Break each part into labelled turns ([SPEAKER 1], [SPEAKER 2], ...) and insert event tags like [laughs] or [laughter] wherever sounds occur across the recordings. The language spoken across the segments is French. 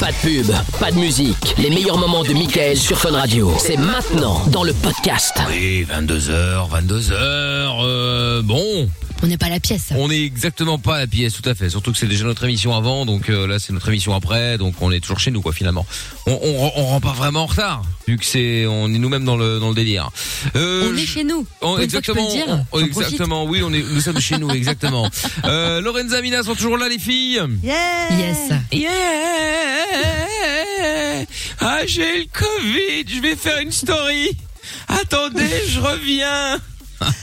[SPEAKER 1] Pas de pub, pas de musique. Les meilleurs moments de Michael sur Fun Radio. C'est maintenant dans le podcast.
[SPEAKER 2] Oui, 22h, 22h, euh, bon.
[SPEAKER 3] On n'est pas à la pièce.
[SPEAKER 2] On n'est exactement pas à la pièce, tout à fait. Surtout que c'est déjà notre émission avant, donc euh, là c'est notre émission après, donc on est toujours chez nous quoi finalement. On, on, on rentre pas vraiment en retard, vu que c'est on est nous-mêmes dans le dans le délire. Euh,
[SPEAKER 3] on est
[SPEAKER 2] je-
[SPEAKER 3] chez nous.
[SPEAKER 2] on-
[SPEAKER 3] Pour une fois que je peux
[SPEAKER 2] exactement,
[SPEAKER 3] le dire,
[SPEAKER 2] on-
[SPEAKER 3] j'en profite.
[SPEAKER 2] exactement. Oui, on est, nous sommes chez nous, exactement.
[SPEAKER 3] [laughs]
[SPEAKER 2] Euh, Lorenza, Mina sont toujours là, les filles.
[SPEAKER 3] Yes.
[SPEAKER 2] Yeah Ah, j'ai le Covid, je vais faire une story. Attendez, je reviens.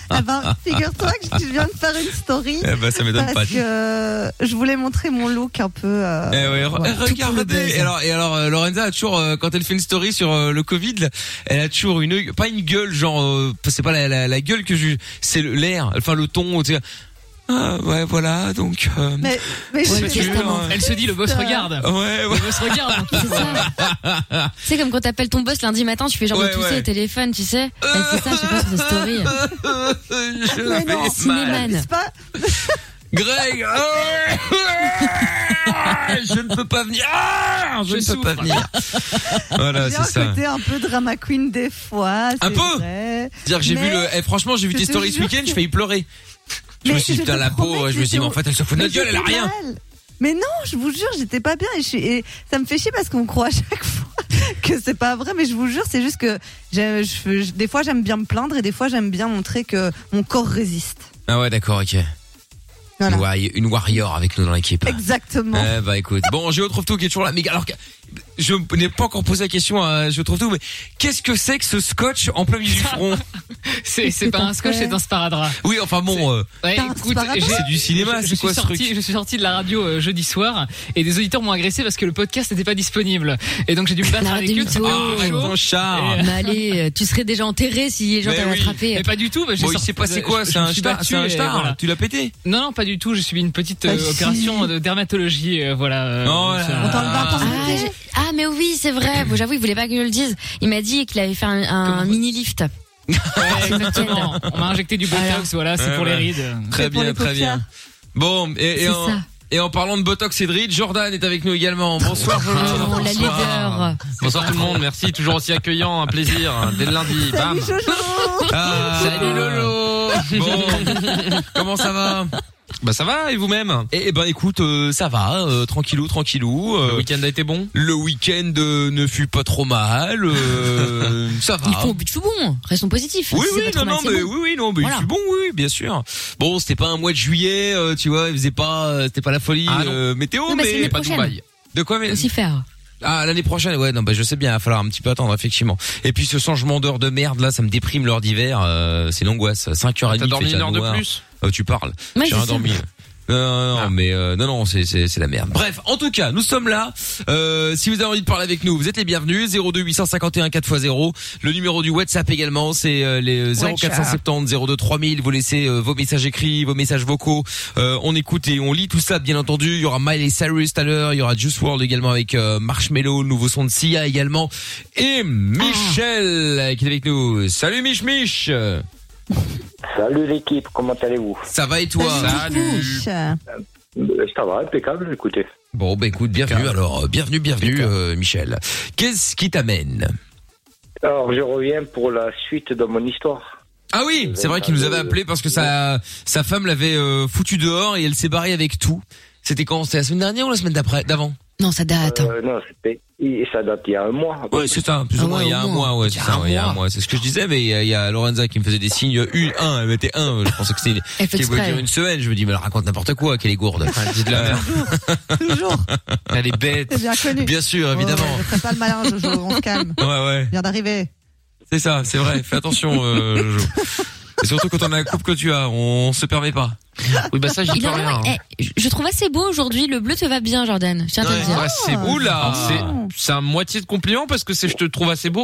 [SPEAKER 4] Ah ben, figure-toi que je viens de faire une story.
[SPEAKER 2] Eh ben, ça m'étonne
[SPEAKER 4] parce
[SPEAKER 2] pas.
[SPEAKER 4] que euh, je voulais montrer mon look un peu. euh,
[SPEAKER 2] Eh ouais, re-
[SPEAKER 4] voilà.
[SPEAKER 2] regardez. Et alors, et alors euh, Lorenza a toujours, euh, quand elle fait une story sur euh, le Covid, là, elle a toujours une, oeil- pas une gueule, genre, euh, c'est pas la, la, la gueule que je, c'est le- l'air, enfin le ton, tu sais. Ah, ouais, voilà, donc. euh,
[SPEAKER 4] Mais, mais je
[SPEAKER 2] c'est
[SPEAKER 4] suis
[SPEAKER 2] sûr,
[SPEAKER 4] vraiment
[SPEAKER 2] hein.
[SPEAKER 5] Elle se dit le boss
[SPEAKER 4] Euh,
[SPEAKER 5] regarde.
[SPEAKER 2] Ouais, ouais.
[SPEAKER 5] Le boss [laughs] regarde. donc
[SPEAKER 3] C'est ça. Tu sais, comme quand t'appelles ton boss lundi matin, tu fais genre
[SPEAKER 2] Ouais,
[SPEAKER 3] de tousser
[SPEAKER 2] ouais. Euh,
[SPEAKER 3] au téléphone, tu sais. Elle fait ça, je sais pas, sur ses stories.
[SPEAKER 2] [laughs] Je
[SPEAKER 4] Mais
[SPEAKER 2] fais
[SPEAKER 4] non,
[SPEAKER 2] mal.
[SPEAKER 3] Cinéman.
[SPEAKER 4] C'est pas.
[SPEAKER 2] Greg, ah, je ne peux pas venir. Ah, je,
[SPEAKER 5] Je
[SPEAKER 2] ne peux
[SPEAKER 5] souffre.
[SPEAKER 2] pas venir. Voilà,
[SPEAKER 4] J'ai un
[SPEAKER 2] c'est ça.
[SPEAKER 4] côté un peu drama queen des fois. c'est
[SPEAKER 2] Un peu
[SPEAKER 4] vrai.
[SPEAKER 2] Dire que j'ai vu
[SPEAKER 4] Mais-
[SPEAKER 2] le, eh, franchement, j'ai vu
[SPEAKER 4] Je
[SPEAKER 2] tes
[SPEAKER 4] te
[SPEAKER 2] stories ce
[SPEAKER 4] jure
[SPEAKER 2] week-end,
[SPEAKER 4] que-
[SPEAKER 2] je faillis pleurer. Je
[SPEAKER 4] Mais
[SPEAKER 2] me suis dit,
[SPEAKER 4] je
[SPEAKER 2] putain,
[SPEAKER 4] te
[SPEAKER 2] la
[SPEAKER 4] promets
[SPEAKER 2] peau,
[SPEAKER 4] que
[SPEAKER 2] je me suis dit, mais en
[SPEAKER 4] j'étais-
[SPEAKER 2] fait, elle se fout de notre
[SPEAKER 4] Mais
[SPEAKER 2] gueule, elle a
[SPEAKER 4] j'étais
[SPEAKER 2] rien.
[SPEAKER 4] mal. Mais non, je vous jure, j'étais pas bien. Et, je suis- et ça me fait chier parce qu'on croit à chaque [laughs] fois que c'est pas vrai. Mais je vous jure, c'est juste que j'ai- je- je- des fois j'aime bien me plaindre et des fois j'aime bien montrer que mon corps résiste.
[SPEAKER 2] Ah ouais, d'accord, ok.
[SPEAKER 4] Voilà.
[SPEAKER 2] Une, warri- une warrior avec nous dans l'équipe.
[SPEAKER 4] Exactement.
[SPEAKER 2] Eh bah écoute, bon, je trouve tout qui est toujours là. Mais alors, que- je n'ai pas encore posé la question à je trouve tout, mais qu'est-ce que c'est que ce scotch en plein milieu du front
[SPEAKER 5] [laughs] C'est c'est pas un scotch, c'est un sparadrap.
[SPEAKER 2] Oui, enfin bon, euh,
[SPEAKER 5] Ouais,
[SPEAKER 4] Putain,
[SPEAKER 5] écoute,
[SPEAKER 4] c'est pas
[SPEAKER 5] j'ai-
[SPEAKER 2] c'est du cinéma,
[SPEAKER 5] je- je
[SPEAKER 2] c'est
[SPEAKER 5] suis
[SPEAKER 2] quoi ce
[SPEAKER 5] sorti-
[SPEAKER 2] truc
[SPEAKER 5] Je suis sorti de la radio euh, jeudi soir et des auditeurs m'ont agressé parce que le podcast n'était pas disponible. Et donc j'ai dû me battre
[SPEAKER 3] La
[SPEAKER 5] avec
[SPEAKER 3] radio
[SPEAKER 5] eux.
[SPEAKER 3] du
[SPEAKER 5] Ah,
[SPEAKER 3] tout.
[SPEAKER 2] Arrête
[SPEAKER 5] chaud.
[SPEAKER 2] ton char
[SPEAKER 3] Mais allez, euh, tu serais déjà enterré si les gens
[SPEAKER 2] Mais
[SPEAKER 3] t'avaient
[SPEAKER 2] oui.
[SPEAKER 3] attrapé.
[SPEAKER 5] Mais pas du tout. bah, j'ai
[SPEAKER 2] Bon, il
[SPEAKER 5] sorti-
[SPEAKER 2] s'est passé
[SPEAKER 5] je-
[SPEAKER 2] quoi C'est
[SPEAKER 5] je me
[SPEAKER 2] un
[SPEAKER 5] suis
[SPEAKER 2] star
[SPEAKER 5] battu
[SPEAKER 2] C'est un
[SPEAKER 5] et
[SPEAKER 2] star
[SPEAKER 5] voilà.
[SPEAKER 2] Tu l'as pété
[SPEAKER 5] Non, non, pas du tout. J'ai subi une petite euh,
[SPEAKER 3] Ah,
[SPEAKER 4] Bah, si.
[SPEAKER 5] opération de dermatologie. euh, voilà. euh,
[SPEAKER 2] Oh là
[SPEAKER 5] sur-
[SPEAKER 2] là.
[SPEAKER 4] On parle pas
[SPEAKER 3] Ah, j'ai- ah, mais oui, c'est vrai. Bon, J'avoue, il voulait pas que je le dise. Il m'a dit qu'il avait fait un, un
[SPEAKER 5] Comment
[SPEAKER 3] mini lift.
[SPEAKER 5] Ouais,
[SPEAKER 4] [laughs]
[SPEAKER 5] exactement. On m'a injecté du
[SPEAKER 3] Voilà.
[SPEAKER 5] botox. Voilà, Ah, c'est
[SPEAKER 2] Ouais,
[SPEAKER 5] pour les
[SPEAKER 2] ouais.
[SPEAKER 5] rides.
[SPEAKER 2] Très
[SPEAKER 4] C'est pour
[SPEAKER 2] bien,
[SPEAKER 4] les
[SPEAKER 2] très bien. Bon, et, et
[SPEAKER 3] C'est
[SPEAKER 2] en,
[SPEAKER 3] ça.
[SPEAKER 2] et en parlant de Botox et de rides, Jordan est avec nous également. Bonsoir, Jordan.
[SPEAKER 3] la leader.
[SPEAKER 6] Bonsoir tout le monde, merci, toujours aussi accueillant, un plaisir,
[SPEAKER 2] hein,
[SPEAKER 6] dès le lundi, bam
[SPEAKER 2] Bah,
[SPEAKER 4] Salut Jojo
[SPEAKER 2] Ah,
[SPEAKER 6] [laughs] Salut Lolo
[SPEAKER 2] Bon, comment ça va
[SPEAKER 6] Bah ça va, et vous-même
[SPEAKER 2] Eh ben écoute, euh, ça va, euh, tranquillou, tranquillou. euh,
[SPEAKER 6] Le week-end a été bon
[SPEAKER 2] le week-end euh, ne fut pas trop mal. [laughs] euh, ça va.
[SPEAKER 3] Ils font au but du bon. Restons positifs.
[SPEAKER 2] Oui,
[SPEAKER 3] hein, Si
[SPEAKER 2] oui,
[SPEAKER 3] c'est pas trop
[SPEAKER 2] non,
[SPEAKER 3] mal,
[SPEAKER 2] non,
[SPEAKER 3] c'est
[SPEAKER 2] mais
[SPEAKER 3] bon.
[SPEAKER 2] oui, oui, non, mais
[SPEAKER 3] Voilà.
[SPEAKER 2] c'est bon, oui, bien sûr. Bon, c'était pas un mois de juillet, euh, tu vois, il faisait pas, euh, c'était pas la folie
[SPEAKER 6] Ah, non.
[SPEAKER 2] euh, météo,
[SPEAKER 3] Non, mais c'est
[SPEAKER 2] mais
[SPEAKER 3] l'année
[SPEAKER 2] pas
[SPEAKER 3] prochaine.
[SPEAKER 2] Dubaï. De quoi mais
[SPEAKER 3] Faut s'y faire.
[SPEAKER 2] ah l'année prochaine ouais non bah je sais bien il va falloir un petit peu attendre effectivement et puis ce changement d'heure de merde là ça me déprime l'heure d'hiver euh, c'est l'angoisse 5h30
[SPEAKER 6] Ah, T'as dormi
[SPEAKER 2] fait
[SPEAKER 6] une heure de
[SPEAKER 2] noir.
[SPEAKER 6] plus
[SPEAKER 2] Oh, tu parles
[SPEAKER 3] Ouais,
[SPEAKER 2] j'ai
[SPEAKER 3] c'est
[SPEAKER 2] rien
[SPEAKER 3] ça.
[SPEAKER 2] dormi non, non, non,
[SPEAKER 6] Ah.
[SPEAKER 2] mais euh, non, non, c'est c'est c'est la merde. Bref, en tout cas, nous sommes là. Euh, si vous avez envie de parler avec nous, vous êtes les bienvenus. 02 851 4x0. Le numéro du WhatsApp également, c'est euh, les 0470 02 3000. Vous laissez euh, vos messages écrits, vos messages vocaux. Euh, on écoute et on lit tout ça, bien entendu. Il y aura Miley Cyrus tout à l'heure. Il y aura Juice World également avec euh, Marshmello, le nouveau son de Sia également. Et Michel qui est avec nous. Salut Mich Mich.
[SPEAKER 7] Salut l'équipe, comment allez-vous
[SPEAKER 2] Ça va et toi
[SPEAKER 4] Salut.
[SPEAKER 7] Euh, Ça va, impeccable, écoutez.
[SPEAKER 2] Bon, bah écoute, bienvenue alors, euh, bienvenue, bienvenue, euh, Michel. Qu'est-ce qui t'amène
[SPEAKER 7] Alors je reviens pour la suite de mon histoire.
[SPEAKER 2] Ah oui, c'est vrai qu'il nous avait appelé parce que sa, sa femme l'avait euh, foutu dehors et elle s'est barrée avec tout. C'était quand C'était la semaine dernière ou la semaine d'après D'avant
[SPEAKER 3] Non, ça date. hein.
[SPEAKER 7] Euh, non, c'était, et ça date il y a un mois.
[SPEAKER 2] Ouais, c'est ça, plus
[SPEAKER 3] Ah
[SPEAKER 2] ou moins,
[SPEAKER 3] ouais,
[SPEAKER 2] il y a
[SPEAKER 3] au
[SPEAKER 2] un
[SPEAKER 3] moins.
[SPEAKER 2] mois, ouais, c'est ça, ouais, il y a un mois. C'est ce que je disais, mais il y a- il y, a Lorenza qui me faisait des signes, une, un, elle mettait un, je pensais que c'était
[SPEAKER 3] Elle fait
[SPEAKER 2] qu'elle voulait dire
[SPEAKER 3] exprès.
[SPEAKER 2] une semaine, je me dis, mais elle raconte n'importe quoi, qu'elle est gourde. Euh, [laughs]
[SPEAKER 4] Toujours,
[SPEAKER 6] Elle est bête
[SPEAKER 4] c'est bien connu.
[SPEAKER 2] bien sûr, évidemment.
[SPEAKER 4] Oh, je ferai pas le malin, Jojo, on se calme.
[SPEAKER 2] Ouais, ouais.
[SPEAKER 4] Je viens d'arriver.
[SPEAKER 2] C'est ça, c'est vrai. Fais attention, euh, Jojo. Et surtout quand on a la coupe que tu as, on se permet pas.
[SPEAKER 6] Oui bah ça j'y
[SPEAKER 3] Il
[SPEAKER 6] peux
[SPEAKER 3] a
[SPEAKER 6] rien
[SPEAKER 3] vraiment-
[SPEAKER 6] hein.
[SPEAKER 3] eh, je- je trouve assez beau aujourd'hui. Le bleu te va bien, Ah. Jordan. Je tiens à te le dire.
[SPEAKER 6] Ouais, Ah, c'est beau
[SPEAKER 2] Oula.
[SPEAKER 6] là C'est- C'est un moitié de compliment parce que c'est je te trouve assez beau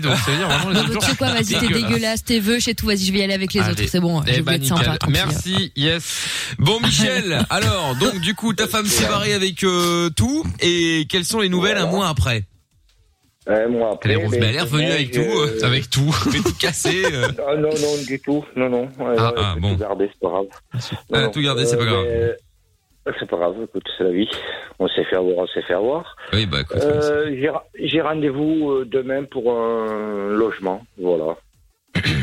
[SPEAKER 3] [laughs]
[SPEAKER 6] donc ça veut dire vraiment les
[SPEAKER 3] Bon,
[SPEAKER 6] autres
[SPEAKER 3] bah,
[SPEAKER 6] jours,
[SPEAKER 3] tu sais quoi,
[SPEAKER 6] je
[SPEAKER 3] vas-y,
[SPEAKER 6] suis
[SPEAKER 3] t'es dégueulasse, t'es veuche et tout, vas-y, je vais y aller avec les
[SPEAKER 6] Allez.
[SPEAKER 3] autres, c'est bon,
[SPEAKER 6] Eh
[SPEAKER 3] je
[SPEAKER 2] ben,
[SPEAKER 6] bah
[SPEAKER 3] vais être sympa.
[SPEAKER 6] nickel,
[SPEAKER 3] tranquille.
[SPEAKER 6] merci, yes
[SPEAKER 2] Bon Michel, alors donc du coup ta femme s'est barrée avec euh, tout et quelles sont les nouvelles un mois après
[SPEAKER 7] Un mois après.
[SPEAKER 6] Elle est revenue-
[SPEAKER 7] ben,
[SPEAKER 2] elle est revenue avec
[SPEAKER 7] Eh, je-
[SPEAKER 2] tout, euh, ça va
[SPEAKER 6] Avec tout
[SPEAKER 2] [laughs] Mais tout cassé. euh.
[SPEAKER 7] Ah, non, non, du tout. Non, non. Euh,
[SPEAKER 2] Ah, ah,
[SPEAKER 7] je peux
[SPEAKER 2] bon.
[SPEAKER 7] tout garder, c'est pas grave.
[SPEAKER 2] Ah, tout garder, c'est pas grave.
[SPEAKER 7] mais,
[SPEAKER 6] euh, C'est pas grave, écoute, c'est la vie. On s'est fait avoir, on s'est fait avoir.
[SPEAKER 2] Oui, bah écoute.
[SPEAKER 6] Euh, j'ai ra- J'ai rendez-vous euh, demain pour un logement. Voilà.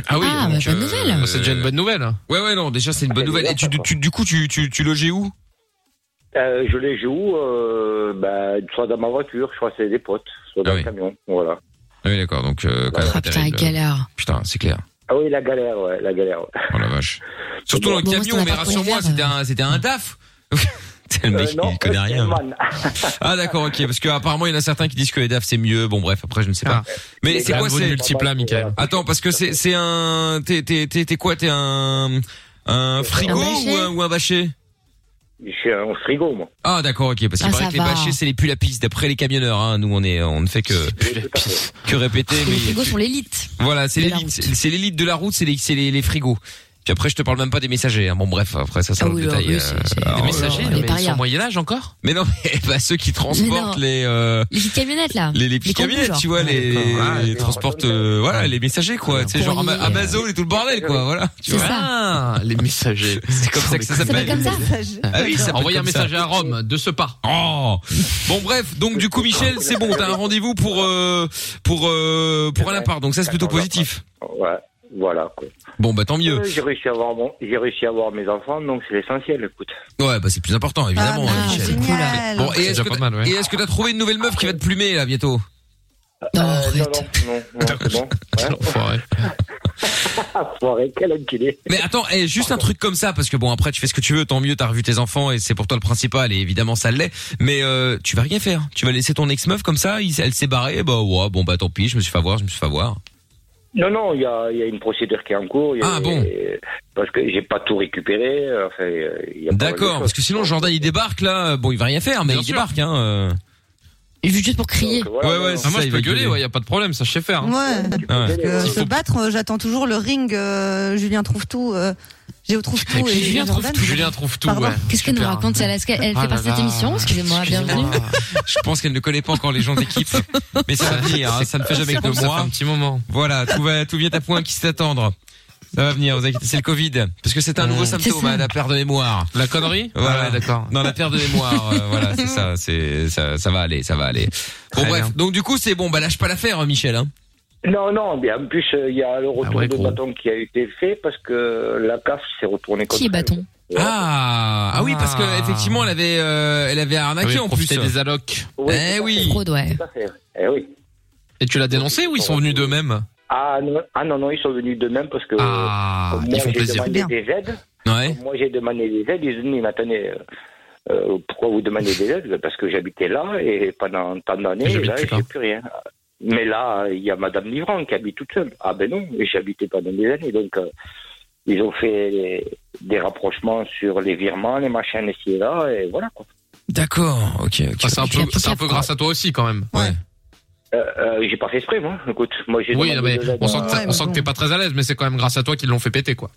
[SPEAKER 8] Ah oui.
[SPEAKER 3] Ah, bah,
[SPEAKER 8] donc,
[SPEAKER 3] bonne
[SPEAKER 8] euh,
[SPEAKER 3] nouvelle.
[SPEAKER 8] C'est déjà une bonne nouvelle.
[SPEAKER 2] Ouais, ouais, non, déjà c'est une bonne
[SPEAKER 6] Ah,
[SPEAKER 2] nouvelle. Et tu,
[SPEAKER 6] d'accord.
[SPEAKER 2] tu- du coup, tu, tu, tu logeais où
[SPEAKER 6] Euh, je les joue euh, bah, soit dans ma voiture, soit c'est des potes, soit dans
[SPEAKER 2] Ah
[SPEAKER 6] le
[SPEAKER 2] oui.
[SPEAKER 6] camion. Voilà.
[SPEAKER 2] Ah Oui, d'accord, donc euh, quand même,
[SPEAKER 3] Ah putain,
[SPEAKER 2] terrible.
[SPEAKER 3] galère.
[SPEAKER 2] Putain, c'est clair.
[SPEAKER 6] Ah oui, la galère, ouais, la galère. ouais.
[SPEAKER 2] Oh la vache. Surtout dans le
[SPEAKER 3] Bon, moi,
[SPEAKER 2] camion,
[SPEAKER 3] c'est un
[SPEAKER 2] mais
[SPEAKER 3] appart pour
[SPEAKER 2] rassure-moi,
[SPEAKER 3] hiver,
[SPEAKER 2] c'était un, c'était
[SPEAKER 3] euh.
[SPEAKER 2] un [laughs] DAF. C'est le mec,
[SPEAKER 6] Euh, non,
[SPEAKER 2] il connaît
[SPEAKER 6] euh,
[SPEAKER 2] rien.
[SPEAKER 6] man.
[SPEAKER 2] [laughs] Ah d'accord, ok, parce que apparemment il y en a certains qui disent que les DAF c'est mieux. Bon bref, après je ne sais pas. Mais
[SPEAKER 6] Ah. Les
[SPEAKER 2] c'est
[SPEAKER 6] gars,
[SPEAKER 2] quoi
[SPEAKER 6] vous
[SPEAKER 2] c'est Ah.
[SPEAKER 6] dites-
[SPEAKER 8] multiplat, Michael.
[SPEAKER 2] Attends, parce que c'est c'est un t'es t'es t'es t'es quoi T'es un un frigo
[SPEAKER 3] bachet.
[SPEAKER 2] ou un, ou un bâché
[SPEAKER 6] Je suis un frigo, moi.
[SPEAKER 2] Ah d'accord, ok, parce qu'il
[SPEAKER 3] Ah,
[SPEAKER 2] paraît
[SPEAKER 3] ça
[SPEAKER 2] que les
[SPEAKER 3] va.
[SPEAKER 2] bâchés c'est les pulapistes. D'après les camionneurs, hein. nous on est on ne fait que
[SPEAKER 6] Oui, tout à fait.
[SPEAKER 2] que répéter.
[SPEAKER 3] Les
[SPEAKER 2] Mais
[SPEAKER 3] frigos sont l'élite.
[SPEAKER 2] voilà, c'est
[SPEAKER 3] de la
[SPEAKER 2] l'élite,
[SPEAKER 3] route.
[SPEAKER 2] c'est l'élite de la route, c'est les c'est les, les frigos. Puis après je te parle même pas des messagers. hein. Bon bref, après ça c'est
[SPEAKER 3] Ah
[SPEAKER 2] un
[SPEAKER 3] oui,
[SPEAKER 2] détail.
[SPEAKER 3] oui,
[SPEAKER 2] euh,
[SPEAKER 3] c'est- c'est-
[SPEAKER 2] alors,
[SPEAKER 8] Des
[SPEAKER 3] Oh,
[SPEAKER 8] messagers,
[SPEAKER 3] non,
[SPEAKER 8] mais
[SPEAKER 3] les
[SPEAKER 8] ils sont
[SPEAKER 3] parias.
[SPEAKER 8] au Moyen-Âge encore
[SPEAKER 2] Mais non, mais bah, ceux qui transportent les, euh,
[SPEAKER 3] Les petites camionnettes, là.
[SPEAKER 2] les les petites
[SPEAKER 3] combos,
[SPEAKER 2] camionnettes,
[SPEAKER 3] genre.
[SPEAKER 2] tu vois, les, les,
[SPEAKER 8] Ah, d'accord.
[SPEAKER 2] les transports, euh, voilà, les messagers quoi, tu sais genre
[SPEAKER 3] Courrier,
[SPEAKER 2] Ama- Amazon et tout le bordel quoi, voilà. Tu
[SPEAKER 3] C'est
[SPEAKER 2] vois.
[SPEAKER 3] ça.
[SPEAKER 8] Ah, les [laughs] messagers.
[SPEAKER 2] C'est comme ça que ça
[SPEAKER 3] Ça s'appelle
[SPEAKER 2] s'appelle.
[SPEAKER 3] comme ça
[SPEAKER 2] [laughs] Ah oui, ça s'appelle
[SPEAKER 8] Envoyer un
[SPEAKER 2] comme ça.
[SPEAKER 8] messager à Rome de ce pas.
[SPEAKER 2] Oh. Bon bref, donc du coup Michel, c'est bon, t'as un rendez-vous pour euh, pour euh, pour un appart, donc ça c'est plutôt positif.
[SPEAKER 6] Ouais, voilà. quoi.
[SPEAKER 2] Bon bah tant mieux.
[SPEAKER 6] Euh, J'ai réussi à avoir mon, j'ai réussi à avoir mes enfants, donc c'est l'essentiel. Écoute.
[SPEAKER 2] Ouais bah c'est plus important évidemment
[SPEAKER 4] Ah,
[SPEAKER 2] hein, Michel.
[SPEAKER 4] génial.
[SPEAKER 2] Bon et
[SPEAKER 8] C'est
[SPEAKER 2] est-ce
[SPEAKER 8] déjà
[SPEAKER 2] que
[SPEAKER 8] pas
[SPEAKER 2] t'as-
[SPEAKER 8] mal, ouais.
[SPEAKER 2] et est-ce que t'as trouvé une nouvelle meuf qui va te plumer là bientôt
[SPEAKER 3] Non,
[SPEAKER 6] Euh, non,
[SPEAKER 3] arrête.
[SPEAKER 6] non, non, non, c'est bon. Ouais.
[SPEAKER 8] L'enfoiré.
[SPEAKER 6] Ah, [laughs] foiré, quel homme qu'il est.
[SPEAKER 2] Mais attends, eh, juste un truc comme ça, parce que bon, après, tu fais ce que tu veux, tant mieux, t'as revu tes enfants et c'est pour toi le principal, et évidemment, ça l'est. Mais euh, tu vas rien faire. Tu vas laisser ton ex-meuf comme ça, il- elle s'est barrée, bah ouais, bon bah tant pis, je me suis fait avoir, je me suis fait
[SPEAKER 6] Ah,
[SPEAKER 2] avoir.
[SPEAKER 6] Non, non, il y a, il y a une procédure qui est en cours. il y a-
[SPEAKER 2] Ah, bon.
[SPEAKER 6] Parce que j'ai pas tout récupéré. euh, Enfin, il y a pas mal de
[SPEAKER 2] D'accord, parce
[SPEAKER 6] choses.
[SPEAKER 2] que sinon, Jordan, il débarque là, bon, il va rien faire, mais
[SPEAKER 8] Bien
[SPEAKER 2] il
[SPEAKER 8] sûr.
[SPEAKER 2] débarque, hein. euh.
[SPEAKER 3] Juste pour crier.
[SPEAKER 6] Donc, voilà,
[SPEAKER 2] Ouais, ouais,
[SPEAKER 6] non,
[SPEAKER 2] c'est
[SPEAKER 8] Ah, moi,
[SPEAKER 2] ça,
[SPEAKER 8] je
[SPEAKER 2] il
[SPEAKER 8] peux
[SPEAKER 2] va
[SPEAKER 8] gueuler,
[SPEAKER 2] gueuler.
[SPEAKER 8] ouais, y a pas de problème, ça je sais faire. hein.
[SPEAKER 4] Ouais.
[SPEAKER 6] tu peux
[SPEAKER 2] Ouais.
[SPEAKER 6] y aller,
[SPEAKER 4] Euh,
[SPEAKER 6] ouais.
[SPEAKER 4] se battre, euh, j'attends toujours le ring euh, Julien trouve tout, euh, Géo trouve tout et
[SPEAKER 3] Julien
[SPEAKER 4] Julien Jordan.
[SPEAKER 8] Julien trouve tout,
[SPEAKER 4] Pardon.
[SPEAKER 8] ouais.
[SPEAKER 3] Qu'est-ce qu'elle nous
[SPEAKER 8] Super.
[SPEAKER 3] raconte, celle-là Est-ce qu'elle elle
[SPEAKER 8] Ah
[SPEAKER 3] fait
[SPEAKER 8] là
[SPEAKER 3] partie de cette
[SPEAKER 8] là.
[SPEAKER 3] émission Excusez-moi,
[SPEAKER 8] Excusez-moi.
[SPEAKER 3] bienvenue.
[SPEAKER 2] Je pense qu'elle ne connaît pas encore les gens d'équipe, mais ça va venir, hein, ça ne fait jamais que
[SPEAKER 8] Donc,
[SPEAKER 2] deux
[SPEAKER 8] ça fait
[SPEAKER 2] mois.
[SPEAKER 8] un petit moment.
[SPEAKER 2] Voilà, tout va, tout vient à point, qui s'attendre. Ça va venir, vous inquiétez, c'est le Covid, parce que c'est un nouveau
[SPEAKER 8] Mm.
[SPEAKER 2] symptôme,
[SPEAKER 3] C'est ça.
[SPEAKER 2] hein, la perte de mémoire.
[SPEAKER 8] La connerie
[SPEAKER 2] Voilà.
[SPEAKER 8] Ah ouais, d'accord.
[SPEAKER 2] Dans la perte de mémoire, euh, [laughs] voilà, c'est ça, c'est ça, ça va aller, ça va aller. Bon
[SPEAKER 8] Très
[SPEAKER 2] bref,
[SPEAKER 8] bien.
[SPEAKER 2] donc du coup c'est bon, bah lâche pas l'affaire, hein, Michel. Hein.
[SPEAKER 6] Non, non, bien, en plus, euh, il y a le retour
[SPEAKER 8] Ah ouais,
[SPEAKER 6] de
[SPEAKER 8] gros.
[SPEAKER 6] bâton qui a été fait parce que la CAF s'est retournée contre
[SPEAKER 3] Qui est
[SPEAKER 6] elle.
[SPEAKER 3] bâton
[SPEAKER 6] Ouais.
[SPEAKER 2] Ah, ah oui, parce que
[SPEAKER 8] Ah.
[SPEAKER 2] effectivement elle avait, euh, elle avait arnaqué
[SPEAKER 8] Oui,
[SPEAKER 2] en plus.
[SPEAKER 8] profiter des allocs.
[SPEAKER 6] Oui,
[SPEAKER 2] eh
[SPEAKER 6] tout à
[SPEAKER 2] oui.
[SPEAKER 6] fait,
[SPEAKER 3] Fraude, ouais.
[SPEAKER 6] tout à fait. Eh oui.
[SPEAKER 8] Et tu l'as dénoncé ou ils sont venus d'eux-mêmes
[SPEAKER 6] Ah non, ah non, non, ils sont venus de même parce que euh,
[SPEAKER 8] Ah,
[SPEAKER 6] moi,
[SPEAKER 8] ils font
[SPEAKER 6] j'ai
[SPEAKER 8] plaisir.
[SPEAKER 6] demandé
[SPEAKER 4] Bien.
[SPEAKER 6] des aides.
[SPEAKER 2] Ouais.
[SPEAKER 6] Moi, j'ai demandé des aides. Ils ont dit, mais attendez, euh, euh, pourquoi vous demandez des aides Parce que j'habitais là et pendant tant d'années,
[SPEAKER 8] J'habite
[SPEAKER 6] là,
[SPEAKER 8] plus là.
[SPEAKER 6] j'ai plus rien. Mais là, il y a Madame Livrant qui habite toute seule. Ah ben non, j'habitais pendant des années. Donc, euh, ils ont fait des rapprochements sur les virements, les machins, les ci et là, et voilà. Quoi.
[SPEAKER 2] D'accord, ok, ok.
[SPEAKER 8] Ah, c'est un
[SPEAKER 3] Tu l'as
[SPEAKER 8] peu,
[SPEAKER 3] poussé
[SPEAKER 8] c'est un peu
[SPEAKER 3] à
[SPEAKER 8] grâce à toi aussi quand même.
[SPEAKER 2] Ouais.
[SPEAKER 6] Euh, euh, j'ai pas fait exprès, moi. Écoute, moi, j'ai
[SPEAKER 8] Oui, non,
[SPEAKER 6] demandé
[SPEAKER 8] mais
[SPEAKER 6] des aides
[SPEAKER 8] on sent
[SPEAKER 6] à-
[SPEAKER 8] que, ça-
[SPEAKER 4] Ouais,
[SPEAKER 8] on
[SPEAKER 4] mais
[SPEAKER 8] sent que
[SPEAKER 4] bon.
[SPEAKER 8] t'es pas très à l'aise, mais c'est quand même grâce à toi qu'ils l'ont fait péter, quoi.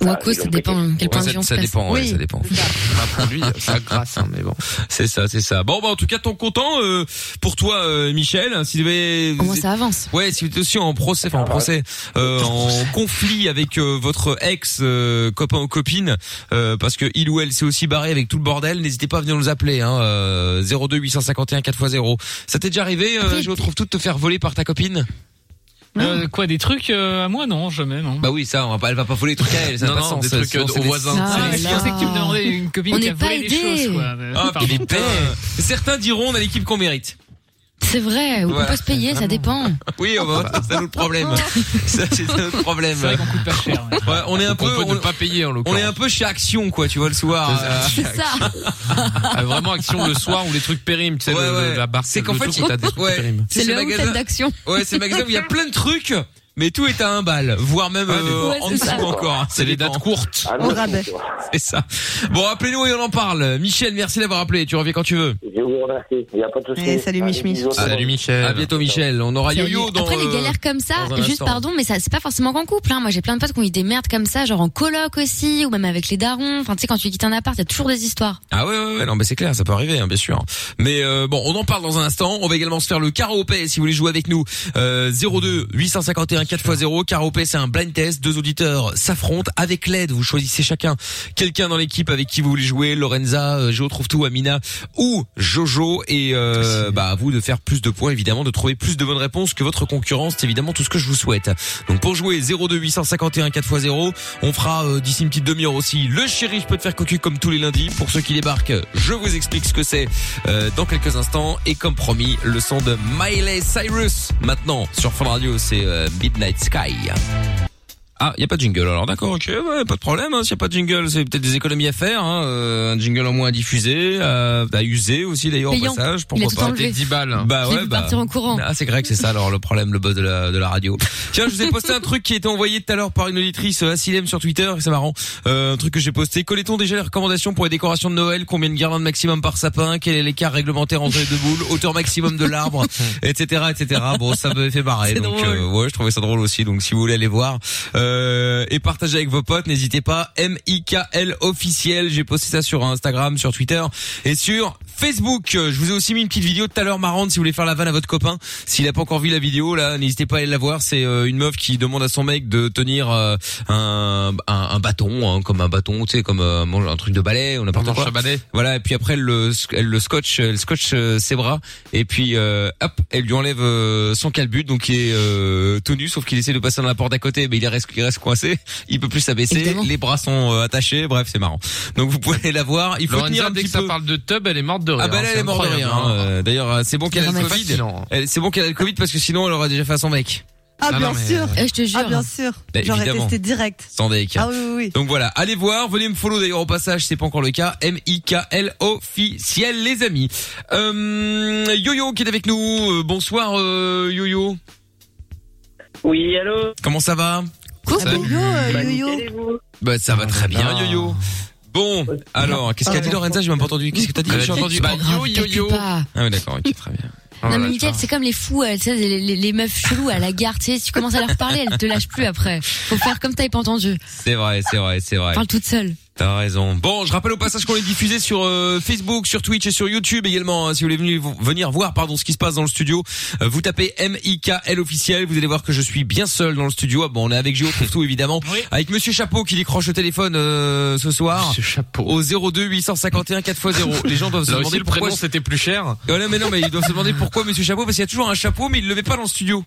[SPEAKER 3] Ou à
[SPEAKER 6] Ah,
[SPEAKER 3] cause,
[SPEAKER 6] ils
[SPEAKER 3] ça
[SPEAKER 6] l'ont
[SPEAKER 3] dépend quel
[SPEAKER 2] Ouais,
[SPEAKER 3] point de
[SPEAKER 2] ça,
[SPEAKER 3] vue on se
[SPEAKER 2] ça
[SPEAKER 3] place.
[SPEAKER 2] dépend, ouais,
[SPEAKER 4] Oui.
[SPEAKER 2] ça dépend.
[SPEAKER 8] [laughs] Bah, pour lui, ça grâce, hein, mais bon.
[SPEAKER 2] C'est ça, c'est ça. Bon, bah en tout cas, ton content euh, pour toi, euh, Michel. hein, Si vous avez-
[SPEAKER 3] Comment ça avance
[SPEAKER 2] Ouais, si vous êtes aussi en procès, enfin en procès, euh, en conflit avec euh, votre ex euh, copain ou copine, euh, parce que il ou elle s'est aussi barré avec tout le bordel, n'hésitez pas à venir nous appeler, hein, euh, 02 851 4x0. Ça t'est déjà arrivé, euh,
[SPEAKER 3] Après,
[SPEAKER 2] je retrouve tout de te faire voler par ta copine
[SPEAKER 5] Euh, quoi, des trucs euh, à moi Non, jamais, non.
[SPEAKER 2] Bah oui, ça, on va pas, elle va pas voler les trucs à elle, ça
[SPEAKER 8] Non,
[SPEAKER 2] n'a pas
[SPEAKER 8] non,
[SPEAKER 2] de sens,
[SPEAKER 8] des
[SPEAKER 2] ça,
[SPEAKER 8] trucs,
[SPEAKER 2] sinon,
[SPEAKER 8] euh,
[SPEAKER 2] c'est
[SPEAKER 8] aux
[SPEAKER 2] des-
[SPEAKER 8] voisins.
[SPEAKER 2] c'est
[SPEAKER 3] Ah,
[SPEAKER 2] des-
[SPEAKER 5] Je
[SPEAKER 3] là. Eh.
[SPEAKER 5] pensais que tu me demandais une copine
[SPEAKER 3] On
[SPEAKER 5] qui a
[SPEAKER 3] n'est pas
[SPEAKER 5] volé des
[SPEAKER 3] aidés.
[SPEAKER 5] choses, quoi.
[SPEAKER 2] Ah,
[SPEAKER 5] Euh,
[SPEAKER 2] puis les
[SPEAKER 5] pardon.
[SPEAKER 2] paix. Certains diront on a l'équipe qu'on mérite.
[SPEAKER 3] C'est vrai, ou on
[SPEAKER 2] Voilà.
[SPEAKER 3] peut se payer, ça dépend.
[SPEAKER 2] Oui, on va- c'est un autre problème. [laughs] Ça, c'est un autre problème.
[SPEAKER 5] C'est vrai qu'on coûte pas cher. ouais.
[SPEAKER 2] Ouais, on est un
[SPEAKER 8] On
[SPEAKER 2] peu,
[SPEAKER 8] peut ne
[SPEAKER 2] on,
[SPEAKER 8] pas payer en
[SPEAKER 2] on est
[SPEAKER 8] l'occurrence.
[SPEAKER 2] un peu chez Action, quoi, tu vois, le soir. euh,
[SPEAKER 3] C'est ça.
[SPEAKER 8] Ah, vraiment action le soir ou les trucs périm, tu sais,
[SPEAKER 2] Ouais,
[SPEAKER 8] le-
[SPEAKER 2] ouais.
[SPEAKER 8] le- la barre.
[SPEAKER 2] C'est qu'en
[SPEAKER 8] le
[SPEAKER 2] fait,
[SPEAKER 8] truc
[SPEAKER 2] il-
[SPEAKER 8] où t'as des trucs
[SPEAKER 2] ouais.
[SPEAKER 8] périm.
[SPEAKER 3] C'est
[SPEAKER 2] C'est
[SPEAKER 3] le
[SPEAKER 2] le magasin.
[SPEAKER 3] magasin d'action.
[SPEAKER 2] Ouais, c'est le magasin où il y a plein de trucs, mais tout est à un bal, voire même
[SPEAKER 8] Ouais,
[SPEAKER 2] euh,
[SPEAKER 3] ouais,
[SPEAKER 2] en
[SPEAKER 3] c'est
[SPEAKER 2] dessous
[SPEAKER 3] ça.
[SPEAKER 2] encore. hein.
[SPEAKER 8] Ah, C'est les dates courtes.
[SPEAKER 6] Ah,
[SPEAKER 4] Au
[SPEAKER 6] non,
[SPEAKER 4] rabais.
[SPEAKER 6] tu vois.
[SPEAKER 2] C'est ça. Bon, appelez-nous et on en parle. Michel, merci d'avoir appelé. Tu reviens quand tu veux.
[SPEAKER 6] Je vous
[SPEAKER 7] vous remercie. Il n'y a pas de souci.
[SPEAKER 4] Allez, Eh, salut,
[SPEAKER 7] Allez,
[SPEAKER 4] Michmi.
[SPEAKER 7] bisous à
[SPEAKER 6] Salut
[SPEAKER 7] vous.
[SPEAKER 6] Michel.
[SPEAKER 2] À bientôt Michel. On aura Yo-Yo dans.
[SPEAKER 3] Après, les
[SPEAKER 2] euh,
[SPEAKER 3] galères comme ça,
[SPEAKER 2] dans un
[SPEAKER 3] juste
[SPEAKER 2] instant.
[SPEAKER 3] pardon, mais ça, c'est pas forcément qu'en couple. Hein. Moi, j'ai plein de potes qui ont eu des merdes comme ça, genre en coloc aussi, ou même avec les darons. Enfin, tu sais, quand tu quittes un appart, il y a toujours des histoires.
[SPEAKER 2] Ah ouais, ouais, ouais, non, mais c'est clair, ça peut arriver, hein, bien sûr. Mais euh, bon, on en parle dans un instant. On va également se faire le karaopé si vous voulez jouer avec nous. Euh, 02 851 4x0. Karaopé, c'est un blind test. Deux auditeurs s'affrontent avec l'aide. Vous choisissez chacun quelqu'un dans l'équipe avec qui vous voulez jouer. Lorenza, euh, Jo trouve tout, Amina ou Jojo. Et euh, bah à vous de faire plus de points, évidemment, de trouver plus de bonnes réponses que votre concurrence. C'est évidemment tout ce que je vous souhaite. Donc pour jouer 02 851 4x0, on fera euh, d'ici une petite demi-heure aussi le chéri je peux te faire cocu comme tous les lundis. Pour ceux qui débarquent, je vous explique ce que c'est euh, dans quelques instants et comme promis, le son de Miley Cyrus. Maintenant sur Fun Radio, c'est euh, Midnight Sky. Ah, il y a pas de jingle. Alors d'accord, OK, ouais, pas de problème hein, s'il y a pas de jingle, c'est peut-être des économies à faire hein, euh, un jingle en moins à diffuser, euh, à user aussi d'ailleurs au
[SPEAKER 3] Payant.
[SPEAKER 2] passage,
[SPEAKER 3] Il a
[SPEAKER 2] pourquoi
[SPEAKER 3] tout
[SPEAKER 2] pas.
[SPEAKER 3] enlevé.
[SPEAKER 6] T'es 10 balles.
[SPEAKER 2] Bah
[SPEAKER 3] J'ai
[SPEAKER 2] ouais,
[SPEAKER 3] vu
[SPEAKER 2] bah.
[SPEAKER 3] partir en courant.
[SPEAKER 2] Ah, c'est grec, c'est ça, alors, le problème, le boss de la, de la radio. Tiens, je vous ai posté un truc qui a été envoyé tout à l'heure par une auditrice, euh, Asilem, sur Twitter, et c'est marrant. Euh, un truc que j'ai posté. Connaît-on déjà les recommandations pour les décorations de Noël? Combien de guirlandes maximum par sapin? Quel est l'écart réglementaire entre les deux boules? Hauteur maximum
[SPEAKER 3] [laughs]
[SPEAKER 2] de l'arbre? etc., etc. Bon, ça me fait marrer.
[SPEAKER 5] C'est
[SPEAKER 2] Donc,
[SPEAKER 5] drôle.
[SPEAKER 2] euh, ouais, je trouvais ça drôle aussi. Donc, si vous voulez aller voir, euh, et partager avec vos potes, n'hésitez pas. M-I-K-L officiel. J'ai posté ça sur Instagram, sur Twitter et sur Facebook. Euh, Je vous ai aussi mis une petite vidéo tout à l'heure marrante si vous voulez faire la vanne à votre copain. S'il a pas encore vu la vidéo, là, n'hésitez pas à aller la voir. C'est euh, une meuf qui demande à son mec de tenir euh, un, un, un bâton, hein, comme un bâton, tu sais, comme euh, mange- un truc de balai ou n'importe
[SPEAKER 6] Pendant
[SPEAKER 2] quoi.
[SPEAKER 6] Chabadet.
[SPEAKER 2] Voilà, et puis après elle le, elle le scotche, elle scotche euh, ses bras, et puis euh, hop, elle lui enlève euh, son calbut, donc il est euh, tout nu, sauf qu'il essaie de passer dans la porte d'à côté, mais il reste, il reste coincé, il peut plus s'abaisser,
[SPEAKER 3] Évidemment.
[SPEAKER 2] les bras sont euh, attachés, bref, c'est marrant. Donc vous pouvez la voir, il faut tenir
[SPEAKER 6] Lorenza,
[SPEAKER 2] un
[SPEAKER 6] dès
[SPEAKER 2] petit
[SPEAKER 6] que ça
[SPEAKER 2] peu.
[SPEAKER 6] parle de tub, elle est morte de rire.
[SPEAKER 2] Ah bah
[SPEAKER 6] hein,
[SPEAKER 2] là elle
[SPEAKER 6] c'est
[SPEAKER 2] est morte de rien.
[SPEAKER 6] incroyable,
[SPEAKER 2] hein.
[SPEAKER 6] hein.
[SPEAKER 2] Euh, D'ailleurs euh, c'est bon qu'elle ait le
[SPEAKER 3] dramatique.
[SPEAKER 2] Covid.
[SPEAKER 6] Fascinant.
[SPEAKER 2] Elle- C'est bon qu'elle a le Covid parce que sinon elle aurait déjà fait à son mec.
[SPEAKER 4] Ah,
[SPEAKER 6] Non,
[SPEAKER 4] bien
[SPEAKER 6] non, mais-
[SPEAKER 4] sûr.
[SPEAKER 3] Euh, je te jure.
[SPEAKER 4] Ah, bien sûr.
[SPEAKER 2] Bah,
[SPEAKER 4] J'aurais
[SPEAKER 2] évidemment. Euh,
[SPEAKER 4] testé direct.
[SPEAKER 2] Sans déc.
[SPEAKER 4] Ah oui, oui, oui.
[SPEAKER 2] Donc voilà, allez voir, venez me follow d'ailleurs au passage, c'est pas encore le cas. M-I-K-L officiel, les amis. Euh, Yo-Yo qui est avec nous, Euh, bonsoir euh, Yo-Yo.
[SPEAKER 9] Oui, allô
[SPEAKER 2] Comment ça va
[SPEAKER 4] Ah, bah, yo, euh, yo, yo.
[SPEAKER 9] vous
[SPEAKER 2] Bah ça va très bien
[SPEAKER 6] Ah.
[SPEAKER 2] Yo-Yo. Bon, alors, qu'est-ce qu'a dit
[SPEAKER 4] Pardon.
[SPEAKER 2] Lorenza J'ai même pas entendu. Qu'est-ce que t'as dit
[SPEAKER 6] Elle a
[SPEAKER 2] J'ai
[SPEAKER 6] dit-
[SPEAKER 2] entendu.
[SPEAKER 6] Bah,
[SPEAKER 2] Ah,
[SPEAKER 3] Grave,
[SPEAKER 6] yo, yo,
[SPEAKER 3] calcule
[SPEAKER 6] yo.
[SPEAKER 3] pas.
[SPEAKER 2] oui, Ah, d'accord, ok, très bien.
[SPEAKER 6] Oh
[SPEAKER 3] non,
[SPEAKER 6] là là,
[SPEAKER 3] mais Mickaël,
[SPEAKER 6] tu
[SPEAKER 3] c'est comme les fous, euh, tu sais, les, les- les meufs cheloues à la gare, tu sais, si tu commences à leur parler, elles te lâchent plus après. Faut faire comme t'avais pas entendu.
[SPEAKER 2] C'est vrai, c'est vrai, c'est vrai.
[SPEAKER 3] Parle toute seule.
[SPEAKER 2] T'as raison. Bon, je rappelle au passage qu'on est diffusé sur euh, Facebook, sur Twitch et sur YouTube également. hein, si vous voulez venir, venir voir, pardon, ce qui se passe dans le studio, euh, vous tapez M I K L officiel. Vous allez voir que je suis bien seul dans le studio. Ah, Bon, on est avec Géo pour tout évidemment,
[SPEAKER 6] Oui.
[SPEAKER 2] avec Monsieur Chapeau qui décroche le téléphone euh, ce
[SPEAKER 6] vois.
[SPEAKER 2] soir
[SPEAKER 6] Ce chapeau.
[SPEAKER 2] au 02 851
[SPEAKER 6] [laughs]
[SPEAKER 2] 4x0. Les gens doivent se
[SPEAKER 6] Là
[SPEAKER 2] demander
[SPEAKER 6] aussi, le
[SPEAKER 2] pourquoi.
[SPEAKER 6] prénom, c'était plus cher.
[SPEAKER 2] Voilà, mais non, mais ils doivent se demander pourquoi Monsieur Chapeau parce qu'il y a toujours un chapeau, mais il le met pas dans le studio.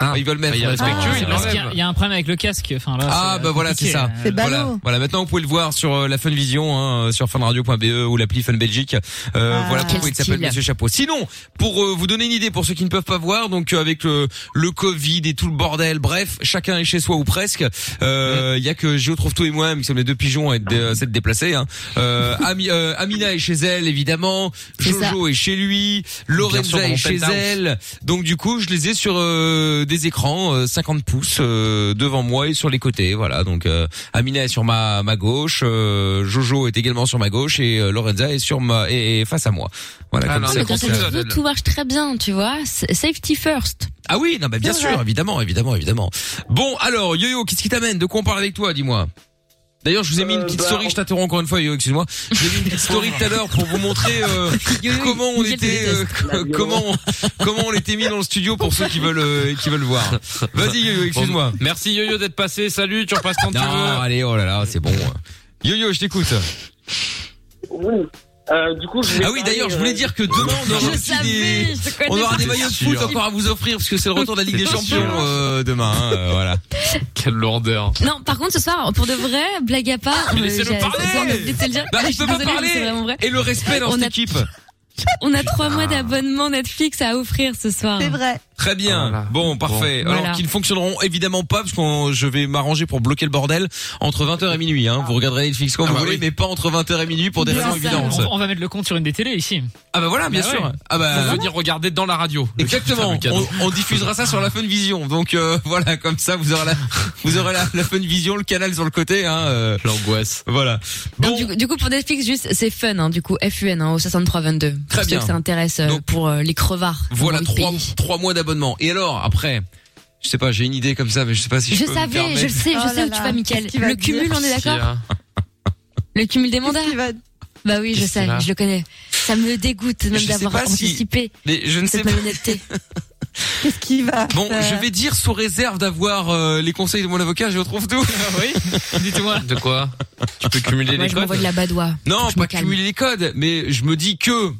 [SPEAKER 6] Ah.
[SPEAKER 2] ils veulent mettre.
[SPEAKER 6] Ah, il est respectueux,
[SPEAKER 5] Ah,
[SPEAKER 6] il
[SPEAKER 5] c'est parce qu'il y a-
[SPEAKER 6] l'enlève.
[SPEAKER 5] Il y a un problème avec le casque. Enfin, là,
[SPEAKER 2] Ah,
[SPEAKER 5] c'est
[SPEAKER 2] bah voilà,
[SPEAKER 5] compliqué, euh.
[SPEAKER 2] c'est ça.
[SPEAKER 5] là.
[SPEAKER 4] C'est
[SPEAKER 2] Voilà,
[SPEAKER 4] ballot.
[SPEAKER 2] voilà, maintenant vous pouvez le voir sur euh, la Fun Vision, hein, euh, sur funradio.be ou l'appli Fun Belgique. Euh,
[SPEAKER 4] Ah.
[SPEAKER 2] voilà pourquoi
[SPEAKER 3] Quel
[SPEAKER 2] il s'appelle
[SPEAKER 3] style.
[SPEAKER 2] Monsieur Chapeau. Sinon, pour euh, vous donner une idée, pour ceux qui ne peuvent pas voir, donc euh, avec euh, le Covid et tout le bordel, bref, chacun est chez soi ou presque.
[SPEAKER 5] Mm.
[SPEAKER 2] Euh, Il y a que Géo trouve tout et moi-même qui sommes les deux pigeons à être, dé- à s'être déplacés. Hein. Euh, Ami- euh, Amina est chez elle évidemment,
[SPEAKER 3] C'est
[SPEAKER 2] Jojo est chez lui,
[SPEAKER 6] sûr,
[SPEAKER 2] Lorenza
[SPEAKER 6] dans
[SPEAKER 2] est
[SPEAKER 6] mon
[SPEAKER 2] chez
[SPEAKER 6] penthouse.
[SPEAKER 2] elle. Donc du coup, je les ai sur euh, des écrans euh, 50 pouces euh, devant moi et sur les côtés. Voilà. Donc euh, Amina est sur ma ma gauche, euh, Jojo est également sur ma gauche et euh, Lorenza est sur ma et, et face à moi. Voilà.
[SPEAKER 6] Ah
[SPEAKER 2] comme
[SPEAKER 6] non,
[SPEAKER 2] ça,
[SPEAKER 3] Non, mais quand
[SPEAKER 6] c'est
[SPEAKER 2] comme
[SPEAKER 3] ça
[SPEAKER 2] ça.
[SPEAKER 6] ça,
[SPEAKER 3] veut,
[SPEAKER 6] elle.
[SPEAKER 3] tout marche très bien, tu vois. S- Safety first.
[SPEAKER 2] Ah oui, non, bah bien
[SPEAKER 4] C'est
[SPEAKER 2] sûr,
[SPEAKER 4] vrai.
[SPEAKER 2] évidemment, évidemment, évidemment. Bon, alors Yo-Yo, qu'est-ce qui t'amène De quoi on parle avec toi Dis-moi. D'ailleurs, je vous ai mis une
[SPEAKER 9] Euh,
[SPEAKER 2] petite
[SPEAKER 9] bah,
[SPEAKER 2] story. Je t'interromps encore une fois, Yo. Excuse-moi. Je vous ai mis une petite story tout à l'heure pour vous montrer. euh, comment on
[SPEAKER 3] Mickaël te
[SPEAKER 2] était
[SPEAKER 3] déteste.
[SPEAKER 2] euh, co- comment on- comment on l'était mis dans le studio pour ceux qui veulent
[SPEAKER 8] [laughs]
[SPEAKER 2] euh, qui veulent voir. [laughs] Vas-y Yo-Yo, excuse-moi.
[SPEAKER 6] Merci Yo-Yo d'être passé. Salut, tu repasses quand tu
[SPEAKER 2] Non,
[SPEAKER 6] veux.
[SPEAKER 2] allez, oh là là, c'est bon. Yo-Yo, je t'écoute.
[SPEAKER 9] Oui. Euh, du coup, je voulais
[SPEAKER 2] Ah oui,
[SPEAKER 9] parler,
[SPEAKER 2] d'ailleurs, je
[SPEAKER 9] euh,
[SPEAKER 2] voulais dire que demain on aura
[SPEAKER 3] Je
[SPEAKER 2] aussi
[SPEAKER 3] savais,
[SPEAKER 2] des
[SPEAKER 3] je te connais
[SPEAKER 2] on aura
[SPEAKER 3] pas.
[SPEAKER 2] des maillots de foot
[SPEAKER 6] sûr.
[SPEAKER 2] encore à vous offrir parce que c'est le retour de la Ligue des
[SPEAKER 6] C'est
[SPEAKER 2] Champions
[SPEAKER 6] sûr.
[SPEAKER 2] euh, demain. hein, euh, voilà.
[SPEAKER 6] Quelle lourdeur.
[SPEAKER 3] Non, par contre, ce soir, pour de vrai, blague à part,
[SPEAKER 2] mais
[SPEAKER 3] euh,
[SPEAKER 2] laissez-le
[SPEAKER 3] j'ai-
[SPEAKER 2] parler.
[SPEAKER 3] j'ai envie de te le dire.
[SPEAKER 2] Bah,
[SPEAKER 3] Je
[SPEAKER 2] il
[SPEAKER 3] suis
[SPEAKER 2] peut pas
[SPEAKER 3] désolée, mais c'est
[SPEAKER 2] parler.
[SPEAKER 3] vraiment vrai.
[SPEAKER 2] Et le respect dans
[SPEAKER 3] On
[SPEAKER 2] cette
[SPEAKER 3] a-
[SPEAKER 2] équipe.
[SPEAKER 3] On a trois mois d'abonnement Netflix à offrir ce soir.
[SPEAKER 4] C'est vrai.
[SPEAKER 2] Très bien. Oh Bon, parfait.
[SPEAKER 10] Bon.
[SPEAKER 2] Alors
[SPEAKER 10] Voilà.
[SPEAKER 2] qu'ils ne fonctionneront évidemment pas, parce que je vais m'arranger pour bloquer le bordel entre 20h et minuit. Hein. Vous regarderez Netflix quand
[SPEAKER 5] Ah
[SPEAKER 2] vous
[SPEAKER 5] bah
[SPEAKER 2] voulez,
[SPEAKER 5] oui.
[SPEAKER 2] mais pas entre 20h et minuit pour des raisons évidentes.
[SPEAKER 3] Ah,
[SPEAKER 5] On, on va mettre le compte sur une des télés ici.
[SPEAKER 2] Ah bah voilà, bien sûr. Ah bah,
[SPEAKER 5] Faut
[SPEAKER 2] venir regarder dans la radio.
[SPEAKER 5] Faire
[SPEAKER 2] Exactement.
[SPEAKER 5] le cadeau.
[SPEAKER 2] On, on diffusera ça sur la Fun Vision. Donc euh, [laughs] voilà, comme ça vous aurez la vous aurez la, la Fun Vision, le canal sur le côté. Hein, L'angoisse. Voilà.
[SPEAKER 3] Donc, du, coup- du coup, pour Netflix, juste, c'est fun, hein, du coup, FUN, hein, au 6322.
[SPEAKER 2] Très
[SPEAKER 3] pour
[SPEAKER 2] bien.
[SPEAKER 3] Ceux que ça intéresse euh, pour euh, les crevards.
[SPEAKER 2] Voilà
[SPEAKER 3] dans le
[SPEAKER 2] trois
[SPEAKER 3] pays.
[SPEAKER 2] trois mois d'abonnement. Et alors après, je sais pas, j'ai une idée comme ça, mais je sais pas si je,
[SPEAKER 3] je
[SPEAKER 2] peux me
[SPEAKER 3] savais,
[SPEAKER 2] permettre.
[SPEAKER 3] je le sais, je
[SPEAKER 4] Oh
[SPEAKER 3] sais
[SPEAKER 4] là
[SPEAKER 3] où tu
[SPEAKER 4] là,
[SPEAKER 3] vas, Michael.
[SPEAKER 4] qu'est-ce qu'il va
[SPEAKER 3] Le cumul,
[SPEAKER 4] dire
[SPEAKER 3] on est d'accord Le cumul des mandats Bah oui, je
[SPEAKER 2] Qu'est-ce
[SPEAKER 3] sais,
[SPEAKER 2] qu'il a
[SPEAKER 3] je le connais. Ça me dégoûte même
[SPEAKER 2] Je sais
[SPEAKER 3] d'avoir
[SPEAKER 2] pas si-
[SPEAKER 3] anticipé
[SPEAKER 2] Mais je ne sais
[SPEAKER 3] cette
[SPEAKER 2] pas.
[SPEAKER 3] malhonnêteté.
[SPEAKER 4] Qu'est-ce qui va
[SPEAKER 2] Bon, je vais dire sous réserve d'avoir euh, les conseils de mon avocat, je retrouve tout.
[SPEAKER 4] Ah
[SPEAKER 2] [laughs] oui, dites-moi. De quoi Tu peux cumuler
[SPEAKER 3] Moi,
[SPEAKER 2] [laughs] les
[SPEAKER 3] je m'envoie
[SPEAKER 2] codes
[SPEAKER 3] de la badoie.
[SPEAKER 2] Non,
[SPEAKER 3] me
[SPEAKER 2] pas
[SPEAKER 3] calme.
[SPEAKER 2] cumuler les codes, mais je me dis que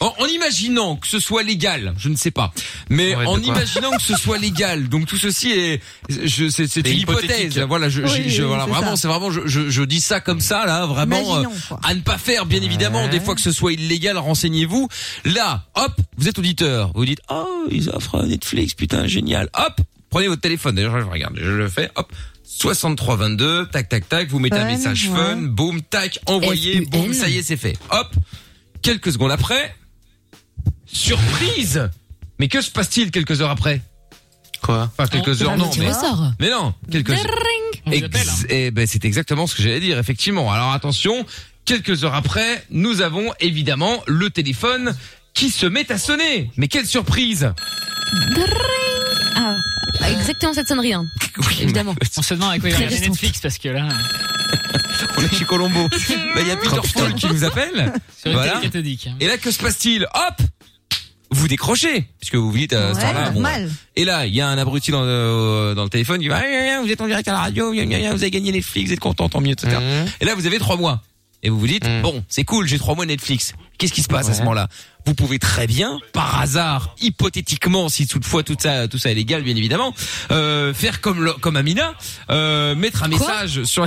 [SPEAKER 2] en, en imaginant que ce soit légal, je ne sais pas, mais en
[SPEAKER 6] quoi
[SPEAKER 2] imaginant que ce soit légal, donc tout ceci est, je, c'est, c'est
[SPEAKER 6] C'est
[SPEAKER 2] une
[SPEAKER 6] hypothétique.
[SPEAKER 2] hypothèse. Voilà, je, je-
[SPEAKER 6] Oui,
[SPEAKER 2] je-
[SPEAKER 6] oui,
[SPEAKER 2] voilà,
[SPEAKER 6] c'est
[SPEAKER 2] vraiment,
[SPEAKER 6] ça.
[SPEAKER 2] c'est vraiment, je, je, je dis ça comme ça, là, vraiment,
[SPEAKER 6] Imaginons,
[SPEAKER 2] euh,
[SPEAKER 6] quoi.
[SPEAKER 2] à ne pas faire, bien évidemment. Des fois que ce soit illégal, renseignez-vous. Là, hop, vous êtes auditeur, vous dites, oh, ils offrent Netflix, putain, génial. Hop, prenez votre téléphone. D'ailleurs, je regarde, je le fais. Hop. 6322, tac tac tac, vous mettez un
[SPEAKER 6] Fun,
[SPEAKER 2] message
[SPEAKER 6] ouais.
[SPEAKER 2] fun, boum, tac, envoyé,
[SPEAKER 6] F-U-N.
[SPEAKER 2] boum, ça y est, c'est fait. Hop. Quelques secondes après, surprise. Mais que se passe-t-il quelques heures après Quoi Enfin,
[SPEAKER 5] Ah,
[SPEAKER 2] quelques
[SPEAKER 3] On-
[SPEAKER 2] heures,
[SPEAKER 3] on
[SPEAKER 2] non,
[SPEAKER 3] te
[SPEAKER 2] mais.
[SPEAKER 3] ressort.
[SPEAKER 2] Mais non, quelques heures. Ex- eh ben, c'est exactement ce que j'allais dire, effectivement. Alors attention, quelques heures après, nous avons évidemment le téléphone qui se met à sonner. Mais quelle surprise
[SPEAKER 3] Ah, exactement cette sonnerie,
[SPEAKER 2] [laughs]
[SPEAKER 3] hein.
[SPEAKER 5] Évidemment. On se demande à quoi il va
[SPEAKER 3] Très
[SPEAKER 5] regarder
[SPEAKER 3] restreint.
[SPEAKER 5] Netflix parce que là. euh,
[SPEAKER 2] On est
[SPEAKER 5] [laughs]
[SPEAKER 2] chez Colombo. Là, il y a Peter Paul qui nous appelle.
[SPEAKER 5] Sur une télé cathodique. hein.
[SPEAKER 2] Et là, que se passe-t-il Hop vous décrochez, puisque vous vous dites à ce
[SPEAKER 5] Ouais,
[SPEAKER 2] temps-là, Euh, bon,
[SPEAKER 5] normal.
[SPEAKER 2] et là, il y a un abruti dans le, dans le téléphone qui va, Ah, ah, ah, vous êtes en direct à la radio, ah, ah, ah, vous avez gagné Netflix, vous êtes content, tant mieux, etc. Et là, vous avez trois mois. Et vous vous dites, bon, c'est cool, j'ai trois mois Netflix. Qu'est-ce qui se passe à ce
[SPEAKER 6] Ouais.
[SPEAKER 2] moment-là Vous pouvez très bien, par hasard, hypothétiquement, si toutefois tout ça, tout ça est légal, bien évidemment, euh, faire comme, le- comme Amina, euh, mettre un message sur...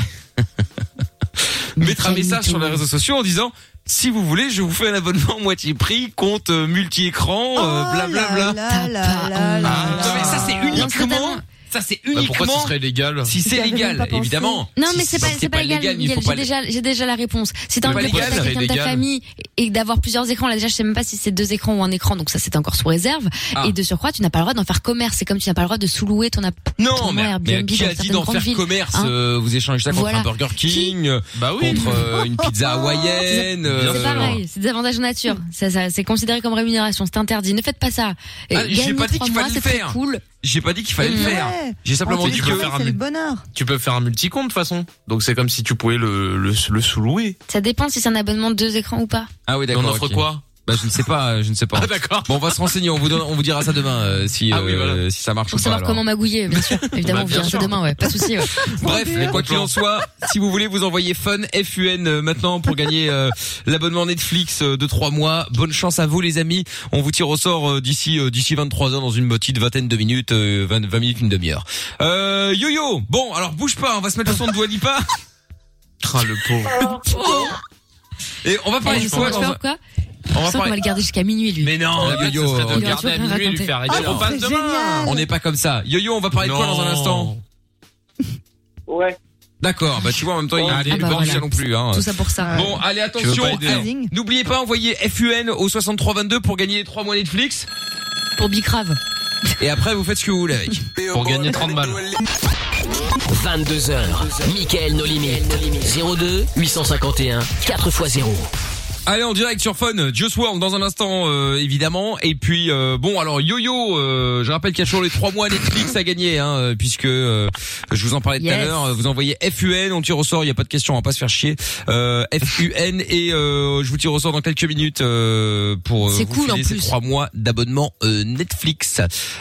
[SPEAKER 2] mettre un message sur les réseaux sociaux en disant si vous voulez, je vous fais un abonnement moitié prix, compte euh, multi-écran, euh,
[SPEAKER 4] Oh
[SPEAKER 2] blablabla. Ah, non, mais ça c'est uniquement. Ça c'est uniquement.
[SPEAKER 6] légal
[SPEAKER 2] Si c'est légal, évidemment.
[SPEAKER 3] Non, mais
[SPEAKER 2] Si-
[SPEAKER 3] c'est
[SPEAKER 2] si
[SPEAKER 3] pas, c'est pas légal.
[SPEAKER 2] il
[SPEAKER 3] Miguel,
[SPEAKER 2] faut
[SPEAKER 3] J'ai
[SPEAKER 2] pas le-
[SPEAKER 3] déjà, j'ai déjà la réponse. Si t'as
[SPEAKER 2] C'est
[SPEAKER 3] envie de
[SPEAKER 2] pas légal,
[SPEAKER 3] proposer à
[SPEAKER 2] c'est
[SPEAKER 3] quelqu'un de ta
[SPEAKER 2] illégal.
[SPEAKER 3] famille et d'avoir plusieurs écrans, là déjà, je sais même pas si c'est deux écrans ou un écran, donc ça c'est encore sous réserve.
[SPEAKER 2] Ah.
[SPEAKER 3] Et de surcroît, tu n'as pas le droit d'en faire commerce. C'est comme tu n'as pas le droit de sous-louer ton appart.
[SPEAKER 2] Non, mais, mais qui a dit d'en faire commerce
[SPEAKER 3] hein.
[SPEAKER 2] euh, Vous échangez ça contre
[SPEAKER 3] Voilà.
[SPEAKER 2] un Burger King, euh, contre
[SPEAKER 3] [laughs]
[SPEAKER 2] euh, une pizza hawaïenne. euh,
[SPEAKER 3] C'est pareil, c'est des avantages de nature. Ça, ça, c'est considéré comme rémunération, c'est interdit. Ne faites pas ça.
[SPEAKER 2] Ah,
[SPEAKER 3] Euh,
[SPEAKER 2] j'ai
[SPEAKER 3] gagnez
[SPEAKER 2] pas dit
[SPEAKER 3] trois
[SPEAKER 2] qu'il fallait
[SPEAKER 3] mois,
[SPEAKER 2] le
[SPEAKER 3] c'est très
[SPEAKER 2] faire.
[SPEAKER 3] Cool.
[SPEAKER 2] J'ai pas dit qu'il fallait le
[SPEAKER 3] Ouais.
[SPEAKER 2] faire. J'ai simplement
[SPEAKER 4] On
[SPEAKER 2] dit
[SPEAKER 4] dit
[SPEAKER 2] que
[SPEAKER 4] que c'est le bonheur.
[SPEAKER 6] Tu peux faire un multi-compte de toute façon. Donc c'est comme si tu pouvais le, le, le sous-louer.
[SPEAKER 3] Ça dépend si c'est un abonnement de deux écrans ou pas.
[SPEAKER 2] Ah oui, d'accord.
[SPEAKER 6] On offre
[SPEAKER 2] ok.
[SPEAKER 6] quoi
[SPEAKER 2] bah, je ne sais pas, euh, je ne sais pas.
[SPEAKER 6] Ah, d'accord.
[SPEAKER 2] Bon, on va se renseigner, on vous donne- on vous dira ça demain euh, si
[SPEAKER 6] Ah oui,
[SPEAKER 2] euh,
[SPEAKER 6] voilà.
[SPEAKER 2] si ça marche
[SPEAKER 3] Pour
[SPEAKER 2] ou pas.
[SPEAKER 3] savoir
[SPEAKER 2] alors.
[SPEAKER 3] comment magouiller, bien
[SPEAKER 2] [laughs]
[SPEAKER 3] sûr. Évidemment, on
[SPEAKER 2] Bah,
[SPEAKER 3] vous
[SPEAKER 2] bien
[SPEAKER 3] verra ça
[SPEAKER 2] sûr.
[SPEAKER 3] demain, ouais. Pas de souci. ouais.
[SPEAKER 2] [laughs] Bref, mais quoi qu'il en soit, si vous voulez vous envoyez fun FUN euh, maintenant pour gagner euh, l'abonnement Netflix euh, de 3 mois, bonne chance à vous les amis. On vous tire au sort euh, d'ici euh, d'ici 23 heures dans une petite vingtaine de minutes, euh, 20, 20 minutes une demi-heure. Euh, yo yo, bon alors bouge pas, on va se mettre le son de Dua Lipa.
[SPEAKER 6] Ah, le pauvre.
[SPEAKER 2] Et on va
[SPEAKER 3] Oh. Eh,
[SPEAKER 2] parler du
[SPEAKER 3] je sens-
[SPEAKER 2] quoi
[SPEAKER 3] je sens quoi
[SPEAKER 2] On va
[SPEAKER 3] Je sens qu'on
[SPEAKER 2] parler-
[SPEAKER 3] va le garder jusqu'à minuit, lui. Euh,
[SPEAKER 2] Mais non, yo-yo,
[SPEAKER 6] ça serait de
[SPEAKER 2] on
[SPEAKER 6] le garder
[SPEAKER 3] Il
[SPEAKER 6] à
[SPEAKER 3] a
[SPEAKER 6] minuit et lui
[SPEAKER 3] raconté.
[SPEAKER 6] faire
[SPEAKER 2] Ah,
[SPEAKER 4] Oh,
[SPEAKER 6] arrêter.
[SPEAKER 2] non,
[SPEAKER 6] On passe demain.
[SPEAKER 2] on n'est pas comme ça. Yo-yo, on va parler de quoi
[SPEAKER 6] Non.
[SPEAKER 2] dans un instant
[SPEAKER 9] Ouais.
[SPEAKER 2] D'accord, bah tu vois en même temps, il y a
[SPEAKER 3] Ah,
[SPEAKER 2] des
[SPEAKER 3] bah
[SPEAKER 2] pas du
[SPEAKER 3] voilà.
[SPEAKER 2] salon plus. Hein.
[SPEAKER 3] Tout ça pour ça.
[SPEAKER 2] Bon, allez,
[SPEAKER 6] Tu
[SPEAKER 2] attention.
[SPEAKER 6] veux pas aider, hein.
[SPEAKER 2] Eh, N'oubliez pas, envoyer FUN au 6322 pour gagner 3 mois Netflix.
[SPEAKER 3] Pour Bicrave.
[SPEAKER 2] Et après, vous faites ce que vous voulez avec.
[SPEAKER 6] Pour gagner 30 balles.
[SPEAKER 1] 22h, Michael No Limites. 02 851 4x0.
[SPEAKER 2] Allez, en direct sur Fun, Just World dans un instant, euh, évidemment. Et puis, euh, bon, alors, Yo-Yo, euh, je rappelle qu'il y a toujours les 3 mois Netflix à gagner, hein, euh, puisque euh, je vous en parlais tout à
[SPEAKER 6] Yes.
[SPEAKER 2] l'heure. Euh, Vous envoyez FUN, on tire au sort, il n'y a pas de question, on va pas se faire chier. Euh, FUN, [laughs] et euh, je vous tire au sort dans quelques minutes euh, pour euh,
[SPEAKER 3] C'est
[SPEAKER 2] vous
[SPEAKER 3] cool, en
[SPEAKER 2] filer ces
[SPEAKER 3] plus.
[SPEAKER 2] 3 mois d'abonnement euh, Netflix.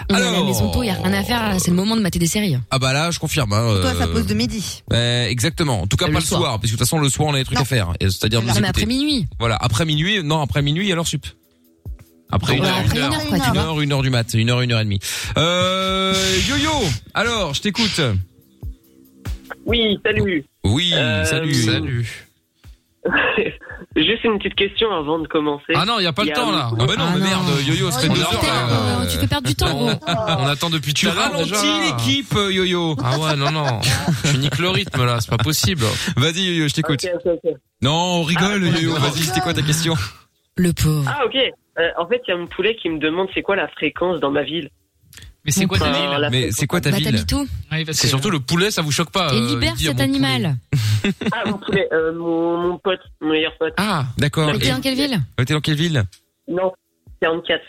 [SPEAKER 3] On est
[SPEAKER 2] Alors,
[SPEAKER 3] à la maison tôt, il n'y a rien à faire. là. C'est le moment de mater des séries.
[SPEAKER 2] Ah bah là, je confirme. Hein,
[SPEAKER 4] Toi, ça
[SPEAKER 2] euh,
[SPEAKER 4] pose de midi.
[SPEAKER 2] euh, exactement. En tout cas, pas le soir, parce que de toute façon, le soir, on a des trucs à faire. Et C'est-à-dire nous
[SPEAKER 3] Non, mais
[SPEAKER 2] écouter.
[SPEAKER 3] après minuit.
[SPEAKER 2] Voilà, après minuit, non, après minuit, alors sup. Après
[SPEAKER 3] Ouais,
[SPEAKER 2] une heure,
[SPEAKER 3] après
[SPEAKER 2] une heure,
[SPEAKER 3] une heure, quoi, tu
[SPEAKER 2] une
[SPEAKER 3] vois.
[SPEAKER 2] heure, une heure du mat, une heure, une heure et demie. Euh, yo-yo, alors, je t'écoute.
[SPEAKER 9] Oui, salut.
[SPEAKER 2] Oui,
[SPEAKER 9] Euh,
[SPEAKER 2] salut.
[SPEAKER 9] Salut. Juste une petite question avant de commencer.
[SPEAKER 6] Ah non, il y a pas le temps là.
[SPEAKER 2] Ah bah non, mais merde, Yo-Yo,
[SPEAKER 3] Oh,
[SPEAKER 2] ça fait
[SPEAKER 6] On
[SPEAKER 2] deux
[SPEAKER 6] attend,
[SPEAKER 2] heures là.
[SPEAKER 3] euh, Tu fais perdre du temps,
[SPEAKER 2] [laughs]
[SPEAKER 3] gros.
[SPEAKER 6] On attend depuis
[SPEAKER 2] Tu
[SPEAKER 6] tout à l'heure,
[SPEAKER 2] ralentis
[SPEAKER 6] déjà.
[SPEAKER 2] l'équipe, euh, Yo-Yo.
[SPEAKER 6] Ah ouais, non, non. Tu niques le rythme là, c'est pas possible.
[SPEAKER 2] Vas-y, Yo-Yo, je t'écoute.
[SPEAKER 9] Ok, ok, ok.
[SPEAKER 2] Non, on rigole, Yo-Yo. Vas-y, c'était quoi ta question
[SPEAKER 3] Le pauvre.
[SPEAKER 9] Ah, ok. Euh, en fait, il y a mon poulet qui me demande c'est quoi la fréquence dans ma ville.
[SPEAKER 5] Mais c'est quoi ta
[SPEAKER 9] Enfin,
[SPEAKER 5] ville
[SPEAKER 9] la
[SPEAKER 2] Mais
[SPEAKER 9] fréquence-
[SPEAKER 2] c'est quoi ta
[SPEAKER 3] Bah,
[SPEAKER 2] ville
[SPEAKER 3] t'habites où
[SPEAKER 5] Ouais, parce
[SPEAKER 6] C'est
[SPEAKER 5] que-
[SPEAKER 6] surtout le poulet, ça vous choque pas
[SPEAKER 3] Et
[SPEAKER 6] euh,
[SPEAKER 3] libère
[SPEAKER 6] dire
[SPEAKER 3] cet
[SPEAKER 6] mon poulet.
[SPEAKER 3] animal.
[SPEAKER 9] Ah, mon poulet, euh, mon, mon pote, mon meilleur pote.
[SPEAKER 2] Ah, d'accord.
[SPEAKER 3] Mais T'es
[SPEAKER 2] Et-
[SPEAKER 3] dans quelle ville
[SPEAKER 2] Euh, T'es dans quelle ville
[SPEAKER 9] Non, 44.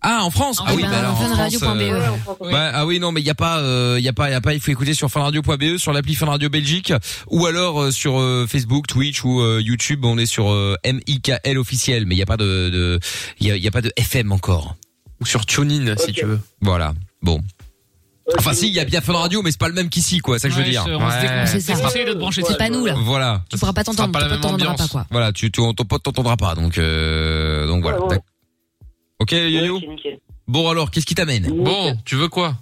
[SPEAKER 2] Ah, en France.
[SPEAKER 3] Ah
[SPEAKER 2] Ah oui,
[SPEAKER 3] bah,
[SPEAKER 2] bah alors en
[SPEAKER 3] funradio.be.
[SPEAKER 2] France. euh,
[SPEAKER 9] Ouais, on prend son-
[SPEAKER 2] Bah, ah oui non mais il y a pas euh, y a pas y a pas il faut écouter sur funradio.be E, sur l'appli funradio Belgique ou alors euh, sur euh, Facebook, Twitch ou euh, YouTube, on est sur euh, MIKL officiel mais il y a pas de de il y a, y a pas de FM encore.
[SPEAKER 6] Ou sur TuneIn, si
[SPEAKER 9] Ok.
[SPEAKER 6] tu veux.
[SPEAKER 2] Voilà. Bon.
[SPEAKER 9] Ok,
[SPEAKER 2] Enfin si, il y a bien Fun Radio mais c'est pas le même qu'ici quoi, c'est ça que je veux
[SPEAKER 5] Ouais,
[SPEAKER 2] dire.
[SPEAKER 5] se- on se
[SPEAKER 6] Ouais.
[SPEAKER 3] C'est
[SPEAKER 5] déconseille-
[SPEAKER 3] ça.
[SPEAKER 5] on se déconseille de te brancher
[SPEAKER 3] C'est
[SPEAKER 5] dessus.
[SPEAKER 3] pas nous, là.
[SPEAKER 2] Voilà.
[SPEAKER 3] Tu pourras pas
[SPEAKER 6] sera
[SPEAKER 3] t'entendre,
[SPEAKER 6] pas la
[SPEAKER 3] ton
[SPEAKER 6] même
[SPEAKER 3] pote t'entendra pas,
[SPEAKER 6] ambiance.
[SPEAKER 3] quoi.
[SPEAKER 2] Voilà, tu, tu ton pote t'entendra pas donc euh, donc voilà.
[SPEAKER 9] Ouais, ouais.
[SPEAKER 2] D'ac- OK, yo-yo.
[SPEAKER 9] ok, nickel.
[SPEAKER 2] Bon alors, qu'est-ce qui t'amène
[SPEAKER 6] Bon, tu veux quoi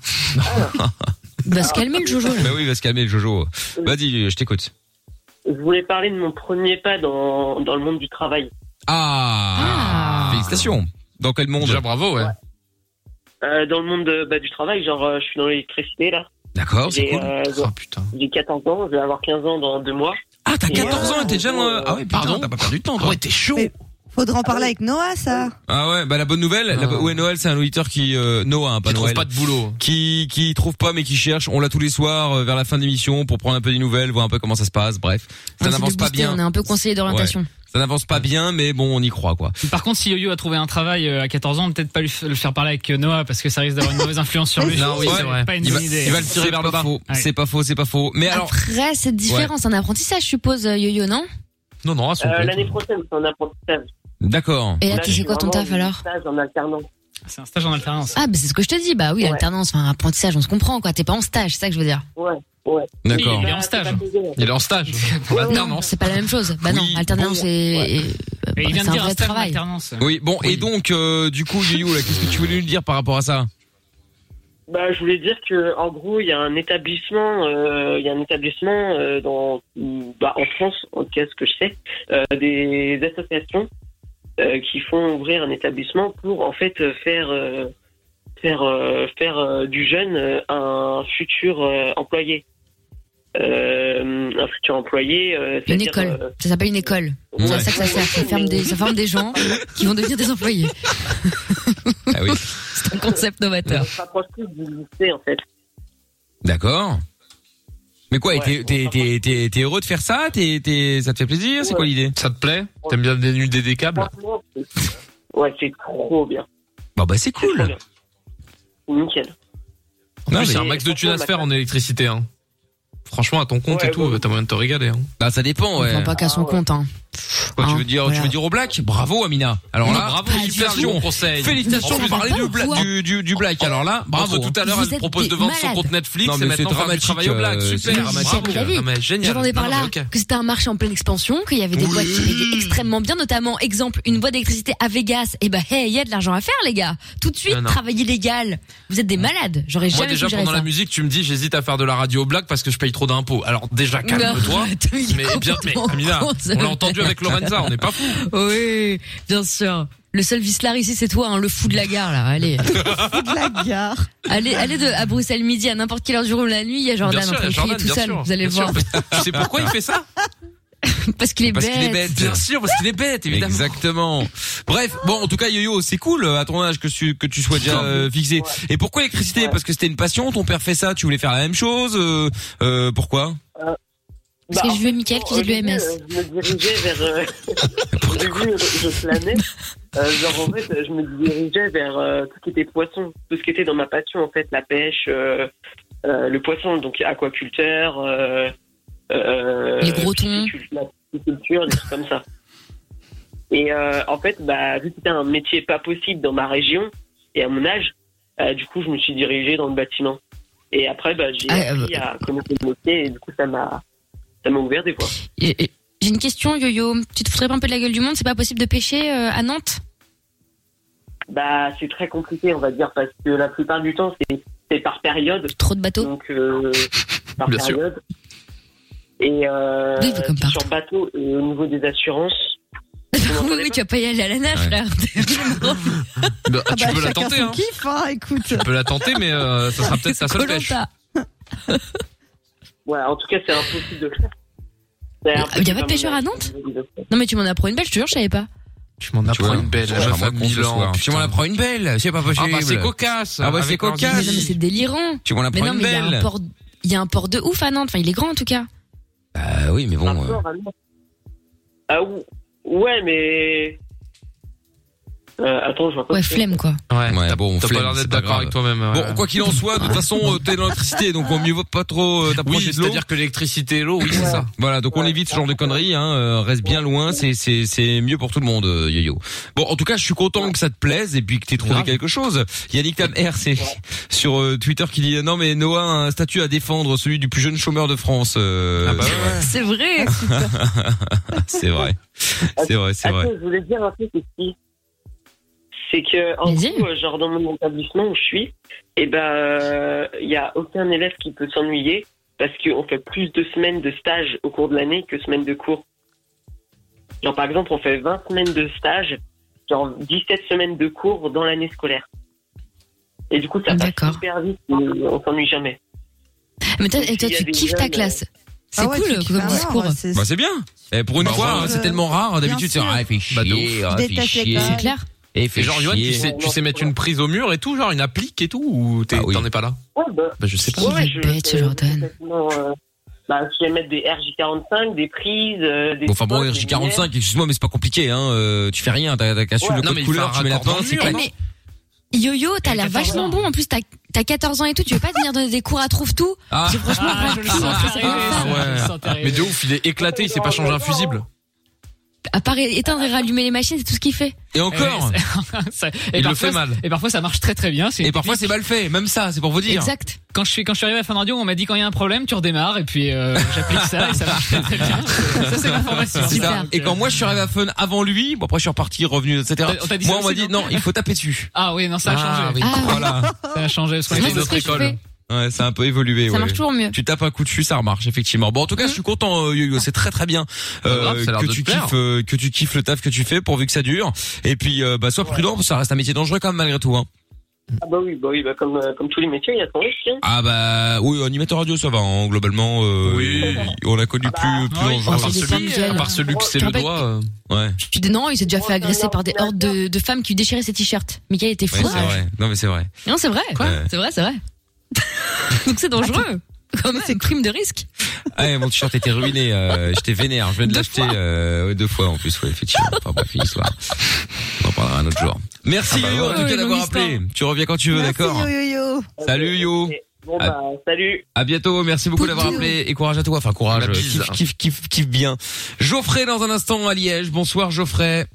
[SPEAKER 3] Va se calmer, le Jojo, là.
[SPEAKER 2] Bah oui, il va se calmer le Jojo. Vas-y, je t'écoute.
[SPEAKER 9] Je voulais parler de mon premier pas dans, dans le monde du travail.
[SPEAKER 2] Ah,
[SPEAKER 3] Ah.
[SPEAKER 2] Félicitations. Dans quel monde
[SPEAKER 6] Déjà, bravo, ouais.
[SPEAKER 9] Euh, dans le monde de- bah, du travail, genre, euh, je suis dans l'électricité, là.
[SPEAKER 2] D'accord, c'est
[SPEAKER 9] J'ai
[SPEAKER 2] cool.
[SPEAKER 9] euh,
[SPEAKER 6] Oh putain.
[SPEAKER 9] j'ai 14 ans, je vais avoir 15 ans dans deux mois.
[SPEAKER 2] Ah, t'as
[SPEAKER 9] et
[SPEAKER 2] 14 ans
[SPEAKER 9] voilà,
[SPEAKER 2] et t'es déjà dans...
[SPEAKER 9] euh,
[SPEAKER 2] Ah ouais, pardon,
[SPEAKER 6] pardon
[SPEAKER 2] t'as pas perdu de temps,
[SPEAKER 6] Ah
[SPEAKER 2] toi.
[SPEAKER 6] ouais, t'es chaud.
[SPEAKER 4] Mais- Faudra en parler avec Noah, ça.
[SPEAKER 2] Ah ouais, bah la bonne nouvelle, la...
[SPEAKER 6] Ah.
[SPEAKER 2] ouais, Noël, c'est un auditeur qui... Euh, Noah, hein, pas
[SPEAKER 6] Tu trouves
[SPEAKER 2] Noël.
[SPEAKER 6] pas de boulot.
[SPEAKER 2] Qui, qui trouve pas mais qui cherche, on l'a tous les soirs euh, vers la fin de l'émission pour prendre un peu des nouvelles, voir un peu comment ça se passe,
[SPEAKER 3] On
[SPEAKER 2] bref. Ça
[SPEAKER 3] essaie de
[SPEAKER 2] n'avance pas
[SPEAKER 3] booster,
[SPEAKER 2] bien.
[SPEAKER 3] On est un peu conseiller d'orientation.
[SPEAKER 2] Ça n'avance pas bien mais bon, on y croit quoi.
[SPEAKER 5] Par contre, si Yo-Yo a trouvé un travail euh, à 14 ans, peut-être pas lui f- le faire parler avec euh, Noah parce que ça risque d'avoir une mauvaise
[SPEAKER 3] [laughs]
[SPEAKER 5] influence sur lui.
[SPEAKER 6] Non, oui,
[SPEAKER 5] Ouais,
[SPEAKER 6] c'est vrai.
[SPEAKER 5] Pas une
[SPEAKER 2] Il va,
[SPEAKER 5] bonne idée.
[SPEAKER 2] il va le tirer
[SPEAKER 6] C'est
[SPEAKER 2] vers le
[SPEAKER 6] pas
[SPEAKER 2] bas.
[SPEAKER 6] faux.
[SPEAKER 5] Ouais.
[SPEAKER 2] C'est pas faux, c'est pas faux. Mais alors
[SPEAKER 3] Après, c'est différent. C'est un apprentissage, je suppose, euh, Yo-Yo, non
[SPEAKER 6] Non, non, à
[SPEAKER 9] Euh,
[SPEAKER 6] son compte.
[SPEAKER 9] L'année prochaine, c'est un apprentissage.
[SPEAKER 2] d'accord.
[SPEAKER 3] Et là,
[SPEAKER 9] Là,
[SPEAKER 3] tu
[SPEAKER 9] je
[SPEAKER 3] sais
[SPEAKER 9] suis
[SPEAKER 3] quoi ton
[SPEAKER 9] vraiment
[SPEAKER 3] taf,
[SPEAKER 9] en
[SPEAKER 3] alors
[SPEAKER 9] stage en alternance.
[SPEAKER 5] C'est un stage en alternance.
[SPEAKER 3] Ah, bah, c'est ce que je te dis. Bah oui,
[SPEAKER 9] Ouais.
[SPEAKER 3] alternance, enfin, apprentissage, on se comprend, quoi. T'es pas en stage, c'est ça que je veux dire.
[SPEAKER 9] Ouais, ouais.
[SPEAKER 2] D'accord.
[SPEAKER 5] Il est
[SPEAKER 9] Bah,
[SPEAKER 5] en
[SPEAKER 9] c'est
[SPEAKER 5] stage.
[SPEAKER 9] pas plaisir.
[SPEAKER 6] Il est en stage.
[SPEAKER 3] Non, c'est pas la même chose. Bah non,
[SPEAKER 2] Oui,
[SPEAKER 3] alternance
[SPEAKER 2] bon,
[SPEAKER 3] et. et- bah,
[SPEAKER 5] Et il vient
[SPEAKER 3] c'est
[SPEAKER 5] de
[SPEAKER 3] un
[SPEAKER 5] dire un
[SPEAKER 3] vrai
[SPEAKER 5] stage en
[SPEAKER 3] travail.
[SPEAKER 5] alternance.
[SPEAKER 2] Oui, bon et
[SPEAKER 3] Oui.
[SPEAKER 2] donc euh, du coup, Yoyou, là, qu'est-ce que tu voulais nous dire par rapport à ça
[SPEAKER 9] Bah, je voulais dire que en gros, il y a un établissement, euh, il y a un établissement euh, dans, bah, en France, en tout cas ce que je sais, euh, des associations euh, qui font ouvrir un établissement pour en fait euh, faire euh, faire euh, faire euh, du jeune euh, un futur euh, employé, Euh, un futur employé. euh,
[SPEAKER 3] Une
[SPEAKER 9] c'est-à-dire,
[SPEAKER 3] école.
[SPEAKER 9] euh,
[SPEAKER 3] Ça s'appelle une école.
[SPEAKER 2] Ouais.
[SPEAKER 3] C'est à ça que ça sert. Ça forme des, ça forme des gens qui vont devenir des employés.
[SPEAKER 2] Ah oui.
[SPEAKER 3] [laughs] C'est un concept novateur.
[SPEAKER 9] euh, on se rapproche plus du lycée en fait.
[SPEAKER 2] D'accord. Mais quoi, et
[SPEAKER 9] Ouais,
[SPEAKER 2] t'es-
[SPEAKER 9] on
[SPEAKER 2] t'es
[SPEAKER 9] s'en
[SPEAKER 2] t'es- t'es- t'es heureux de faire ça T'es- t'es- Ça te fait plaisir C'est quoi
[SPEAKER 9] Ouais.
[SPEAKER 2] l'idée
[SPEAKER 6] Ça te plaît T'aimes bien dénuder des câbles
[SPEAKER 9] Franchement, c'est- ouais, c'est trop bien.
[SPEAKER 2] Bah bah c'est
[SPEAKER 9] C'est trop
[SPEAKER 2] cool
[SPEAKER 9] bien. Nickel.
[SPEAKER 6] En
[SPEAKER 2] Non,
[SPEAKER 6] plus,
[SPEAKER 2] mais-
[SPEAKER 6] il y a un max de thunes à se faire en électricité. Hein. Franchement, à ton compte
[SPEAKER 9] Ouais,
[SPEAKER 6] et tout,
[SPEAKER 9] ouais.
[SPEAKER 6] t'as moyen de te régaler. Hein.
[SPEAKER 2] Bah ça dépend ouais.
[SPEAKER 3] Enfin, pas qu'à son
[SPEAKER 9] Ah ouais.
[SPEAKER 3] compte, hein.
[SPEAKER 2] Quoi, tu
[SPEAKER 3] Hein,
[SPEAKER 2] veux dire tu
[SPEAKER 3] voilà.
[SPEAKER 2] veux dire au black Bravo Amina. Alors là,
[SPEAKER 6] bravo,
[SPEAKER 3] pas
[SPEAKER 6] super
[SPEAKER 3] du
[SPEAKER 6] bon
[SPEAKER 2] tout.
[SPEAKER 6] conseil.
[SPEAKER 2] félicitations
[SPEAKER 3] En
[SPEAKER 2] de
[SPEAKER 3] plus,
[SPEAKER 2] parler
[SPEAKER 3] on
[SPEAKER 2] du,
[SPEAKER 3] parle
[SPEAKER 2] bla-
[SPEAKER 3] quoi
[SPEAKER 2] du, du, du black. Alors là, bravo.
[SPEAKER 6] Bravo, tout à l'heure,
[SPEAKER 3] Vous
[SPEAKER 6] elle
[SPEAKER 3] êtes
[SPEAKER 6] propose
[SPEAKER 3] des
[SPEAKER 6] de vendre son
[SPEAKER 3] malades.
[SPEAKER 6] compte Netflix
[SPEAKER 2] Non, mais
[SPEAKER 6] et
[SPEAKER 2] c'est
[SPEAKER 6] maintenant faire du
[SPEAKER 2] dramatique,
[SPEAKER 6] travail au black.
[SPEAKER 2] euh, c'est
[SPEAKER 6] Super,
[SPEAKER 2] dramatique.
[SPEAKER 6] bravo.
[SPEAKER 3] Vous avez vu
[SPEAKER 6] Non, mais Eh, génial.
[SPEAKER 3] J'entendais par
[SPEAKER 6] Non,
[SPEAKER 3] là
[SPEAKER 6] mais ok.
[SPEAKER 3] que c'était un marché en pleine expansion, qu'il y avait des
[SPEAKER 6] Oui.
[SPEAKER 3] boîtes qui payaient extrêmement bien, notamment, exemple, une boîte d'électricité à Vegas. Eh ben, hey, il y a de l'argent à faire, les gars. Tout de suite,
[SPEAKER 6] Non, non.
[SPEAKER 3] travail illégal. Vous êtes des malades. J'aurais
[SPEAKER 6] Moi,
[SPEAKER 3] jamais
[SPEAKER 6] déjà,
[SPEAKER 3] suggéré
[SPEAKER 6] pendant
[SPEAKER 3] ça.
[SPEAKER 6] la musique, tu me dis, j'hésite à faire de la radio au black parce que je paye trop d'impôts. Alors, déjà, calme-toi.
[SPEAKER 3] Non, [laughs] attends, il est
[SPEAKER 6] Mais bien, mais
[SPEAKER 3] complètement [laughs]
[SPEAKER 6] Amina,
[SPEAKER 3] con, ce
[SPEAKER 6] on l'a entendu avec Lorenza, on n'est pas fou.
[SPEAKER 3] [laughs] Oui, bien sûr. Le seul vicelard ici, c'est toi, hein, le fou de la gare, là.
[SPEAKER 4] [laughs]
[SPEAKER 3] Allez,
[SPEAKER 4] Fou de la gare.
[SPEAKER 3] allez, allez de, à Bruxelles midi, à n'importe quelle heure du jour ou de la nuit, il y a Jordan
[SPEAKER 6] bien
[SPEAKER 3] en
[SPEAKER 6] sûr,
[SPEAKER 3] train de crier
[SPEAKER 6] Jordan,
[SPEAKER 3] tout
[SPEAKER 6] bien
[SPEAKER 3] seul.
[SPEAKER 6] sûr.
[SPEAKER 3] Vous allez
[SPEAKER 6] bien
[SPEAKER 3] voir.
[SPEAKER 6] sûr. Tu sais pourquoi il fait ça
[SPEAKER 3] [laughs] Parce qu'il est,
[SPEAKER 2] Parce qu'il est
[SPEAKER 3] bête.
[SPEAKER 2] bête.
[SPEAKER 6] Bien sûr, parce qu'il est bête, évidemment.
[SPEAKER 2] Exactement. Bref, bon en tout cas Yo-Yo, c'est cool euh, à ton âge que tu que tu sois déjà euh, fixé. Et pourquoi l'électricité Parce que c'était une passion, ton père fait ça, tu voulais faire la même chose euh, euh, pourquoi
[SPEAKER 3] Parce
[SPEAKER 9] Bah,
[SPEAKER 3] que je veux Mickaël qui
[SPEAKER 4] Oh,
[SPEAKER 9] Au
[SPEAKER 3] faisait de
[SPEAKER 9] début,
[SPEAKER 3] l'EMS.
[SPEAKER 9] euh, Je me dirigeais vers. euh, Au début, je, je planais. Euh, genre, en fait, je me dirigeais vers euh, tout ce qui était poisson, tout ce qui était dans ma passion, en fait, la pêche, euh, euh, le poisson, donc aquaculteur. Euh, euh,
[SPEAKER 3] Les gros thons.
[SPEAKER 9] La pisciculture, des trucs comme ça. Et euh, en fait, bah, vu que c'était un métier pas possible dans ma région et à mon âge, euh, du coup, je me suis dirigé dans le bâtiment. Et après, bah, j'ai
[SPEAKER 3] Ah,
[SPEAKER 9] appris
[SPEAKER 3] euh,
[SPEAKER 9] à connaître le métier et du coup, ça m'a ça m'a ouvert des voies.
[SPEAKER 3] Et- et- J'ai une question, Yo-Yo. Tu te foutrais pas un peu de la gueule du monde C'est pas possible de pêcher euh, à Nantes
[SPEAKER 9] Bah, c'est très compliqué, on va dire, parce que la plupart du temps, c'est- c'est par période.
[SPEAKER 3] Trop de bateaux
[SPEAKER 9] Donc, euh, par
[SPEAKER 6] Bien sûr.
[SPEAKER 9] période. Et euh,
[SPEAKER 3] Oui, mais comme
[SPEAKER 9] c'est sur bateau, et au niveau des assurances,
[SPEAKER 3] oui, oui, tu vas pas y aller à la nage,
[SPEAKER 6] [laughs]
[SPEAKER 3] frère.
[SPEAKER 6] Bah,
[SPEAKER 4] Ah
[SPEAKER 6] tu
[SPEAKER 4] bah,
[SPEAKER 6] peux la
[SPEAKER 4] chacun
[SPEAKER 6] tenter,
[SPEAKER 4] son
[SPEAKER 6] hein.
[SPEAKER 4] kiff, hein, écoute.
[SPEAKER 6] Tu peux la tenter, mais euh, ça sera peut-être sa seule pêche.
[SPEAKER 3] Koh-Lanta.
[SPEAKER 9] Ouais, en tout cas, c'est impossible de le faire. C'est
[SPEAKER 3] Il y a
[SPEAKER 9] impossible
[SPEAKER 3] pas de pêcheur à Nantes
[SPEAKER 9] de-
[SPEAKER 3] Non, mais tu m'en apprends une belle, je te jure, je savais pas.
[SPEAKER 6] Tu m'en apprends une belle, la
[SPEAKER 2] Ah,
[SPEAKER 6] meuf
[SPEAKER 2] moi,
[SPEAKER 6] à
[SPEAKER 2] con, ce
[SPEAKER 6] Milan.
[SPEAKER 2] soir. Tu m'en la prends une belle. C'est pas possible.
[SPEAKER 6] Ah bah c'est cocasse.
[SPEAKER 2] Ah ouais,
[SPEAKER 6] Avec
[SPEAKER 2] c'est
[SPEAKER 6] l'ordi.
[SPEAKER 3] Mais
[SPEAKER 2] cocasse.
[SPEAKER 3] non, mais c'est délirant.
[SPEAKER 2] Tu m'en la
[SPEAKER 3] Mais
[SPEAKER 2] prends
[SPEAKER 3] non,
[SPEAKER 2] une
[SPEAKER 3] mais il y a un
[SPEAKER 2] belle.
[SPEAKER 3] port, il y a un port de ouf à Nantes. Enfin, il est grand en tout cas.
[SPEAKER 2] Bah oui, mais
[SPEAKER 9] Un
[SPEAKER 2] bon. euh,
[SPEAKER 9] port à Nantes. Ah ou- ouais, mais. Euh, attends, je vois pas.
[SPEAKER 3] Ouais, flemme quoi.
[SPEAKER 6] Ouais.
[SPEAKER 2] Ouais, bon, on
[SPEAKER 6] T'as pas
[SPEAKER 2] flemme,
[SPEAKER 6] l'air
[SPEAKER 2] c'est
[SPEAKER 6] d'être
[SPEAKER 2] pas
[SPEAKER 6] d'accord
[SPEAKER 2] grave.
[SPEAKER 6] avec toi-même. ouais.
[SPEAKER 2] Bon, quoi qu'il en soit, de toute façon, euh, t'es dans l'électricité, donc on mieux vaut pas trop euh,
[SPEAKER 6] Oui,
[SPEAKER 2] t'approcher de l'eau.
[SPEAKER 6] c'est-à-dire que l'électricité et l'eau, oui, c'est ça.
[SPEAKER 2] Voilà, donc on évite ce genre de conneries, hein, euh, reste bien loin, c'est c'est c'est mieux pour tout le monde, euh, Yo-Yo. Bon, en tout cas, je suis content que ça te plaise et puis que t'aies trouvé
[SPEAKER 6] Grave.
[SPEAKER 2] quelque chose. Yannick Tam R, c'est sur euh, Twitter qui dit non mais Noah a un statut à défendre, celui du plus jeune chômeur de France. euh,
[SPEAKER 6] Ah bah ouais.
[SPEAKER 3] C'est vrai.
[SPEAKER 2] [laughs] c'est vrai, c'est vrai, c'est
[SPEAKER 9] Ah, Attends,
[SPEAKER 2] vrai.
[SPEAKER 9] je voulais dire un truc aussi. C'est que, en
[SPEAKER 3] Vas-y.
[SPEAKER 9] gros, euh, genre dans mon établissement où je suis, et ben, euh, il y a aucun élève qui peut s'ennuyer parce qu'on fait plus de semaines de stage au cours de l'année que semaines de cours. Genre, par exemple, on fait 20 semaines de stage, genre 17 semaines de cours dans l'année scolaire. Et du coup, ça
[SPEAKER 3] D'accord.
[SPEAKER 9] passe super vite, mais on s'ennuie jamais.
[SPEAKER 3] Mais toi, et toi,
[SPEAKER 9] Il y a
[SPEAKER 3] tu
[SPEAKER 9] des
[SPEAKER 3] kiffes ta
[SPEAKER 9] jeunes,
[SPEAKER 3] classe.
[SPEAKER 6] euh.
[SPEAKER 3] C'est
[SPEAKER 4] Ah ouais,
[SPEAKER 3] cool
[SPEAKER 4] tu kiffes
[SPEAKER 3] comme
[SPEAKER 4] à mort,
[SPEAKER 3] discours.
[SPEAKER 4] ouais, c'est-
[SPEAKER 2] Bah c'est bien. Et pour une
[SPEAKER 6] Bah,
[SPEAKER 2] fois,
[SPEAKER 6] ouais.
[SPEAKER 2] hein, c'est tellement rare. D'habitude, c'est
[SPEAKER 4] Bien sûr.
[SPEAKER 2] ah, il fait
[SPEAKER 6] Bah, de
[SPEAKER 2] chier, ah,
[SPEAKER 4] Je
[SPEAKER 2] il fait
[SPEAKER 4] déteste les
[SPEAKER 2] chier.
[SPEAKER 4] classes.
[SPEAKER 3] C'est clair.
[SPEAKER 2] Et il fait
[SPEAKER 6] Et genre, Johan, tu
[SPEAKER 2] chier.
[SPEAKER 6] sais, tu sais mettre une prise au mur et tout, genre une applique et tout, ou t'es-
[SPEAKER 2] Ah oui.
[SPEAKER 6] t'en es pas là
[SPEAKER 9] Ouais, bah,
[SPEAKER 6] Bah je sais pas.
[SPEAKER 3] Il est
[SPEAKER 9] je-
[SPEAKER 3] bête, ce
[SPEAKER 9] euh,
[SPEAKER 3] Jordan.
[SPEAKER 9] complètement, euh, Bah, je vais mettre des RJ45, des prises, euh, des.
[SPEAKER 2] Bon, enfin bon,
[SPEAKER 9] spots, des
[SPEAKER 2] RJ45, excuse-moi, mais c'est pas compliqué, hein. euh, tu fais rien, t'as t'as qu'à suivre
[SPEAKER 9] Ouais.
[SPEAKER 2] le
[SPEAKER 6] Non,
[SPEAKER 2] code
[SPEAKER 6] mais il
[SPEAKER 2] couleur,
[SPEAKER 6] fait un
[SPEAKER 2] tu mets la
[SPEAKER 6] raccord
[SPEAKER 2] pince.
[SPEAKER 6] dans
[SPEAKER 2] et
[SPEAKER 6] le mur,
[SPEAKER 2] puis-
[SPEAKER 3] mais
[SPEAKER 6] non
[SPEAKER 3] Yo-Yo, t'as
[SPEAKER 6] Et
[SPEAKER 3] l'air
[SPEAKER 6] 14
[SPEAKER 3] vachement
[SPEAKER 6] ans.
[SPEAKER 3] bon. En plus, t'as t'as 14 ans et tout. Tu veux pas venir donner des cours à trouve tout
[SPEAKER 2] Ah.
[SPEAKER 3] J'ai franchement
[SPEAKER 5] Ah, je le sens
[SPEAKER 3] pas appris,
[SPEAKER 5] arriver,
[SPEAKER 3] c'est
[SPEAKER 5] ça,
[SPEAKER 3] pas
[SPEAKER 6] grave.
[SPEAKER 5] je le sens arriver.
[SPEAKER 6] Mais de ouf, il est éclaté, il sait pas changer un fusible.
[SPEAKER 3] À part éteindre et rallumer les machines, c'est tout ce qu'il fait.
[SPEAKER 2] Et
[SPEAKER 5] Eh,
[SPEAKER 2] encore.
[SPEAKER 5] c'est- [laughs] ça- et
[SPEAKER 6] Il le
[SPEAKER 5] parfois,
[SPEAKER 6] fait mal.
[SPEAKER 5] Et parfois ça marche très très bien. c'est une
[SPEAKER 2] Et parfois c'est
[SPEAKER 5] technique.
[SPEAKER 2] mal fait, même ça, c'est pour vous dire.
[SPEAKER 3] Exact.
[SPEAKER 5] Quand je suis quand je suis arrivé à Fun Radio, on m'a dit quand il y a un problème, tu redémarres et puis euh, j'applique ça et ça marche très très
[SPEAKER 2] [laughs]
[SPEAKER 5] bien. Ça c'est ma formation.
[SPEAKER 2] C'est ça.
[SPEAKER 3] Super.
[SPEAKER 2] Et quand moi je suis arrivé à Fun avant lui, bon après je suis reparti, revenu, etc.
[SPEAKER 5] On t'a dit
[SPEAKER 2] Moi
[SPEAKER 5] ça
[SPEAKER 2] on m'a
[SPEAKER 5] aussi,
[SPEAKER 2] dit
[SPEAKER 5] non
[SPEAKER 2] non, il faut taper dessus.
[SPEAKER 5] Ah oui, non ça a changé.
[SPEAKER 2] oui.
[SPEAKER 3] Ah.
[SPEAKER 2] Voilà.
[SPEAKER 5] Ça a changé parce qu'on
[SPEAKER 3] Moi,
[SPEAKER 5] était
[SPEAKER 3] c'est
[SPEAKER 5] dans
[SPEAKER 3] ce
[SPEAKER 5] notre
[SPEAKER 3] que je
[SPEAKER 5] école.
[SPEAKER 3] fais.
[SPEAKER 2] Ouais, ça a un peu évolué.
[SPEAKER 3] Ça
[SPEAKER 2] ouais.
[SPEAKER 3] marche toujours mieux.
[SPEAKER 2] Tu tapes un coup dessus, ça remarche effectivement. Bon, en tout cas, je suis content, euh, Yo-Yo. C'est très très bien
[SPEAKER 6] Pas grave, ça a l'air
[SPEAKER 2] que
[SPEAKER 6] de
[SPEAKER 2] tu
[SPEAKER 6] te plaire.
[SPEAKER 2] kiffes, euh, que tu kiffes le taf que tu fais, pourvu que ça dure. Et puis, euh, bah, sois prudent, parce que ça reste un métier dangereux quand même malgré tout. Hein.
[SPEAKER 9] Ah bah oui, bah oui, bah comme, euh, comme tous les métiers, il y a son risque. hein.
[SPEAKER 2] Ah bah oui, animateur radio, ça va. hein, globalement, euh,
[SPEAKER 6] Oui.
[SPEAKER 2] on a connu plus
[SPEAKER 5] Ah oui,
[SPEAKER 2] plus
[SPEAKER 6] À
[SPEAKER 3] Ah,
[SPEAKER 2] dangereux.
[SPEAKER 6] part
[SPEAKER 3] c'est des
[SPEAKER 6] celui,
[SPEAKER 3] femmes
[SPEAKER 6] à part celui qui s'est
[SPEAKER 3] Tu
[SPEAKER 6] le
[SPEAKER 3] te rappelles-
[SPEAKER 6] doigt. euh,
[SPEAKER 2] Ouais,
[SPEAKER 3] Tu dis non, il s'est déjà fait
[SPEAKER 9] Oh,
[SPEAKER 3] agresser
[SPEAKER 9] non,
[SPEAKER 3] par des
[SPEAKER 9] non,
[SPEAKER 3] hordes de, de femmes qui lui déchiraient ses t-shirts. Michael était
[SPEAKER 2] ouais,
[SPEAKER 3] fou.
[SPEAKER 2] c'est vrai. Non mais c'est vrai.
[SPEAKER 3] Non, c'est vrai.
[SPEAKER 2] Quoi Ouais.
[SPEAKER 3] C'est vrai,
[SPEAKER 2] [laughs]
[SPEAKER 3] c'est vrai. Donc c'est dangereux. Quand même, c'est crime de risque.
[SPEAKER 2] Ah, ouais, mon t-shirt était ruiné, euh, j'étais vénère. Je viens de
[SPEAKER 3] Deux
[SPEAKER 2] l'acheter euh, ouais, deux fois en plus, ouais, effectivement. Enfin bref, une histoire. On en parlera un autre jour. Merci
[SPEAKER 6] Ah bah
[SPEAKER 2] Yo, en
[SPEAKER 3] ouais.
[SPEAKER 2] tout
[SPEAKER 3] Ouais,
[SPEAKER 2] cas d'avoir
[SPEAKER 3] longue
[SPEAKER 2] appelé. Tu reviens quand tu veux,
[SPEAKER 4] Merci,
[SPEAKER 2] d'accord Ah.
[SPEAKER 4] yo, yo, yo.
[SPEAKER 2] Salut Yo.
[SPEAKER 9] Bon bah, salut.
[SPEAKER 2] À bientôt, merci beaucoup d'avoir
[SPEAKER 3] Poutou.
[SPEAKER 2] appelé et courage à toi. Enfin courage,
[SPEAKER 6] La
[SPEAKER 2] euh,
[SPEAKER 6] bise.
[SPEAKER 2] kiffe, kiffe, kiffe, kiffe bien. Geoffrey dans un instant à Liège. Bonsoir Geoffrey.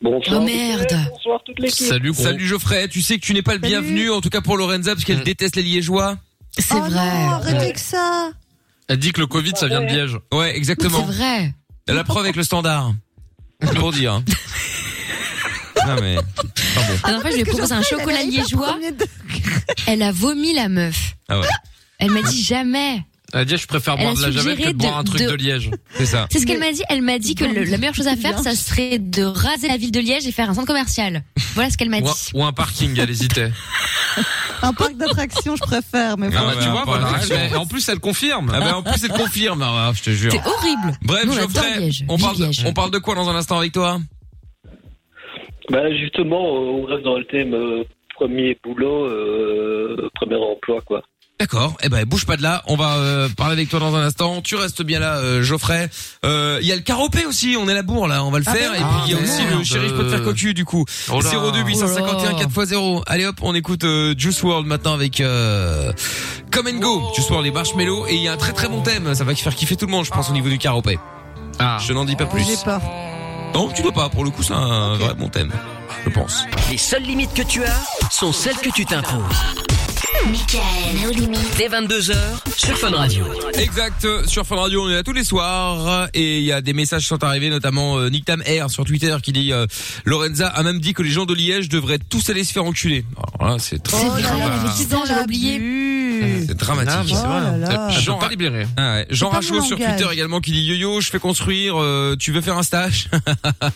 [SPEAKER 7] Bonsoir.
[SPEAKER 3] Oh, merde.
[SPEAKER 7] Bonsoir toute l'équipe.
[SPEAKER 6] Salut gros.
[SPEAKER 2] Salut Geoffrey. Tu sais que tu n'es pas le
[SPEAKER 4] Salut.
[SPEAKER 2] bienvenu, en tout cas pour Lorenza, parce qu'elle
[SPEAKER 6] Mm.
[SPEAKER 2] déteste les Liégeois.
[SPEAKER 3] C'est
[SPEAKER 4] oh
[SPEAKER 3] vrai.
[SPEAKER 4] non, arrêtez avec ça.
[SPEAKER 6] Elle dit que le Covid ça vient de Liège.
[SPEAKER 2] Ouais,
[SPEAKER 3] C'est
[SPEAKER 2] exactement.
[SPEAKER 3] vrai.
[SPEAKER 2] La preuve avec le standard. Pour
[SPEAKER 3] [laughs]
[SPEAKER 2] dire. hein. Non mais. Pas bon.
[SPEAKER 3] La dernière fois, je lui ai
[SPEAKER 4] Parce que
[SPEAKER 3] proposé un
[SPEAKER 4] Jean-Paul, elle
[SPEAKER 3] chocolat
[SPEAKER 4] avait pas
[SPEAKER 3] liégeois.
[SPEAKER 4] [laughs] premier degré.
[SPEAKER 3] Elle a vomi la meuf.
[SPEAKER 2] Ah ouais.
[SPEAKER 3] Elle m'a dit jamais.
[SPEAKER 6] Elle dit je préfère
[SPEAKER 3] Elle
[SPEAKER 6] boire
[SPEAKER 3] a
[SPEAKER 6] de la javel que de
[SPEAKER 3] suggéré
[SPEAKER 6] boire
[SPEAKER 3] de-
[SPEAKER 6] un truc
[SPEAKER 3] de-
[SPEAKER 6] de Liège.
[SPEAKER 2] C'est ça.
[SPEAKER 3] C'est ce qu'elle m'a dit. Elle m'a dit que le- la meilleure chose à faire, ça serait de raser la ville de Liège et faire un centre commercial. Voilà ce qu'elle m'a
[SPEAKER 6] Ou un-
[SPEAKER 3] dit. Ah,
[SPEAKER 6] Ou un parking,
[SPEAKER 3] [laughs]
[SPEAKER 6] elle hésitait.
[SPEAKER 4] Un parc d'attractions, je préfère. Mais
[SPEAKER 2] Ah
[SPEAKER 6] Ah bah,
[SPEAKER 2] ouais,
[SPEAKER 6] tu
[SPEAKER 2] un
[SPEAKER 6] vois,
[SPEAKER 2] parking.
[SPEAKER 6] voilà. Mais En plus elle confirme.
[SPEAKER 2] Ah bah en plus elle confirme, ah, je te jure.
[SPEAKER 3] C'est horrible.
[SPEAKER 2] Bref,
[SPEAKER 3] Nous, on adore
[SPEAKER 2] Geoffrey,
[SPEAKER 3] Liège.
[SPEAKER 2] on
[SPEAKER 3] Vive
[SPEAKER 2] parle, de,
[SPEAKER 3] Liège.
[SPEAKER 2] on parle de quoi dans un instant avec toi
[SPEAKER 7] Bah justement, euh, on reste dans le thème euh, premier boulot, euh, premier emploi quoi.
[SPEAKER 2] D'accord, eh ben bouge pas de là, on va euh, parler avec toi dans un instant. Tu restes bien là, euh, Geoffrey. Euh, Il y a le caropé aussi, on est à la bourre là, on va le
[SPEAKER 4] Ah
[SPEAKER 2] faire.
[SPEAKER 4] ben
[SPEAKER 2] et puis il y a
[SPEAKER 6] oui.
[SPEAKER 2] aussi
[SPEAKER 6] Ah,
[SPEAKER 2] le chéri, je peux te faire
[SPEAKER 6] merde.
[SPEAKER 2] cocu du coup.
[SPEAKER 6] Oh là.
[SPEAKER 2] 02 851
[SPEAKER 3] Oh là.
[SPEAKER 2] 4x0. Allez hop, on écoute euh, Juice World maintenant avec euh, Come and Go. Juice World, les marshmallows. Et il y a un très très bon thème, ça va faire kiffer tout le monde, je pense, au niveau du caropé.
[SPEAKER 6] Ah.
[SPEAKER 2] Je n'en dis pas plus.
[SPEAKER 4] J'ai peur.
[SPEAKER 2] Non, tu dois pas, pour le coup c'est un vrai bon thème, je pense.
[SPEAKER 1] Les seules limites que tu as sont celles que tu t'imposes. Michael, Dès 22h sur Fun Radio.
[SPEAKER 2] Exact, euh, sur Fun Radio, on est là tous les soirs euh, et il y a des messages qui sont arrivés, notamment euh, Nick Tam R sur Twitter qui dit euh, Lorenza a même dit que les gens de Liège devraient tous aller se faire enculer. Alors Oh là, c'est très...
[SPEAKER 3] C'est vrai, elle avait
[SPEAKER 4] Oh là.
[SPEAKER 3] 10 ans, j'avais oublié.
[SPEAKER 4] Abus.
[SPEAKER 2] C'est
[SPEAKER 4] Oh
[SPEAKER 2] dramatique.
[SPEAKER 4] là
[SPEAKER 3] hein.
[SPEAKER 4] là.
[SPEAKER 2] Jean,
[SPEAKER 6] Jean libéré.
[SPEAKER 2] Ah ouais. Jean
[SPEAKER 4] pas mon
[SPEAKER 2] Rachaud sur
[SPEAKER 4] langage.
[SPEAKER 2] Twitter également qui dit yo yo, je fais construire, euh, tu veux faire un stage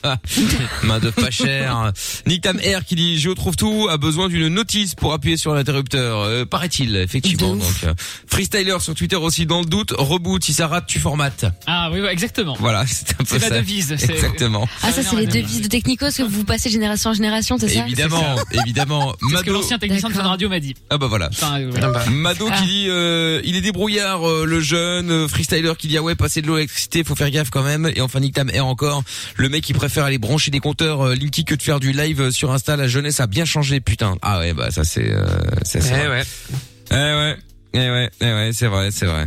[SPEAKER 2] [laughs] Main de pas cher. Nick Tam R qui dit Géo trouve tout a besoin d'une notice pour appuyer sur l'interrupteur, Euh, paraît-il effectivement.
[SPEAKER 3] De
[SPEAKER 2] Donc
[SPEAKER 3] ouf.
[SPEAKER 2] euh, freestyler sur Twitter aussi dans le doute, reboot si ça rate tu formates.
[SPEAKER 5] Ah oui, ouais, exactement.
[SPEAKER 2] Voilà, c'est un
[SPEAKER 5] C'est
[SPEAKER 2] peu
[SPEAKER 5] la
[SPEAKER 2] ça.
[SPEAKER 5] devise. c'est-
[SPEAKER 2] Exactement.
[SPEAKER 3] Ah, ça, c'est les
[SPEAKER 5] Énorme.
[SPEAKER 3] devises de Technicos que vous passez de génération en génération, c'est ça
[SPEAKER 2] évidemment,
[SPEAKER 3] [laughs]
[SPEAKER 2] évidemment.
[SPEAKER 5] C'est ce que
[SPEAKER 2] Mado,
[SPEAKER 5] l'ancien technicien de Fun
[SPEAKER 3] D'accord.
[SPEAKER 5] Radio m'a dit.
[SPEAKER 2] ah bah voilà.
[SPEAKER 5] Enfin, euh, ouais.
[SPEAKER 2] Mado qui dit euh, il est débrouillard euh, le jeune euh, freestyler qui dit ah ouais passer de l'eau à l'électricité faut faire gaffe quand même et enfin Nick Tam R encore le mec qui préfère aller brancher des compteurs euh, Linky que de faire du live euh, sur Insta la jeunesse a bien changé putain ah ouais bah ça c'est euh, ça, c'est vrai.
[SPEAKER 6] ouais.
[SPEAKER 2] Eh ouais eh ouais eh ouais c'est vrai c'est vrai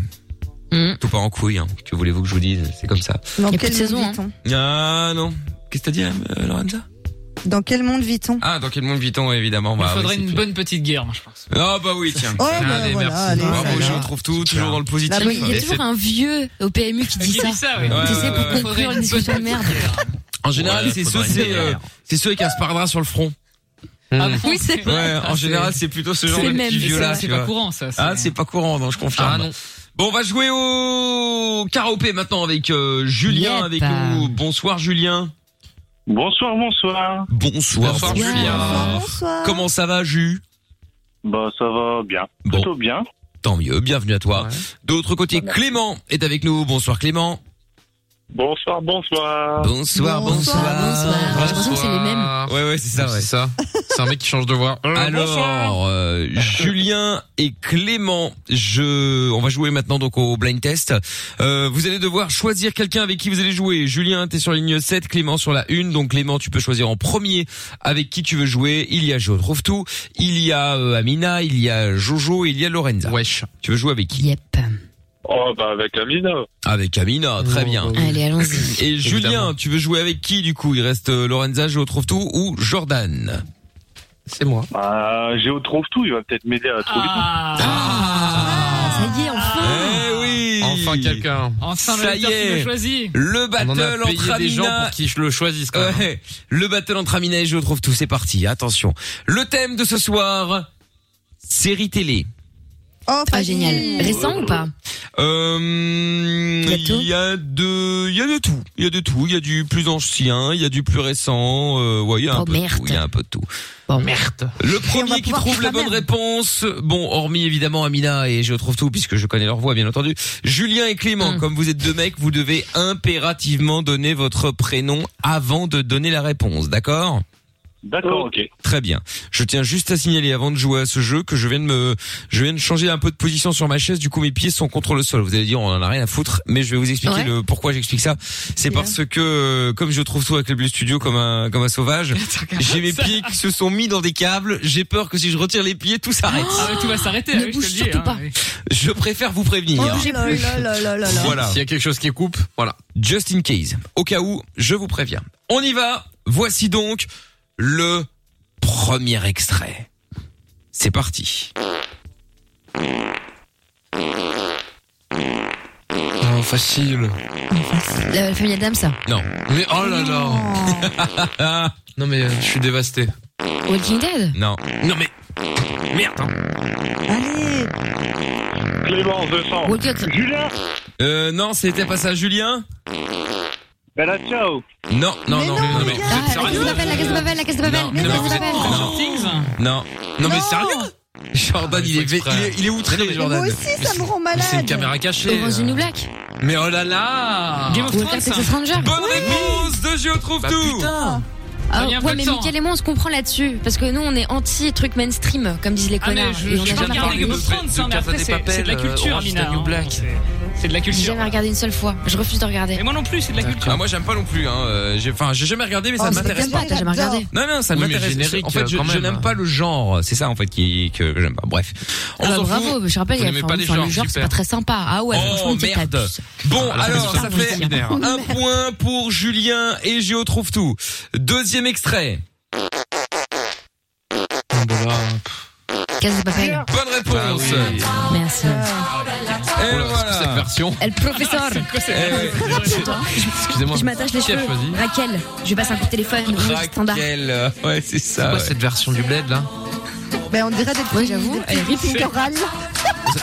[SPEAKER 3] Mhm.
[SPEAKER 2] tout part en couille hein. que voulez-vous que je vous dise c'est comme ça
[SPEAKER 4] Dans
[SPEAKER 3] y a
[SPEAKER 4] quel
[SPEAKER 3] plus de
[SPEAKER 4] monde
[SPEAKER 3] saison, hein.
[SPEAKER 4] vit-on
[SPEAKER 2] ah non qu'est-ce que t'as dit euh, Lorenza
[SPEAKER 4] Hein Dans quel monde vit-on
[SPEAKER 2] ah dans quel monde vit-on évidemment
[SPEAKER 5] Il
[SPEAKER 2] bah,
[SPEAKER 5] faudrait
[SPEAKER 2] oui,
[SPEAKER 5] une
[SPEAKER 2] c'est
[SPEAKER 5] bonne petite guerre, moi, je pense.
[SPEAKER 2] clair. ah bah oui tiens
[SPEAKER 4] Oh,
[SPEAKER 6] Allez,
[SPEAKER 4] bah, voilà,
[SPEAKER 6] merci.
[SPEAKER 4] allez,
[SPEAKER 2] bravo
[SPEAKER 4] voilà.
[SPEAKER 2] je retrouve tout
[SPEAKER 6] C'est
[SPEAKER 2] toujours
[SPEAKER 6] clair.
[SPEAKER 2] dans le positif
[SPEAKER 4] La
[SPEAKER 3] Oui, Bah, Il y
[SPEAKER 2] Et
[SPEAKER 3] a
[SPEAKER 2] c'est-
[SPEAKER 3] toujours un vieux au PMU qui dit
[SPEAKER 5] Qui
[SPEAKER 3] ça.
[SPEAKER 5] dit ça, ouais.
[SPEAKER 2] Ouais,
[SPEAKER 3] Tu sais,
[SPEAKER 2] ouais,
[SPEAKER 3] pour
[SPEAKER 2] ouais.
[SPEAKER 3] conclure une discussion de merde.
[SPEAKER 2] En général,
[SPEAKER 6] Ouais,
[SPEAKER 2] c'est ceux,
[SPEAKER 6] faudrait
[SPEAKER 2] c'est,
[SPEAKER 6] une
[SPEAKER 2] euh,
[SPEAKER 6] guerre.
[SPEAKER 2] c'est ceux avec un sparadrap sur le front.
[SPEAKER 5] Ah bon
[SPEAKER 3] Oui, c'est
[SPEAKER 2] Ouais,
[SPEAKER 5] Ah,
[SPEAKER 2] en
[SPEAKER 5] c'est-
[SPEAKER 2] général, c'est plutôt ce genre
[SPEAKER 3] Hmm. c'est
[SPEAKER 2] de
[SPEAKER 3] le même,
[SPEAKER 2] petits
[SPEAKER 3] c'est
[SPEAKER 2] vieux là.
[SPEAKER 3] vrai.
[SPEAKER 5] C'est pas courant, ça.
[SPEAKER 2] Ah, c'est pas courant, donc je confirme.
[SPEAKER 6] Ah non.
[SPEAKER 2] Bon, on va jouer au karaopé maintenant avec euh, Julien
[SPEAKER 3] Yep.
[SPEAKER 2] avec nous. Bonsoir Julien.
[SPEAKER 10] Bonsoir, bonsoir.
[SPEAKER 2] Bonsoir,
[SPEAKER 3] Julien.
[SPEAKER 4] Bonsoir, bonsoir.
[SPEAKER 2] Comment ça va Ju
[SPEAKER 10] Bah, ça va bien.
[SPEAKER 2] Bon.
[SPEAKER 10] Plutôt bien.
[SPEAKER 2] Tant mieux, bienvenue à toi.
[SPEAKER 6] Ouais.
[SPEAKER 2] D'autre côté, Clément est avec nous. Bonsoir Clément.
[SPEAKER 10] Bonsoir, bonsoir.
[SPEAKER 2] Bonsoir,
[SPEAKER 4] Bonsoir,
[SPEAKER 3] bonsoir. J'ai l'impression que c'est les mêmes.
[SPEAKER 2] Ouais, ouais, c'est ça, ouais.
[SPEAKER 6] C'est ça. C'est un mec qui change de voix. Euh,
[SPEAKER 2] [laughs]
[SPEAKER 6] bonsoir.
[SPEAKER 2] Alors, euh, Julien et Clément, je, on va jouer maintenant donc au blind test. Euh, vous allez devoir choisir quelqu'un avec qui vous allez jouer. Julien, t'es sur la ligne 7, Clément sur la 1. Donc Clément, tu peux choisir en premier avec qui tu veux jouer. Il y a Jo trouve tout, il y a euh, Amina, il y a Jojo, et il y a Lorenza.
[SPEAKER 6] Wesh.
[SPEAKER 2] Tu veux jouer avec qui
[SPEAKER 3] Yep.
[SPEAKER 10] Oh, bah, avec Amina.
[SPEAKER 2] Avec Amina, très bien.
[SPEAKER 3] Oh, bah Allez, allons-y.
[SPEAKER 2] hein. [coughs] Et Julien,
[SPEAKER 6] Évidemment.
[SPEAKER 2] tu veux jouer avec qui du coup Il reste euh, Lorenza, Jo trouve tout ou Jordan
[SPEAKER 6] C'est moi.
[SPEAKER 10] Bah, Géo trouve tout, il va peut-être m'aider à trouver
[SPEAKER 5] Ah
[SPEAKER 3] Ah, ça y est, enfin.
[SPEAKER 2] Eh oui.
[SPEAKER 6] Enfin quelqu'un.
[SPEAKER 5] Enfin,
[SPEAKER 2] Ça
[SPEAKER 5] le
[SPEAKER 2] y
[SPEAKER 5] lecteur qui
[SPEAKER 2] est.
[SPEAKER 5] me choisit.
[SPEAKER 2] Le
[SPEAKER 6] On en a
[SPEAKER 2] battle entre
[SPEAKER 6] payé des gens
[SPEAKER 2] Amina
[SPEAKER 6] pour qu'ils le choisissent quand même.
[SPEAKER 2] Ouais. Le battle entre Amina et je trouve tout, c'est parti, attention. Le thème de ce soir, série télé.
[SPEAKER 4] Oh,
[SPEAKER 3] Ah,
[SPEAKER 4] Fanny.
[SPEAKER 3] génial. Récent ou pas
[SPEAKER 2] Euh,
[SPEAKER 3] Il y a tout
[SPEAKER 2] il y a de, il y a de tout, il y a de tout, il y a du plus ancien, il y a du plus récent, euh, ouais, il y a un
[SPEAKER 3] Oh,
[SPEAKER 2] peu de
[SPEAKER 3] merde.
[SPEAKER 2] tout, il y a un peu de tout.
[SPEAKER 3] Bon,
[SPEAKER 6] Merde.
[SPEAKER 2] Le
[SPEAKER 4] on va
[SPEAKER 2] premier qui
[SPEAKER 4] pouvoir
[SPEAKER 2] trouve
[SPEAKER 4] faire
[SPEAKER 2] la
[SPEAKER 4] la
[SPEAKER 2] bonne
[SPEAKER 4] merde.
[SPEAKER 2] réponse, bon, hormis évidemment Amina et je trouve tout puisque je connais leur voix bien entendu. Julien et Clément,
[SPEAKER 3] Mm.
[SPEAKER 2] comme vous êtes deux mecs, vous devez impérativement donner votre prénom avant de donner la réponse, d'accord
[SPEAKER 10] tout. D'accord, ok.
[SPEAKER 2] Très bien. Je tiens juste à signaler avant de jouer à ce jeu que je viens de me, je viens de changer un peu de position sur ma chaise. Du coup, mes pieds sont contre le sol. Vous allez dire, on en a rien à foutre, mais je vais vous expliquer
[SPEAKER 3] Ouais.
[SPEAKER 2] le pourquoi j'explique ça. C'est
[SPEAKER 4] Bien.
[SPEAKER 2] parce que, euh, comme je trouve tout avec le Blue Studio comme un, comme un sauvage, j'ai mes pieds qui se sont mis dans des câbles. J'ai peur que si je retire les pieds, tout s'arrête.
[SPEAKER 5] Ah, mais tout va s'arrêter.
[SPEAKER 3] Ne
[SPEAKER 5] ah oui, je te
[SPEAKER 3] bouge
[SPEAKER 5] le dis,
[SPEAKER 3] surtout
[SPEAKER 5] hein.
[SPEAKER 3] pas.
[SPEAKER 2] Je préfère vous prévenir.
[SPEAKER 4] Oh là là là là là là.
[SPEAKER 2] Voilà.
[SPEAKER 6] S'il y a quelque chose qui coupe, voilà.
[SPEAKER 2] Just in case. Au cas où, je vous préviens. On y va. Voici donc le premier extrait. C'est parti.
[SPEAKER 6] Oh, facile.
[SPEAKER 3] La famille Adams, ça.
[SPEAKER 2] Non.
[SPEAKER 6] Mais oh là là.
[SPEAKER 4] Oh.
[SPEAKER 2] [laughs] Ah.
[SPEAKER 6] Non mais euh, je suis dévasté.
[SPEAKER 3] Walking Dead
[SPEAKER 2] Non.
[SPEAKER 6] Non mais merde. hein.
[SPEAKER 4] Allez.
[SPEAKER 10] Clément, 200.
[SPEAKER 3] Walking Dead.
[SPEAKER 10] Julien,
[SPEAKER 2] Euh, non, c'était pas ça, Julien
[SPEAKER 10] Bella Ben Ciao.
[SPEAKER 2] Non, non,
[SPEAKER 4] Mais
[SPEAKER 2] non,
[SPEAKER 4] non,
[SPEAKER 2] non,
[SPEAKER 4] les
[SPEAKER 2] mais,
[SPEAKER 4] gars.
[SPEAKER 3] Ah, la case
[SPEAKER 2] sérieux
[SPEAKER 3] de Babel, la case de Babel, la case de Babel,
[SPEAKER 2] Non,
[SPEAKER 3] la
[SPEAKER 2] mais
[SPEAKER 3] case
[SPEAKER 2] non,
[SPEAKER 3] de
[SPEAKER 2] vous êtes-
[SPEAKER 3] Babel.
[SPEAKER 2] Non.
[SPEAKER 5] Stranger Things.
[SPEAKER 2] non, non, mais
[SPEAKER 4] Non.
[SPEAKER 2] sérieux Jordan,
[SPEAKER 6] Ah,
[SPEAKER 2] il, est,
[SPEAKER 6] il faut
[SPEAKER 2] il, est,
[SPEAKER 6] exprès.
[SPEAKER 2] il est outré,
[SPEAKER 6] Mais non, mais
[SPEAKER 4] Moi
[SPEAKER 2] Jordan.
[SPEAKER 4] aussi, ça me rend
[SPEAKER 6] Mais
[SPEAKER 4] malade.
[SPEAKER 6] C'est une caméra cachée.
[SPEAKER 3] Orange is the New
[SPEAKER 6] euh.
[SPEAKER 3] Black.
[SPEAKER 6] Mais oh là là.
[SPEAKER 5] Game of
[SPEAKER 3] Walker
[SPEAKER 5] Thrones.
[SPEAKER 3] Texas Ranger.
[SPEAKER 2] Bonne réponse de Géo Trouve
[SPEAKER 6] Bah,
[SPEAKER 2] Tout
[SPEAKER 6] putain.
[SPEAKER 3] Ah,
[SPEAKER 5] Il y a un peu
[SPEAKER 3] ouais,
[SPEAKER 5] de
[SPEAKER 3] mais
[SPEAKER 5] temps.
[SPEAKER 3] Mickaël et moi, on se comprend là-dessus. Parce que nous, on est anti-truc mainstream, comme disent les
[SPEAKER 5] Ah,
[SPEAKER 3] connards.
[SPEAKER 5] mais je
[SPEAKER 3] et on
[SPEAKER 5] je
[SPEAKER 3] n'a
[SPEAKER 5] vais
[SPEAKER 3] jamais,
[SPEAKER 5] regarder
[SPEAKER 3] regardé-
[SPEAKER 5] Game
[SPEAKER 6] de-
[SPEAKER 5] of Thrones,
[SPEAKER 6] de
[SPEAKER 5] hein, mais
[SPEAKER 6] Casa
[SPEAKER 5] après,
[SPEAKER 6] de
[SPEAKER 5] c'est
[SPEAKER 6] Papel,
[SPEAKER 5] c'est de la
[SPEAKER 6] euh,
[SPEAKER 5] culture,
[SPEAKER 6] Orange is the
[SPEAKER 5] Amina.
[SPEAKER 6] New
[SPEAKER 5] hein.
[SPEAKER 6] Black.
[SPEAKER 5] C'est- C'est de la
[SPEAKER 3] j'ai
[SPEAKER 5] culture.
[SPEAKER 3] jamais regardé une seule fois. Je refuse de regarder.
[SPEAKER 5] Mais moi non plus, c'est de la culture.
[SPEAKER 2] Ah, moi, j'aime pas non plus, hein. euh, j'ai- Enfin, j'ai jamais regardé, mais ça
[SPEAKER 4] Oh,
[SPEAKER 2] ne
[SPEAKER 4] c'est
[SPEAKER 2] m'intéresse
[SPEAKER 4] bien.
[SPEAKER 2] pas.
[SPEAKER 3] Ah, t'as jamais
[SPEAKER 4] j'adore.
[SPEAKER 3] regardé
[SPEAKER 2] Non, non, ça ne
[SPEAKER 6] Oui, mais
[SPEAKER 2] m'intéresse.
[SPEAKER 6] générique, euh,
[SPEAKER 2] En fait, je,
[SPEAKER 6] quand
[SPEAKER 2] je
[SPEAKER 6] même.
[SPEAKER 2] n'aime pas le genre. C'est ça, en fait, qui, que j'aime pas. Bref.
[SPEAKER 3] Ah
[SPEAKER 2] On
[SPEAKER 3] bah
[SPEAKER 2] s'en fout.
[SPEAKER 3] bravo, mais je rappelle, il y a
[SPEAKER 6] n'aimez
[SPEAKER 3] enfin,
[SPEAKER 6] pas les
[SPEAKER 3] enfin, le
[SPEAKER 6] genres,
[SPEAKER 3] genre, c'est
[SPEAKER 6] super.
[SPEAKER 3] pas très sympa. Ah ouais,
[SPEAKER 2] Oh,
[SPEAKER 3] franchement, t'es
[SPEAKER 2] merde.
[SPEAKER 3] t'abuses.
[SPEAKER 2] Bon,
[SPEAKER 6] Ah, la
[SPEAKER 2] alors,
[SPEAKER 6] fin
[SPEAKER 2] ça
[SPEAKER 6] du
[SPEAKER 2] fait
[SPEAKER 6] séminaire.
[SPEAKER 2] un point pour Julien et Géo Trouve Tout. Deuxième extrait.
[SPEAKER 6] Oh, bah là.
[SPEAKER 3] Casse de papel.
[SPEAKER 2] Bonne
[SPEAKER 6] Ah
[SPEAKER 2] réponse.
[SPEAKER 6] oui.
[SPEAKER 2] Euh,
[SPEAKER 3] Merci.
[SPEAKER 2] Et
[SPEAKER 6] Oh là,
[SPEAKER 5] Euh,
[SPEAKER 6] c'est
[SPEAKER 2] voilà.
[SPEAKER 6] cette version.
[SPEAKER 3] El
[SPEAKER 5] [laughs]
[SPEAKER 3] professeur.
[SPEAKER 2] Eh,
[SPEAKER 6] Excusez-moi.
[SPEAKER 3] Je m'attache les
[SPEAKER 6] Qui a
[SPEAKER 3] cheveux.
[SPEAKER 6] choisi
[SPEAKER 3] Raquel, je passe un coup de téléphone. une minute standard.
[SPEAKER 2] Raquel, euh, ouais, c'est
[SPEAKER 6] C'est
[SPEAKER 2] ça.
[SPEAKER 6] quoi
[SPEAKER 2] ouais.
[SPEAKER 6] cette version du bled là
[SPEAKER 4] Ben, on dirait des
[SPEAKER 3] Ouais, j'avoue,
[SPEAKER 4] des
[SPEAKER 3] elle
[SPEAKER 4] petits
[SPEAKER 3] est
[SPEAKER 4] chorales.
[SPEAKER 6] Vous-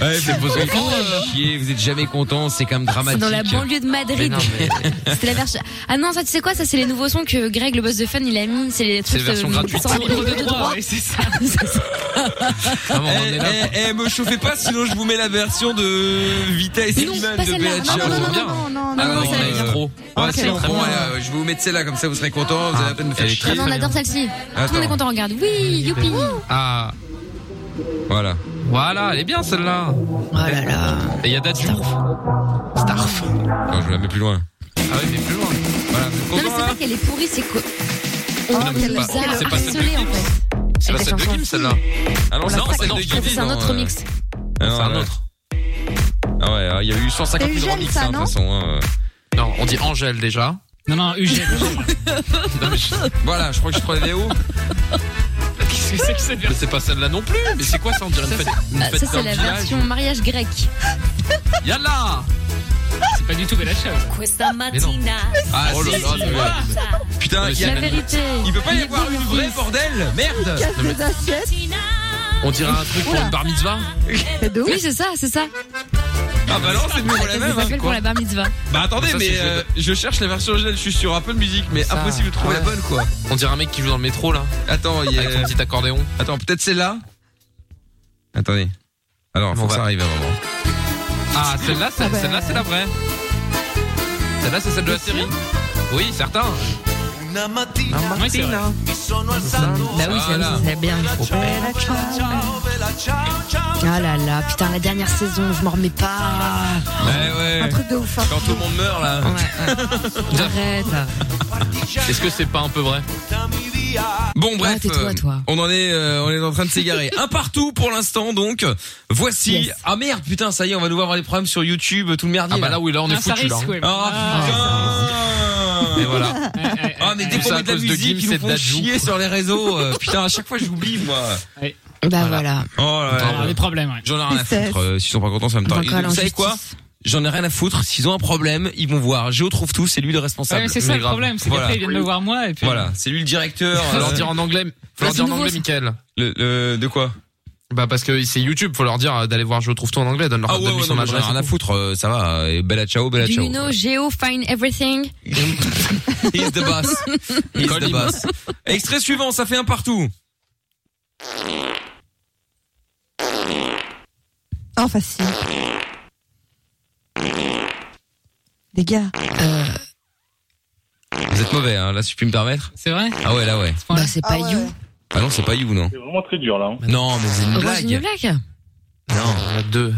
[SPEAKER 2] Ouais, c'est vos enfants, euh, chier, vous êtes jamais contents, c'est quand même
[SPEAKER 3] C'est
[SPEAKER 2] dramatique.
[SPEAKER 3] dans la banlieue de Madrid. [laughs] C'était la version. Ah non, ça, tu sais quoi Ça, c'est les nouveaux sons que Greg, le boss de Fun, il a mis. C'est les
[SPEAKER 2] C'est
[SPEAKER 3] trucs
[SPEAKER 2] la version
[SPEAKER 3] euh,
[SPEAKER 2] gratuite.
[SPEAKER 3] sans libre de droit.
[SPEAKER 5] Ouais, c'est ça.
[SPEAKER 2] [laughs] Eh, eh, eh, me chauffez pas, sinon je vous mets la version de Vita et
[SPEAKER 3] Non,
[SPEAKER 2] Slimane
[SPEAKER 3] pas
[SPEAKER 2] de
[SPEAKER 3] celle-là.
[SPEAKER 2] BHR.
[SPEAKER 3] Ah, non, non,
[SPEAKER 2] Ça
[SPEAKER 3] non,
[SPEAKER 2] va bien.
[SPEAKER 4] Non, non,
[SPEAKER 2] Ah
[SPEAKER 4] non,
[SPEAKER 2] non,
[SPEAKER 4] non,
[SPEAKER 2] non,
[SPEAKER 4] ça-
[SPEAKER 2] c'est trop. Ouais, c'est
[SPEAKER 4] non,
[SPEAKER 2] très
[SPEAKER 4] non.
[SPEAKER 2] bon, voilà, je vais vous mettre celle-là, comme ça vous serez contents, vous allez la peine de me faire
[SPEAKER 6] elle est
[SPEAKER 2] chier.
[SPEAKER 3] Ah non, on adore celle-ci. Tout le monde
[SPEAKER 2] Attends.
[SPEAKER 3] est content, regarde. Oui, youpi.
[SPEAKER 6] Ah,
[SPEAKER 2] Voilà.
[SPEAKER 6] voilà, elle est bien celle-là.
[SPEAKER 3] Oh là là.
[SPEAKER 6] Et il y a Datu. Starf.
[SPEAKER 2] Non, je la mets plus loin.
[SPEAKER 6] Ah oui, mais plus loin.
[SPEAKER 2] Voilà, vous êtes
[SPEAKER 3] Non, mais
[SPEAKER 2] contents
[SPEAKER 3] c'est pas
[SPEAKER 2] là
[SPEAKER 3] qu'elle est pourrie, c'est quoi On
[SPEAKER 4] non, mais c'est
[SPEAKER 3] nous
[SPEAKER 4] pas-
[SPEAKER 6] c'est
[SPEAKER 3] a
[SPEAKER 6] pas celle de
[SPEAKER 3] harcelés, en
[SPEAKER 6] Gims.
[SPEAKER 3] fait.
[SPEAKER 6] C'est pas
[SPEAKER 3] Avec
[SPEAKER 6] celle
[SPEAKER 3] la
[SPEAKER 6] de
[SPEAKER 3] chanson
[SPEAKER 6] Kim, celle-là.
[SPEAKER 2] Ah non,
[SPEAKER 3] On
[SPEAKER 2] c'est
[SPEAKER 3] l'a
[SPEAKER 2] pas celle
[SPEAKER 3] pas-
[SPEAKER 2] de Guidi,
[SPEAKER 3] C'est un
[SPEAKER 2] non,
[SPEAKER 3] autre
[SPEAKER 2] euh,
[SPEAKER 3] mix.
[SPEAKER 2] Ah non,
[SPEAKER 6] C'est un
[SPEAKER 2] ouais.
[SPEAKER 6] autre.
[SPEAKER 2] Ah ouais, il y a eu
[SPEAKER 4] T'as
[SPEAKER 2] 150
[SPEAKER 4] eu
[SPEAKER 2] 000
[SPEAKER 4] Gel,
[SPEAKER 2] remixes,
[SPEAKER 4] ça,
[SPEAKER 2] hein, de toute
[SPEAKER 4] non
[SPEAKER 2] façon. hein.
[SPEAKER 6] Non, on dit Angèle déjà.
[SPEAKER 5] Non, non, UG.
[SPEAKER 6] Non, mais je-
[SPEAKER 2] Voilà, je crois que je prends
[SPEAKER 3] [laughs]
[SPEAKER 2] la vidéo.
[SPEAKER 5] Qu'est-ce que c'est que cette version
[SPEAKER 6] mais c'est pas celle-là non plus. Mais c'est quoi ça On dirait une fête. Une
[SPEAKER 3] Ah,
[SPEAKER 6] fête
[SPEAKER 3] Ça, c'est
[SPEAKER 6] d'un
[SPEAKER 3] la
[SPEAKER 6] village.
[SPEAKER 3] version mariage grec.
[SPEAKER 6] Yalla
[SPEAKER 5] C'est pas du tout Bella Ciao.
[SPEAKER 2] Ah,
[SPEAKER 6] Oh là
[SPEAKER 2] si,
[SPEAKER 6] là,
[SPEAKER 2] si.
[SPEAKER 6] mais-
[SPEAKER 2] Putain,
[SPEAKER 6] Mais
[SPEAKER 2] il y a-
[SPEAKER 3] La
[SPEAKER 6] la-
[SPEAKER 3] vérité.
[SPEAKER 2] il peut pas y
[SPEAKER 3] est
[SPEAKER 2] avoir
[SPEAKER 3] beau,
[SPEAKER 2] une
[SPEAKER 3] mon
[SPEAKER 2] vraie,
[SPEAKER 3] fils.
[SPEAKER 2] bordel Merde
[SPEAKER 4] Casse les assiettes,
[SPEAKER 6] On dirait un truc pour une
[SPEAKER 3] [laughs]
[SPEAKER 6] bar mitzvah.
[SPEAKER 4] c'est de ouf.
[SPEAKER 3] Oui, c'est ça, c'est ça.
[SPEAKER 2] Ah bah non, c'est toujours la
[SPEAKER 3] Ça
[SPEAKER 2] même. hein.
[SPEAKER 3] s'appelle pour la bar mitzvah.
[SPEAKER 2] Bah attendez,
[SPEAKER 6] Ça, c'est
[SPEAKER 2] mais
[SPEAKER 6] joué.
[SPEAKER 2] euh, je cherche la version originale, je suis sur Apple Music, mais
[SPEAKER 6] Ça,
[SPEAKER 2] impossible de trouver la
[SPEAKER 6] ouais.
[SPEAKER 2] bonne quoi.
[SPEAKER 6] On dirait un mec qui joue dans le métro là,
[SPEAKER 2] Attends, il y a-
[SPEAKER 6] avec son petit accordéon.
[SPEAKER 2] Attends, peut-être celle-là Attendez. Alors, faut
[SPEAKER 6] Bon,
[SPEAKER 2] que ça
[SPEAKER 6] bah.
[SPEAKER 2] arrive hein, à un moment.
[SPEAKER 6] Ah, celle-là, c'est
[SPEAKER 4] Ah bah.
[SPEAKER 6] celle-là, c'est la vraie. Celle-là, c'est celle de la série. Oui, certain.
[SPEAKER 5] Ouais, c'est vrai.
[SPEAKER 3] Bah oui, c'est
[SPEAKER 2] Voilà.
[SPEAKER 3] c'est bien. Ah là là, putain, la dernière saison, je m'en remets pas.
[SPEAKER 2] Ouais,
[SPEAKER 4] Un
[SPEAKER 2] ouais.
[SPEAKER 4] truc de ouf. hein.
[SPEAKER 2] Quand tout le monde meurt là.
[SPEAKER 3] Ouais, ouais. Arrête.
[SPEAKER 6] Est-ce que c'est pas un peu vrai
[SPEAKER 2] Bon bref,
[SPEAKER 3] Ah, tais-toi,
[SPEAKER 2] euh,
[SPEAKER 3] toi.
[SPEAKER 2] on en est, euh, on est en train de s'égarer. un partout pour l'instant donc. Voici.
[SPEAKER 3] Yes.
[SPEAKER 2] Ah merde, putain, ça y est, on va nous avoir des problèmes sur YouTube, euh, tout le merdier.
[SPEAKER 6] Ah bah
[SPEAKER 2] là.
[SPEAKER 6] là, oui, là, on est
[SPEAKER 5] Ah, ça
[SPEAKER 6] foutu là.
[SPEAKER 5] risque,
[SPEAKER 6] hein.
[SPEAKER 5] ouais.
[SPEAKER 2] Ah putain.
[SPEAKER 6] Et voilà.
[SPEAKER 5] Ouais, ouais, ouais,
[SPEAKER 2] Ah mais dès
[SPEAKER 6] Tout
[SPEAKER 2] qu'on
[SPEAKER 6] ça
[SPEAKER 2] met
[SPEAKER 6] à
[SPEAKER 2] de la
[SPEAKER 6] cause de
[SPEAKER 2] musique,
[SPEAKER 6] Gims
[SPEAKER 2] ils nous
[SPEAKER 6] et de
[SPEAKER 2] font
[SPEAKER 6] Dadju.
[SPEAKER 2] chier sur les réseaux. euh, [laughs] putain, à chaque fois j'oublie moi.
[SPEAKER 3] Bah voilà.
[SPEAKER 2] Oh là
[SPEAKER 6] Ah,
[SPEAKER 5] ouais. Des problèmes, ouais.
[SPEAKER 2] J'en ai rien à
[SPEAKER 4] Tristesse.
[SPEAKER 2] foutre. euh, S'ils sont pas contents, ça me
[SPEAKER 3] On va
[SPEAKER 2] tarde.
[SPEAKER 3] encore aller en
[SPEAKER 2] Vous savez quoi
[SPEAKER 3] justice.
[SPEAKER 2] J'en ai rien à foutre. S'ils ont un problème, ils vont voir. Géo trouve tout, c'est lui le responsable.
[SPEAKER 5] Ouais, mais c'est ça
[SPEAKER 2] Mais
[SPEAKER 5] le
[SPEAKER 2] grave.
[SPEAKER 5] problème, c'est
[SPEAKER 2] Voilà.
[SPEAKER 5] qu'après ils viennent me voir moi et puis.
[SPEAKER 2] Voilà, c'est lui le directeur.
[SPEAKER 6] Faut leur
[SPEAKER 2] euh,
[SPEAKER 6] dire en anglais.
[SPEAKER 3] Là,
[SPEAKER 6] Faut leur
[SPEAKER 3] c'est
[SPEAKER 6] dire en
[SPEAKER 3] nouveau,
[SPEAKER 6] anglais,
[SPEAKER 3] ça.
[SPEAKER 6] Michael.
[SPEAKER 2] le, le- de quoi
[SPEAKER 6] Bah parce que c'est YouTube, faut leur dire euh, d'aller voir Je trouve tout en anglais, donne leur
[SPEAKER 2] Ah ouais,
[SPEAKER 6] donne-lui
[SPEAKER 2] ouais, non,
[SPEAKER 6] son
[SPEAKER 2] mais j'en ai
[SPEAKER 6] adresse.
[SPEAKER 2] rien à foutre. euh, Ça va. Et bella ciao, bella
[SPEAKER 3] Do
[SPEAKER 2] ciao.
[SPEAKER 3] you know Geo find everything?
[SPEAKER 2] He's the
[SPEAKER 3] [laughs]
[SPEAKER 2] boss. He's the boss. [laughs] Extrait suivant, ça fait un partout.
[SPEAKER 4] Oh, facile. Les gars, euh,
[SPEAKER 2] Vous êtes mauvais, hein, là, si je puis me permettre.
[SPEAKER 5] C'est vrai
[SPEAKER 2] Ah ouais, là, ouais.
[SPEAKER 3] Bah c'est pas you.
[SPEAKER 2] Ah non, c'est pas you, non.
[SPEAKER 10] C'est vraiment très dur là. hein.
[SPEAKER 2] Non, mais c'est une
[SPEAKER 3] Moi, j'ai une
[SPEAKER 2] blague.
[SPEAKER 3] blague.
[SPEAKER 6] Non, on a deux.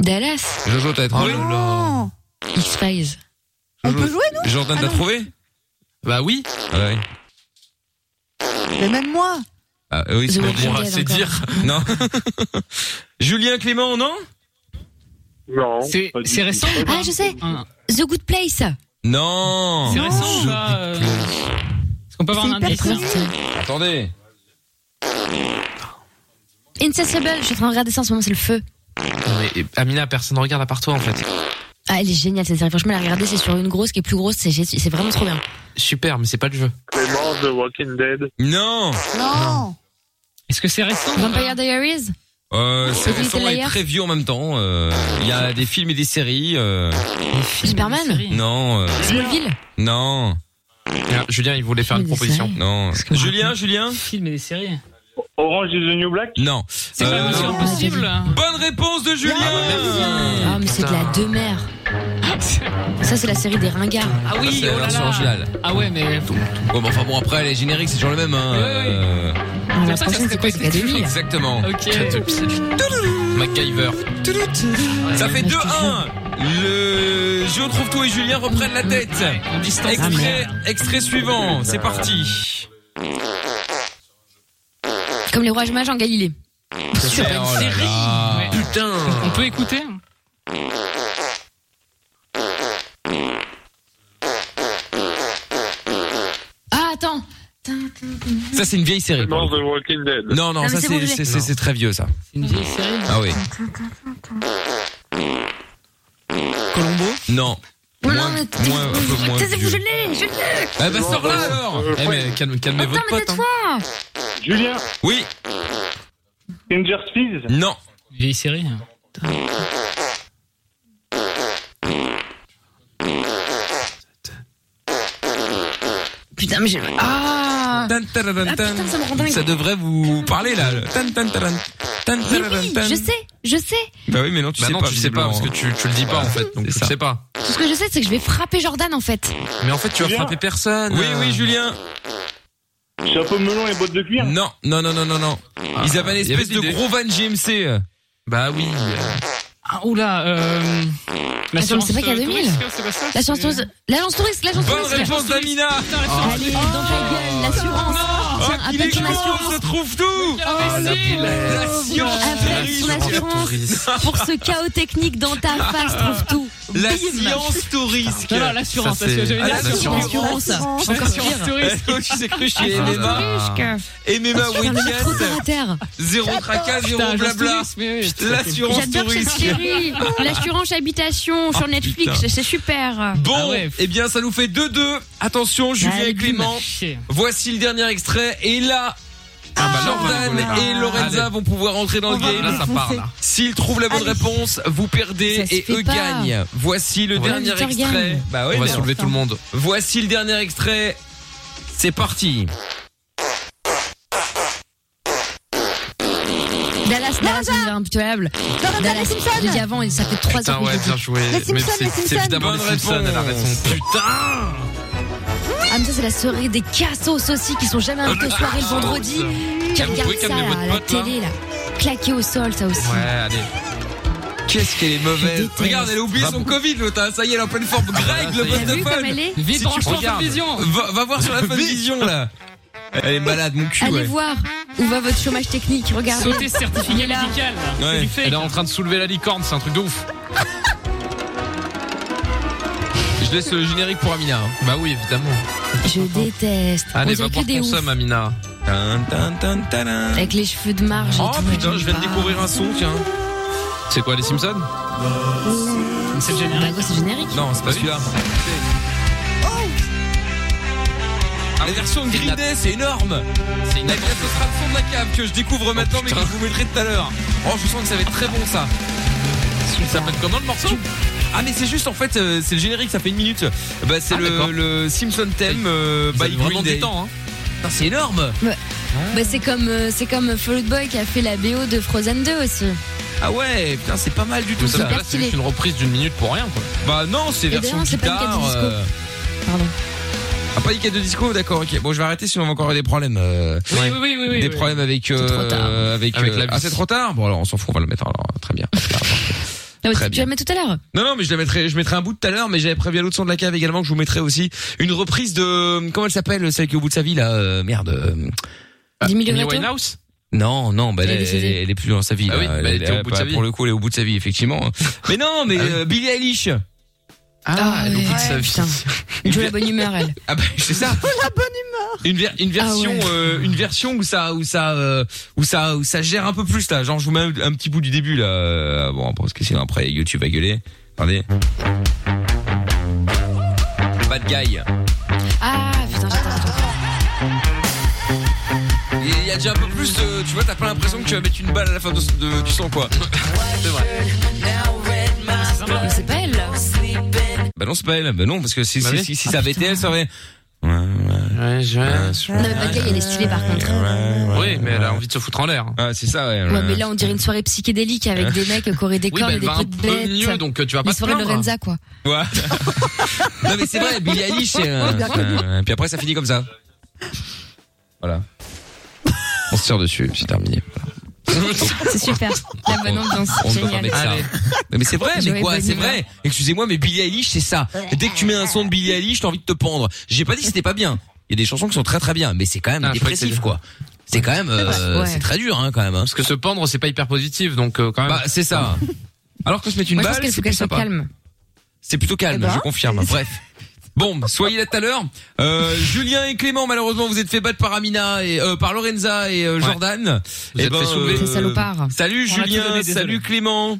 [SPEAKER 3] Dallas,
[SPEAKER 2] Jojo, t'as trouvé
[SPEAKER 3] Oh,
[SPEAKER 4] non.
[SPEAKER 3] X-Files.
[SPEAKER 4] On peut jouer, nous
[SPEAKER 2] Jordan,
[SPEAKER 4] Ah
[SPEAKER 2] t'as
[SPEAKER 4] non.
[SPEAKER 2] trouvé
[SPEAKER 6] Bah oui,
[SPEAKER 2] Ah ouais.
[SPEAKER 4] Mais même moi.
[SPEAKER 2] Ah oui, c'est
[SPEAKER 3] The
[SPEAKER 2] bon.
[SPEAKER 3] Walking
[SPEAKER 6] dira,
[SPEAKER 3] Dead
[SPEAKER 6] c'est
[SPEAKER 3] encore.
[SPEAKER 6] dire.
[SPEAKER 2] [laughs] Non. Julien Clément, non
[SPEAKER 10] Non.
[SPEAKER 5] C'est
[SPEAKER 10] pas du
[SPEAKER 5] c'est
[SPEAKER 10] tout.
[SPEAKER 5] récent ou pas
[SPEAKER 3] Ah, je sais.
[SPEAKER 5] Ah,
[SPEAKER 3] The Good Place.
[SPEAKER 2] Non.
[SPEAKER 5] C'est récent ou pas euh, Est-ce qu'on peut avoir
[SPEAKER 4] C'est
[SPEAKER 5] un
[SPEAKER 4] hyper
[SPEAKER 5] indice
[SPEAKER 4] connu.
[SPEAKER 5] hein
[SPEAKER 2] Attendez.
[SPEAKER 3] Insatiable, je suis en train de regarder ça en ce moment, c'est le feu.
[SPEAKER 6] Non, mais, euh, Amina, personne ne regarde à part toi en fait.
[SPEAKER 3] Ah, elle est géniale cette série. Franchement, la regarder, c'est sur une grosse qui est plus grosse, c'est gé- c'est vraiment trop bien.
[SPEAKER 6] Super, mais c'est pas le jeu.
[SPEAKER 10] Clément, The Walking Dead.
[SPEAKER 2] Non.
[SPEAKER 4] Non.
[SPEAKER 5] Est-ce que c'est récent ou pas
[SPEAKER 3] Vampire Diaries?
[SPEAKER 2] Euh, c'est
[SPEAKER 3] Little
[SPEAKER 2] récent et
[SPEAKER 3] Liars.
[SPEAKER 2] très vieux en même temps. euh, Il y a des films et des séries. euh,
[SPEAKER 3] Superman?
[SPEAKER 2] non. euh,
[SPEAKER 3] Smallville?
[SPEAKER 2] non.
[SPEAKER 6] Ah, Julien, il voulait faire une
[SPEAKER 3] Mais c'est
[SPEAKER 6] proposition.
[SPEAKER 2] Non. Julien, Julien.
[SPEAKER 5] Film et des séries.
[SPEAKER 10] Euh, Orange is the New Black.
[SPEAKER 2] Non.
[SPEAKER 5] C'est pas
[SPEAKER 2] Euh,
[SPEAKER 5] Mission
[SPEAKER 3] non.
[SPEAKER 5] Impossible là
[SPEAKER 2] bonne réponse de Julien.
[SPEAKER 3] Ah, mais c'est de la demeure. Ça, c'est la série des ringards.
[SPEAKER 5] Ah oui,
[SPEAKER 2] c'est la
[SPEAKER 5] oh là
[SPEAKER 2] version
[SPEAKER 5] là.
[SPEAKER 2] originale.
[SPEAKER 5] Ah ouais, mais.
[SPEAKER 2] Bon, bah, enfin bon, après les génériques, c'est toujours le même. Hein.
[SPEAKER 5] Oui, oui.
[SPEAKER 2] euh,
[SPEAKER 3] Ah, la
[SPEAKER 5] ça que ça
[SPEAKER 3] prochaine,
[SPEAKER 5] s'était
[SPEAKER 3] c'est quoi
[SPEAKER 5] pas
[SPEAKER 3] C'est Academy
[SPEAKER 2] Exactement.
[SPEAKER 5] Ok.
[SPEAKER 6] MacGyver.
[SPEAKER 2] Ça
[SPEAKER 3] Ouais,
[SPEAKER 2] fait
[SPEAKER 3] mais je te
[SPEAKER 2] 2-1. Le Géo trouve tout et Julien reprennent la tête.
[SPEAKER 5] On distance.
[SPEAKER 2] Extrait, extrait suivant. C'est parti.
[SPEAKER 3] Comme les rois mages en Galilée.
[SPEAKER 2] Oh là là.
[SPEAKER 5] Ouais.
[SPEAKER 6] Putain
[SPEAKER 5] On peut écouter
[SPEAKER 3] Ah, attends.
[SPEAKER 2] Ça c'est une vieille série. pour
[SPEAKER 10] Clément,
[SPEAKER 2] le
[SPEAKER 10] The Walking Dead.
[SPEAKER 2] coup. Non non,
[SPEAKER 3] Ah, mais
[SPEAKER 2] ça
[SPEAKER 3] c'est bon,
[SPEAKER 2] c'est
[SPEAKER 3] je l'ai.
[SPEAKER 2] c'est- c'est c'est très vieux ça.
[SPEAKER 5] C'est une vieille série.
[SPEAKER 2] Ah oui. Colombo Non.
[SPEAKER 3] Oh Non,
[SPEAKER 2] Moins-
[SPEAKER 3] non, mais t'es-
[SPEAKER 2] moins- un peu moins
[SPEAKER 3] T'es-
[SPEAKER 2] vieux.
[SPEAKER 3] je l'ai, je l'ai.
[SPEAKER 2] Eh bah sors là alors.
[SPEAKER 10] Euh,
[SPEAKER 6] Eh mais calme, calmez
[SPEAKER 3] Attends,
[SPEAKER 6] votre
[SPEAKER 3] mais
[SPEAKER 6] pote. hein.
[SPEAKER 3] tais-toi.
[SPEAKER 10] Julien,
[SPEAKER 2] Oui.
[SPEAKER 10] Stranger Things.
[SPEAKER 2] Non.
[SPEAKER 5] Une vieille série.
[SPEAKER 6] putain.
[SPEAKER 3] Putain, mais j'ai. Ah
[SPEAKER 2] Tan, tan, tan,
[SPEAKER 3] Ah, putain, ça me rend dingue.
[SPEAKER 2] Ça devrait vous parler là. Tan, tan, tan, tan, tan,
[SPEAKER 3] Oui,
[SPEAKER 2] tan,
[SPEAKER 3] oui,
[SPEAKER 2] tan, tan.
[SPEAKER 3] je sais, je sais.
[SPEAKER 2] Bah oui, mais non, tu
[SPEAKER 6] Bah
[SPEAKER 2] sais
[SPEAKER 6] non,
[SPEAKER 2] pas.
[SPEAKER 6] tu sais pas parce que tu, tu le dis pas en fait, donc tu le sais pas.
[SPEAKER 3] Tout ce que je sais, c'est que je vais frapper Jordan en fait.
[SPEAKER 6] Mais en fait, tu vas
[SPEAKER 10] Julien
[SPEAKER 6] frapper personne.
[SPEAKER 2] Oui,
[SPEAKER 6] euh.
[SPEAKER 2] oui, Julien.
[SPEAKER 10] Chapeau melon et bottes de cuir
[SPEAKER 2] Non, non, non, non, non, non. Ils avaient une
[SPEAKER 6] Ah, il y avait
[SPEAKER 2] espèce de
[SPEAKER 6] l'idée.
[SPEAKER 2] gros van GMC.
[SPEAKER 6] Bah oui. euh,
[SPEAKER 5] Ah, oula, euh.
[SPEAKER 3] Attends, mais c'est pas qu'il y a 2000.
[SPEAKER 5] touristique, c'est pas ça,
[SPEAKER 3] L'agence
[SPEAKER 5] c'est-
[SPEAKER 3] touriste, l'agence touriste, l'agence
[SPEAKER 2] Bonne
[SPEAKER 3] touriste.
[SPEAKER 2] réponse d'Amina.
[SPEAKER 3] Allez, dans ta
[SPEAKER 2] Ah.
[SPEAKER 3] gueule, l'assurance.
[SPEAKER 2] Oh,
[SPEAKER 3] Tiens,
[SPEAKER 2] il est
[SPEAKER 3] appelle ton
[SPEAKER 2] con,
[SPEAKER 3] assurance.
[SPEAKER 2] on se trouve tout.
[SPEAKER 5] Ah, imbécile.
[SPEAKER 2] La science.
[SPEAKER 3] Appelle son assurance pour ce chaos technique dans ta face, trouve tout.
[SPEAKER 2] Ah. La
[SPEAKER 3] Bim.
[SPEAKER 2] science touriste.
[SPEAKER 5] Non, non, l'assurance,
[SPEAKER 6] Ça,
[SPEAKER 5] parce que
[SPEAKER 6] c'est-
[SPEAKER 5] j'avais dit
[SPEAKER 2] Ah,
[SPEAKER 5] assurance.
[SPEAKER 3] L'assurance.
[SPEAKER 5] Encore Assurance [laughs]
[SPEAKER 2] [laughs]
[SPEAKER 5] touriste.
[SPEAKER 2] J'ai cru chez
[SPEAKER 5] Ah,
[SPEAKER 2] MMA. MMA
[SPEAKER 3] Putain, le mec trop
[SPEAKER 2] Weekend.
[SPEAKER 3] terre à terre.
[SPEAKER 2] Zéro tracas,
[SPEAKER 5] Putain,
[SPEAKER 2] zéro
[SPEAKER 5] agence
[SPEAKER 2] blabla.
[SPEAKER 5] touriste, mais oui.
[SPEAKER 2] L'assurance
[SPEAKER 3] J'adore cette
[SPEAKER 2] touriste. [laughs] Ah,
[SPEAKER 3] série. L'assurance habitation sur Netflix,
[SPEAKER 2] putain.
[SPEAKER 3] c'est super.
[SPEAKER 2] Bon,
[SPEAKER 5] Ah ouais.
[SPEAKER 2] eh bien, ça nous fait 2-2. Attention,
[SPEAKER 6] Ah,
[SPEAKER 2] Julien
[SPEAKER 3] Allez,
[SPEAKER 2] et Clément.
[SPEAKER 5] Chier.
[SPEAKER 2] Voici le dernier extrait. Et là,
[SPEAKER 6] Ah bah là, on va
[SPEAKER 2] Jordan
[SPEAKER 6] rigoler.
[SPEAKER 2] et Lorenza
[SPEAKER 6] Allez.
[SPEAKER 2] vont pouvoir entrer dans le
[SPEAKER 4] va
[SPEAKER 2] game.
[SPEAKER 6] Là, ça part, là.
[SPEAKER 2] S'ils trouvent la bonne
[SPEAKER 4] Allez.
[SPEAKER 2] réponse, vous perdez
[SPEAKER 3] Ça se
[SPEAKER 2] et
[SPEAKER 3] fait
[SPEAKER 2] eux
[SPEAKER 3] pas.
[SPEAKER 2] gagnent. Voici le
[SPEAKER 6] Ouais.
[SPEAKER 2] dernier
[SPEAKER 3] Victor
[SPEAKER 2] extrait.
[SPEAKER 3] gagne.
[SPEAKER 2] Bah oui,
[SPEAKER 6] On va
[SPEAKER 2] mais
[SPEAKER 6] soulever tout le monde.
[SPEAKER 2] Voici le dernier extrait. C'est parti.
[SPEAKER 3] Dallas, Dallas, on est impitoyable.
[SPEAKER 4] Jordan
[SPEAKER 3] Dallas,
[SPEAKER 4] Simpson.
[SPEAKER 3] j'ai dit avant, ça fait 3
[SPEAKER 6] Putain,
[SPEAKER 3] ans que
[SPEAKER 6] ouais,
[SPEAKER 3] je
[SPEAKER 6] bien
[SPEAKER 3] dis.
[SPEAKER 6] joué.
[SPEAKER 4] Les
[SPEAKER 6] Mais
[SPEAKER 4] Simpsons,
[SPEAKER 6] c'est
[SPEAKER 4] les
[SPEAKER 6] c'est
[SPEAKER 4] Simpsons.
[SPEAKER 6] évidemment les
[SPEAKER 2] Bonne
[SPEAKER 6] Simpsons, elle a raison.
[SPEAKER 2] réponse.
[SPEAKER 6] Putain
[SPEAKER 3] Ah, mais ça, c'est la soirée des cassos aussi qui sont jamais invités aux
[SPEAKER 2] Ah,
[SPEAKER 3] soirées le vendredi.
[SPEAKER 2] hein.
[SPEAKER 3] Qui
[SPEAKER 6] Vous
[SPEAKER 3] regardent
[SPEAKER 6] pouvez
[SPEAKER 3] ça
[SPEAKER 6] calmer
[SPEAKER 3] là,
[SPEAKER 6] votre
[SPEAKER 3] à la
[SPEAKER 6] pote, là
[SPEAKER 3] télé, là. Claqué au sol, ça aussi.
[SPEAKER 6] Ouais, allez.
[SPEAKER 2] Qu'est-ce qu'elle est
[SPEAKER 3] Je
[SPEAKER 2] mauvaise.
[SPEAKER 3] déteste.
[SPEAKER 2] Regarde, elle a oublié son
[SPEAKER 6] Bravo.
[SPEAKER 2] Covid, l'autre. hein. Ça y est, elle est en pleine
[SPEAKER 3] Ah
[SPEAKER 2] forme.
[SPEAKER 3] bah
[SPEAKER 2] Greg,
[SPEAKER 6] voilà,
[SPEAKER 2] le
[SPEAKER 6] ça y est.
[SPEAKER 2] boss
[SPEAKER 3] T'as
[SPEAKER 2] de
[SPEAKER 3] vu
[SPEAKER 2] fun.
[SPEAKER 3] comme elle est
[SPEAKER 5] Vite,
[SPEAKER 2] tu
[SPEAKER 5] branche-toi en
[SPEAKER 2] regardes.
[SPEAKER 5] vision.
[SPEAKER 2] Va, va voir sur la fin de vision, là. Elle est malade, mon cul,
[SPEAKER 3] Allez
[SPEAKER 2] ouais.
[SPEAKER 3] voir où va votre chômage technique, regarde.
[SPEAKER 5] Sauter ce certificat
[SPEAKER 3] Il est là.
[SPEAKER 5] médical. là.
[SPEAKER 2] Ouais.
[SPEAKER 5] C'est du fake.
[SPEAKER 6] Elle est en train de soulever la licorne, c'est un truc
[SPEAKER 2] [laughs]
[SPEAKER 6] de ouf.
[SPEAKER 2] Je laisse le générique pour Amina. hein.
[SPEAKER 6] Bah oui, évidemment.
[SPEAKER 3] Je déteste.
[SPEAKER 6] Allez,
[SPEAKER 3] On
[SPEAKER 6] va
[SPEAKER 3] dirait
[SPEAKER 6] boire
[SPEAKER 3] que des
[SPEAKER 6] ton
[SPEAKER 3] oufs.
[SPEAKER 6] somme, Amina.
[SPEAKER 2] Tan, tan, tan, taran.
[SPEAKER 3] Avec les cheveux de marge. et
[SPEAKER 2] Oh
[SPEAKER 3] tout,
[SPEAKER 2] putain,
[SPEAKER 3] j'aime
[SPEAKER 2] je viens de
[SPEAKER 3] pas.
[SPEAKER 2] découvrir un son, tiens.
[SPEAKER 6] C'est quoi, les Simpsons
[SPEAKER 5] C'est le
[SPEAKER 3] Bah
[SPEAKER 5] générique.
[SPEAKER 3] quoi, c'est générique
[SPEAKER 2] Non, c'est pas celui-là.
[SPEAKER 6] Oh
[SPEAKER 2] La version de Green Day, c'est énorme.
[SPEAKER 6] C'est Oh,
[SPEAKER 2] La grève de fond de la cave que je découvre maintenant, mais que je
[SPEAKER 6] putain.
[SPEAKER 2] vous mettrai tout à l'heure. Oh, je sens que ça va être très bon ça.
[SPEAKER 6] Ça s'appelle comment le morceau
[SPEAKER 2] Ah mais c'est juste en fait euh, c'est le générique ça fait une minute bah c'est
[SPEAKER 6] Ah,
[SPEAKER 2] le,
[SPEAKER 6] d'accord.
[SPEAKER 2] le Simpson thème euh,
[SPEAKER 6] Bah,
[SPEAKER 2] by
[SPEAKER 6] il
[SPEAKER 2] Green
[SPEAKER 6] vraiment
[SPEAKER 2] Day
[SPEAKER 6] des temps, hein.
[SPEAKER 2] Putain, c'est énorme
[SPEAKER 3] Bah c'est comme euh, c'est comme Fall Out Boy qui a fait la BO de Frozen 2 aussi.
[SPEAKER 2] ah ouais putain c'est pas mal du tout
[SPEAKER 6] Mais ça,
[SPEAKER 2] ça
[SPEAKER 3] Super
[SPEAKER 6] là, c'est
[SPEAKER 3] stylé.
[SPEAKER 6] juste une reprise d'une minute pour rien, quoi.
[SPEAKER 2] bah non c'est version
[SPEAKER 3] d'ailleurs, c'est pas une
[SPEAKER 2] guitare
[SPEAKER 3] carte disco.
[SPEAKER 2] euh,
[SPEAKER 3] Pardon.
[SPEAKER 2] ah pas une carte de disco d'accord ok bon je vais arrêter sinon on va encore avoir des problèmes euh,
[SPEAKER 5] Oui, oui, oui, oui, oui.
[SPEAKER 2] des
[SPEAKER 5] oui.
[SPEAKER 2] problèmes avec euh,
[SPEAKER 3] trop tard.
[SPEAKER 2] avec,
[SPEAKER 6] Avec
[SPEAKER 2] euh,
[SPEAKER 6] la
[SPEAKER 2] ah
[SPEAKER 6] vie.
[SPEAKER 2] c'est trop tard bon alors on s'en fout on va le mettre alors très bien
[SPEAKER 3] Non, mais
[SPEAKER 2] Très
[SPEAKER 3] tu- tu
[SPEAKER 2] bien.
[SPEAKER 3] la mets tout à l'heure.
[SPEAKER 2] Non, non, mais je la mettrai, je mettrai un bout tout à l'heure, mais j'avais prévu à l'autre son de la cave également que je vous mettrai aussi une reprise de, euh, comment elle s'appelle, celle qui est au bout de sa vie, là, euh, merde, euh,
[SPEAKER 3] 10
[SPEAKER 6] Amy
[SPEAKER 3] millions de
[SPEAKER 6] Winehouse
[SPEAKER 2] non, non, bah,
[SPEAKER 3] Elle
[SPEAKER 2] elle,
[SPEAKER 3] est décédée.
[SPEAKER 2] elle- elle est plus dans sa vie,
[SPEAKER 6] Ah
[SPEAKER 2] là.
[SPEAKER 6] oui, bah, elle était au bout de
[SPEAKER 2] bah,
[SPEAKER 6] sa vie.
[SPEAKER 2] Pour le coup, elle est au bout de sa vie,
[SPEAKER 6] [laughs]
[SPEAKER 2] effectivement. mais non, mais,
[SPEAKER 6] Ah oui.
[SPEAKER 2] euh, Billie Eilish.
[SPEAKER 3] Ah,
[SPEAKER 6] elle
[SPEAKER 3] ouais,
[SPEAKER 6] oublie de sa vie.
[SPEAKER 3] putain. Tu la bonne humeur elle.
[SPEAKER 2] Ah, bah, c'est ça.
[SPEAKER 4] Oh, La bonne humeur. Ah
[SPEAKER 2] Une, ver- une version,
[SPEAKER 3] ouais.
[SPEAKER 2] euh, une version où ça, où ça, euh, où ça, où ça gère un peu plus, là. Genre, je vous mets un, un petit bout du début, là. Euh, Bon, parce que sinon après, YouTube va gueuler. Attendez. Bad guy.
[SPEAKER 3] Ah putain, j'attends. j'attends.
[SPEAKER 2] Il y a déjà un peu plus de. Tu vois, t'as pas l'impression que tu vas mettre une balle à la fin de, de- du sang, quoi.
[SPEAKER 3] Mais c'est pas elle. là.
[SPEAKER 2] Bah non, c'est pas elle. Bah non, parce que si,
[SPEAKER 6] Bah
[SPEAKER 2] si,
[SPEAKER 6] oui.
[SPEAKER 2] si, si ça avait été elle, ça aurait. Ouais, ouais,
[SPEAKER 6] Ouais,
[SPEAKER 2] ouais,
[SPEAKER 3] Non mais Bad Guy, elle est stylée par contre. Ouais,
[SPEAKER 2] ouais, ouais.
[SPEAKER 6] Oui, mais elle a envie de se foutre en l'air.
[SPEAKER 2] Ah, c'est ça, ouais.
[SPEAKER 3] mais là on dirait une soirée psychédélique avec des mecs qui auraient des
[SPEAKER 6] Oui,
[SPEAKER 3] cordes
[SPEAKER 6] bah,
[SPEAKER 3] et
[SPEAKER 6] elle
[SPEAKER 3] des
[SPEAKER 6] va un
[SPEAKER 3] coups de
[SPEAKER 6] peu mieux,
[SPEAKER 3] bête.
[SPEAKER 6] donc euh, tu vas
[SPEAKER 3] Une
[SPEAKER 6] pas te
[SPEAKER 3] soirée
[SPEAKER 6] plaindre.
[SPEAKER 3] Lorenza quoi. [laughs]
[SPEAKER 2] Ouais. non, mais c'est vrai, Billie Eilish, c'est. un-
[SPEAKER 4] Bien connu.
[SPEAKER 2] un- Puis après, ça finit comme ça. Voilà. On se tire dessus, c'est terminé.
[SPEAKER 3] C'est super. La bonne ambiance.
[SPEAKER 2] On ne peut pas
[SPEAKER 3] Génial.
[SPEAKER 2] mettre ça. Non, mais c'est vrai, mais
[SPEAKER 3] J'aurais
[SPEAKER 2] quoi,
[SPEAKER 3] bonne
[SPEAKER 2] c'est
[SPEAKER 3] humeur.
[SPEAKER 2] vrai. Excusez-moi, mais Billie Eilish, c'est ça. Dès que tu mets un son de Billie Eilish, t'as envie de te pendre. J'ai pas dit que c'était pas bien. Il y a des chansons qui sont très très bien, mais c'est quand même
[SPEAKER 6] Ah, je croyais que
[SPEAKER 2] dépressif,
[SPEAKER 6] c'était-
[SPEAKER 2] quoi. C'est quand même, euh,
[SPEAKER 3] Ouais.
[SPEAKER 2] c'est très dur, hein, quand même. hein.
[SPEAKER 6] Parce que se pendre, c'est pas hyper positif, donc euh, quand même.
[SPEAKER 2] Bah,
[SPEAKER 3] [laughs]
[SPEAKER 2] c'est ça. Alors qu'on se met une
[SPEAKER 3] Moi je pense
[SPEAKER 2] balle,
[SPEAKER 3] qu'il
[SPEAKER 2] c'est
[SPEAKER 3] faut qu'elle
[SPEAKER 2] plus
[SPEAKER 3] soit
[SPEAKER 2] sympa.
[SPEAKER 3] calme.
[SPEAKER 2] C'est plutôt calme,
[SPEAKER 4] Eh ben.
[SPEAKER 2] je confirme. Bref. Bon, soyez là tout à l'heure. Euh, Julien et Clément, malheureusement, vous êtes fait battre par Amina et euh, par Lorenza et euh, Jordan. euh,
[SPEAKER 6] Vous êtes fait soulever.
[SPEAKER 3] Ces salopards.
[SPEAKER 2] Salut
[SPEAKER 5] On a tout
[SPEAKER 2] Julien,
[SPEAKER 5] donné, désolé.
[SPEAKER 2] salut Clément.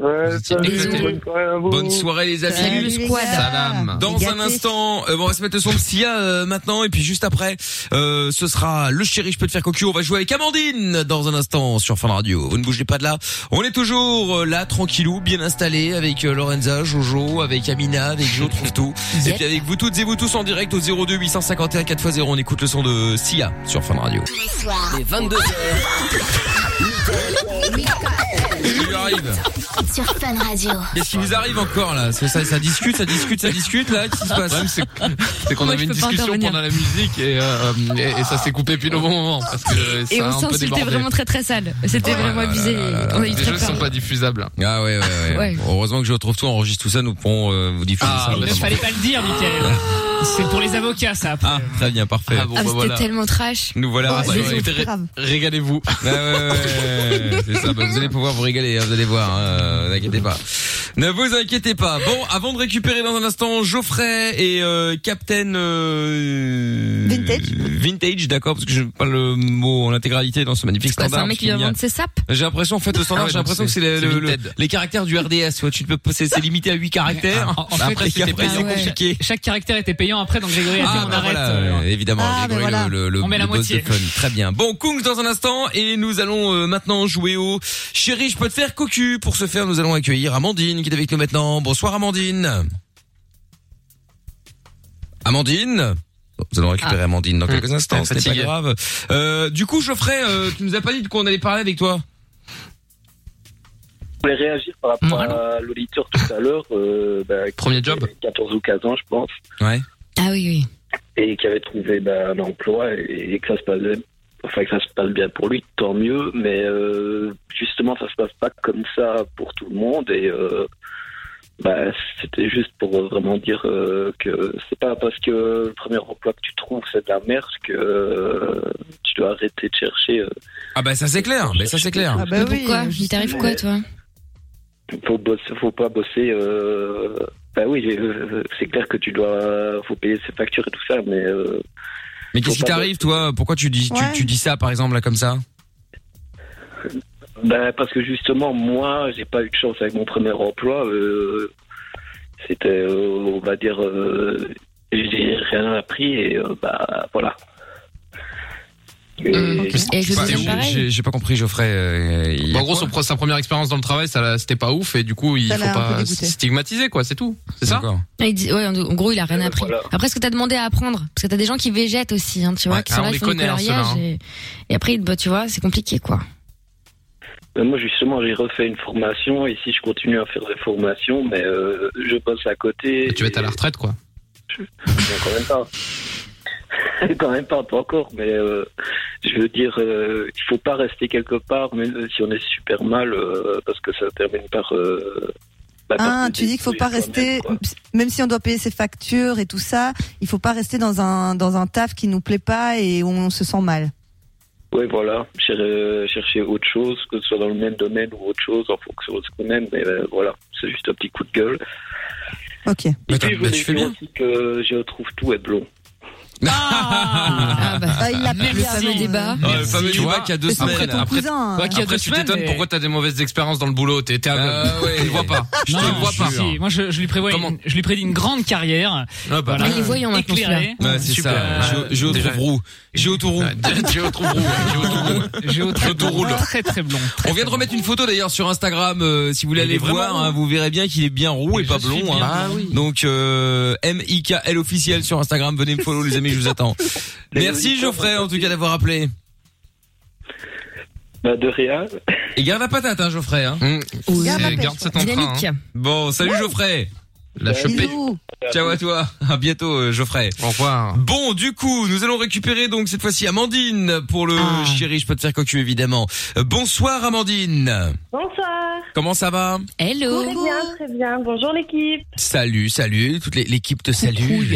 [SPEAKER 10] Ouais, salut,
[SPEAKER 2] éclatés.
[SPEAKER 10] bonne soirée à vous.
[SPEAKER 2] Bonne soirée les amis.
[SPEAKER 10] Salut le squad.
[SPEAKER 2] Salam. Dans
[SPEAKER 10] Les
[SPEAKER 2] un
[SPEAKER 10] gâtés.
[SPEAKER 2] instant, euh, bon, on va se mettre le son de Sia euh, maintenant et puis juste après, euh, ce sera le chéri, je peux te faire cocu. On va jouer avec Amandine dans un instant sur Fun Radio. Vous ne bougez pas de là. On est toujours euh, là, tranquillou, bien installé avec euh, Lorenza, Jojo, avec Amina, avec Jo trouve
[SPEAKER 10] [laughs]
[SPEAKER 2] tout. Et puis avec vous toutes et vous tous en direct au 02 851 4x0. On écoute le son de Sia sur Fun Radio.
[SPEAKER 1] Les 22
[SPEAKER 2] Il lui arrive.
[SPEAKER 8] Sur Fun Radio.
[SPEAKER 2] Qu'est-ce qui nous arrive encore là ça, ça, ça discute, ça discute, ça discute là. Qu'est-ce qui se
[SPEAKER 6] Le problème,
[SPEAKER 2] passe
[SPEAKER 6] c'est C'est qu'on
[SPEAKER 2] Moi,
[SPEAKER 6] avait
[SPEAKER 2] je
[SPEAKER 6] une
[SPEAKER 2] peux pas
[SPEAKER 6] discussion
[SPEAKER 2] intervenir.
[SPEAKER 6] pendant la musique et, euh, et, et ça s'est coupé puis le bon moment parce que euh, ça
[SPEAKER 3] Et
[SPEAKER 6] a
[SPEAKER 3] on
[SPEAKER 6] un peu
[SPEAKER 3] s'insultait
[SPEAKER 6] débordé.
[SPEAKER 3] vraiment très très sale. C'était
[SPEAKER 6] Oh là
[SPEAKER 3] vraiment
[SPEAKER 6] là
[SPEAKER 3] abusé.
[SPEAKER 6] là là là.
[SPEAKER 3] On a eu
[SPEAKER 6] Les
[SPEAKER 3] très
[SPEAKER 6] jeux
[SPEAKER 3] peur. Bah,
[SPEAKER 6] sont pas diffusables.
[SPEAKER 2] Ah ouais, ouais, ouais.
[SPEAKER 3] Ouais.
[SPEAKER 2] Bon, heureusement que je retrouve tout, on enregistre tout ça, nous pourrons euh, vous diffuser
[SPEAKER 6] Ah,
[SPEAKER 2] ça.
[SPEAKER 6] bah,
[SPEAKER 5] Il ne
[SPEAKER 2] notamment.
[SPEAKER 5] fallait pas le dire, Michael. C'est pour les avocats, ça. Après.
[SPEAKER 2] Ah, très bien, parfait.
[SPEAKER 3] Ah,
[SPEAKER 6] bah
[SPEAKER 3] c'était tellement trash.
[SPEAKER 2] Nous voilà.
[SPEAKER 5] Ah,
[SPEAKER 2] rassurés.
[SPEAKER 5] c'est
[SPEAKER 2] Ré-
[SPEAKER 5] grave.
[SPEAKER 2] Régalez-vous. Ah, ouais, ouais, ouais, ouais, c'est ça. Bah, vous allez pouvoir vous régaler. hein, vous allez voir. hein, N'inquiétez pas. Ne vous inquiétez pas. Bon, avant de récupérer dans un instant Geoffrey et euh, Captain euh, Vintage. Vintage, d'accord, parce que je pas le mot en intégralité dans ce magnifique
[SPEAKER 3] Quoi, C'est
[SPEAKER 2] standard.
[SPEAKER 3] un mec qui lui invente ses sapes.
[SPEAKER 2] J'ai l'impression, en fait, le standard,
[SPEAKER 6] Ah ouais,
[SPEAKER 2] j'ai
[SPEAKER 6] donc
[SPEAKER 2] l'impression que
[SPEAKER 6] c'est-
[SPEAKER 2] c'est le-
[SPEAKER 6] c'est
[SPEAKER 2] le- le-
[SPEAKER 6] Vinted.
[SPEAKER 2] les caractères du RDS. ouais, tu ne peux pas- c'est c'est limité à 8 caractères.
[SPEAKER 5] Ah, En, en fait,
[SPEAKER 2] eh, Après,
[SPEAKER 5] c'était Ah
[SPEAKER 2] après, c'est
[SPEAKER 5] payant.
[SPEAKER 2] compliqué.
[SPEAKER 5] Chaque caractère était payant après, donc Grégory a dit
[SPEAKER 2] Ah,
[SPEAKER 5] on
[SPEAKER 2] bah
[SPEAKER 5] arrête.
[SPEAKER 2] voilà,
[SPEAKER 5] euh,
[SPEAKER 2] euh, évidemment,
[SPEAKER 5] Ah, bah
[SPEAKER 2] Grégory,
[SPEAKER 5] voilà.
[SPEAKER 2] le, le, le-
[SPEAKER 5] On met la
[SPEAKER 2] le boss
[SPEAKER 5] moitié.
[SPEAKER 2] de fun. Très bien. Bon, Kungs dans un instant, et nous allons euh, maintenant jouer au Chéri, je peux te faire cocu. Pour ce faire, nous allons accueillir Amandine qui est avec nous maintenant. Bonsoir Amandine. Amandine nous allons récupérer
[SPEAKER 6] Ah.
[SPEAKER 2] Amandine dans
[SPEAKER 6] Mmh.
[SPEAKER 2] quelques instants, ce n'est pas
[SPEAKER 6] Fatigué.
[SPEAKER 2] grave. Euh, du coup, Geoffrey, euh, tu nous as pas dit de quoi on allait parler avec toi
[SPEAKER 7] Je voulais réagir par rapport à l'auditeur tout à l'heure. euh, bah, qui
[SPEAKER 6] Mmh. Premier job.
[SPEAKER 7] avait 14 ou 15 ans, je pense.
[SPEAKER 2] Ouais.
[SPEAKER 3] Ah oui, oui.
[SPEAKER 7] Et qui avait trouvé bah, un emploi et, et que ça se passait. Enfin, que ça se passe bien pour lui, tant mieux. Mais euh, justement, ça se passe pas comme ça pour tout le monde. Et euh, bah, c'était juste pour vraiment dire euh, que c'est pas parce que le premier emploi que tu trouves c'est de la merde que euh, tu dois arrêter de chercher. euh,
[SPEAKER 2] Ah bah ça c'est clair, mais ça c'est clair.
[SPEAKER 7] Ah, bah,
[SPEAKER 3] Mais pourquoi Il t'arrive quoi,
[SPEAKER 7] mais-
[SPEAKER 3] toi
[SPEAKER 7] faut bosser, faut pas bosser. Euh... Ben oui, euh, c'est clair que tu dois, faut payer ses factures et tout ça, mais. euh,
[SPEAKER 2] Mais qu'est-ce qui
[SPEAKER 7] faut pas
[SPEAKER 2] t'arrive toi Pourquoi tu dis tu,
[SPEAKER 7] Ouais.
[SPEAKER 2] tu dis ça par exemple là comme ça
[SPEAKER 7] bosser. Ben parce que justement, moi, j'ai pas eu de chance avec mon premier emploi. euh, C'était, euh, on va dire, euh, j'ai rien appris et euh, bah voilà.
[SPEAKER 3] Mm. Et
[SPEAKER 7] je
[SPEAKER 6] Bah,
[SPEAKER 7] suis
[SPEAKER 6] j'ai-
[SPEAKER 7] pareil.
[SPEAKER 6] j'ai-
[SPEAKER 2] J'ai Euh, pas compris Geoffrey. euh, il y a
[SPEAKER 6] Bah, en gros,
[SPEAKER 2] quoi
[SPEAKER 6] son pro- sa première expérience dans le travail, ça l'a- c'était pas ouf et du coup, il
[SPEAKER 3] Ça
[SPEAKER 6] faut
[SPEAKER 3] l'a un peu
[SPEAKER 6] pas
[SPEAKER 3] dégoûté.
[SPEAKER 6] stigmatiser quoi, c'est tout. C'est ça
[SPEAKER 3] Ah, il dit- ouais, en en gros, il a rien appris.
[SPEAKER 6] voilà.
[SPEAKER 3] Après, ce que t'as demandé à apprendre, parce que t'as des gens qui végètent aussi, hein, tu vois,
[SPEAKER 6] Ouais,
[SPEAKER 3] qui
[SPEAKER 6] ah,
[SPEAKER 3] sont
[SPEAKER 6] on
[SPEAKER 3] là,
[SPEAKER 6] les
[SPEAKER 3] qui font du
[SPEAKER 6] connaît, hein,
[SPEAKER 3] coloriage,
[SPEAKER 6] ceux-là,
[SPEAKER 3] et, et après, bah, tu vois, c'est compliqué, quoi.
[SPEAKER 7] Ben, Moi, justement, j'ai refait une formation et si je continue à faire des formations, mais euh, je bosse à côté. tu vas être à la
[SPEAKER 6] retraite, quoi.
[SPEAKER 7] quand même pas. [laughs] quand même pas, pas encore, mais euh, je veux dire, euh, il faut pas rester quelque part, même si on est super mal, euh, parce que ça termine par. euh, bah, par
[SPEAKER 4] Hein,
[SPEAKER 7] se
[SPEAKER 4] tu dis qu'il faut pas
[SPEAKER 7] détruire
[SPEAKER 4] rester, même si on doit payer ses factures et tout ça, il faut pas rester dans un dans un taf qui nous plaît pas et où on se sent mal.
[SPEAKER 7] Oui, voilà, cher- euh, chercher autre chose, que ce soit dans le même domaine ou autre chose, en fonction de ce qu'on aime, mais euh, voilà, c'est juste un petit coup de gueule.
[SPEAKER 4] Ok.
[SPEAKER 7] Et puis, je voulais dire aussi que je retrouve tout est blond.
[SPEAKER 3] Ah, bah,
[SPEAKER 4] il l'a
[SPEAKER 3] le fameux débat.
[SPEAKER 2] Ah, le fameux
[SPEAKER 6] Tu
[SPEAKER 2] débat
[SPEAKER 6] vois,
[SPEAKER 2] qu'il y a deux
[SPEAKER 6] après,
[SPEAKER 2] semaines.
[SPEAKER 6] ton
[SPEAKER 2] Après-
[SPEAKER 6] cousin,
[SPEAKER 2] Ouais, qu'il y a
[SPEAKER 6] Après,
[SPEAKER 2] deux
[SPEAKER 6] tu
[SPEAKER 2] semaines,
[SPEAKER 6] t'étonnes
[SPEAKER 2] mais-
[SPEAKER 6] pourquoi t'as des mauvaises expériences dans le boulot. T'es t'es aveugle.
[SPEAKER 2] Bah,
[SPEAKER 6] Tu le vois pas. Je te le vois pas.
[SPEAKER 5] si, Moi, je, je lui prévois, une, je lui prédis une grande carrière.
[SPEAKER 6] Ah, bah,
[SPEAKER 5] Voilà.
[SPEAKER 6] Il est
[SPEAKER 3] voyant, maintenant,
[SPEAKER 5] Éclairé.
[SPEAKER 2] Ouais, c'est ça. J'ai au roux. J'ai au roux.
[SPEAKER 6] J'ai au roux.
[SPEAKER 5] J'ai au Très très blond.
[SPEAKER 2] On vient de remettre une photo d'ailleurs sur Instagram. euh, si vous voulez
[SPEAKER 5] Il
[SPEAKER 2] aller
[SPEAKER 5] est vraiment
[SPEAKER 2] voir,
[SPEAKER 5] blond.
[SPEAKER 2] hein, vous verrez bien qu'il est bien roux et, pas
[SPEAKER 5] suis
[SPEAKER 2] blond.
[SPEAKER 5] bien
[SPEAKER 2] hein.
[SPEAKER 5] blond. Ah oui.
[SPEAKER 2] Donc euh, MIKL officiel sur Instagram. Venez me follow les amis, je vous attends. Merci Geoffrey en tout cas d'avoir appelé.
[SPEAKER 7] Bah, de rien.
[SPEAKER 2] Et garde la patate, hein, Geoffrey. Hein.
[SPEAKER 6] Oui. Garde la pêche, Garde cet ouais. entrain, Dynamique. hein.
[SPEAKER 2] Bon, salut Geoffrey.
[SPEAKER 6] La Salut. chopée.
[SPEAKER 2] Ciao à toi. À bientôt, euh, Geoffrey.
[SPEAKER 6] Au revoir.
[SPEAKER 2] Bon, du coup, nous allons récupérer donc cette fois-ci Amandine pour le
[SPEAKER 6] Ah.
[SPEAKER 2] chéri, je peux te faire cocu évidemment. Euh, Bonsoir Amandine.
[SPEAKER 11] Bonsoir.
[SPEAKER 2] Comment ça va
[SPEAKER 3] Hello.
[SPEAKER 11] Très bien, très bien. Bonjour l'équipe.
[SPEAKER 2] Salut, salut, toute l'é- l'équipe te salue.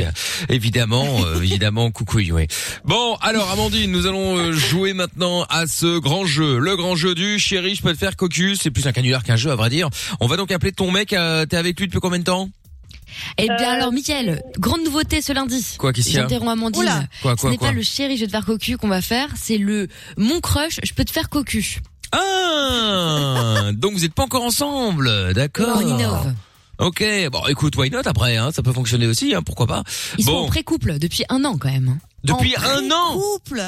[SPEAKER 2] Évidemment, euh, évidemment, coucouille, oui. Bon, alors Amandine, nous allons euh, jouer maintenant à ce grand jeu, le grand jeu du chéri, je peux te faire cocu, c'est plus un canular qu'un jeu à vrai dire. On va donc appeler ton mec, euh, t'es avec lui depuis combien de temps
[SPEAKER 3] Eh bien, alors, Mickaël, grande nouveauté ce lundi.
[SPEAKER 2] Quoi, qu'est-ce qu'il y a
[SPEAKER 3] J'interromps Amandine.
[SPEAKER 2] Oula. Quoi,
[SPEAKER 3] ce
[SPEAKER 2] quoi,
[SPEAKER 3] n'est
[SPEAKER 2] quoi
[SPEAKER 3] pas le chéri, je vais te faire cocu qu'on va faire, c'est le mon crush, je peux te faire cocu.
[SPEAKER 2] Ah, donc vous n'êtes pas encore ensemble, d'accord.
[SPEAKER 3] On innove.
[SPEAKER 2] Ok, bon, écoute, why not après, hein, ça peut fonctionner aussi, hein, pourquoi pas.
[SPEAKER 3] Ils sont en
[SPEAKER 2] bon,
[SPEAKER 3] pré-couple depuis un an quand même. hein.
[SPEAKER 2] depuis un an. Ah bah.
[SPEAKER 4] Couple.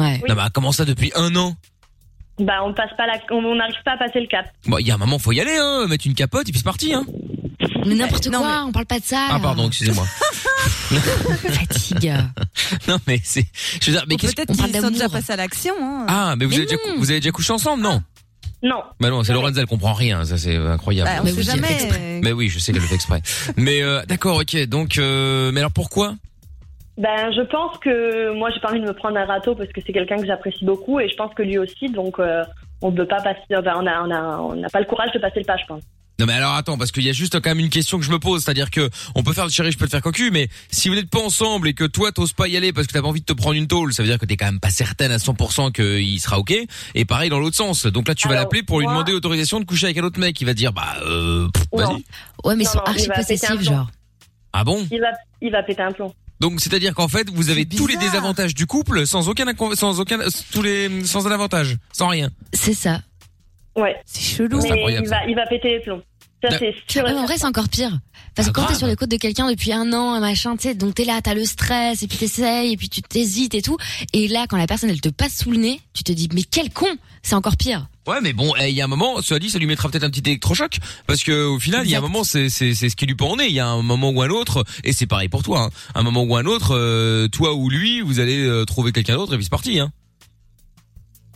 [SPEAKER 3] Ouais.
[SPEAKER 2] Non, mais comment ça depuis un an
[SPEAKER 11] Bah, on passe pas la, on on n'arrive pas à passer le cap.
[SPEAKER 2] Bon, il y a un moment, faut y aller, hein, mettre une capote et puis c'est parti, hein.
[SPEAKER 3] Mais
[SPEAKER 4] Eh,
[SPEAKER 3] n'importe quoi, on parle pas de ça.
[SPEAKER 2] Ah,
[SPEAKER 4] [laughs]
[SPEAKER 2] pardon, excusez-moi.
[SPEAKER 3] Fatigue.
[SPEAKER 2] non, mais c'est, je veux dire, Ah, mais
[SPEAKER 4] Ou
[SPEAKER 2] qu'est-ce
[SPEAKER 4] Peut-être
[SPEAKER 2] qu'on parle
[SPEAKER 4] qu'ils sont déjà
[SPEAKER 2] d'amour
[SPEAKER 4] passés à l'action. Hein.
[SPEAKER 2] Ah, mais vous
[SPEAKER 4] Mais
[SPEAKER 2] avez déjà, cou- vous avez déjà couché ensemble, non?
[SPEAKER 11] Non.
[SPEAKER 2] Bah non, c'est Lorenza, elle comprend rien, ça c'est incroyable.
[SPEAKER 4] Bah, on Mais sait vous y jamais. avez fait exprès.
[SPEAKER 2] Mais oui, je sais qu'elle le fait exprès. mais euh, d'accord, ok. Donc, euh, mais alors pourquoi
[SPEAKER 11] Ben, je pense que moi, j'ai pas envie de me prendre un râteau parce que c'est quelqu'un que j'apprécie beaucoup et je pense que lui aussi. Donc, euh, on peut pas passer. Ben, on a, on a, on n'a pas le courage de passer le pas, je pense.
[SPEAKER 2] Non mais alors attends, parce qu'il y a juste quand même une question que je me pose, c'est-à-dire que on peut faire le chéri, je peux te faire cocu, mais si vous n'êtes pas ensemble et que toi t'oses pas y aller parce que t'as pas envie de te prendre une tôle, ça veut dire que t'es quand même pas certaine à 100% qu'il sera ok. Et pareil dans l'autre sens. Donc là tu vas l'appeler pour lui demander l'autorisation de coucher avec un autre mec. Il va dire bah euh, pff, vas-y.
[SPEAKER 3] Ouais, mais
[SPEAKER 11] Non,
[SPEAKER 3] ils sont
[SPEAKER 11] non, il
[SPEAKER 3] archi
[SPEAKER 11] va péter un
[SPEAKER 3] possessifs,
[SPEAKER 11] plomb.
[SPEAKER 3] genre.
[SPEAKER 2] Ah bon
[SPEAKER 11] Il va, il va péter un plomb.
[SPEAKER 2] Donc c'est-à-dire qu'en fait vous avez tous les désavantages du couple sans aucun inco- sans aucun tous les sans un avantage, sans rien.
[SPEAKER 3] C'est ça.
[SPEAKER 11] Ouais.
[SPEAKER 4] C'est chelou.
[SPEAKER 2] C'est
[SPEAKER 11] Mais
[SPEAKER 2] incroyable,
[SPEAKER 11] il va, il va péter les plombs. Ça,
[SPEAKER 2] D'ac-
[SPEAKER 11] c'est sûr.
[SPEAKER 3] Ah, mais en vrai, c'est encore pire.
[SPEAKER 2] Ah,
[SPEAKER 3] Parce que quand t'es sur les côtes de quelqu'un depuis un an, un machin, tu sais, donc t'es là, t'as le stress, et puis t'essayes, et puis tu t'hésites et tout. Et là, quand la personne, elle te passe sous le nez, tu te dis, mais quel con C'est encore pire.
[SPEAKER 2] Ouais, mais bon, eh, il y a un moment, cela dit, ça lui mettra peut-être un petit électrochoc, parce que au final, il y a un moment, c'est c'est c'est ce qui lui pend au nez. Il y a un moment ou un autre, et c'est pareil pour toi. hein. Un moment ou un autre, euh, toi ou lui, vous allez euh, trouver quelqu'un d'autre et puis c'est parti. Hein.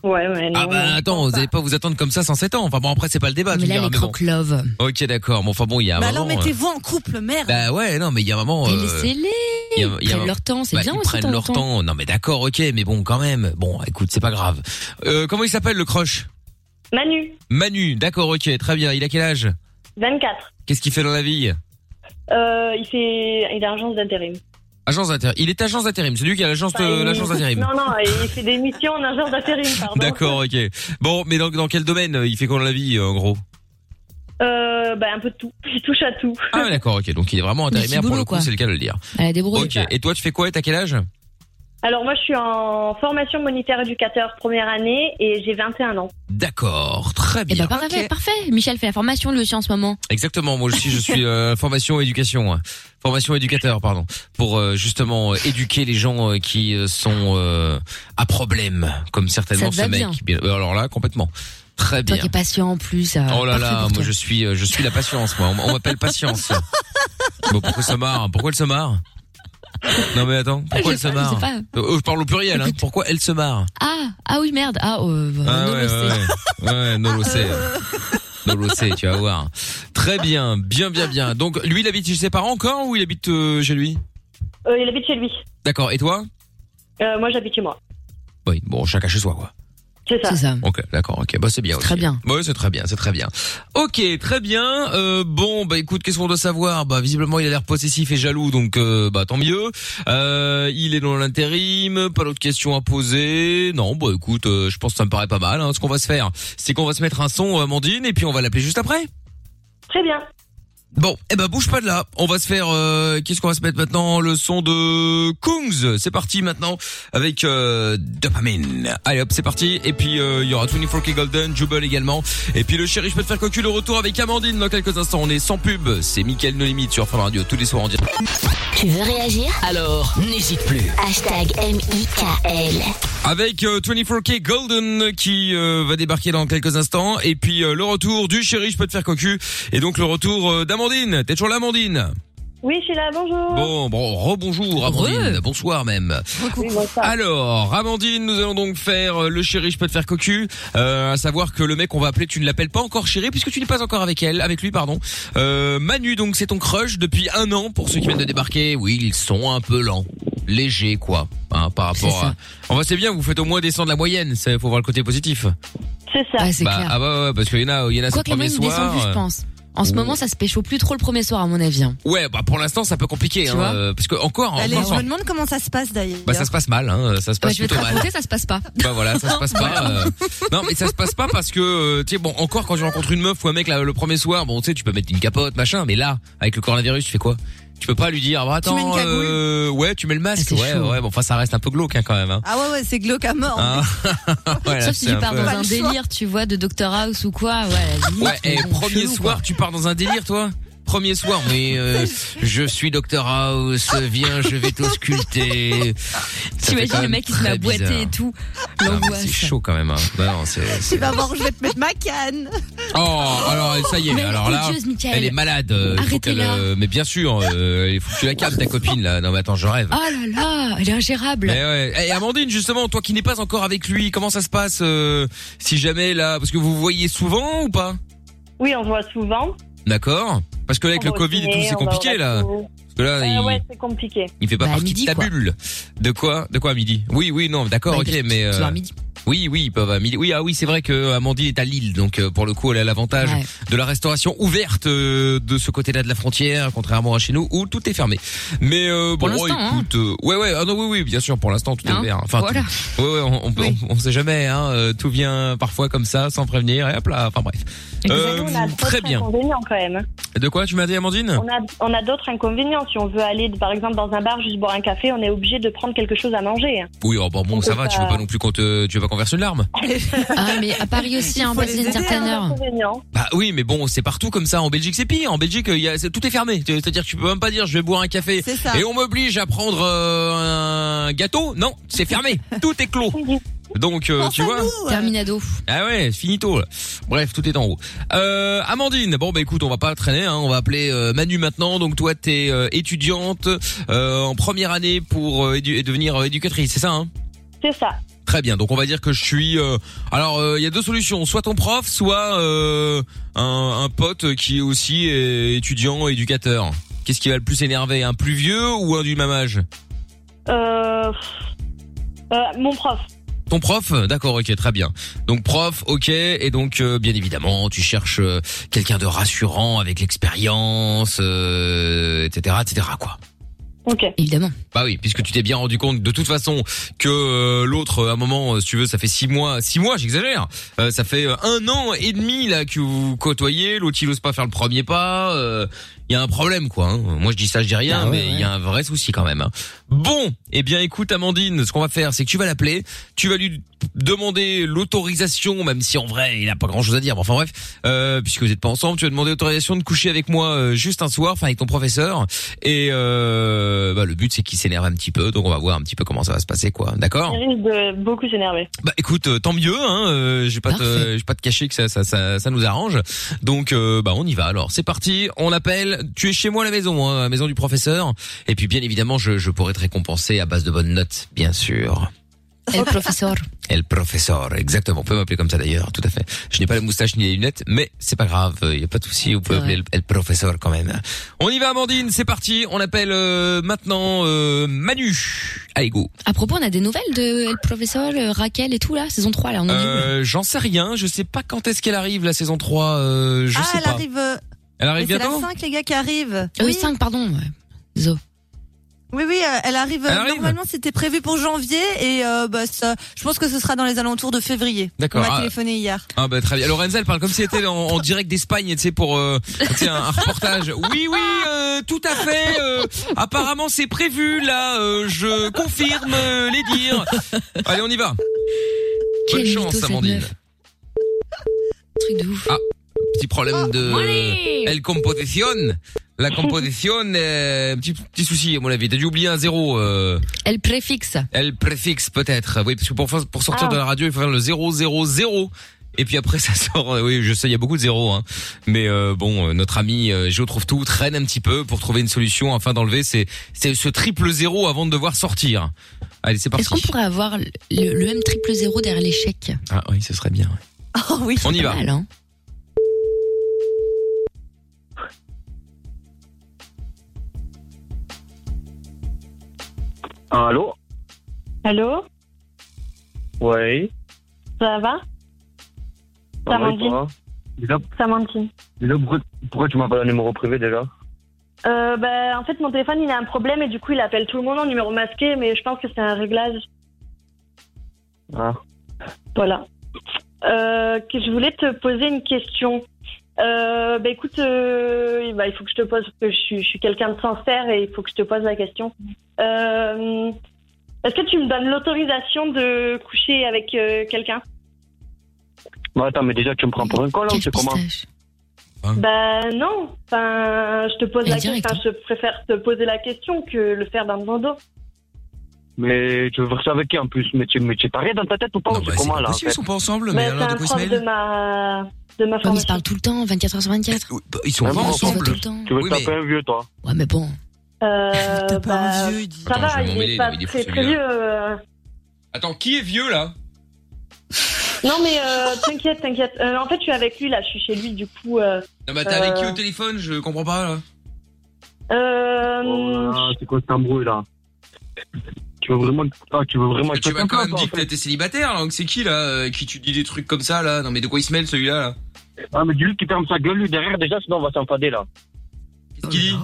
[SPEAKER 11] Ouais, ouais.
[SPEAKER 2] ah bah attends, vous allez pas vous attendre comme ça sans 7 ans. Enfin bon, après c'est pas le débat.
[SPEAKER 3] mais
[SPEAKER 2] tu me
[SPEAKER 3] là,
[SPEAKER 2] diras,
[SPEAKER 3] les
[SPEAKER 2] mais bon.
[SPEAKER 3] croque-love.
[SPEAKER 2] Ok, d'accord. Mais enfin bon, il y a un
[SPEAKER 4] Bah
[SPEAKER 2] moment.
[SPEAKER 4] alors
[SPEAKER 2] euh,
[SPEAKER 4] mettez-vous en couple, merde.
[SPEAKER 2] Bah ouais, non, mais il y a un moment.
[SPEAKER 4] Mais
[SPEAKER 2] euh,
[SPEAKER 4] laissez-les,
[SPEAKER 2] il y a-
[SPEAKER 4] ils
[SPEAKER 2] il y a-
[SPEAKER 4] prennent leur temps, c'est
[SPEAKER 2] bah,
[SPEAKER 4] bien
[SPEAKER 2] Ils
[SPEAKER 4] aussi de
[SPEAKER 2] prennent
[SPEAKER 4] temps en
[SPEAKER 2] leur
[SPEAKER 4] temps.
[SPEAKER 2] temps. Non mais d'accord, ok, mais bon quand même. Bon, écoute, c'est pas grave. Euh, comment il s'appelle le crush
[SPEAKER 11] Manu,
[SPEAKER 2] Manu. D'accord, ok, très bien. Il a quel âge
[SPEAKER 11] 24.
[SPEAKER 2] Qu'est-ce qu'il fait dans la vie
[SPEAKER 11] Euh, il fait, il est agence d'intérim.
[SPEAKER 2] Agence d'intérim. Il est agence d'intérim. C'est lui qui a l'agence
[SPEAKER 11] Enfin,
[SPEAKER 2] de
[SPEAKER 11] il-
[SPEAKER 2] l'agence d'intérim.
[SPEAKER 11] Non, non, il fait des missions en agence d'intérim, pardon.
[SPEAKER 2] [laughs] D'accord, ok. Bon, mais dans, dans quel domaine euh, il fait quoi dans la vie euh, en gros
[SPEAKER 11] Euh, bah, un peu de tout. [laughs] Il touche à tout.
[SPEAKER 2] Ah ouais, d'accord, ok. Donc il est vraiment
[SPEAKER 11] Mais
[SPEAKER 2] intérimaire
[SPEAKER 11] petit
[SPEAKER 2] pour le
[SPEAKER 11] boulot,
[SPEAKER 2] coup,
[SPEAKER 11] quoi.
[SPEAKER 2] c'est le cas de le dire.
[SPEAKER 3] À la débrouille.
[SPEAKER 2] Ok. Et toi, tu fais quoi et T'as quel âge
[SPEAKER 11] Alors, moi, je suis en formation moniteur éducateur première année et j'ai 21 ans.
[SPEAKER 2] D'accord, très
[SPEAKER 3] Et
[SPEAKER 2] bien.
[SPEAKER 3] bah, parfait, parfait. Michel fait la formation, lui aussi, en ce moment.
[SPEAKER 2] Exactement. Moi aussi, je suis euh, formation éducation, hein. formation éducateur, pardon, pour euh, justement euh, éduquer les gens euh, qui euh, sont euh, à problème, comme certainement
[SPEAKER 3] te
[SPEAKER 2] ce
[SPEAKER 3] va
[SPEAKER 2] mec.
[SPEAKER 3] bien.
[SPEAKER 2] Bien- euh, Alors là, complètement.
[SPEAKER 3] Toi
[SPEAKER 2] Très Ah, bien.
[SPEAKER 3] qui es patient, en plus. euh,
[SPEAKER 2] Oh là
[SPEAKER 3] parfait
[SPEAKER 2] là,
[SPEAKER 3] pour
[SPEAKER 2] moi
[SPEAKER 3] toi.
[SPEAKER 2] je suis, euh, je suis la patience, moi. On m- On
[SPEAKER 3] [laughs]
[SPEAKER 2] m'appelle patience. bon, pourquoi ça marre Pourquoi elle se marre Non mais attends, pourquoi
[SPEAKER 3] Je
[SPEAKER 2] elle se
[SPEAKER 3] sais pas, je
[SPEAKER 2] marre
[SPEAKER 3] sais
[SPEAKER 2] Euh, Je parle au pluriel. Hein. Pourquoi elle se marre
[SPEAKER 3] Ah, ah oui, merde. Ah, euh, bah,
[SPEAKER 2] Ah
[SPEAKER 3] non,
[SPEAKER 2] ouais,
[SPEAKER 3] mais
[SPEAKER 2] ouais,
[SPEAKER 3] c'est-
[SPEAKER 2] ouais, ouais, non le sait.
[SPEAKER 3] [laughs]
[SPEAKER 2] Non le sait, tu vas voir. Très bien, bien, bien, bien. Donc lui, il habite chez ses parents encore ou il habite euh, chez lui
[SPEAKER 11] Euh, il habite chez lui.
[SPEAKER 2] D'accord. Et toi
[SPEAKER 11] Euh, moi, j'habite chez moi.
[SPEAKER 2] Oui. Bon, chacun chez soi, quoi.
[SPEAKER 11] C'est ça.
[SPEAKER 2] Ok, d'accord, ok. Bah c'est bien. Très bien. Oui, c'est très bien, c'est très bien. Ok, très bien. Euh, bon, bah écoute, qu'est-ce qu'on doit savoir Bah visiblement, il a l'air possessif et jaloux, donc euh, bah tant mieux. Euh, il est dans l'intérim, pas d'autres questions à poser. Non, bah écoute, euh, je pense que ça me paraît pas mal. hein. Ce qu'on va se faire, c'est qu'on va se mettre un son, euh, Amandine, et puis on va l'appeler juste après.
[SPEAKER 11] Très bien.
[SPEAKER 2] Bon, eh ben bouge pas de là. On va se faire. euh, Qu'est-ce qu'on va se mettre maintenant Le son de Kungs. C'est parti maintenant avec euh, Dopamine. Allez hop, c'est parti. Et puis euh, il y aura 24K Golden, Jubel également. Et puis le chéri, je peux te faire cocu le retour avec Amandine dans quelques instants. On est sans pub. C'est Mickaël No Limite sur Fun Radio tous les soirs en direct.
[SPEAKER 1] Tu veux réagir Alors, n'hésite plus. Hashtag M-I-K-L.
[SPEAKER 2] Avec euh, 24K Golden qui euh, va débarquer dans quelques instants. Et puis euh, le retour du chéri, je peux te faire cocu. Et donc le retour euh, d'Amandine. T'es toujours là, Amandine
[SPEAKER 11] Oui, je suis là, bonjour.
[SPEAKER 2] Bon, bon, rebonjour Amandine, bonsoir même. Alors, Amandine, nous allons donc faire euh, le chéri, je peux te faire cocu. Euh, à savoir que le mec on va appeler, tu ne l'appelles pas encore chéri puisque tu n'es pas encore avec elle, avec lui pardon. Euh, Manu donc c'est ton crush depuis un an pour ceux qui viennent de débarquer. Oui, ils sont un peu lents, légers quoi, hein, par rapport. À... On va c'est bien, vous faites au moins descendre la moyenne. Il faut voir le côté positif.
[SPEAKER 11] C'est ça.
[SPEAKER 3] Ouais, c'est
[SPEAKER 2] Bah,
[SPEAKER 3] clair.
[SPEAKER 2] Ah bah ouais, parce qu'il y en a, il y en a
[SPEAKER 3] Quoi
[SPEAKER 2] ce
[SPEAKER 3] qu'elle
[SPEAKER 2] premier
[SPEAKER 3] même
[SPEAKER 2] soir.
[SPEAKER 3] descendue, je
[SPEAKER 2] euh,
[SPEAKER 3] pense. En ce
[SPEAKER 2] Ouh.
[SPEAKER 3] moment, ça se pécho plus trop le premier soir, à mon avis. hein.
[SPEAKER 2] Ouais, bah pour l'instant c'est un peu compliqué,
[SPEAKER 3] Tu
[SPEAKER 2] hein,
[SPEAKER 3] vois
[SPEAKER 2] euh, parce que encore,
[SPEAKER 4] Allez, je
[SPEAKER 2] encore,
[SPEAKER 4] me demande comment ça se passe d'ailleurs.
[SPEAKER 2] bah ça se passe mal, hein, ça se
[SPEAKER 3] Ouais, Ah bah,
[SPEAKER 2] passe
[SPEAKER 3] je vais te
[SPEAKER 2] plutôt mal.
[SPEAKER 3] raconter, ça se passe pas.
[SPEAKER 2] Bah voilà, ça
[SPEAKER 3] [laughs]
[SPEAKER 2] se passe pas. euh, Non, mais ça se passe pas parce que euh, tu sais bon, encore quand je rencontre une meuf ou un mec là, le premier soir, bon, tu sais, tu peux mettre une capote, machin, mais là, avec le coronavirus, tu fais quoi Tu peux pas lui dire, bah,
[SPEAKER 4] Tu mets une
[SPEAKER 2] attends,
[SPEAKER 4] cagoule
[SPEAKER 2] euh, ouais, tu mets le
[SPEAKER 3] Ah,
[SPEAKER 2] masque. Ouais, ouais, bon, enfin, ça reste un peu glauque hein, quand même. Hein.
[SPEAKER 4] Ah ouais, ouais, c'est glauque à mort.
[SPEAKER 3] [laughs]
[SPEAKER 2] Hein Ouais, là,
[SPEAKER 3] Sauf si
[SPEAKER 2] c'est
[SPEAKER 3] tu
[SPEAKER 2] un
[SPEAKER 3] pars
[SPEAKER 2] peu-
[SPEAKER 3] dans un délire, tu vois, de Doctor House ou quoi. Ouais, à la limite,
[SPEAKER 2] Ouais,
[SPEAKER 3] mais
[SPEAKER 2] et
[SPEAKER 3] bon,
[SPEAKER 2] premier
[SPEAKER 3] chelou,
[SPEAKER 2] soir, tu pars dans un délire, toi Premier soir,
[SPEAKER 3] [laughs]
[SPEAKER 2] mais euh, je suis Doctor House, viens, je vais t'ausculter. Ça fait
[SPEAKER 3] T'imagines
[SPEAKER 2] quand
[SPEAKER 3] le
[SPEAKER 2] même
[SPEAKER 3] mec qui se met à
[SPEAKER 2] très
[SPEAKER 3] boiter
[SPEAKER 2] bizarre.
[SPEAKER 3] et tout.
[SPEAKER 2] Ah, mais
[SPEAKER 3] L'angoisse.
[SPEAKER 2] C'est chaud quand même. Hein. Non, non, c'est-
[SPEAKER 4] Tu
[SPEAKER 2] c'est-
[SPEAKER 4] vas voir, je vais te mettre ma canne.
[SPEAKER 2] Oh, alors ça y est,
[SPEAKER 4] Mais
[SPEAKER 2] alors là,
[SPEAKER 4] odieuse, Michael.
[SPEAKER 2] elle est malade. euh, il faut qu'elle,
[SPEAKER 3] Arrêtez-la.
[SPEAKER 2] euh, mais bien sûr, euh, il faut que tu la calmes, ta copine là. Non mais attends, je rêve.
[SPEAKER 3] Oh là là, elle est ingérable.
[SPEAKER 2] Mais ouais. Et Amandine, justement, toi qui n'es pas encore avec lui, comment ça se passe euh, si jamais là, parce que vous vous voyez souvent ou pas
[SPEAKER 11] Oui, on se voit souvent.
[SPEAKER 2] D'accord. Parce que là, avec
[SPEAKER 11] On
[SPEAKER 2] le
[SPEAKER 11] va au
[SPEAKER 2] Covid et tout,
[SPEAKER 11] ciné,
[SPEAKER 2] c'est
[SPEAKER 11] on va au
[SPEAKER 2] compliqué là.
[SPEAKER 11] resto.
[SPEAKER 2] Parce que là,
[SPEAKER 11] Euh,
[SPEAKER 2] il,
[SPEAKER 11] ouais, c'est compliqué.
[SPEAKER 2] il fait pas
[SPEAKER 11] Bah, à
[SPEAKER 2] partie
[SPEAKER 11] midi,
[SPEAKER 2] de ta
[SPEAKER 11] quoi.
[SPEAKER 2] bulle. De quoi De quoi à midi Oui, oui, non, d'accord,
[SPEAKER 11] Bah,
[SPEAKER 2] ok,
[SPEAKER 11] ils peuvent
[SPEAKER 2] mais. euh,
[SPEAKER 11] tous voir à midi.
[SPEAKER 2] Oui, oui, ils peuvent à midi. Oui, ah oui, c'est vrai que Amandine est à Lille, donc euh, pour le coup, elle a l'avantage
[SPEAKER 11] Ouais.
[SPEAKER 2] de la restauration ouverte euh, de ce côté-là de la frontière, contrairement à chez nous où tout est fermé. Mais euh,
[SPEAKER 11] Pour
[SPEAKER 2] bon, oh,
[SPEAKER 11] l'instant, hein.
[SPEAKER 2] écoute, euh, ouais, ouais, ah non, oui, oui, bien sûr, pour l'instant, tout est
[SPEAKER 11] Hein,
[SPEAKER 2] ouvert. Enfin,
[SPEAKER 11] voilà.
[SPEAKER 2] tout- ouais, ouais, on, on, on- on sait jamais. Hein, euh, tout vient parfois comme ça, sans prévenir, et hop là. Enfin bref. Euh,
[SPEAKER 11] on a
[SPEAKER 2] très
[SPEAKER 11] d'autres
[SPEAKER 2] bien.
[SPEAKER 11] inconvénients quand même. hein.
[SPEAKER 2] De quoi tu m'as dit, Amandine
[SPEAKER 11] On a, on a d'autres inconvénients. Si on veut aller, par exemple, dans un bar juste boire un café, on est obligé de prendre quelque chose à manger.
[SPEAKER 2] Oui, oh, bon, bon, ça va. Tu veux pas non plus qu'on te, tu veux pas qu'on verse une larme
[SPEAKER 3] [laughs] Ah, mais
[SPEAKER 11] [laughs]
[SPEAKER 3] à Paris aussi,
[SPEAKER 11] Il
[SPEAKER 3] hein,
[SPEAKER 11] faut
[SPEAKER 3] passer
[SPEAKER 11] les
[SPEAKER 3] une
[SPEAKER 11] aider,
[SPEAKER 3] certaine
[SPEAKER 11] hein,
[SPEAKER 3] heure.
[SPEAKER 2] Bah oui, mais bon, c'est partout comme ça. En Belgique, c'est pire. En Belgique, il y a, c'est- tout est fermé. C'est-à-dire, que tu peux même pas dire, je vais boire un café.
[SPEAKER 4] ça.
[SPEAKER 2] Et on m'oblige à prendre euh, un gâteau. Non, c'est fermé. tout est clos. Donc, euh, tu vois.
[SPEAKER 3] Terminado.
[SPEAKER 2] Ah ouais, finito. là. Bref, tout est en haut. Euh, Amandine, bon bah écoute, on va pas traîner, hein, on va appeler euh, Manu maintenant. Donc toi, t'es euh, étudiante euh, en première année pour euh, édu- devenir euh, éducatrice, c'est ça hein
[SPEAKER 11] C'est ça.
[SPEAKER 2] Très bien. Donc on va dire que je suis. euh, alors euh, il y a deux solutions, soit ton prof, soit euh, un, un pote qui est aussi euh, étudiant éducateur. Qu'est-ce qui va le plus énerver, un plus vieux ou un du même âge
[SPEAKER 11] Euh, euh, mon prof.
[SPEAKER 2] Ton prof, d'accord, ok, très bien. Donc prof, ok, et donc euh, bien évidemment, tu cherches euh, quelqu'un de rassurant avec l'expérience, euh, etc., etc. Quoi.
[SPEAKER 11] Ok.
[SPEAKER 3] Évidemment.
[SPEAKER 2] Bah oui, puisque tu t'es bien rendu compte de toute façon que euh, l'autre, euh, à un moment, euh, si tu veux, ça fait six mois, six mois, j'exagère, euh, ça fait euh, un an et demi là que vous côtoyez, l'autre il ose pas faire le premier pas, euh, il y a un problème quoi. hein. Moi je dis ça, je dis rien, mais il y a un vrai souci quand même. hein. Bon, eh bien écoute Amandine, ce qu'on va faire, c'est que tu vas l'appeler, tu vas lui demander l'autorisation, même si en vrai il a pas grand chose à dire, mais enfin bref, euh, puisque vous êtes pas ensemble, tu vas demander l'autorisation de coucher avec moi euh, juste un soir, enfin avec ton professeur, et euh, bah, le but c'est qu'il s'énerve un petit peu, donc on va voir un petit peu comment ça va se passer quoi, d'accord
[SPEAKER 11] Il risque de beaucoup s'énerver.
[SPEAKER 2] bah écoute, euh, tant mieux. Hein, euh, je vais pas, te, je vais pas te cacher que ça, ça, ça, ça nous arrange. Donc euh, bah on y va. Alors c'est parti. On appelle. Tu es chez moi à la maison, hein, à la maison du professeur. Et puis bien évidemment, je, je pourrais te récompenser à base de bonnes notes, bien sûr.
[SPEAKER 3] El professeur.
[SPEAKER 2] El professeur, exactement. On peut m'appeler comme ça d'ailleurs, tout à fait. Je n'ai pas la moustache ni les lunettes, mais c'est pas grave. Il y a pas de souci. Vous pouvez appeler el, el professeur quand même. On y va, Amandine. C'est parti. On appelle euh, maintenant euh, Manu. Allez go.
[SPEAKER 3] À propos, on a des nouvelles de El Professeur, euh, Raquel et tout, là, saison 3, là. On en est où
[SPEAKER 2] Euh, J'en sais rien, je sais pas quand est-ce qu'elle arrive la saison 3, euh, je
[SPEAKER 4] ah,
[SPEAKER 2] sais
[SPEAKER 4] elle
[SPEAKER 2] pas.
[SPEAKER 4] arrive. euh,
[SPEAKER 2] Elle arrive
[SPEAKER 4] mais
[SPEAKER 2] bientôt
[SPEAKER 4] C'est la 5, les gars, qui arrive.
[SPEAKER 3] Ah oui, 5, pardon. Zo.
[SPEAKER 4] Oui, oui, euh, elle arrive. euh,
[SPEAKER 2] Elle arrive
[SPEAKER 4] Normalement, c'était prévu pour janvier et euh, bah, ça- je pense que ce sera dans les alentours de février.
[SPEAKER 2] D'accord,
[SPEAKER 4] On m'a
[SPEAKER 2] ah.
[SPEAKER 4] téléphoné hier.
[SPEAKER 2] Ah bah très bien. Lorenza elle parle comme si elle était en, en direct d'Espagne, tu sais pour euh, tu sais, un, un reportage. Oui oui, euh, tout à fait. euh, apparemment c'est prévu là. euh, je confirme euh, les dires. Allez on y va. Bonne
[SPEAKER 3] Quel mytho,
[SPEAKER 2] chance
[SPEAKER 3] cette
[SPEAKER 2] Amandine.
[SPEAKER 3] meuf. Truc de ouf.
[SPEAKER 2] Ah petit problème de
[SPEAKER 3] Oh, allez.
[SPEAKER 2] elle composition. La composition, euh, petit petit souci à mon avis. T'as dû oublier un zéro. euh,
[SPEAKER 3] El préfixe.
[SPEAKER 2] Elle préfixe peut-être. Oui, parce que pour, fa- pour sortir
[SPEAKER 3] Ah.
[SPEAKER 2] de la radio, il faut faire le 000. Et puis après, [laughs] ça sort. euh, Oui, je sais, il y a beaucoup de zéros. Hein. Mais euh, bon, euh, notre ami euh, Géo trouve tout traîne un petit peu pour trouver une solution afin d'enlever ces, ces- ce triple zéro avant de devoir sortir. Allez, c'est
[SPEAKER 3] Est-ce qu'on
[SPEAKER 2] parti.
[SPEAKER 3] pourrait avoir le, le même triple zéro derrière l'échec
[SPEAKER 2] Ah oui, ce serait bien. ouais.
[SPEAKER 3] Oh oui.
[SPEAKER 2] On y va.
[SPEAKER 10] Ah, Allô
[SPEAKER 11] Allô
[SPEAKER 10] Oui.
[SPEAKER 11] Ça va Ça
[SPEAKER 10] va,
[SPEAKER 11] Amandine.
[SPEAKER 10] va Déjà,
[SPEAKER 11] Samantine.
[SPEAKER 10] déjà, pourquoi, pourquoi tu m'appelles un numéro privé déjà
[SPEAKER 11] Euh, bah, en fait, mon téléphone, il a un problème et du coup, il appelle tout le monde en numéro masqué, mais je pense que c'est un réglage.
[SPEAKER 10] Ah.
[SPEAKER 11] Voilà. Euh, que je voulais te poser une question. Euh, bah écoute, euh, bah, il faut que je te pose, parce que je suis, je suis quelqu'un de sincère et il faut que je te pose la question. Euh, Est-ce que tu me donnes l'autorisation de coucher avec euh, quelqu'un
[SPEAKER 10] Bah, attends, mais déjà, tu me prends pour un con, là, ou c'est comment
[SPEAKER 2] Hein?
[SPEAKER 11] Bah non, enfin, je te pose
[SPEAKER 10] Mais
[SPEAKER 11] la
[SPEAKER 10] direct,
[SPEAKER 11] question, enfin, je préfère te poser la question que le faire d'un bandeau.
[SPEAKER 10] Mais tu veux faire ça avec qui, en plus Mais tu mais tu es paré dans ta tête ou pas ou C'est comment, là en
[SPEAKER 2] possible,
[SPEAKER 10] fait
[SPEAKER 2] ils sont bah, pas ensemble,
[SPEAKER 11] Bah, c'est un prof de ma,
[SPEAKER 3] Oh,
[SPEAKER 11] de ma
[SPEAKER 3] Comme ils
[SPEAKER 11] formation.
[SPEAKER 3] se parlent tout le temps, 24 h sur 24.
[SPEAKER 2] Bah, Ils sont
[SPEAKER 10] Ah
[SPEAKER 2] pas
[SPEAKER 10] bon,
[SPEAKER 2] ensemble.
[SPEAKER 10] tu veux- Tu veux
[SPEAKER 2] Oui,
[SPEAKER 10] taper
[SPEAKER 2] mais-
[SPEAKER 10] un vieux, toi
[SPEAKER 3] Ouais, mais bon.
[SPEAKER 11] Euh, bah, Ça
[SPEAKER 2] Attends, je
[SPEAKER 11] va,
[SPEAKER 2] vais
[SPEAKER 11] il
[SPEAKER 2] m'emmêler,
[SPEAKER 11] est pas
[SPEAKER 2] non, il est hein. fou,
[SPEAKER 11] très, très
[SPEAKER 2] celui-là.
[SPEAKER 11] vieux. euh.
[SPEAKER 2] Attends, qui est vieux là
[SPEAKER 11] Non mais euh, t'inquiète, t'inquiète. Euh, en fait, je suis avec lui là, je suis chez lui du coup. euh,
[SPEAKER 2] Non, mais t'es avec qui
[SPEAKER 11] euh,
[SPEAKER 2] au téléphone Je comprends pas là.
[SPEAKER 11] euh,
[SPEAKER 10] Ah, c'est quoi cette embrouille, là Tu veux vraiment que ah, tu veux vraiment
[SPEAKER 2] Tu
[SPEAKER 10] que
[SPEAKER 2] m'as quand même dit que t'étais célibataire, donc c'est qui là euh, Qui tu dis des trucs comme ça là Non, mais de quoi il se mêle celui-là là
[SPEAKER 10] Ah, mais dis-lui qu'il ferme sa gueule, lui, derrière, déjà, sinon on va s'enfader, là.
[SPEAKER 2] Qu'est-ce qu'il dit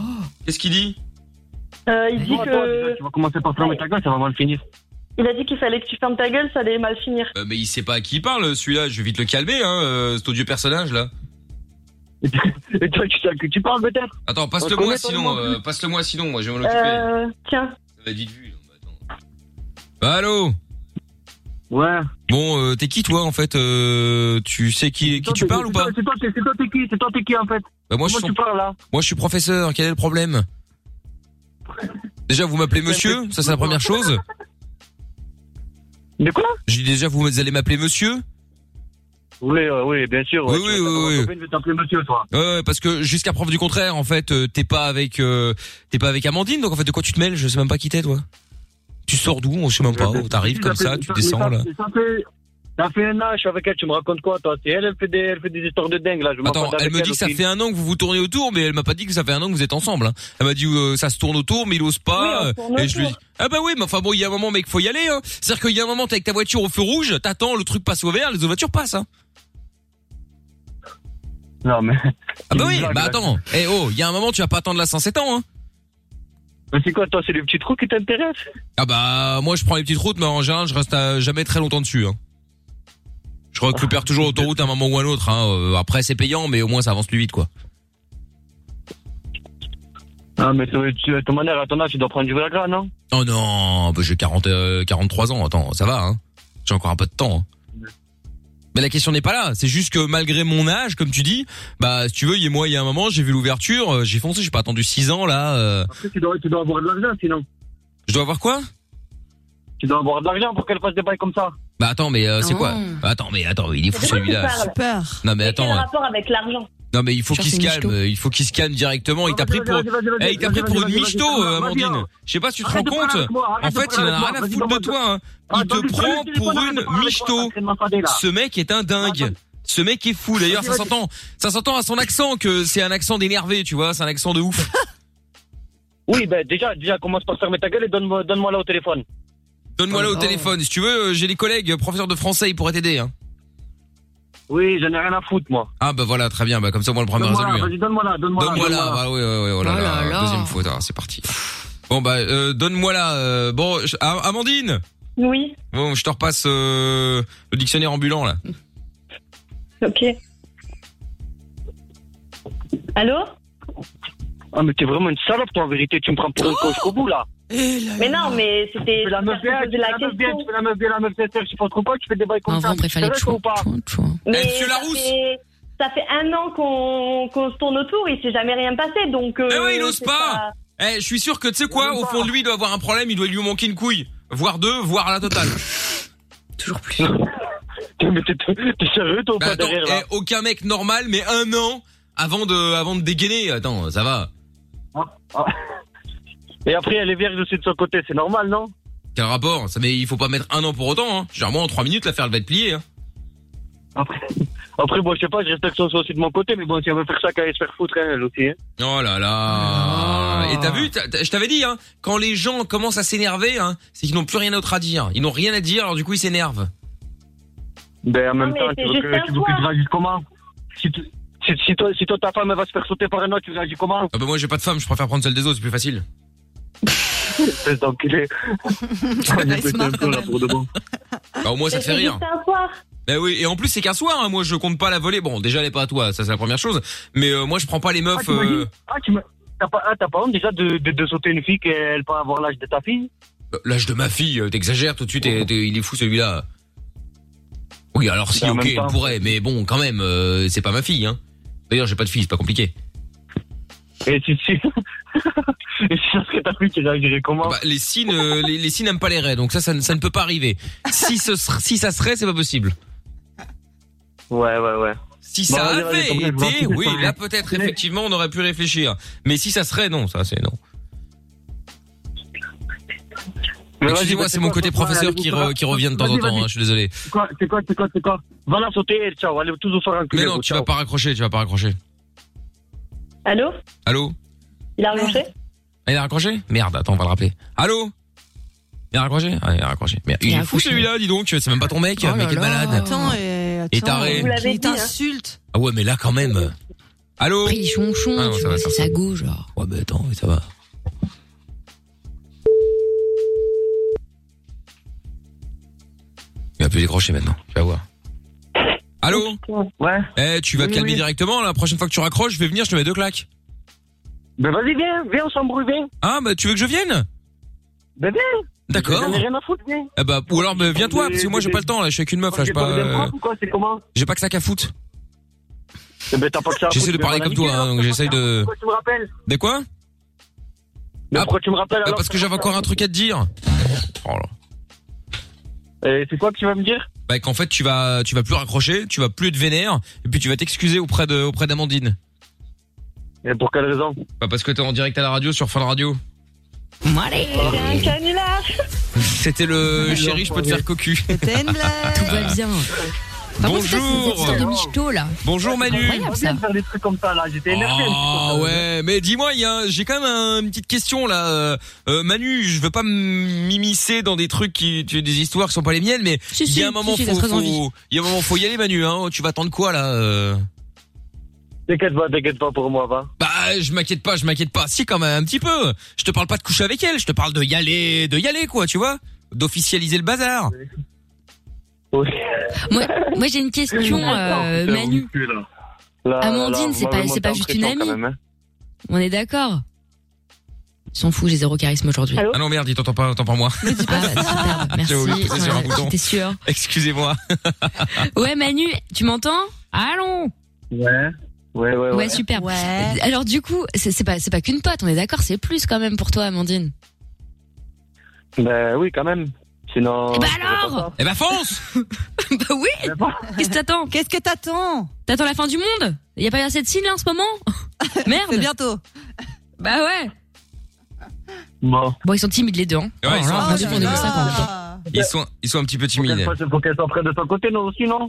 [SPEAKER 2] Qu'est-ce qu'il dit
[SPEAKER 11] euh, il dit
[SPEAKER 10] Bon, attends,
[SPEAKER 11] que
[SPEAKER 10] Tu vas commencer par fermer ta gueule, ça va mal finir.
[SPEAKER 11] il a dit qu'il fallait que tu fermes ta gueule, ça allait mal finir.
[SPEAKER 2] Euh, Mais il sait pas à qui il parle celui-là, je vais vite le calmer, hein, euh, cet odieux personnage là.
[SPEAKER 10] Et toi, tu sais à qui tu parles, peut-être
[SPEAKER 2] Attends,
[SPEAKER 10] On se
[SPEAKER 2] passe-le-moi
[SPEAKER 10] connaît pas
[SPEAKER 2] sinon,
[SPEAKER 10] vraiment
[SPEAKER 2] euh, passe-le-moi sinon, moi je vais m'en occuper.
[SPEAKER 11] Euh, tiens,
[SPEAKER 2] Ça va vite vu. Allô
[SPEAKER 10] Ouais.
[SPEAKER 2] Bon, euh, t'es qui toi en fait euh, Tu sais qui, qui tu parles ou pas
[SPEAKER 10] C'est toi, c'est toi, t'es qui C'est toi, t'es qui, en fait
[SPEAKER 2] Bah, moi, je
[SPEAKER 10] Comment
[SPEAKER 2] suis-
[SPEAKER 10] tu parles, là
[SPEAKER 2] Moi je suis professeur, quel est le
[SPEAKER 10] [laughs]
[SPEAKER 2] problème Déjà vous m'appelez monsieur, ça c'est la première chose.
[SPEAKER 10] De quoi
[SPEAKER 2] J'ai dit déjà vous allez m'appeler monsieur
[SPEAKER 10] Oui, euh, oui, bien sûr.
[SPEAKER 2] Oui,
[SPEAKER 10] ouais,
[SPEAKER 2] oui,
[SPEAKER 10] tu vas
[SPEAKER 2] oui,
[SPEAKER 10] t'appeler
[SPEAKER 2] oui.
[SPEAKER 10] ma copine, Je vais t'appeler monsieur, toi.
[SPEAKER 2] Ouais, ouais, parce que jusqu'à preuve du contraire en fait euh, t'es pas avec euh, t'es pas avec Amandine donc en fait de quoi tu te mêles Je sais même pas qui t'es toi. Tu sors d'où On sait même pas. T'arrives comme ça, tu
[SPEAKER 10] Mais
[SPEAKER 2] descends
[SPEAKER 10] ça-
[SPEAKER 2] là.
[SPEAKER 10] Ça fait, ça fait un an, je suis avec elle, tu me racontes quoi, toi C'est elle, elle fait des, elle fait des histoires de dingue, là. Je
[SPEAKER 2] Attends,
[SPEAKER 10] m'entends
[SPEAKER 2] elle
[SPEAKER 10] avec
[SPEAKER 2] me dit que ça
[SPEAKER 10] aussi.
[SPEAKER 2] fait un an que vous vous tournez autour, mais elle m'a pas dit que ça fait un an que vous êtes ensemble. hein. Elle m'a dit euh, ça se tourne autour, mais il ose pas. euh, et je lui dis, ah bah oui, mais enfin bon, il y a un moment, mec, faut y aller. Hein. C'est-à-dire qu'il y a un moment, t'es avec ta voiture au feu rouge, t'attends, le truc passe au vert, les autres voitures passent. Hein.
[SPEAKER 10] Non, mais.
[SPEAKER 2] Ah bah oui, bah attends. Eh oh, il y a un moment, tu vas pas attendre la 107 ans. Hein.
[SPEAKER 10] Mais c'est quoi, toi C'est les petites roues qui t'intéressent
[SPEAKER 2] Ah bah moi, je prends les petites routes, mais en général, je reste à jamais très longtemps dessus. Hein. Je récupère toujours l'autoroute à un moment ou à un autre. Hein. Euh, Après, c'est payant, mais au moins, ça avance plus vite, quoi.
[SPEAKER 10] Ah, mais tu- tu- ton manière, à ton âge, tu dois prendre du Viagra, non
[SPEAKER 2] Oh non, bah j'ai 40, euh, 43 ans, attends, ça va, hein. J'ai encore un peu de temps. hein. Mais la question n'est pas là, c'est juste que malgré mon âge, comme tu dis, bah si tu veux, il y a moi, il y a un moment, j'ai vu l'ouverture, euh, j'ai foncé, j'ai pas attendu 6 ans là. euh.
[SPEAKER 10] Après, tu dois, tu dois avoir de l'argent, sinon.
[SPEAKER 2] Je dois avoir quoi
[SPEAKER 10] Tu dois avoir de l'argent pour qu'elle fasse des bails comme ça.
[SPEAKER 2] Bah attends, mais euh, c'est
[SPEAKER 10] Oh.
[SPEAKER 2] quoi Attends, mais attends, mais il est fou
[SPEAKER 11] de quoi tu
[SPEAKER 2] celui-là.
[SPEAKER 11] parles
[SPEAKER 4] Peur.
[SPEAKER 2] Non mais
[SPEAKER 11] quel
[SPEAKER 2] attends, hein.
[SPEAKER 11] rapport avec l'argent
[SPEAKER 2] non mais il faut
[SPEAKER 11] Genre,
[SPEAKER 2] qu'il se
[SPEAKER 11] c'est une
[SPEAKER 2] calme, euh, il faut qu'il se calme directement. Il t'a pris
[SPEAKER 10] vas-y,
[SPEAKER 2] pour,
[SPEAKER 10] vas-y, vas-y, vas-y,
[SPEAKER 2] Eh, il t'a pris
[SPEAKER 10] vas-y,
[SPEAKER 2] pour une
[SPEAKER 10] vas-y, vas-y,
[SPEAKER 2] misto,
[SPEAKER 10] vas-y,
[SPEAKER 2] euh,
[SPEAKER 10] vas-y,
[SPEAKER 2] Amandine.
[SPEAKER 10] vas-y.
[SPEAKER 2] Je sais pas si tu te rends
[SPEAKER 10] Arrête de
[SPEAKER 2] compte.
[SPEAKER 10] parler avec moi, arrête
[SPEAKER 2] En
[SPEAKER 10] de
[SPEAKER 2] fait, il
[SPEAKER 10] parler
[SPEAKER 2] en
[SPEAKER 10] avec
[SPEAKER 2] a
[SPEAKER 10] moi,
[SPEAKER 2] rien à
[SPEAKER 10] vas-y,
[SPEAKER 2] foutre de
[SPEAKER 10] parle-moi.
[SPEAKER 2] toi. hein.
[SPEAKER 10] Ah,
[SPEAKER 2] Il te
[SPEAKER 10] vas-y,
[SPEAKER 2] prend
[SPEAKER 10] vas-y,
[SPEAKER 2] pour
[SPEAKER 10] vas-y,
[SPEAKER 2] une
[SPEAKER 10] vas-y, vas-y,
[SPEAKER 2] misto.
[SPEAKER 10] vas-y, vas-y, vas-y.
[SPEAKER 2] Ce mec est un dingue. Ce mec est fou. D'ailleurs, ça
[SPEAKER 10] Vas-y, vas-y.
[SPEAKER 2] s'entend, ça s'entend à son accent que c'est un accent d'énervé, tu vois. C'est un accent de
[SPEAKER 10] [laughs]
[SPEAKER 2] ouf.
[SPEAKER 10] Oui, ben déjà, déjà, commence par fermer ta gueule et donne-moi donne là au téléphone.
[SPEAKER 2] Donne-moi
[SPEAKER 10] Oh.
[SPEAKER 2] là au téléphone. Si tu veux, euh, j'ai des collègues euh, professeurs de français, ils pourraient t'aider. Hein.
[SPEAKER 10] Oui, j'en ai rien à foutre, moi.
[SPEAKER 2] Ah bah voilà, très bien. Bah comme ça, moi le premier
[SPEAKER 10] Donne-moi là,
[SPEAKER 2] résolu. hein.
[SPEAKER 10] vas-y, donne-moi là, donne-moi là.
[SPEAKER 2] Donne-moi là. Bah oui, oui, oui, oh là
[SPEAKER 10] Oh
[SPEAKER 2] là.
[SPEAKER 10] là là.
[SPEAKER 2] Deuxième faute. Ah, c'est parti. Bon bah euh, donne-moi là. euh, bon, je- Ah, Amandine.
[SPEAKER 11] Oui.
[SPEAKER 2] Bon, je te repasse euh, le dictionnaire ambulant là.
[SPEAKER 11] Ok. Allô
[SPEAKER 10] Ah, mais t'es vraiment une salope, toi, en vérité. Tu me prends [gasps] pour un con jusqu'au bout, Eh là.
[SPEAKER 11] Mais non, mais c'était.
[SPEAKER 10] Tu fais la meuf bien, tu fais la meuf bien, tu fais la meuf bien, la meuf bien, je sais pas trop quoi, tu fais des bails comme ça. Tu te lâches ou pas
[SPEAKER 11] Mais ça fait, ça fait un an qu'on qu'on se tourne autour, il s'est jamais rien passé, donc.
[SPEAKER 2] Eh
[SPEAKER 11] euh,
[SPEAKER 2] oui, il ose
[SPEAKER 11] c'est
[SPEAKER 2] pas. Eh, je suis sûr que tu sais quoi, au fond de lui, il doit avoir un problème. Il doit lui manquer une couille, voire deux, voire la totale.
[SPEAKER 10] [laughs] Mais t'es t'es sérieux, toi, ou
[SPEAKER 2] Bah
[SPEAKER 10] pas,
[SPEAKER 2] attends,
[SPEAKER 10] derrière, là
[SPEAKER 2] eh, aucun mec normal, mais un an avant de, avant de dégainer. Attends, ça va.
[SPEAKER 10] Ah, Et après, elle est vierge aussi de son côté, c'est normal, non
[SPEAKER 2] Quel rapport Ça, mais il faut pas mettre un an pour autant. Hein. Généralement, en trois minutes, l'affaire elle va être pliée. Hein.
[SPEAKER 10] Après, après, bon, je sais pas, je respecte son choix aussi de mon côté, mais bon, si elle veut faire ça, qu'elle aille se faire foutre, hein, elle aussi, hein.
[SPEAKER 2] Oh là
[SPEAKER 10] Ah.
[SPEAKER 2] là. Ah, Et t'as vu t'as- t'as- Je t'avais dit, hein, quand les gens commencent à s'énerver, hein, c'est qu'ils n'ont plus rien d'autre à dire. Ils n'ont rien à dire, alors du coup, ils s'énervent.
[SPEAKER 10] Ben, en même
[SPEAKER 2] mais
[SPEAKER 10] temps,
[SPEAKER 2] c'est
[SPEAKER 10] tu veux
[SPEAKER 2] juste un
[SPEAKER 10] que, tu veux que
[SPEAKER 2] choix.
[SPEAKER 10] je réagisse comment si, tu- si, si, toi, si toi, ta femme, elle va se faire sauter par un autre, tu réagis comment
[SPEAKER 2] Ah bah moi, j'ai pas de femme, je préfère prendre celle des autres, c'est plus facile.
[SPEAKER 10] Espèce d'enculé. Ah, j'ai pété un plomb, là, pour de bon.
[SPEAKER 2] Bah au moins, ça
[SPEAKER 11] Mais
[SPEAKER 2] te fait
[SPEAKER 11] c'est
[SPEAKER 2] rire.
[SPEAKER 11] juste un soir.
[SPEAKER 2] Ben oui, et en plus c'est qu'un soir, hein, moi je compte pas la voler. Bon, déjà elle est pas à toi, ça c'est la première chose. Mais euh, moi je prends pas les meufs.
[SPEAKER 10] Ah, t'imagines
[SPEAKER 2] euh,
[SPEAKER 10] Ah, tu me- t'as pas, ah, t'as pas honte déjà de, de, de sauter une fille qu'elle peut avoir l'âge de ta fille
[SPEAKER 2] euh, L'âge de ma fille, euh, t'exagères tout de suite, t'es- t'es- il est fou celui-là. Oui, alors si,
[SPEAKER 10] Non,
[SPEAKER 2] ok,
[SPEAKER 10] Bah, même pas.
[SPEAKER 2] elle pourrait, mais bon, quand même, euh, c'est pas ma fille. Hein. D'ailleurs, j'ai pas de fille, c'est pas compliqué.
[SPEAKER 10] [laughs] Et si, si... Et si ça serait ta fille qui réagirait comment
[SPEAKER 2] Bah, les signes, euh, les, les signes n'aiment pas les raies, donc ça, ça, ne- ça ne peut pas arriver. Si, ce, ser- si ça serait, c'est pas possible.
[SPEAKER 10] Ouais, ouais, ouais.
[SPEAKER 2] Si ça
[SPEAKER 10] Bon, vas-y, vas-y,
[SPEAKER 2] avait
[SPEAKER 10] t'en prie, je m'en
[SPEAKER 2] été,
[SPEAKER 10] fous,
[SPEAKER 2] oui,
[SPEAKER 10] c'est pas
[SPEAKER 2] là
[SPEAKER 10] grave.
[SPEAKER 2] peut-être effectivement on aurait pu réfléchir. Mais si ça serait, non, ça c'est non.
[SPEAKER 10] Mais vas-y,
[SPEAKER 2] Excusez-moi,
[SPEAKER 10] bah,
[SPEAKER 2] c'est mon
[SPEAKER 10] quoi,
[SPEAKER 2] côté
[SPEAKER 10] quoi,
[SPEAKER 2] professeur
[SPEAKER 10] allez,
[SPEAKER 2] qui,
[SPEAKER 10] quoi
[SPEAKER 2] re- qui revient de temps en
[SPEAKER 10] Vas-y,
[SPEAKER 2] temps,
[SPEAKER 10] vas-y.
[SPEAKER 2] hein, je suis désolé.
[SPEAKER 10] C'est quoi, c'est quoi, c'est quoi, c'est quoi Va la sauter, ciao, allez tous vous faire un
[SPEAKER 2] Mais non, tu vas pas raccrocher, tu vas pas raccrocher.
[SPEAKER 11] Allô
[SPEAKER 2] Allô
[SPEAKER 11] Il a relancé
[SPEAKER 2] Ah, Il a raccroché Merde, attends, on va le rappeler. Allô Il a raccroché Ah, il a raccroché. Merde, il
[SPEAKER 8] Il a
[SPEAKER 2] est fou celui-là, dis donc, c'est même pas ton mec,
[SPEAKER 8] Oh
[SPEAKER 2] le mec
[SPEAKER 8] là
[SPEAKER 2] est
[SPEAKER 8] là.
[SPEAKER 2] malade.
[SPEAKER 8] Attends, et,
[SPEAKER 4] euh,
[SPEAKER 2] Et taré. Vous l'avez
[SPEAKER 8] Il
[SPEAKER 2] dit, hein.
[SPEAKER 8] t'insulte.
[SPEAKER 2] Ah ouais, mais là quand même. Allô
[SPEAKER 3] Après, il chonchon,
[SPEAKER 2] Ah non,
[SPEAKER 3] tu
[SPEAKER 2] ça va,
[SPEAKER 3] vois,
[SPEAKER 2] ça
[SPEAKER 3] c'est sa
[SPEAKER 2] va.
[SPEAKER 3] gauche, genre.
[SPEAKER 2] Ouais, bah attends, mais ça va. Il va plus décrocher maintenant, tu vas voir. Allô
[SPEAKER 10] Ouais.
[SPEAKER 2] Eh, tu vas te
[SPEAKER 10] Oui,
[SPEAKER 2] calmer
[SPEAKER 10] oui.
[SPEAKER 2] directement, la prochaine fois que tu raccroches, je vais venir, je te mets deux claques.
[SPEAKER 10] Ben vas-y, viens, viens, on s'embrouille, viens.
[SPEAKER 2] Ah, bah tu veux que je vienne
[SPEAKER 10] Ben viens.
[SPEAKER 2] D'accord.
[SPEAKER 10] J'en ai rien à foutre, viens.
[SPEAKER 2] Eh bah, ou alors, bah, viens toi,
[SPEAKER 10] Mais-
[SPEAKER 2] parce que moi j'ai pas le temps, là, je suis avec une meuf, là,
[SPEAKER 10] J'ai
[SPEAKER 2] je pas.
[SPEAKER 10] pas de
[SPEAKER 2] euh,
[SPEAKER 10] propre ou quoi, c'est comment
[SPEAKER 2] J'ai pas que ça qu'à foutre.
[SPEAKER 10] Ben t'as pas que ça à
[SPEAKER 2] J'essaie de
[SPEAKER 10] foutre,
[SPEAKER 2] parler
[SPEAKER 10] ben,
[SPEAKER 2] comme
[SPEAKER 10] voilà,
[SPEAKER 2] toi, hein, donc j'essaie de.
[SPEAKER 10] Pourquoi tu me rappelles
[SPEAKER 2] De quoi
[SPEAKER 10] Mais pourquoi tu me rappelles
[SPEAKER 2] Bah,
[SPEAKER 10] alors
[SPEAKER 2] Parce que j'avais encore un truc à te dire. Oh
[SPEAKER 10] Et Euh, c'est quoi que tu vas me dire
[SPEAKER 2] Bah qu'en fait tu vas tu vas plus raccrocher, tu vas plus être vénère et puis tu vas t'excuser auprès de auprès d'Amandine.
[SPEAKER 10] Et pour quelle raison
[SPEAKER 2] Bah parce que t'es en direct à la radio sur Fun Radio.
[SPEAKER 11] Allez C'est un canular
[SPEAKER 2] C'était le chéri, je peux te faire cocu. [laughs]
[SPEAKER 3] Tout va bien. Par contre, ça, c'est cette
[SPEAKER 2] Ah. Bonjour.
[SPEAKER 3] histoire de michto, là.
[SPEAKER 2] Bonjour Manu.
[SPEAKER 3] C'est incroyable, ça.
[SPEAKER 10] faire des trucs comme ça là, j'étais énervé.
[SPEAKER 2] Ah ouais, mais dis-moi, il y a un- j'ai quand même un- une petite question là. Euh, euh, Manu, je veux pas m'immiscer dans des trucs qui, tu- des histoires qui sont pas les miennes, mais
[SPEAKER 8] Si,
[SPEAKER 2] il y
[SPEAKER 8] si,
[SPEAKER 2] a un moment
[SPEAKER 8] si, si,
[SPEAKER 2] faut,
[SPEAKER 8] t'as très envie.
[SPEAKER 2] faut- il y a un moment faut y aller Manu. Hein. Tu vas attendre quoi là euh
[SPEAKER 10] T'inquiète pas, t'inquiète pas pour moi, va.
[SPEAKER 2] Bah, je m'inquiète pas, je m'inquiète pas. Si, quand même, un petit peu. Je te parle pas de coucher avec elle, je te parle de y aller, de y aller, quoi, tu vois D'officialiser le bazar.
[SPEAKER 3] Moi, moi, j'ai une [laughs] question, euh, Manu. Amandine, c'est pas- c'est pas juste une amie. On est d'accord Ils s'en foutent, j'ai zéro charisme aujourd'hui.
[SPEAKER 2] Ah non, merde, il t'entend pas, t'entends pas moi. [laughs]
[SPEAKER 3] Ah, bah,
[SPEAKER 2] J'ai
[SPEAKER 3] superbe,
[SPEAKER 2] oublié de
[SPEAKER 3] merci.
[SPEAKER 2] presser sur un
[SPEAKER 3] Ouais,
[SPEAKER 2] bouton.
[SPEAKER 3] J'étais sûre.
[SPEAKER 2] Excusez-moi.
[SPEAKER 3] Ah. Ouais, Manu, tu m'entends Allons
[SPEAKER 10] Ouais. Ouais, Euh, ouais, ouais.
[SPEAKER 3] Ouais, superbe.
[SPEAKER 10] Ouais.
[SPEAKER 3] Alors, du coup, c'est c'est pas, c'est pas qu'une pote, on est d'accord, c'est plus quand même pour toi, Amandine.
[SPEAKER 10] Bah oui, quand même. Sinon.
[SPEAKER 3] bah alors
[SPEAKER 2] Eh bah fonce
[SPEAKER 3] [laughs] Bah oui Qu'est-ce que t'attends
[SPEAKER 4] Eh ben, Qu'est-ce que t'attends
[SPEAKER 3] T'attends la fin du monde Y a pas assez de signes là en ce moment
[SPEAKER 4] [laughs]
[SPEAKER 3] Merde
[SPEAKER 4] C'est bientôt.
[SPEAKER 3] Bah ouais
[SPEAKER 10] Bon.
[SPEAKER 3] Bon, ils sont timides les deux, hein.
[SPEAKER 2] Ouais, ils sont
[SPEAKER 3] alors,
[SPEAKER 2] un
[SPEAKER 3] on
[SPEAKER 2] petit
[SPEAKER 3] est
[SPEAKER 2] peu
[SPEAKER 3] pour
[SPEAKER 2] timides.
[SPEAKER 3] ça, quoi.
[SPEAKER 2] Ils sont, ils sont un petit peu timides.
[SPEAKER 10] Faut qu'elle soit près de ton côté, non aussi, non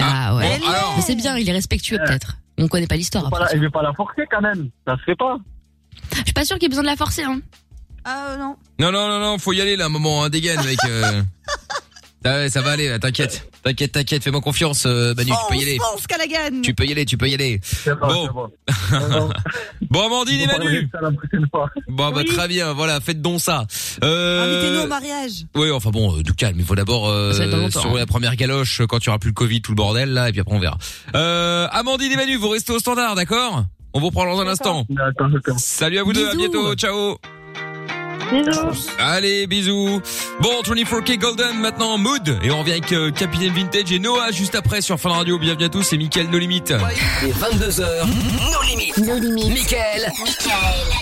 [SPEAKER 3] Ah ouais.
[SPEAKER 10] Bon, alors.
[SPEAKER 3] Mais c'est bien, il est respectueux peut-être. On connaît pas l'histoire.
[SPEAKER 10] Voilà, elle veut pas la forcer quand même. Ça se fait pas.
[SPEAKER 3] Je suis pas sûre qu'il y ait besoin de la forcer, hein.
[SPEAKER 4] Ah euh, non.
[SPEAKER 2] Non, non, non, non, faut y aller là, un moment, hein, dégaine, mec.
[SPEAKER 4] [laughs]
[SPEAKER 2] euh. Ah ouais, ça va aller, là, t'inquiète. T'inquiète, t'inquiète, fais-moi confiance, euh, Manu, tu peux y aller.
[SPEAKER 4] Pense qu'elle gagne.
[SPEAKER 2] Tu peux y aller, tu peux y aller. Bon. [laughs] Bon, Amandine et Manu. Bon, bah, très bien, voilà, faites donc ça. Euh,
[SPEAKER 4] Invitez-nous au mariage.
[SPEAKER 2] Oui, enfin bon, euh, du calme. Il faut d'abord euh,
[SPEAKER 4] Ça va être dans longtemps,
[SPEAKER 2] sur
[SPEAKER 4] hein.
[SPEAKER 2] la première galoche euh, quand tu auras plus le Covid, tout le bordel là, et puis après on verra. Euh, Amandine et Manu, vous restez au standard, d'accord On vous reprend dans un instant. Salut à vous deux, à
[SPEAKER 10] Bisous.
[SPEAKER 2] bientôt, ciao. Allez, bisous. Bon, 24K Golden maintenant en mood et on revient avec euh, Capitaine Vintage et Noah juste après sur Fun Radio. Bienvenue à tous, c'est Mickaël No Limite.
[SPEAKER 1] Et 22h, nos limites. Nos limites. Michael.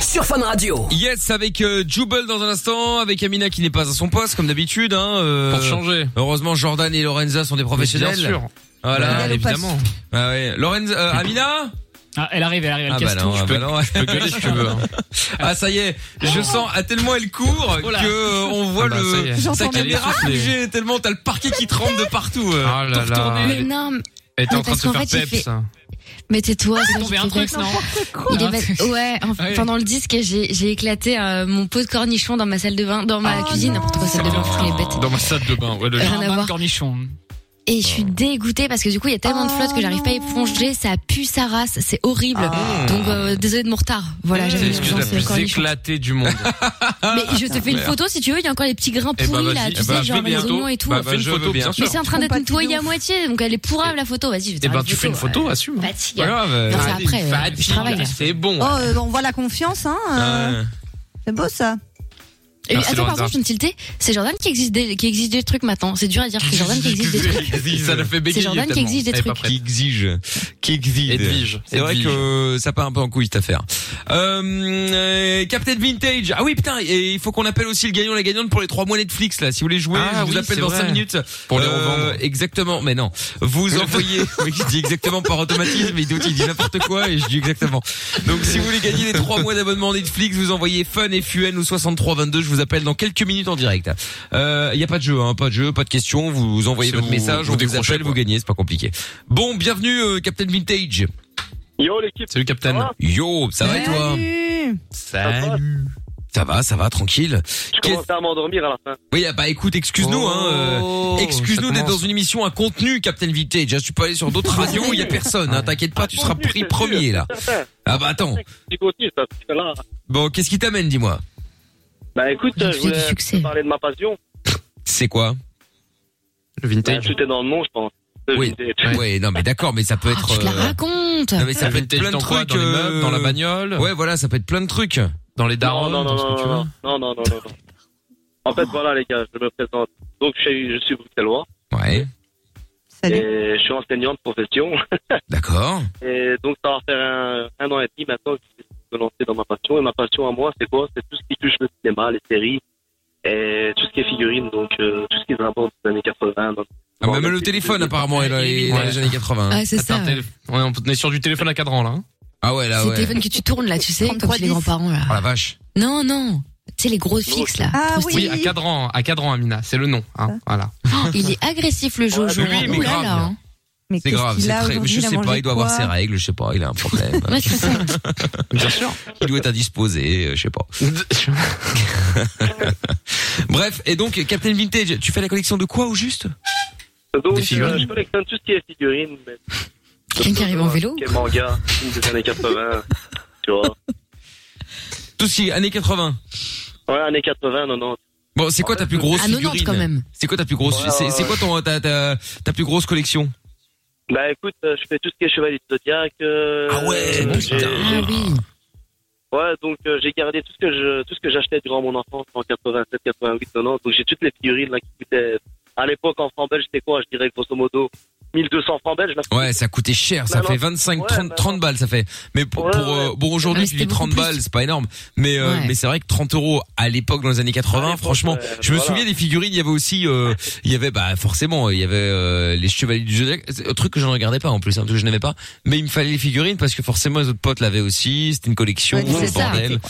[SPEAKER 1] Sur Fun Radio.
[SPEAKER 2] Yes, avec euh, Jubel dans un instant, avec Amina qui n'est pas à son poste comme d'habitude. Hein, euh,
[SPEAKER 6] Pour changer.
[SPEAKER 2] Heureusement, Jordan et Lorenza sont des professionnels.
[SPEAKER 6] bien sûr.
[SPEAKER 2] Voilà,
[SPEAKER 6] Fidèle au évidemment. poste.
[SPEAKER 2] Ah ouais, Lorenza, euh, Amina.
[SPEAKER 5] Ah, elle arrive, elle arrive, elle
[SPEAKER 2] Ah bah
[SPEAKER 5] casse
[SPEAKER 2] non,
[SPEAKER 5] tout.
[SPEAKER 2] ah bah non.
[SPEAKER 6] je peux gueuler si tu veux, hein.
[SPEAKER 2] [laughs] Ah ça y est, je sens ah, tellement elle court
[SPEAKER 6] Oh là.
[SPEAKER 2] que euh, on voit
[SPEAKER 6] Ah bah, ça y est.
[SPEAKER 2] le sa
[SPEAKER 6] J'entends même
[SPEAKER 5] Ah,
[SPEAKER 2] caméra
[SPEAKER 6] souffler.
[SPEAKER 2] bouger tellement t'as le parquet qui tremble de partout. euh.
[SPEAKER 6] Ah là
[SPEAKER 2] Pour
[SPEAKER 6] là.
[SPEAKER 2] tourner.
[SPEAKER 3] Mais non,
[SPEAKER 6] Elle était en
[SPEAKER 3] mais
[SPEAKER 6] train de
[SPEAKER 3] parce
[SPEAKER 6] se
[SPEAKER 3] qu'en
[SPEAKER 6] faire
[SPEAKER 3] fait, il
[SPEAKER 6] peps.
[SPEAKER 3] fait- Mais
[SPEAKER 4] Ah,
[SPEAKER 3] tais-toi, c'est
[SPEAKER 5] tombé
[SPEAKER 3] je
[SPEAKER 5] un
[SPEAKER 3] te
[SPEAKER 5] truc,
[SPEAKER 3] raconte.
[SPEAKER 5] non
[SPEAKER 3] Il est
[SPEAKER 5] Un
[SPEAKER 3] bas- Ouais, en-
[SPEAKER 5] Ah oui.
[SPEAKER 3] pendant le disque, j'ai j'ai éclaté euh, mon pot de cornichon
[SPEAKER 4] Ah
[SPEAKER 3] dans ma salle de bain, dans ma cuisine, n'importe quoi, salle de bain, putain, les bêtes.
[SPEAKER 6] Dans ma salle de bain, ouais, le
[SPEAKER 3] Rien à
[SPEAKER 5] bain de
[SPEAKER 3] voir.
[SPEAKER 5] cornichon.
[SPEAKER 3] Et je suis
[SPEAKER 6] Oh.
[SPEAKER 3] dégoûtée parce que du coup, il y a tellement de flotte que j'arrive pas à éponger. Ça pue sa race. C'est horrible.
[SPEAKER 6] Ah.
[SPEAKER 3] Donc, euh, désolée de mon retard. Voilà,
[SPEAKER 6] c'est
[SPEAKER 3] j'avais une
[SPEAKER 6] l'excuse la
[SPEAKER 3] chance, encore
[SPEAKER 6] plus
[SPEAKER 3] une chance.
[SPEAKER 6] éclatée du monde.
[SPEAKER 3] [laughs]
[SPEAKER 4] Ah.
[SPEAKER 3] Mais je te fais une
[SPEAKER 6] Merde.
[SPEAKER 3] photo si tu veux. Il y a encore les petits grains
[SPEAKER 6] Eh ben,
[SPEAKER 3] pourris là.
[SPEAKER 6] vas-y.
[SPEAKER 3] Tu
[SPEAKER 6] Eh ben,
[SPEAKER 3] sais,
[SPEAKER 6] je
[SPEAKER 3] genre
[SPEAKER 6] veux
[SPEAKER 3] les
[SPEAKER 6] bientôt.
[SPEAKER 3] oignons et tout.
[SPEAKER 6] Bah, fais une photo, bien sûr.
[SPEAKER 3] Mais c'est en train d'être nettoyée à moitié. Donc, elle est pourrave la photo. euh, Vas-y, je vais te
[SPEAKER 6] Eh
[SPEAKER 3] faire
[SPEAKER 6] ben, tu fais une photo, assume.
[SPEAKER 3] Fatigue.
[SPEAKER 6] Pas grave,
[SPEAKER 3] Non, c'est
[SPEAKER 6] Fatigue,
[SPEAKER 3] après. euh,
[SPEAKER 6] fatigue,
[SPEAKER 3] Je travaille. là.
[SPEAKER 6] C'est bon.
[SPEAKER 4] Oh, euh, on voit la confiance, hein. euh, C'est beau ça.
[SPEAKER 3] Et
[SPEAKER 6] Merci,
[SPEAKER 3] attends, par
[SPEAKER 6] Lorenza.
[SPEAKER 3] contre, je me tiltais. C'est Jordan qui existe des, qui exige des trucs maintenant. C'est dur à dire. C'est Jordan qui exige des trucs.
[SPEAKER 6] [laughs]
[SPEAKER 2] Ça le fait bégayer
[SPEAKER 3] C'est Jordan qui
[SPEAKER 2] tellement.
[SPEAKER 3] exige des
[SPEAKER 2] Elle est pas
[SPEAKER 3] trucs.
[SPEAKER 2] prête. Qui exige. Qui exige.
[SPEAKER 6] Edwige.
[SPEAKER 2] C'est vrai
[SPEAKER 6] Edwige.
[SPEAKER 2] que euh, ça part un peu en couille cette affaire. Euh, euh, Captain Vintage. Ah oui putain, et il faut qu'on appelle aussi le gagnant la gagnante pour les trois mois Netflix là. Si vous voulez jouer, je
[SPEAKER 6] Ah
[SPEAKER 2] vous
[SPEAKER 6] oui,
[SPEAKER 2] appelle
[SPEAKER 6] c'est
[SPEAKER 2] dans
[SPEAKER 6] vrai.
[SPEAKER 2] 5 minutes.
[SPEAKER 6] Pour les
[SPEAKER 2] Euh, Exactement, mais non.
[SPEAKER 6] [laughs]
[SPEAKER 2] Vous envoyez, oui, je dis exactement par automatisme, mais d'autres, il dit n'importe quoi et je dis
[SPEAKER 8] [laughs]
[SPEAKER 2] exactement. Donc si vous voulez gagner les trois mois d'abonnement Netflix, vous envoyez fun et fun au 6322, je vous appelle dans quelques minutes en direct. Euh, Il y a pas de jeu, hein, pas de jeu, pas de question, vous, envoyez
[SPEAKER 6] C'est
[SPEAKER 2] votre
[SPEAKER 6] vous-
[SPEAKER 2] message,
[SPEAKER 6] vous
[SPEAKER 2] on vous
[SPEAKER 6] décrochez,
[SPEAKER 2] appelle, vous gagnez, c'est pas compliqué. Bon, bienvenue euh, Captain Vintage.
[SPEAKER 10] Yo l'équipe.
[SPEAKER 6] Salut Captain.
[SPEAKER 2] Yo, ça va et toi Salut. Ça va, ça va, tranquille.
[SPEAKER 10] Je commençais à m'endormir à la fin.
[SPEAKER 2] Oui, ah bah écoute, excuse-nous, hein, euh, excuse-nous
[SPEAKER 10] Oh, ça
[SPEAKER 2] d'être dans
[SPEAKER 10] commence.
[SPEAKER 2] une émission à contenu, Captain Vintage. hein. Tu peux aller sur d'autres radios,
[SPEAKER 10] [laughs]
[SPEAKER 2] il y a personne. hein, T'inquiète pas, tu seras pris premier là. Ah bah attends.
[SPEAKER 10] Du côté, ça, parce que là.
[SPEAKER 2] Bon, qu'est-ce qui t'amène, dis-moi
[SPEAKER 10] Bah écoute,
[SPEAKER 3] J'ai
[SPEAKER 10] euh,
[SPEAKER 3] fait
[SPEAKER 10] je
[SPEAKER 3] du
[SPEAKER 10] voulais
[SPEAKER 3] succès.
[SPEAKER 10] te parler de ma passion.
[SPEAKER 2] C'est quoi Le
[SPEAKER 10] Bah, tout est dans le nom, je pense. Le
[SPEAKER 2] Oui,
[SPEAKER 10] vintage.
[SPEAKER 2] ouais, non mais d'accord, mais ça peut être.
[SPEAKER 3] Ah, Tu te la
[SPEAKER 2] euh,
[SPEAKER 3] racontes.
[SPEAKER 2] non, mais ça peut être plein de
[SPEAKER 6] dans quoi
[SPEAKER 2] trucs
[SPEAKER 6] Dans les meubles, dans la
[SPEAKER 2] euh,
[SPEAKER 6] bagnole
[SPEAKER 2] Ouais, voilà, ça peut être plein de trucs.
[SPEAKER 6] Dans les
[SPEAKER 10] Non,
[SPEAKER 6] darons
[SPEAKER 10] non, non,
[SPEAKER 6] dans ce
[SPEAKER 10] non,
[SPEAKER 6] que tu
[SPEAKER 10] non,
[SPEAKER 6] veux
[SPEAKER 10] non, non, non, non. En fait, voilà les gars, je me présente. Donc, je suis, je suis bruxellois
[SPEAKER 2] Ouais,
[SPEAKER 4] Salut.
[SPEAKER 10] et je suis enseignant de profession. [laughs]
[SPEAKER 2] d'accord.
[SPEAKER 10] Et donc, ça va faire un, un an et demi maintenant que je me suis lancé dans ma passion. Et ma passion à moi, c'est quoi C'est tout ce qui touche le cinéma, les séries et tout ce qui est figurines, donc euh, tout ce qui est rapport des années 80. donc-
[SPEAKER 2] Ah,
[SPEAKER 6] bah,
[SPEAKER 2] même le téléphone apparemment est dans les, dans les années 80. hein.
[SPEAKER 3] Ah, c'est ça.
[SPEAKER 6] Attends, télé- ouais, on est sur du téléphone à cadran là. hein.
[SPEAKER 2] Ah ouais, là
[SPEAKER 3] C'est le
[SPEAKER 2] ouais.
[SPEAKER 3] téléphone que tu tournes là, tu sais, comme
[SPEAKER 4] 33,
[SPEAKER 3] chez les grands-parents là.
[SPEAKER 2] Oh la vache.
[SPEAKER 3] Non, non. Tu sais, les gros fixes là.
[SPEAKER 4] Ah
[SPEAKER 3] Trop
[SPEAKER 6] Oui,
[SPEAKER 3] stylé.
[SPEAKER 6] à cadran, à cadran, Amina, c'est le nom. hein, Voilà.
[SPEAKER 3] Oh, il est agressif le Jojo.
[SPEAKER 2] oui, mais
[SPEAKER 3] Ouh là
[SPEAKER 2] grave.
[SPEAKER 3] là. hein.
[SPEAKER 4] Mais
[SPEAKER 2] C'est
[SPEAKER 4] qu'est-ce
[SPEAKER 2] grave,
[SPEAKER 4] qu'il
[SPEAKER 2] c'est
[SPEAKER 4] a
[SPEAKER 2] très.
[SPEAKER 4] aujourd'hui,
[SPEAKER 2] Je
[SPEAKER 4] il a
[SPEAKER 2] sais pas,
[SPEAKER 4] mangé
[SPEAKER 2] il doit avoir
[SPEAKER 4] quoi
[SPEAKER 2] ses règles, je sais pas, il a un problème.
[SPEAKER 3] Ouais, c'est ça.
[SPEAKER 6] [laughs] Bien sûr.
[SPEAKER 2] il doit être indisposé, euh, je sais
[SPEAKER 6] [laughs]
[SPEAKER 2] pas. Bref, et donc Captain Vintage, tu fais la collection de quoi au juste
[SPEAKER 10] Donc,
[SPEAKER 6] Des
[SPEAKER 10] euh,
[SPEAKER 6] figurines.
[SPEAKER 10] je collectionne tout ce qui est figurines. mais-
[SPEAKER 3] Quelqu'un qui arrive en vélo
[SPEAKER 10] Tout ce qui est manga, films des années 80, tu vois.
[SPEAKER 2] Tout ce qui est années 80.
[SPEAKER 10] Ouais, années 80, 90.
[SPEAKER 2] Bon, c'est quoi ta plus
[SPEAKER 6] Ah,
[SPEAKER 2] grosse
[SPEAKER 3] À 90
[SPEAKER 2] figurine
[SPEAKER 3] quand même.
[SPEAKER 2] C'est quoi ta plus grosse
[SPEAKER 6] Bah,
[SPEAKER 10] Ouais,
[SPEAKER 2] c'est,
[SPEAKER 10] ouais,
[SPEAKER 2] c'est quoi ton ta, ta, ta plus grosse collection
[SPEAKER 10] Bah écoute, euh, je fais tout ce qui est chevalier de Zodiac. euh,
[SPEAKER 2] Ah ouais,
[SPEAKER 10] euh, j'ai-
[SPEAKER 3] Ah oui.
[SPEAKER 10] Ouais, donc euh, j'ai gardé tout ce que je tout ce que j'achetais durant mon enfance en 87, 88, 90. Donc j'ai toutes les figurines là qui coûtaient à l'époque en francs belges, c'était quoi Je dirais grosso modo 1200 francs belges. là.
[SPEAKER 2] Ouais, ça coûtait cher, ça
[SPEAKER 10] Bah,
[SPEAKER 2] fait
[SPEAKER 10] non.
[SPEAKER 2] 25
[SPEAKER 10] Ouais,
[SPEAKER 2] 30
[SPEAKER 10] bah,
[SPEAKER 2] 30 balles ça fait. Mais pour,
[SPEAKER 10] Ouais,
[SPEAKER 2] pour, euh,
[SPEAKER 10] ouais.
[SPEAKER 2] bon aujourd'hui
[SPEAKER 3] Ah, mais
[SPEAKER 2] tu dis
[SPEAKER 3] c'était beaucoup
[SPEAKER 2] 30
[SPEAKER 3] plus.
[SPEAKER 2] balles, c'est pas énorme, mais euh,
[SPEAKER 3] Ouais.
[SPEAKER 2] mais c'est vrai que 30 euros à l'époque dans les années 80,
[SPEAKER 10] l'époque,
[SPEAKER 2] franchement,
[SPEAKER 10] euh,
[SPEAKER 2] je me
[SPEAKER 10] voilà.
[SPEAKER 2] souviens des figurines, il y avait aussi euh, il y avait bah forcément, il y avait euh, les chevaliers du Zodiac, c'est un truc que je ne regardais pas en plus, hein, un truc que je n'aimais pas, mais il me fallait les figurines parce que forcément les autres potes l'avaient aussi, c'était une collection,
[SPEAKER 4] Ouais,
[SPEAKER 2] le
[SPEAKER 3] c'est ça.
[SPEAKER 2] bordel.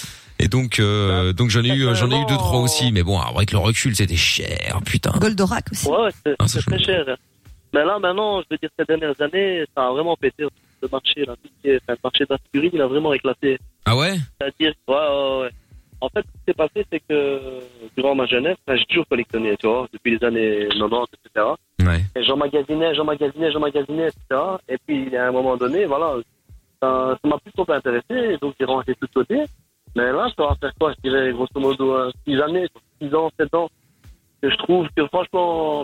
[SPEAKER 2] Et donc
[SPEAKER 10] Bah,
[SPEAKER 2] euh, donc j'en ai eu j'en ai eu deux trois aussi, mais bon, alors, avec le recul, c'était cher, putain.
[SPEAKER 4] Goldorak aussi.
[SPEAKER 10] Ouais, ouais, c'est
[SPEAKER 2] Ah, c'est
[SPEAKER 10] c'est très
[SPEAKER 2] chouette.
[SPEAKER 10] cher. Mais là maintenant, je veux dire ces dernières années, ça a vraiment pété le marché là. Tout ce qui est- enfin, le marché de la figurine, il a vraiment éclaté.
[SPEAKER 2] Ah ouais
[SPEAKER 10] C'est-à-dire, ouais, ouais, ouais. En fait, ce qui s'est passé, c'est que durant ma jeunesse, enfin, j'ai toujours collectionné, tu vois, depuis les années 90, etc.
[SPEAKER 2] Ouais.
[SPEAKER 10] Et j'emmagasinais, j'emmagasinais, j'emmagasinais, etc. Et puis, à un moment donné, voilà, ça ça m'a plus trop intéressé, donc j'ai rangé tout de côté. Mais là, ça va faire quoi Je dirais, grosso modo, 6 années, 6 ans, 7 ans, que je trouve que franchement,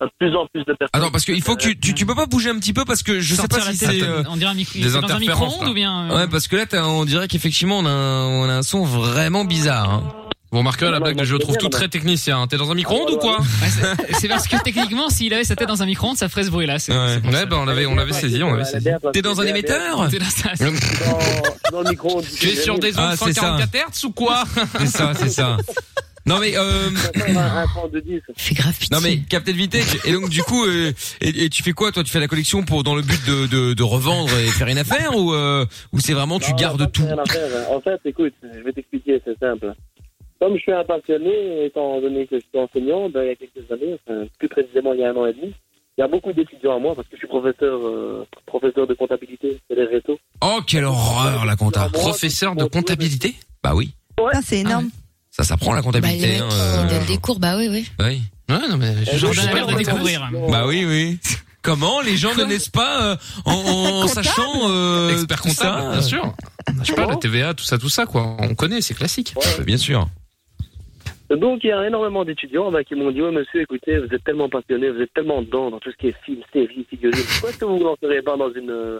[SPEAKER 10] il y a de plus en plus de personnes.
[SPEAKER 2] Attends, parce qu'il faut que tu, tu, tu peux pas bouger un petit peu parce que je sais pas
[SPEAKER 5] Sortir
[SPEAKER 2] si
[SPEAKER 5] la
[SPEAKER 2] c'est.
[SPEAKER 5] télé,
[SPEAKER 2] euh,
[SPEAKER 5] on dirait un micro,
[SPEAKER 6] des
[SPEAKER 5] c'est dans un
[SPEAKER 6] interférences,
[SPEAKER 5] micro-ondes
[SPEAKER 6] là.
[SPEAKER 5] ou bien euh,
[SPEAKER 2] Ouais, parce que là, t'as- on dirait qu'effectivement, on a, un, on a un son vraiment bizarre. Hein.
[SPEAKER 6] Vous remarquez la blague de je trouve tout
[SPEAKER 10] Ouais,
[SPEAKER 6] très technicien. hein. T'es dans un micro-ondes ou quoi
[SPEAKER 5] ouais, c'est- C'est parce que techniquement, s'il avait sa tête dans un micro-ondes, ça ferait ce bruit là. C'est
[SPEAKER 2] Ouais.
[SPEAKER 5] c'est pour
[SPEAKER 6] Ouais,
[SPEAKER 5] ça.
[SPEAKER 6] bah on l'avait on l'avait saisi, on l'avait saisi.
[SPEAKER 2] T'es dans un émetteur
[SPEAKER 5] C'est là, ça-
[SPEAKER 2] [laughs]
[SPEAKER 10] dans, dans le micro.
[SPEAKER 6] Tu es sur des ondes
[SPEAKER 2] Ah, c'est ça.
[SPEAKER 6] 144 Hz ou quoi
[SPEAKER 2] C'est ça, c'est ça. Non mais euh,
[SPEAKER 10] Un franc de 10.
[SPEAKER 3] Fais grave pitié.
[SPEAKER 2] non mais Captain Vintage et donc du coup euh, et, et tu fais quoi toi tu fais la collection pour dans le but de, de, de revendre et faire une affaire ou euh, ou c'est vraiment tu
[SPEAKER 10] Non,
[SPEAKER 2] gardes
[SPEAKER 10] en fait,
[SPEAKER 2] tout
[SPEAKER 10] rien à faire. hein. En fait, écoute, je vais t'expliquer, c'est simple. Comme je suis un passionné, étant donné que je suis enseignant, ben, il y a quelques années, enfin, plus précisément il y a un an et demi, il y a beaucoup d'étudiants à moi parce que je suis professeur, euh, professeur de comptabilité c'est les réseaux.
[SPEAKER 2] Oh quelle horreur la compta
[SPEAKER 10] Bah, Moi,
[SPEAKER 6] Professeur de comptabilité
[SPEAKER 2] Bah oui
[SPEAKER 4] Putain, C'est énorme.
[SPEAKER 2] Ça s'apprend la
[SPEAKER 3] Bah, les
[SPEAKER 2] comptabilité.
[SPEAKER 3] mecs,
[SPEAKER 2] hein,
[SPEAKER 3] ils
[SPEAKER 2] euh,
[SPEAKER 3] donnent des cours, bah oui, oui.
[SPEAKER 2] Oui. Ouais, non,
[SPEAKER 10] Euh,
[SPEAKER 2] mais
[SPEAKER 5] je- Jordan a l'air de découvrir.
[SPEAKER 2] Bah oui, oui. Comment les gens ne naissent pas euh, en, en sachant euh,
[SPEAKER 6] Expert
[SPEAKER 2] tout ça,
[SPEAKER 6] comptable,
[SPEAKER 2] euh,
[SPEAKER 6] bien sûr. Je sais pas,
[SPEAKER 10] Oh.
[SPEAKER 6] la TVA, tout ça, tout ça, quoi. On connaît, c'est classique.
[SPEAKER 2] Bien sûr.
[SPEAKER 10] Donc il y a énormément d'étudiants bah, qui m'ont dit ouais monsieur écoutez vous êtes tellement passionné vous êtes tellement dedans dans tout ce qui est film série figurines pourquoi est-ce que vous vous lancerez pas dans une euh,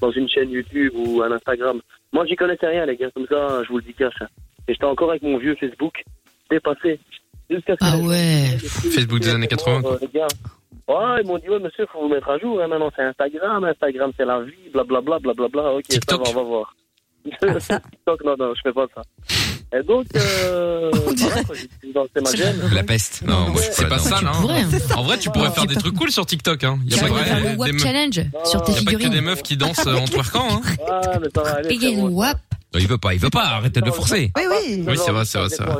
[SPEAKER 10] dans une chaîne YouTube ou un Instagram moi j'y connaissais rien les gars comme ça je vous le dis cash et j'étais encore avec mon vieux Facebook dépassé jusqu'à
[SPEAKER 3] ah ouais
[SPEAKER 6] Facebook des années 80, quoi.
[SPEAKER 10] euh, les gars ouais ils m'ont dit ouais monsieur faut vous mettre à jour hein, maintenant c'est Instagram Instagram c'est la vie blablabla blablabla ok ça va on va voir
[SPEAKER 3] Ah,
[SPEAKER 10] [laughs] TikTok non non je fais pas ça et donc
[SPEAKER 3] [laughs]
[SPEAKER 10] euh, voilà, quoi, j'ai- j'ai lancé ma chaîne
[SPEAKER 2] La peste. Non, moi, je suis
[SPEAKER 6] C'est pas
[SPEAKER 2] là-dedans.
[SPEAKER 6] ça, là. hein.
[SPEAKER 3] pourrais, hein.
[SPEAKER 6] En vrai, tu pourrais faire des trucs cool sur TikTok. Hein. Y a
[SPEAKER 3] Tu vas
[SPEAKER 6] pas
[SPEAKER 3] faire
[SPEAKER 6] que
[SPEAKER 3] le WAP
[SPEAKER 6] des meufs-
[SPEAKER 3] challenge sur tes
[SPEAKER 6] y a pas que des
[SPEAKER 3] figurines.
[SPEAKER 6] meufs qui dansent euh, en twerkant. Hein.
[SPEAKER 10] Ah, mais ça va aller.
[SPEAKER 3] Payer le WAP.
[SPEAKER 6] Euh,
[SPEAKER 2] Non, il veut pas, il veut pas. Arrêtez de le forcer.
[SPEAKER 4] Oui, oui.
[SPEAKER 6] Oui, ça va, ça va, ça va.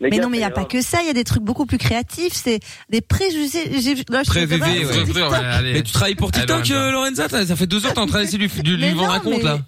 [SPEAKER 4] Mais non, mais il n'y a pas que ça, il y a des trucs beaucoup plus créatifs, c'est des préjugés. j'ai- là, je sais
[SPEAKER 2] Pré-VV,
[SPEAKER 4] pas,
[SPEAKER 2] ouais.
[SPEAKER 4] c'est
[SPEAKER 6] Ouais,
[SPEAKER 4] TikTok.
[SPEAKER 6] allez,
[SPEAKER 2] Mais tu travailles pour
[SPEAKER 6] Allez,
[SPEAKER 2] TikTok,
[SPEAKER 6] Lorenza.
[SPEAKER 2] euh, Lorenza t'as- Ça fait deux ans que t'es en train d'essayer de lui, de [laughs] lui
[SPEAKER 4] Mais
[SPEAKER 2] vendre un
[SPEAKER 4] non,
[SPEAKER 2] compte,
[SPEAKER 4] mais-
[SPEAKER 2] là.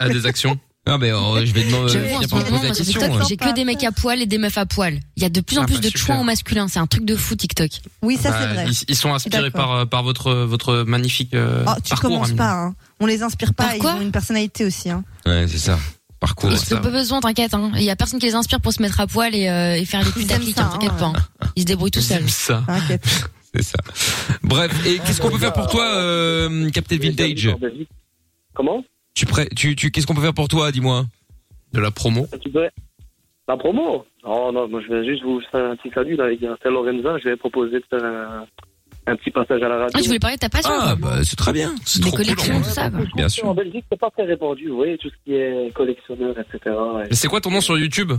[SPEAKER 6] à des actions.
[SPEAKER 2] Ah, mais euh, je vais
[SPEAKER 3] J'avoue, en
[SPEAKER 2] demander. je
[SPEAKER 3] ce
[SPEAKER 2] vais
[SPEAKER 3] moment,
[SPEAKER 2] poser la
[SPEAKER 3] moi, sur
[SPEAKER 2] question.
[SPEAKER 3] TikTok,
[SPEAKER 2] hein.
[SPEAKER 3] j'ai que des mecs à poil et des meufs à poil. Il y a de plus en
[SPEAKER 6] Ah
[SPEAKER 3] plus
[SPEAKER 6] bah,
[SPEAKER 3] de
[SPEAKER 6] super.
[SPEAKER 3] choix en masculin, c'est un truc de fou TikTok.
[SPEAKER 4] Oui, ça c'est
[SPEAKER 6] Bah,
[SPEAKER 4] vrai.
[SPEAKER 6] Ils, ils sont inspirés
[SPEAKER 4] D'accord.
[SPEAKER 6] par, euh, par votre, votre magnifique euh,
[SPEAKER 4] Oh, tu
[SPEAKER 6] parcours.
[SPEAKER 4] commences
[SPEAKER 6] Amine.
[SPEAKER 4] pas, hein. On les inspire
[SPEAKER 3] Par
[SPEAKER 4] pas, ils
[SPEAKER 3] quoi
[SPEAKER 4] ont une personnalité aussi, hein.
[SPEAKER 2] Ouais, c'est ça. Parcours.
[SPEAKER 6] Ouais,
[SPEAKER 3] Ils se
[SPEAKER 6] ça
[SPEAKER 3] pas
[SPEAKER 6] va.
[SPEAKER 3] besoin, t'inquiète. hein. Il y a personne qui les inspire pour se mettre à poil et, euh, et faire les
[SPEAKER 4] Ils aiment
[SPEAKER 3] putaclic,
[SPEAKER 4] ça,
[SPEAKER 3] hein, t'inquiète
[SPEAKER 4] hein.
[SPEAKER 3] pas. hein. Ils se débrouillent tout seuls.
[SPEAKER 6] J'aime ça.
[SPEAKER 4] T'inquiète.
[SPEAKER 2] C'est ça. Bref, et qu'est-ce qu'on peut faire pour toi, euh, Captain Vintage
[SPEAKER 10] Comment
[SPEAKER 2] Tu prêt Tu, tu qu'est-ce qu'on peut faire pour toi Dis-moi.
[SPEAKER 6] De la promo.
[SPEAKER 10] Tu peux- La promo Oh non, moi je vais juste vous faire un petit salut là, les gars. C'est Lorenza, je vais proposer de faire un, un petit passage à la radio.
[SPEAKER 3] Ah, je voulais parler de ta passion.
[SPEAKER 2] Ah, bah c'est très bien.
[SPEAKER 6] C'est
[SPEAKER 3] des
[SPEAKER 6] trop cool.
[SPEAKER 3] collections, tout ça. quoi.
[SPEAKER 10] Je trouve
[SPEAKER 2] bien
[SPEAKER 10] que
[SPEAKER 2] sûr.
[SPEAKER 10] En Belgique, c'est pas très répandu, vous voyez, tout ce qui est collectionneur, etc. ouais.
[SPEAKER 6] Mais c'est quoi ton nom sur YouTube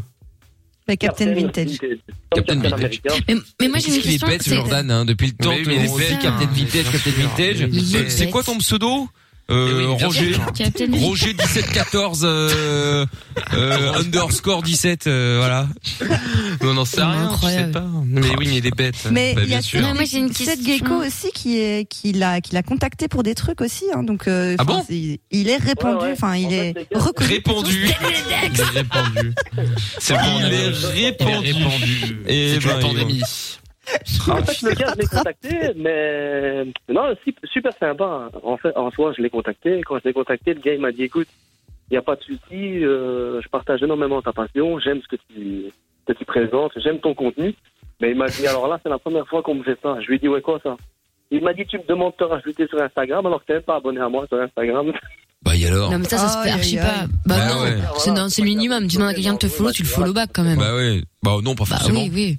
[SPEAKER 4] Mais Bah, Captain Vintage.
[SPEAKER 10] Comme
[SPEAKER 2] Captain Vintage.
[SPEAKER 10] Américain.
[SPEAKER 3] Mais, [laughs] mais moi j'ai
[SPEAKER 2] Qu'est-ce
[SPEAKER 3] une
[SPEAKER 2] qu'il est
[SPEAKER 3] question.
[SPEAKER 2] bête,
[SPEAKER 3] c'est-
[SPEAKER 2] Jordan, hein, depuis le temps
[SPEAKER 6] Mais oui,
[SPEAKER 2] que
[SPEAKER 6] mais il est
[SPEAKER 2] on dit
[SPEAKER 3] bête,
[SPEAKER 2] Captain
[SPEAKER 3] hein.
[SPEAKER 2] Vintage, Captain Vintage.
[SPEAKER 3] Il est
[SPEAKER 2] C'est- C'est
[SPEAKER 3] bête.
[SPEAKER 2] quoi ton pseudo Euh,
[SPEAKER 6] Mais oui, bien
[SPEAKER 2] Roger.
[SPEAKER 6] sûr.
[SPEAKER 3] Tu as peut-être-
[SPEAKER 2] Roger 1714 euh,
[SPEAKER 6] [laughs]
[SPEAKER 2] euh, underscore 17 euh, voilà.
[SPEAKER 6] Non, non, c'est
[SPEAKER 3] Non,
[SPEAKER 6] rien, je sais
[SPEAKER 3] incroyable.
[SPEAKER 6] pas. Mais oui, mais il est bête.
[SPEAKER 4] Mais il
[SPEAKER 6] Bah,
[SPEAKER 4] y a
[SPEAKER 6] bien sûr.
[SPEAKER 3] Non, moi, j'ai une
[SPEAKER 4] Seth
[SPEAKER 3] question.
[SPEAKER 4] Gecko aussi qui est qui l'a qui l'a contacté pour des trucs aussi hein, donc euh,
[SPEAKER 6] Ah
[SPEAKER 4] enfin,
[SPEAKER 6] bon
[SPEAKER 4] c'est- il, est répandu
[SPEAKER 10] Ouais, ouais.
[SPEAKER 4] enfin il
[SPEAKER 10] En fait,
[SPEAKER 4] est
[SPEAKER 10] les gars,
[SPEAKER 4] reconnu
[SPEAKER 2] Répandu.
[SPEAKER 6] [laughs] Il est répandu. C'est vrai, on a-
[SPEAKER 2] Il est
[SPEAKER 6] Il est
[SPEAKER 2] répandu.
[SPEAKER 6] répandu.
[SPEAKER 2] Et Ah,
[SPEAKER 6] C'est
[SPEAKER 2] ben,
[SPEAKER 6] une
[SPEAKER 2] il
[SPEAKER 6] pandémie.
[SPEAKER 10] En fait, le gars, Ah, je l'ai contacté, mais non, si- super sympa. En fait, en soi, je l'ai contacté. Quand je l'ai contacté, le gars, il m'a dit, écoute, il n'y a pas de souci, euh, je partage énormément ta passion, j'aime ce que tu, que tu présentes, j'aime ton contenu. Mais il m'a dit, alors là, c'est la première fois qu'on me fait ça. Je lui ai dit, ouais, quoi ça Il m'a dit, tu me demandes de te rajouter sur Instagram, alors que t'es même pas abonné à moi sur Instagram.
[SPEAKER 2] Bah et alors
[SPEAKER 3] Non, mais ça, ça se
[SPEAKER 4] Aïe,
[SPEAKER 3] fait
[SPEAKER 4] aïe,
[SPEAKER 3] archi
[SPEAKER 4] aïe.
[SPEAKER 3] pas. Bah
[SPEAKER 2] Bah
[SPEAKER 3] non,
[SPEAKER 2] ouais.
[SPEAKER 3] c'est non, c'est le minimum. Tu demandes à quelqu'un de te follow, tu le follow back quand même.
[SPEAKER 2] Bah oui. Bah non pas
[SPEAKER 3] Bah
[SPEAKER 2] forcément.
[SPEAKER 3] oui, oui.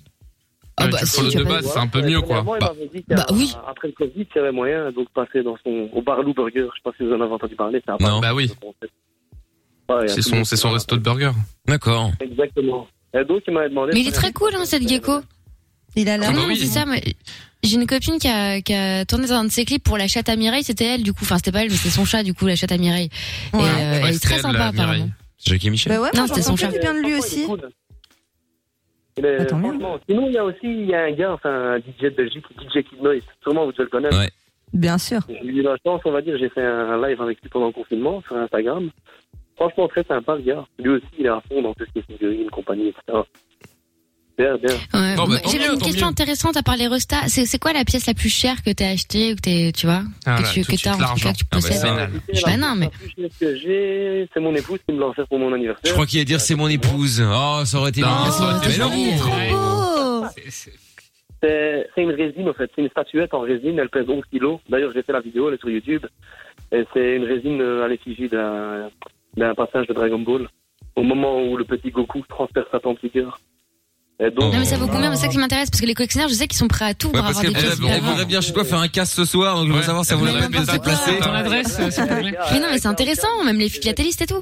[SPEAKER 3] Ah
[SPEAKER 6] Ouais,
[SPEAKER 3] bah
[SPEAKER 6] tu
[SPEAKER 3] si,
[SPEAKER 6] follow
[SPEAKER 3] tu
[SPEAKER 6] de
[SPEAKER 3] as pas-
[SPEAKER 6] base. c'est un peu mieux, quoi.
[SPEAKER 10] Dernièrement, il
[SPEAKER 2] Bah-
[SPEAKER 10] m'avait dit
[SPEAKER 3] bah
[SPEAKER 10] qu'à-
[SPEAKER 3] oui.
[SPEAKER 10] Après le Covid, il y avait moyen donc passer dans son, au Barlou Burger. Je sais pas si vous en avez entendu parler. c'est un
[SPEAKER 2] Non.
[SPEAKER 6] Bah oui.
[SPEAKER 10] Ouais, il y a
[SPEAKER 6] C'est
[SPEAKER 10] tout le
[SPEAKER 6] son,
[SPEAKER 10] monde
[SPEAKER 6] c'est
[SPEAKER 10] qui
[SPEAKER 6] son
[SPEAKER 10] va
[SPEAKER 6] resto de burger.
[SPEAKER 2] D'accord.
[SPEAKER 10] Exactement. Et donc, il m'avait demandé.
[SPEAKER 3] Mais il est très cool, hein, Seth Gecko.
[SPEAKER 4] il a
[SPEAKER 3] Tout
[SPEAKER 4] la
[SPEAKER 3] le
[SPEAKER 6] bah
[SPEAKER 3] monde
[SPEAKER 6] oui.
[SPEAKER 3] dit ça, mais j'ai une copine qui a, qui a tourné dans un de ses clips pour la chatte à Mireille, c'était elle du coup, enfin c'était pas elle, mais c'était son chat du coup, la chatte à Mireille.
[SPEAKER 4] Ouais.
[SPEAKER 3] Et euh,
[SPEAKER 6] Ouais,
[SPEAKER 3] elle est très
[SPEAKER 6] c'est
[SPEAKER 3] sympa
[SPEAKER 6] la Mireille.
[SPEAKER 3] apparemment.
[SPEAKER 2] Jackie et Michel.
[SPEAKER 4] Bah ouais,
[SPEAKER 3] Non,
[SPEAKER 4] moi,
[SPEAKER 3] c'était son
[SPEAKER 4] j'entends
[SPEAKER 3] chat.
[SPEAKER 4] que du bien de lui aussi
[SPEAKER 10] Il est-
[SPEAKER 4] Attends, merde.
[SPEAKER 10] franchement, sinon, il y a aussi il y a un gars, enfin, un DJ de Belgique, DJ Kid Noise. Sûrement, vous devez le connaître.
[SPEAKER 2] Ouais.
[SPEAKER 4] bien sûr
[SPEAKER 10] J'ai eu la chance, on va dire, j'ai fait un live avec lui pendant le confinement sur Instagram. Franchement, très sympa, le gars. Lui aussi, il est à fond dans tout ce qui est figurines, compagnie, etc. Bien, bien.
[SPEAKER 3] Ouais.
[SPEAKER 6] Bon, bah,
[SPEAKER 3] Moi,
[SPEAKER 6] tant
[SPEAKER 3] J'ai
[SPEAKER 6] mieux,
[SPEAKER 3] une
[SPEAKER 6] tant
[SPEAKER 3] question
[SPEAKER 6] mieux.
[SPEAKER 3] intéressante à part les restas. C'est c'est quoi la pièce la plus chère que t'as achetée ou que t'es, tu vois,
[SPEAKER 6] Ah
[SPEAKER 3] que
[SPEAKER 6] là,
[SPEAKER 3] tu
[SPEAKER 6] tout
[SPEAKER 3] que
[SPEAKER 6] de suite,
[SPEAKER 3] t'as en tout
[SPEAKER 6] l'argent.
[SPEAKER 3] cas que tu
[SPEAKER 2] Ah bah,
[SPEAKER 3] possèdes
[SPEAKER 2] c'est-
[SPEAKER 6] Pénal.
[SPEAKER 10] Écoutez,
[SPEAKER 3] Bah
[SPEAKER 10] la
[SPEAKER 3] non, mais-
[SPEAKER 10] plus chère que j'ai, c'est mon épouse qui me l'a offert pour mon anniversaire.
[SPEAKER 2] Je crois qu'il allait dire c'est mon épouse. Oh, ça aurait été
[SPEAKER 6] Non,
[SPEAKER 2] mignon.
[SPEAKER 6] ça aurait été
[SPEAKER 2] Mais
[SPEAKER 1] Ah,
[SPEAKER 2] non.
[SPEAKER 6] joli. Ouais.
[SPEAKER 4] oh
[SPEAKER 10] C'est c'est une résine, en fait. C'est une statuette en résine. Elle pèse 11 kilos. D'ailleurs, j'ai fait la vidéo, elle est sur YouTube. Et c'est une résine euh, à l'effigie d'un d'un passage de Dragon Ball. Au moment où le petit Goku transperce Satan Tiger. Et donc,
[SPEAKER 3] Non mais ça vaut combien C'est ça qui m'intéresse parce que les collectionneurs, je sais qu'ils sont prêts à tout
[SPEAKER 2] Ouais,
[SPEAKER 3] pour
[SPEAKER 2] parce
[SPEAKER 3] avoir
[SPEAKER 2] que
[SPEAKER 3] des
[SPEAKER 2] elle,
[SPEAKER 3] pièces.
[SPEAKER 2] elle
[SPEAKER 3] d'avant.
[SPEAKER 2] voudrait bien chez toi faire un casse ce soir, donc je veux
[SPEAKER 6] Ouais.
[SPEAKER 2] savoir si ça vaut
[SPEAKER 6] Mais
[SPEAKER 2] la peine de se
[SPEAKER 3] n'importe quoi.
[SPEAKER 2] déplacer.
[SPEAKER 5] Ton adresse, euh, s'il te plaît.
[SPEAKER 10] euh,
[SPEAKER 3] Mais non, mais c'est intéressant, même les philatélistes et tout.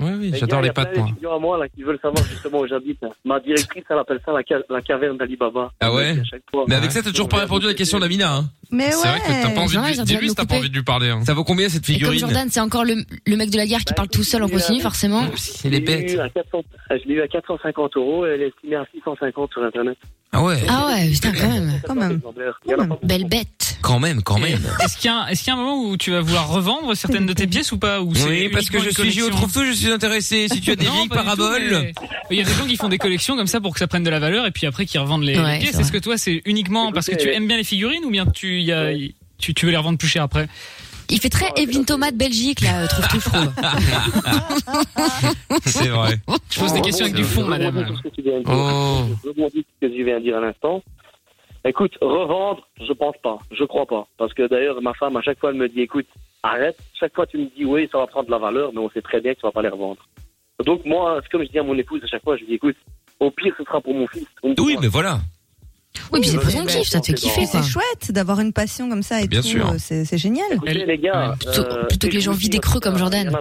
[SPEAKER 6] Ouais, oui,
[SPEAKER 10] gars,
[SPEAKER 6] j'adore les
[SPEAKER 10] il y a
[SPEAKER 6] pâtes,
[SPEAKER 10] plein
[SPEAKER 6] moi.
[SPEAKER 10] d'étudiants à moi là, qui veulent savoir justement où j'habite. Ma directrice, elle appelle ça la, ca- la caverne d'Ali Baba.
[SPEAKER 2] Ah ouais
[SPEAKER 10] À chaque fois.
[SPEAKER 2] Mais avec ça, t'as toujours pas répondu à la question d'Amina. hein.
[SPEAKER 4] mais
[SPEAKER 6] C'est vrai que t'as pas
[SPEAKER 4] ouais
[SPEAKER 6] envie
[SPEAKER 3] Non,
[SPEAKER 6] de
[SPEAKER 3] ils ont bien
[SPEAKER 6] lui, dis-lui si t'as
[SPEAKER 3] nous
[SPEAKER 6] pas
[SPEAKER 3] coupé.
[SPEAKER 6] envie de lui parler. hein.
[SPEAKER 2] Ça vaut combien cette
[SPEAKER 3] Et comme
[SPEAKER 2] figurine
[SPEAKER 3] Jordan, c'est encore le, le mec de la gare qui parle tout seul en continu, forcément.
[SPEAKER 6] Il est
[SPEAKER 10] Je l'ai
[SPEAKER 6] bête.
[SPEAKER 10] eu à 400 Je l'ai eu à 450 euros et elle est estimée à 650 sur Internet.
[SPEAKER 2] Ah ouais.
[SPEAKER 3] Ah ouais, putain, quand même.
[SPEAKER 4] Quand même.
[SPEAKER 10] exemplaires. Il y en a pas beaucoup.
[SPEAKER 3] Belle bête.
[SPEAKER 2] Quand même, quand même.
[SPEAKER 5] Est-ce qu'il y, a un- est-ce qu'il y a un moment où tu vas vouloir revendre certaines de tes pièces ou pas ou c'est
[SPEAKER 2] Oui, parce que
[SPEAKER 5] uniquement
[SPEAKER 2] je
[SPEAKER 5] une
[SPEAKER 2] suis Gio
[SPEAKER 5] collection
[SPEAKER 2] Trouve-Tout, je suis intéressé. Si tu as des
[SPEAKER 5] Non,
[SPEAKER 2] vieilles
[SPEAKER 5] pas du tout,
[SPEAKER 2] paraboles.
[SPEAKER 5] mais- Il y a des gens qui font des collections comme ça pour que ça prenne de la valeur et puis après qui revendent les, les
[SPEAKER 2] Ouais,
[SPEAKER 5] pièces.
[SPEAKER 2] c'est
[SPEAKER 5] Est-ce que toi c'est uniquement parce que tu aimes bien les figurines ou bien tu, y a- tu, tu veux les revendre plus cher
[SPEAKER 2] [laughs]
[SPEAKER 5] après
[SPEAKER 3] Il fait très Evin Thomas de Belgique, là, euh, trouve tout, je trouve.
[SPEAKER 6] [laughs]
[SPEAKER 2] C'est vrai.
[SPEAKER 5] Je
[SPEAKER 10] Oh,
[SPEAKER 5] pose des questions avec du fond, madame.
[SPEAKER 2] Oh.
[SPEAKER 10] Je rebondis sur ce que je viens de dire à l'instant. Écoute, revendre, je pense pas, je crois pas. Parce que d'ailleurs, ma femme, à chaque fois, elle me dit, écoute, arrête. Chaque fois, tu me dis, oui, ça va prendre de la valeur, mais on sait très bien que tu vas pas les revendre. Donc moi, c'est comme je dis à mon épouse à chaque fois, je lui dis, écoute, au pire, ce sera pour mon fils.
[SPEAKER 2] Oui, mais voilà.
[SPEAKER 3] Oui,
[SPEAKER 4] puis
[SPEAKER 10] c'est pour son kiff, ça te fait kiffer,
[SPEAKER 4] C'est
[SPEAKER 10] quoi.
[SPEAKER 4] chouette d'avoir une passion comme ça et
[SPEAKER 2] Bien
[SPEAKER 4] tout.
[SPEAKER 2] sûr.
[SPEAKER 4] euh, C'est c'est génial.
[SPEAKER 10] Écoutez, les gars,
[SPEAKER 3] Plutôt,
[SPEAKER 10] euh,
[SPEAKER 3] plutôt que les gens vivent des creux comme Jordan. [laughs]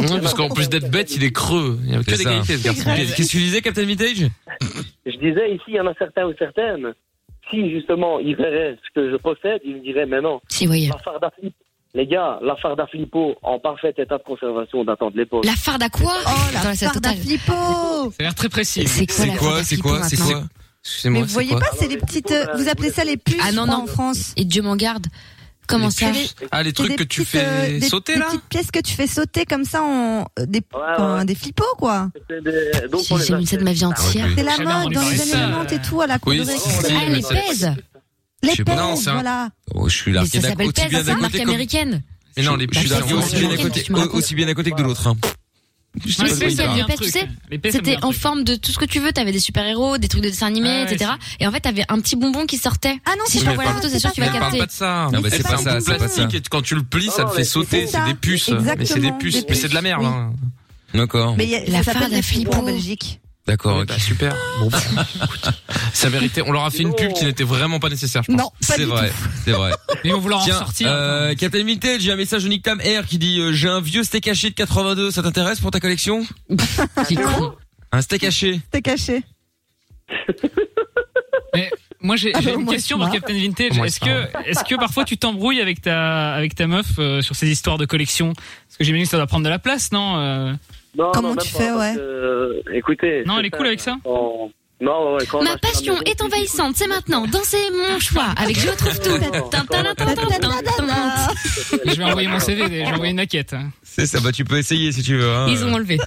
[SPEAKER 6] Ouais, parce qu'en plus d'être bête, il est creux. Il y a que
[SPEAKER 2] C'est
[SPEAKER 6] des
[SPEAKER 2] ça.
[SPEAKER 6] qualités, ce garçon.
[SPEAKER 2] Qu'est-ce que tu disais, Captain Vintage
[SPEAKER 10] Je disais ici, il y en a certains ou certaines. Si justement ils verraient ce que je possède, ils me diraient mais non.
[SPEAKER 3] Si, oui.
[SPEAKER 10] La farda flip. Les gars, la farda flippo en parfait état de conservation datant de l'époque.
[SPEAKER 3] La farde à quoi Oh, la
[SPEAKER 4] farde à flippo
[SPEAKER 5] Ça a l'air très précis.
[SPEAKER 3] C'est quoi la farde à flippo maintenant
[SPEAKER 4] Mais vous voyez pas, c'est les petites. euh, Vous appelez ça les puces
[SPEAKER 3] Ah non, non.
[SPEAKER 4] en France
[SPEAKER 3] Et Dieu m'en garde. Comment
[SPEAKER 4] Les
[SPEAKER 3] ça
[SPEAKER 4] puces.
[SPEAKER 6] Ah, les
[SPEAKER 4] C'est
[SPEAKER 6] trucs
[SPEAKER 4] des
[SPEAKER 6] que tu
[SPEAKER 4] petites, euh,
[SPEAKER 6] fais
[SPEAKER 4] des-
[SPEAKER 6] sauter,
[SPEAKER 4] des
[SPEAKER 6] là
[SPEAKER 4] petites pièces que tu fais sauter comme ça en euh, des enfin, des flippos quoi.
[SPEAKER 10] C'est des- donc, on les
[SPEAKER 3] J'ai mis ça de ma
[SPEAKER 1] Ah,
[SPEAKER 3] vie entière.
[SPEAKER 4] C'est la mode dans les années 90 et tout à la cour
[SPEAKER 2] Oui,
[SPEAKER 4] de
[SPEAKER 2] si,
[SPEAKER 4] récré.
[SPEAKER 2] si,
[SPEAKER 3] Ah,
[SPEAKER 2] mais
[SPEAKER 3] les
[SPEAKER 2] ça-
[SPEAKER 3] pèses
[SPEAKER 4] Les
[SPEAKER 2] Je sais pas.
[SPEAKER 4] pelles,
[SPEAKER 2] Non, c'est un-
[SPEAKER 4] voilà.
[SPEAKER 2] Oh, je suis là.
[SPEAKER 3] Mais ça s'appelle
[SPEAKER 2] aussi
[SPEAKER 3] pèse,
[SPEAKER 2] bien
[SPEAKER 3] ça c'est
[SPEAKER 2] d'un
[SPEAKER 3] une marque
[SPEAKER 2] côté comme-
[SPEAKER 3] américaine.
[SPEAKER 2] Mais non, les
[SPEAKER 3] Bah, c'est
[SPEAKER 2] puces d'argent, aussi bien d'un
[SPEAKER 3] américaine,
[SPEAKER 2] côté,
[SPEAKER 3] tu me racontes.
[SPEAKER 2] aussi bien d'un côté que de l'autre. hein. Je sais
[SPEAKER 3] Mais
[SPEAKER 2] pas de quoi
[SPEAKER 3] c'est
[SPEAKER 2] il
[SPEAKER 3] ça,
[SPEAKER 2] parle.
[SPEAKER 3] les pèses, tu sais.
[SPEAKER 5] Les pèses, ça me dit
[SPEAKER 3] C'était
[SPEAKER 5] un
[SPEAKER 3] en
[SPEAKER 5] truc.
[SPEAKER 3] forme de tout ce que tu veux. T'avais des super-héros, des trucs de dessin animé,
[SPEAKER 5] Ouais,
[SPEAKER 3] etc. Et en fait, t'avais un petit bonbon qui sortait.
[SPEAKER 4] Ah non,
[SPEAKER 3] si
[SPEAKER 6] Oui,
[SPEAKER 3] je
[SPEAKER 6] mais
[SPEAKER 3] t'envoie la
[SPEAKER 6] parle-
[SPEAKER 3] photo, c'est sûr que tu vas
[SPEAKER 6] mais parle
[SPEAKER 3] capter.
[SPEAKER 6] pas de ça.
[SPEAKER 2] Non, mais c'est
[SPEAKER 6] Elle
[SPEAKER 2] pas
[SPEAKER 6] parle
[SPEAKER 2] ça,
[SPEAKER 6] de
[SPEAKER 2] c'est pas
[SPEAKER 6] plastique
[SPEAKER 2] ça.
[SPEAKER 6] et quand tu le plies, ça
[SPEAKER 10] Non,
[SPEAKER 6] le
[SPEAKER 10] non,
[SPEAKER 6] fait
[SPEAKER 10] mais
[SPEAKER 6] sauter.
[SPEAKER 4] c'est
[SPEAKER 6] C'est des
[SPEAKER 4] ça.
[SPEAKER 6] puces. Mais c'est des
[SPEAKER 4] Exactement,
[SPEAKER 6] puces.
[SPEAKER 4] des
[SPEAKER 6] Mais c'est de la merde.
[SPEAKER 4] puces,
[SPEAKER 6] hein.
[SPEAKER 2] D'accord.
[SPEAKER 4] Mais il y a-
[SPEAKER 3] La
[SPEAKER 4] ça s'appelle
[SPEAKER 3] farde à
[SPEAKER 4] des flippos en
[SPEAKER 3] flippo.
[SPEAKER 4] Belgique.
[SPEAKER 2] D'accord.
[SPEAKER 6] Ouais,
[SPEAKER 2] ok.
[SPEAKER 6] bah, super. Bon, bah, écoute, ça méritait. On leur a fait une pub qui n'était vraiment pas nécessaire, je pense.
[SPEAKER 4] Non, pas
[SPEAKER 2] C'est
[SPEAKER 4] du
[SPEAKER 2] vrai,
[SPEAKER 4] tout.
[SPEAKER 2] c'est vrai.
[SPEAKER 5] Mais ils vont vouloir en
[SPEAKER 2] Tiens,
[SPEAKER 5] sortir.
[SPEAKER 2] euh, Captain Vintage, j'ai un message de Nick Tam R qui dit euh, j'ai un vieux steak haché de 82, ça t'intéresse pour ta collection
[SPEAKER 3] C'est con.
[SPEAKER 2] Un steak haché
[SPEAKER 4] T'es caché.
[SPEAKER 5] Mais moi j'ai
[SPEAKER 4] Ah
[SPEAKER 5] j'ai
[SPEAKER 4] bah, au
[SPEAKER 5] une
[SPEAKER 4] moins,
[SPEAKER 5] question
[SPEAKER 4] c'est
[SPEAKER 5] pour
[SPEAKER 4] marrant.
[SPEAKER 5] Captain
[SPEAKER 6] Au
[SPEAKER 5] Vintage.
[SPEAKER 6] moins,
[SPEAKER 5] Est-ce
[SPEAKER 6] c'est
[SPEAKER 5] que est-ce que parfois tu t'embrouilles avec ta avec ta meuf euh, sur ces histoires de collection Parce que j'imagine que ça doit prendre de la place, non euh,
[SPEAKER 10] Non,
[SPEAKER 4] Comment
[SPEAKER 10] non, même
[SPEAKER 4] tu
[SPEAKER 10] pas,
[SPEAKER 4] fais,
[SPEAKER 10] parce
[SPEAKER 4] ouais.
[SPEAKER 10] que, euh, Écoutez.
[SPEAKER 5] Non,
[SPEAKER 10] c'est
[SPEAKER 5] elle est cool avec ça
[SPEAKER 10] quand- Non, ouais, quand on
[SPEAKER 3] Ma
[SPEAKER 10] achète un
[SPEAKER 3] passion
[SPEAKER 10] maison,
[SPEAKER 3] est
[SPEAKER 10] c'est-
[SPEAKER 3] envahissante, c'est maintenant. Dansez mon choix avec Je trouve
[SPEAKER 4] [laughs]
[SPEAKER 3] tout. Tintin, tintin, tintin, tintin.
[SPEAKER 5] Je vais envoyer mon CV, je vais envoyer une maquette. hein.
[SPEAKER 2] C'est ça, bah tu peux essayer si tu veux. hein.
[SPEAKER 3] Ils ont enlevé.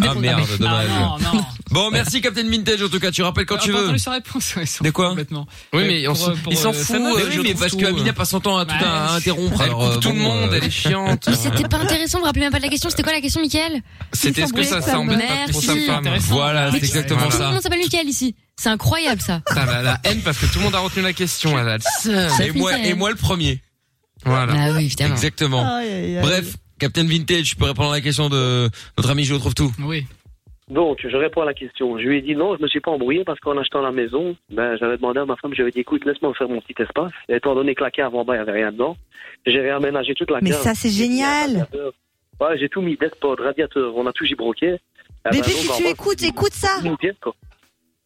[SPEAKER 2] Ah merde,
[SPEAKER 5] Ah
[SPEAKER 2] dommage.
[SPEAKER 5] non, non.
[SPEAKER 2] Bon, merci Captain Vintage en tout cas, tu rappelles quand
[SPEAKER 5] Ah,
[SPEAKER 2] tu
[SPEAKER 5] t'as
[SPEAKER 2] veux.
[SPEAKER 5] entendu sa réponse, ouais, ils sont
[SPEAKER 2] De quoi
[SPEAKER 5] complètement.
[SPEAKER 6] Oui,
[SPEAKER 5] Euh,
[SPEAKER 6] mais
[SPEAKER 5] pour,
[SPEAKER 6] on s'en-
[SPEAKER 5] euh, pour,
[SPEAKER 6] il s'en
[SPEAKER 5] euh,
[SPEAKER 6] fout.
[SPEAKER 5] ça note,
[SPEAKER 6] euh,
[SPEAKER 2] Mais
[SPEAKER 5] je
[SPEAKER 2] oui, mais
[SPEAKER 6] trouve
[SPEAKER 2] parce
[SPEAKER 6] tout,
[SPEAKER 2] que
[SPEAKER 6] euh.
[SPEAKER 2] Amina passe son temps à tout à à interrompre.
[SPEAKER 6] Elle
[SPEAKER 2] alors, euh,
[SPEAKER 6] coupe tout
[SPEAKER 2] bon,
[SPEAKER 6] le monde,
[SPEAKER 2] euh,
[SPEAKER 6] elle est chiante.
[SPEAKER 3] Mais c'était pas intéressant, vous rappelez même pas de la question. C'était quoi la question, Michael
[SPEAKER 6] [laughs] C'était ce que ça, ça embête pas pour sa
[SPEAKER 3] Merci.
[SPEAKER 6] femme.
[SPEAKER 5] Intéressant.
[SPEAKER 2] Voilà, c'est
[SPEAKER 5] Mais tu-
[SPEAKER 2] exactement
[SPEAKER 3] Tout le
[SPEAKER 2] ça.
[SPEAKER 3] monde s'appelle Michael ici. C'est incroyable ça.
[SPEAKER 6] Putain, la, la haine parce que tout le monde a retenu la question. Elle a le seum.
[SPEAKER 3] Ça
[SPEAKER 2] Et
[SPEAKER 3] fait
[SPEAKER 2] moi,
[SPEAKER 3] ça,
[SPEAKER 2] et
[SPEAKER 3] hein.
[SPEAKER 2] moi le premier.
[SPEAKER 6] Voilà.
[SPEAKER 3] Ah oui, évidemment.
[SPEAKER 2] Exactement.
[SPEAKER 4] Aïe, aïe, aïe.
[SPEAKER 2] Bref, Captain Vintage, je peux répondre à la question de notre ami Je trouve tout.
[SPEAKER 5] Oui.
[SPEAKER 10] Donc, je réponds à la question. Je lui ai dit non, je me suis pas embrouillé parce qu'en achetant la maison, ben, j'avais demandé à ma femme, j'avais dit écoute, laisse-moi faire mon petit espace. Et étant donné que la cave en bas, il n'y avait rien dedans, j'ai réaménagé toute la
[SPEAKER 4] Mais
[SPEAKER 10] cave.
[SPEAKER 4] ça, c'est génial.
[SPEAKER 10] Ouais, j'ai tout mis, dashboard, radiateur, on a tout gibroqué. Eh
[SPEAKER 4] Bébé,
[SPEAKER 10] ben,
[SPEAKER 4] si
[SPEAKER 10] donc, en
[SPEAKER 4] tu
[SPEAKER 10] bas,
[SPEAKER 4] écoutes, écoute ça.
[SPEAKER 10] c'est une pièce, quoi.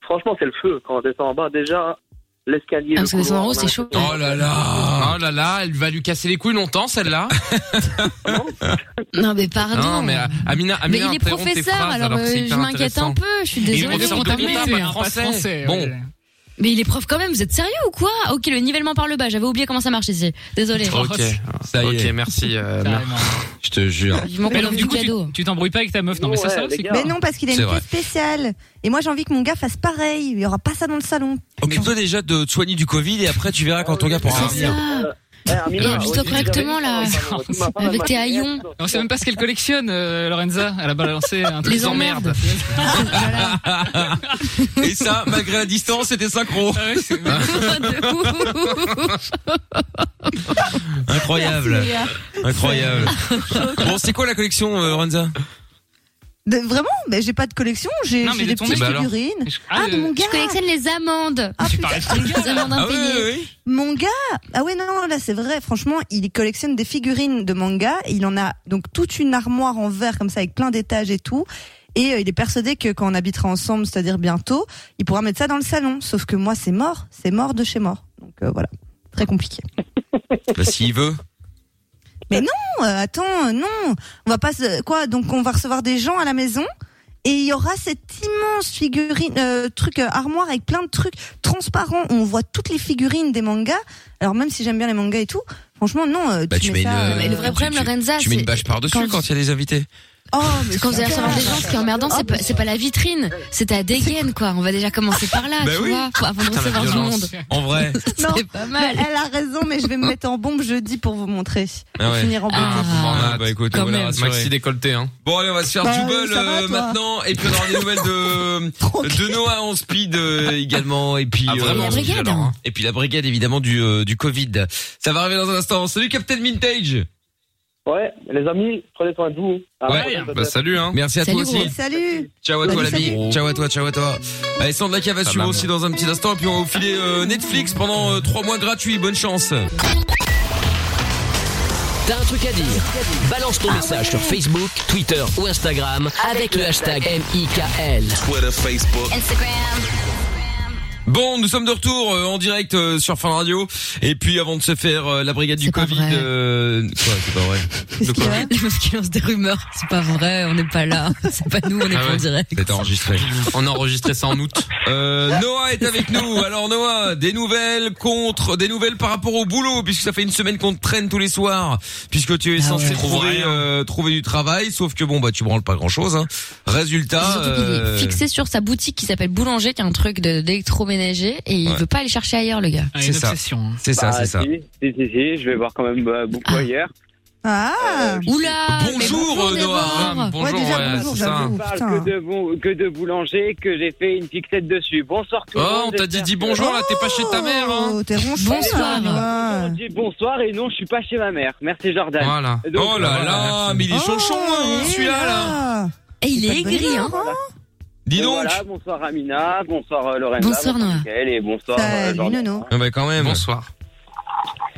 [SPEAKER 10] Franchement, c'est le feu quand on descend en bas. Déjà, l'escalier.
[SPEAKER 3] Ah,
[SPEAKER 10] le
[SPEAKER 3] parce que descendre en haut,
[SPEAKER 10] couloir,
[SPEAKER 3] c'est chaud.
[SPEAKER 6] Oh là là. Oh là là, elle va lui casser les couilles
[SPEAKER 2] [laughs]
[SPEAKER 6] longtemps, celle-là.
[SPEAKER 3] Ah Non mais pardon.
[SPEAKER 6] Non, mais euh, Amina,
[SPEAKER 3] Mais
[SPEAKER 6] Amina,
[SPEAKER 3] il est
[SPEAKER 6] interrompt tes
[SPEAKER 3] professeur,
[SPEAKER 6] phrases,
[SPEAKER 3] alors
[SPEAKER 6] alors que c'est
[SPEAKER 3] euh, je
[SPEAKER 6] hyper
[SPEAKER 3] m'inquiète un
[SPEAKER 6] intéressant.
[SPEAKER 3] peu. Je suis
[SPEAKER 6] Il est
[SPEAKER 3] désolée.
[SPEAKER 5] Désolé,
[SPEAKER 6] professeur
[SPEAKER 5] on
[SPEAKER 3] pour
[SPEAKER 6] de
[SPEAKER 3] ta
[SPEAKER 5] t'a
[SPEAKER 6] comptabilité,
[SPEAKER 3] mère.
[SPEAKER 5] un
[SPEAKER 6] hein,
[SPEAKER 5] français. français
[SPEAKER 6] français. Bon.
[SPEAKER 5] ouais.
[SPEAKER 3] Mais il est prof quand même. Vous êtes sérieux ou quoi Ah, Ok, le nivellement par le bas. J'avais oublié comment ça marche ici. Désolé.
[SPEAKER 6] Ok,
[SPEAKER 2] Ça y est.
[SPEAKER 6] ok, merci. euh, merci.
[SPEAKER 5] Carrément.
[SPEAKER 2] Je te jure.
[SPEAKER 3] Vivement
[SPEAKER 5] Mais
[SPEAKER 3] qu'on
[SPEAKER 5] alors,
[SPEAKER 3] offre
[SPEAKER 5] du
[SPEAKER 3] du
[SPEAKER 5] coup, tu-
[SPEAKER 3] cadeau.
[SPEAKER 5] tu t'embrouilles pas avec ta meuf, non, mais ça,
[SPEAKER 10] Ouais,
[SPEAKER 5] ça
[SPEAKER 10] les
[SPEAKER 5] aussi.
[SPEAKER 10] gars.
[SPEAKER 4] Mais non, parce qu'il a
[SPEAKER 2] C'est
[SPEAKER 4] une
[SPEAKER 2] vrai.
[SPEAKER 4] pièce spéciale. Et moi, j'ai envie que mon gars fasse pareil. Il y aura pas ça dans le salon.
[SPEAKER 2] Occupe-toi déjà de te soigner du Covid et après tu verras quand ton gars pourra
[SPEAKER 3] C'est
[SPEAKER 2] revenir.
[SPEAKER 3] ça.
[SPEAKER 10] Eh,
[SPEAKER 6] ben,
[SPEAKER 10] Amina,
[SPEAKER 3] Et
[SPEAKER 10] ouais,
[SPEAKER 3] habille-toi
[SPEAKER 10] j'ai
[SPEAKER 3] Ah, correctement,
[SPEAKER 10] dit,
[SPEAKER 3] là.
[SPEAKER 10] j'avais- Non, ma femme,
[SPEAKER 3] [laughs] Avec
[SPEAKER 10] elle
[SPEAKER 3] tes
[SPEAKER 10] m'a dit,
[SPEAKER 3] haillons.
[SPEAKER 10] eh, non,
[SPEAKER 5] On sait même pas ce qu'elle collectionne, euh, Lorenza. Elle a balancé un truc
[SPEAKER 3] Les
[SPEAKER 5] d'emmerde.
[SPEAKER 3] emmerdes.
[SPEAKER 2] Et ça, malgré la distance, c'était synchro.
[SPEAKER 5] Ah ouais,
[SPEAKER 3] [laughs]
[SPEAKER 5] c'est-
[SPEAKER 3] De ouf.
[SPEAKER 2] Incroyable.
[SPEAKER 3] [laughs]
[SPEAKER 2] Incroyable. Bon, c'est quoi la collection, euh, Lorenza
[SPEAKER 4] De- vraiment Mais j'ai pas de collection. J'ai
[SPEAKER 5] Non, mais
[SPEAKER 4] j'ai
[SPEAKER 5] de
[SPEAKER 4] des
[SPEAKER 5] ton
[SPEAKER 4] petites
[SPEAKER 6] mec, alors.
[SPEAKER 4] figurines.
[SPEAKER 5] Ah,
[SPEAKER 4] Ah, de mon
[SPEAKER 5] euh,
[SPEAKER 4] gars.
[SPEAKER 3] Je collectionne les amendes.
[SPEAKER 4] Ah,
[SPEAKER 5] tu
[SPEAKER 4] putain.
[SPEAKER 5] parles de ton gars.
[SPEAKER 3] Les amendes
[SPEAKER 6] ah,
[SPEAKER 2] oui,
[SPEAKER 3] impayées.
[SPEAKER 2] oui, oui.
[SPEAKER 4] Mon gars Ah ouais, non, non, là c'est vrai, franchement, il collectionne des figurines de manga, et il en a donc toute une armoire en verre comme ça avec plein d'étages et tout. Et euh, il est persuadé que quand on habitera ensemble, c'est-à-dire bientôt, il pourra mettre ça dans le salon. Sauf que moi, c'est mort, c'est mort de chez mort. Donc euh, voilà, très compliqué.
[SPEAKER 2] Bah, s'il veut.
[SPEAKER 4] Non, euh, attends, euh, non, on va pas se... quoi Donc on va recevoir des gens à la maison Et il y aura cette immense figurine, euh, truc euh, armoire avec plein de trucs transparents. où On voit toutes les figurines des mangas. Alors même si j'aime bien les mangas et tout, franchement non. euh,
[SPEAKER 2] Bah, tu mets
[SPEAKER 4] ça, euh,
[SPEAKER 2] une, euh, tu- tu-
[SPEAKER 3] Ah,
[SPEAKER 2] Tu mets une bâche par-dessus quand il y a des invités.
[SPEAKER 4] Oh,
[SPEAKER 3] mais quand vous allez recevoir des gens, ce qui est emmerdant, c'est pas, c'est pas la vitrine, c'est ta dégaine, quoi. On va déjà commencer par là,
[SPEAKER 2] Bah
[SPEAKER 3] tu
[SPEAKER 2] oui.
[SPEAKER 3] vois, pour- avant de
[SPEAKER 2] Putain, la
[SPEAKER 3] recevoir du monde.
[SPEAKER 2] violence. En vrai.
[SPEAKER 4] Non,
[SPEAKER 3] pas mal.
[SPEAKER 4] mais Elle a raison, mais je vais me mettre en bombe jeudi pour vous montrer.
[SPEAKER 2] Ah
[SPEAKER 4] Pour
[SPEAKER 2] ouais.
[SPEAKER 4] finir en bombe.
[SPEAKER 2] Ah, bah écoute,
[SPEAKER 6] Quand
[SPEAKER 2] voilà,
[SPEAKER 6] même.
[SPEAKER 2] rassuré.
[SPEAKER 6] Maxi décolleté, hein.
[SPEAKER 2] Bon allez, on va se faire
[SPEAKER 6] Bah,
[SPEAKER 2] double
[SPEAKER 6] ça va, toi
[SPEAKER 2] maintenant et puis on aura des nouvelles de de Noah en speed euh, également et puis
[SPEAKER 6] Ah, vraiment,
[SPEAKER 2] euh,
[SPEAKER 6] La brigade,
[SPEAKER 2] alors, hein. et puis la brigade évidemment du euh, du Covid. Ça va arriver dans un instant. Salut Captain Vintage.
[SPEAKER 10] Ouais, les amis, prenez soin de vous. À la prochaine,
[SPEAKER 6] Bah,
[SPEAKER 10] peut-être.
[SPEAKER 2] salut hein. Merci à toi aussi.
[SPEAKER 4] Salut.
[SPEAKER 2] Ciao à toi
[SPEAKER 10] Salut,
[SPEAKER 2] l'ami.
[SPEAKER 10] salut.
[SPEAKER 2] Ciao à toi, ciao à toi. Allez, Sandra qui va suivre aussi dans un petit instant et puis on va vous filer euh, Netflix pendant 3 mois gratuits. Bonne chance.
[SPEAKER 1] [laughs] T'as un truc à dire Balance ton message sur Facebook, Twitter ou Instagram avec le hashtag MIKL.
[SPEAKER 2] Twitter, Facebook. Bon, nous sommes de retour euh, en direct euh, sur Fin Radio. Et puis, avant de se faire euh, la brigade du Covid, euh, quoi, c'est pas vrai. Le Covid.
[SPEAKER 3] Parce qu'il lance des rumeurs, c'est pas vrai, on n'est pas là, [laughs] c'est pas nous, on est
[SPEAKER 2] Ah
[SPEAKER 3] pas
[SPEAKER 2] ouais.
[SPEAKER 3] en direct.
[SPEAKER 2] C'est enregistré. On a enregistré ça en août. Euh, Noah est avec nous. Alors Noah, des nouvelles contre, des nouvelles par rapport au boulot, puisque ça fait une semaine qu'on te traîne tous les soirs, puisque tu es
[SPEAKER 3] Ah
[SPEAKER 2] censé trouver, euh, trouver du travail, sauf que bon bah tu branles pas grand chose. Hein. Résultat.
[SPEAKER 3] Surtout qu'il
[SPEAKER 2] euh,
[SPEAKER 3] est fixé sur sa boutique qui s'appelle Boulanger, qui est un truc de- d'électroménager, et il
[SPEAKER 2] Ouais.
[SPEAKER 3] veut pas aller chercher ailleurs, le gars.
[SPEAKER 2] C'est ça. C'est ça,
[SPEAKER 8] Bah,
[SPEAKER 2] c'est ça.
[SPEAKER 8] Si, si, si, si, je vais voir quand même euh,
[SPEAKER 2] [coughs]
[SPEAKER 8] beaucoup ailleurs.
[SPEAKER 4] Ah.
[SPEAKER 3] Oula.
[SPEAKER 2] Bonjour,
[SPEAKER 8] bonjour,
[SPEAKER 2] euh, Noah.
[SPEAKER 8] Déborah. Ouais, déjà, bonjour, j'avoue,
[SPEAKER 2] ça.
[SPEAKER 8] parle que de, bon- que de boulanger, que j'ai fait une fixette dessus. Bonsoir tout le monde.
[SPEAKER 6] Oh, on t'a dit
[SPEAKER 8] j'espère
[SPEAKER 6] dis
[SPEAKER 8] que-
[SPEAKER 6] bonjour, là, t'es pas chez ta mère, hein.
[SPEAKER 4] t'es ronchon,
[SPEAKER 8] Bonsoir.
[SPEAKER 4] Noah.
[SPEAKER 8] On dit bonsoir et non, je suis pas chez ma mère. Merci Jordan.
[SPEAKER 6] Voilà.
[SPEAKER 8] Donc,
[SPEAKER 2] Oh là là, mais il est chonchon,
[SPEAKER 8] Oh,
[SPEAKER 2] hein, celui-là, là.
[SPEAKER 3] Et il est aigri, hein.
[SPEAKER 2] Dis
[SPEAKER 8] Et
[SPEAKER 2] donc.
[SPEAKER 8] voilà, bonsoir Amina, bonsoir euh, Lorenza,
[SPEAKER 3] Bonsoir, Noah.
[SPEAKER 8] Mickaël et bonsoir euh,
[SPEAKER 4] Salut,
[SPEAKER 8] Jordan.
[SPEAKER 4] Nono.
[SPEAKER 2] Ah bah quand même. Bonsoir.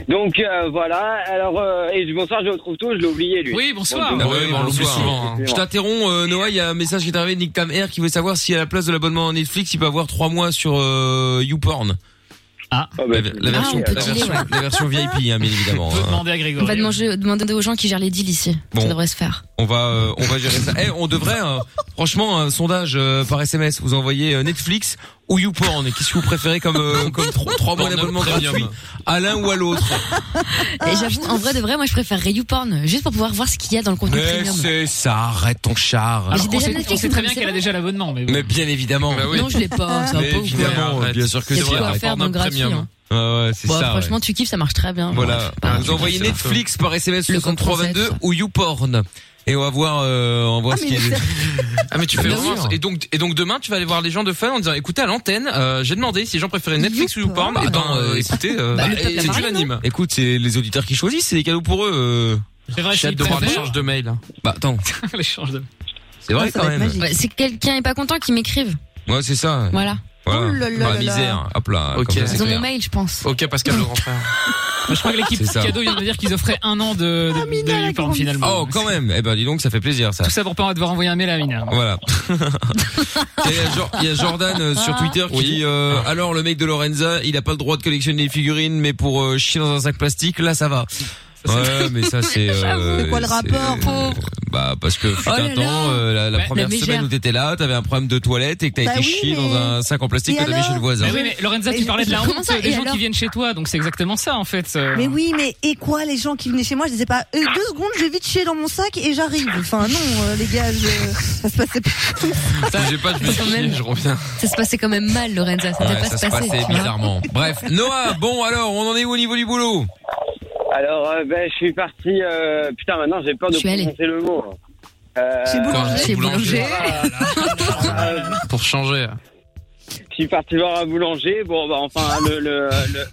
[SPEAKER 8] Donc euh, voilà, alors euh, et je- bonsoir, je le retrouve tout, je l'ai oublié lui.
[SPEAKER 2] Oui, bonsoir.
[SPEAKER 8] Bonjour.
[SPEAKER 2] Ah, Ouais, bon, on l'oublie souvent, hein. Je t'interromps, euh, Noah, il y a un message qui est arrivé de Nick Tam Air qui veut savoir si à la place de l'abonnement à Netflix, il peut avoir 3 mois sur euh, YouPorn.
[SPEAKER 5] Ah,
[SPEAKER 2] la, la
[SPEAKER 5] Ah,
[SPEAKER 2] version,
[SPEAKER 5] on peut
[SPEAKER 2] la,
[SPEAKER 5] dealer,
[SPEAKER 2] version,
[SPEAKER 5] ouais.
[SPEAKER 2] la [laughs] version VIP, hein, bien évidemment. hein.
[SPEAKER 5] à
[SPEAKER 3] On va demander, demander aux gens qui gèrent les deals ici.
[SPEAKER 2] Bon.
[SPEAKER 3] Ça devrait se faire.
[SPEAKER 2] On va, euh, on va gérer ça. Eh, on devrait, hein, franchement, un sondage euh, par SMS. Vous envoyez euh, Netflix ou YouPorn. Qu'est-ce que vous préférez comme, euh, comme 3 mois d'abonnement gratuit à l'un ou à l'autre
[SPEAKER 3] Et j'avoue, en vrai de vrai, moi je préférerais YouPorn, juste pour pouvoir voir ce qu'il y a dans le contenu
[SPEAKER 2] Mais
[SPEAKER 3] premium.
[SPEAKER 2] c'est ça, arrête ton char.
[SPEAKER 5] Alors, on,
[SPEAKER 3] déjà
[SPEAKER 5] sait,
[SPEAKER 3] Netflix,
[SPEAKER 5] on sait très
[SPEAKER 3] mais c'est
[SPEAKER 5] bien qu'elle a
[SPEAKER 3] vrai.
[SPEAKER 5] déjà l'abonnement, mais
[SPEAKER 2] Mais bien évidemment.
[SPEAKER 6] Bah
[SPEAKER 3] Non, je l'ai pas, ça va
[SPEAKER 2] Mais
[SPEAKER 3] pas ou quoi.
[SPEAKER 2] évidemment,
[SPEAKER 6] Ouais,
[SPEAKER 2] bien sûr que
[SPEAKER 3] Il y a
[SPEAKER 2] si.
[SPEAKER 3] de quoi
[SPEAKER 2] arrête.
[SPEAKER 3] faire dans le gratuit, hein.
[SPEAKER 2] Ouais, ouais, c'est
[SPEAKER 3] Bon,
[SPEAKER 2] ça. ouais.
[SPEAKER 3] franchement, tu kiffes, ça marche très bien.
[SPEAKER 2] Voilà.
[SPEAKER 6] Ah,
[SPEAKER 2] Vous envoyez Netflix par SMS 6322 ou YouPorn. Et on va voir, euh, on va voir
[SPEAKER 6] Ah,
[SPEAKER 2] ce
[SPEAKER 6] mais
[SPEAKER 2] qu'il y a. [laughs]
[SPEAKER 6] Ah mais tu fais
[SPEAKER 2] Bien
[SPEAKER 6] vraiment
[SPEAKER 2] sûr.
[SPEAKER 6] et donc et donc demain tu vas aller voir les gens de fun en disant écoutez à l'antenne euh, j'ai demandé si les
[SPEAKER 5] [laughs]
[SPEAKER 6] gens préféraient Netflix ou YouPorn et ben euh, écoutez euh,
[SPEAKER 2] Bah,
[SPEAKER 6] bah,
[SPEAKER 2] le peuple a
[SPEAKER 6] c'est
[SPEAKER 3] hein.
[SPEAKER 2] parlé,
[SPEAKER 6] unanime.
[SPEAKER 2] Écoute, c'est les auditeurs qui choisissent, c'est des cadeaux pour eux. euh.
[SPEAKER 5] C'est vrai,
[SPEAKER 6] J'ai hâte de voir l'échange de mail.
[SPEAKER 2] Bah attends,
[SPEAKER 5] l'échange de.
[SPEAKER 2] c'est
[SPEAKER 3] Ah,
[SPEAKER 2] vrai quand même.
[SPEAKER 3] Ouais, si quelqu'un est pas content, qu'il m'écrive.
[SPEAKER 2] Ouais, c'est ça.
[SPEAKER 3] Voilà.
[SPEAKER 2] Voilà.
[SPEAKER 3] Oh là là
[SPEAKER 2] Bah,
[SPEAKER 3] là là.
[SPEAKER 2] misère. Hop là.
[SPEAKER 6] Ok.
[SPEAKER 2] comme ça, Ah, c'est
[SPEAKER 3] Ils ont
[SPEAKER 2] clair.
[SPEAKER 3] mon mail, je pense.
[SPEAKER 6] Ok Pascal le grand frère.
[SPEAKER 5] Je crois que l'équipe
[SPEAKER 2] C'est ça.
[SPEAKER 5] cadeau vient de dire qu'ils offraient un an de, de, de YouPorn, finalement.
[SPEAKER 2] Oh, quand même. Eh ben, dis donc, ça fait plaisir, ça.
[SPEAKER 5] Tout ça pour pas devoir envoyer un mail à Mina.
[SPEAKER 2] Voilà. [laughs] Et Il y, a Jo- il y a Jordan euh, sur Twitter qui dit euh, alors le mec de Lorenza, il a pas le droit de collectionner les figurines, mais pour euh, chier dans un sac plastique, là ça va. Ouais, mais ça c'est. euh,
[SPEAKER 4] C'est quoi le rapport pauvre
[SPEAKER 2] Bah parce que fut
[SPEAKER 4] Oh
[SPEAKER 2] un
[SPEAKER 4] là
[SPEAKER 2] temps,
[SPEAKER 4] là.
[SPEAKER 2] euh, la, la
[SPEAKER 4] Bah,
[SPEAKER 2] première
[SPEAKER 4] la
[SPEAKER 2] semaine
[SPEAKER 4] mégère.
[SPEAKER 2] où t'étais là, t'avais un problème de toilette et que t'as
[SPEAKER 5] Bah
[SPEAKER 2] été
[SPEAKER 5] oui,
[SPEAKER 2] chié dans
[SPEAKER 5] mais-
[SPEAKER 2] un sac en plastique
[SPEAKER 5] Et
[SPEAKER 2] que t'avais
[SPEAKER 5] alors
[SPEAKER 2] chez le voisin.
[SPEAKER 5] Mais
[SPEAKER 2] [laughs]
[SPEAKER 5] oui, mais Lorenza,
[SPEAKER 4] Mais
[SPEAKER 5] tu parlais de la
[SPEAKER 4] comment
[SPEAKER 5] honte
[SPEAKER 4] ça Et
[SPEAKER 5] des gens
[SPEAKER 4] alors
[SPEAKER 5] qui viennent chez toi, donc c'est exactement ça en fait. euh.
[SPEAKER 4] Mais oui, mais et quoi les gens qui venaient chez moi, je les ai pas. Euh, deux secondes, je vais vite chier dans mon sac et j'arrive. Enfin non, euh, les gars, je... ça se passait pas. comme ça.
[SPEAKER 6] J'ai pas je me suis dit, je reviens.
[SPEAKER 3] Ça se passait quand même mal, Lorenza. Ça devait
[SPEAKER 2] Ouais,
[SPEAKER 3] pas
[SPEAKER 2] ça
[SPEAKER 3] se
[SPEAKER 2] se
[SPEAKER 3] passer.
[SPEAKER 2] passait
[SPEAKER 3] tu vois.
[SPEAKER 2] bizarrement. Bref, Noah, bon alors, on en est où au niveau du boulot
[SPEAKER 8] Alors euh, ben je suis parti euh, putain maintenant j'ai peur de
[SPEAKER 3] Je suis allée.
[SPEAKER 8] prononcer le mot. Euh,
[SPEAKER 6] Chez boulanger. Chez boulanger.
[SPEAKER 8] [laughs] Euh,
[SPEAKER 6] Pour changer.
[SPEAKER 8] Je suis parti voir un boulanger. Bon, bah, enfin, le. le, le-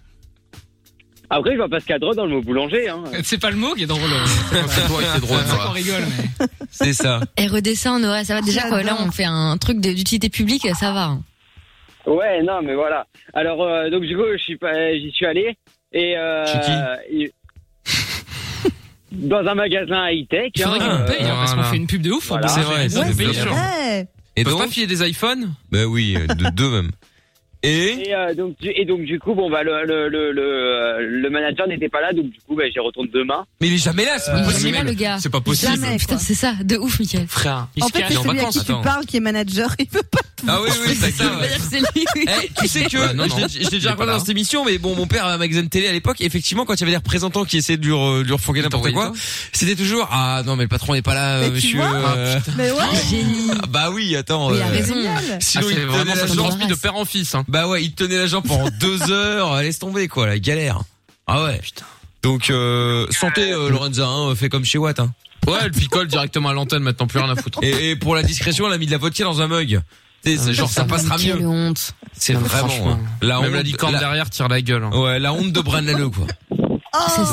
[SPEAKER 8] Après, je vois pas ce qu'il y a de drôle dans le mot boulanger. Hein.
[SPEAKER 5] C'est pas le mot qui est drôle. euh,
[SPEAKER 6] [laughs] C'est toi qui es drôle.
[SPEAKER 5] C'est qu'on rigole. mais-
[SPEAKER 2] C'est ça.
[SPEAKER 3] Et redescend, Noah, Eh, ça va déjà quoi. Là, on fait un truc de- d'utilité publique, ça va. hein.
[SPEAKER 8] Ouais, non, mais voilà. Alors, euh, donc, du coup, je suis pas- j'y suis allé. Et. Euh,
[SPEAKER 6] Chez qui
[SPEAKER 8] il- [laughs] Dans un magasin high-tech.
[SPEAKER 5] Il faudrait
[SPEAKER 8] hein,
[SPEAKER 5] qu'ils nous
[SPEAKER 8] euh,
[SPEAKER 5] payent, hein, parce qu'on
[SPEAKER 6] voilà.
[SPEAKER 5] fait une pub de ouf.
[SPEAKER 8] Voilà.
[SPEAKER 6] C'est vrai,
[SPEAKER 5] Ouais,
[SPEAKER 6] ça fait
[SPEAKER 5] c'est
[SPEAKER 6] plaisir.
[SPEAKER 4] Ouais.
[SPEAKER 2] Et
[SPEAKER 6] Ils peuvent
[SPEAKER 2] donc
[SPEAKER 6] pas filer des iPhones
[SPEAKER 2] Bah oui, euh, de deux même. Et,
[SPEAKER 8] euh, donc, du- et donc, du coup, bon, bah, le, le, le, le, euh, le manager n'était pas là, donc du coup, bah, j'y retourne demain.
[SPEAKER 2] Mais il est jamais là, c'est
[SPEAKER 8] pas
[SPEAKER 3] Il est là, le gars. Jamais, putain, c'est ça, de ouf, Michael.
[SPEAKER 2] Frère,
[SPEAKER 4] En fait, c'est celui à qui tu parles qui est manager. Il veut pas te
[SPEAKER 2] Ah oui, oui, c'est ça. ouais.
[SPEAKER 3] [laughs] C'est lui.
[SPEAKER 2] Eh,
[SPEAKER 4] [laughs]
[SPEAKER 2] tu sais
[SPEAKER 4] Bah,
[SPEAKER 2] que
[SPEAKER 6] Ouais, non, non.
[SPEAKER 2] je l'ai- je l'ai
[SPEAKER 6] Il est
[SPEAKER 2] déjà
[SPEAKER 6] pas
[SPEAKER 2] raconté
[SPEAKER 6] là.
[SPEAKER 2] dans cette émission, mais bon, mon père avait un magazine de télé à l'époque. Effectivement, quand il y avait des représentants qui essayaient de lui, re- de lui refourguer n'importe quoi, c'était toujours ah non mais le patron n'est pas là, euh, monsieur.
[SPEAKER 5] ah,
[SPEAKER 2] euh,
[SPEAKER 4] Mais ouais.
[SPEAKER 3] Génie.
[SPEAKER 2] Ah, bah oui, attends.
[SPEAKER 4] Mais il a
[SPEAKER 2] euh,
[SPEAKER 4] raison.
[SPEAKER 2] Sinon,
[SPEAKER 6] Ah, c'est
[SPEAKER 2] il
[SPEAKER 6] vraiment,
[SPEAKER 2] tenait
[SPEAKER 6] ça
[SPEAKER 2] la
[SPEAKER 6] se
[SPEAKER 2] jambe
[SPEAKER 6] transmet
[SPEAKER 2] de père en fils. Bah ouais, il tenait la jambe [laughs] pendant deux heures. euh, Laisse tomber quoi, la galère. Ah ouais. Donc euh, santé euh, Lorenza, hein, fais comme chez Watt. Hein. Ouais, elle picole directement à l'antenne maintenant, plus rien à foutre. Et, et pour la discrétion, elle a mis de la vodka dans un mug. C'est- c'est genre ça passera mieux.
[SPEAKER 3] Quelle honte.
[SPEAKER 2] C'est
[SPEAKER 6] Non, mais
[SPEAKER 2] vraiment euh, hein.
[SPEAKER 6] franchement. Même la licorne
[SPEAKER 2] derrière tire la gueule. hein. Ouais, la honte de Brandaleux quoi.
[SPEAKER 4] Oh,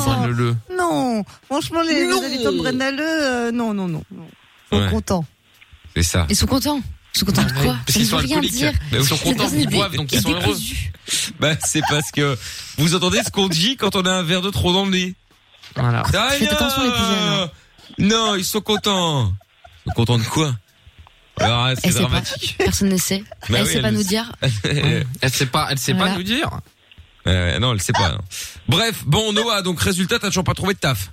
[SPEAKER 2] Brandaleux.
[SPEAKER 4] non. Franchement, les, les
[SPEAKER 3] Non.
[SPEAKER 4] habitants de Brennaleux, euh, non, non, non. non.
[SPEAKER 2] Ouais.
[SPEAKER 4] Content.
[SPEAKER 2] C'est ça.
[SPEAKER 3] Ils sont contents. Ils sont contents de quoi
[SPEAKER 2] Ah, Parce qu'ils
[SPEAKER 3] Ça
[SPEAKER 2] sont
[SPEAKER 3] veut rien
[SPEAKER 2] alcooliques.
[SPEAKER 3] dire.
[SPEAKER 2] Bah oui. Ils sont
[SPEAKER 3] Cette
[SPEAKER 2] contents
[SPEAKER 3] personne
[SPEAKER 2] qu'ils
[SPEAKER 3] est
[SPEAKER 2] boivent,
[SPEAKER 3] dé-
[SPEAKER 2] donc ils
[SPEAKER 3] est
[SPEAKER 2] sont heureux.
[SPEAKER 3] décousue.
[SPEAKER 2] Bah c'est parce que vous entendez ce qu'on dit quand on a un verre de trop dans le nez. Voilà.
[SPEAKER 3] Faites attention, les petits jeunes,
[SPEAKER 2] Non, ils sont contents. Ils sont contents de quoi Alors, ah,
[SPEAKER 3] Elle
[SPEAKER 2] c'est
[SPEAKER 3] sait Eh, pas.
[SPEAKER 2] dramatique.
[SPEAKER 3] Personne ne sait.
[SPEAKER 2] Bah
[SPEAKER 3] elle
[SPEAKER 2] oui,
[SPEAKER 3] sait
[SPEAKER 2] elle
[SPEAKER 3] pas
[SPEAKER 2] le
[SPEAKER 3] nous
[SPEAKER 2] sait.
[SPEAKER 3] dire.
[SPEAKER 2] [laughs] elle sait pas, elle sait
[SPEAKER 3] pas Voilà. nous
[SPEAKER 2] dire. non, elle sait pas. non. Bref, bon Noah, donc résultat, t'as toujours pas trouvé de taf.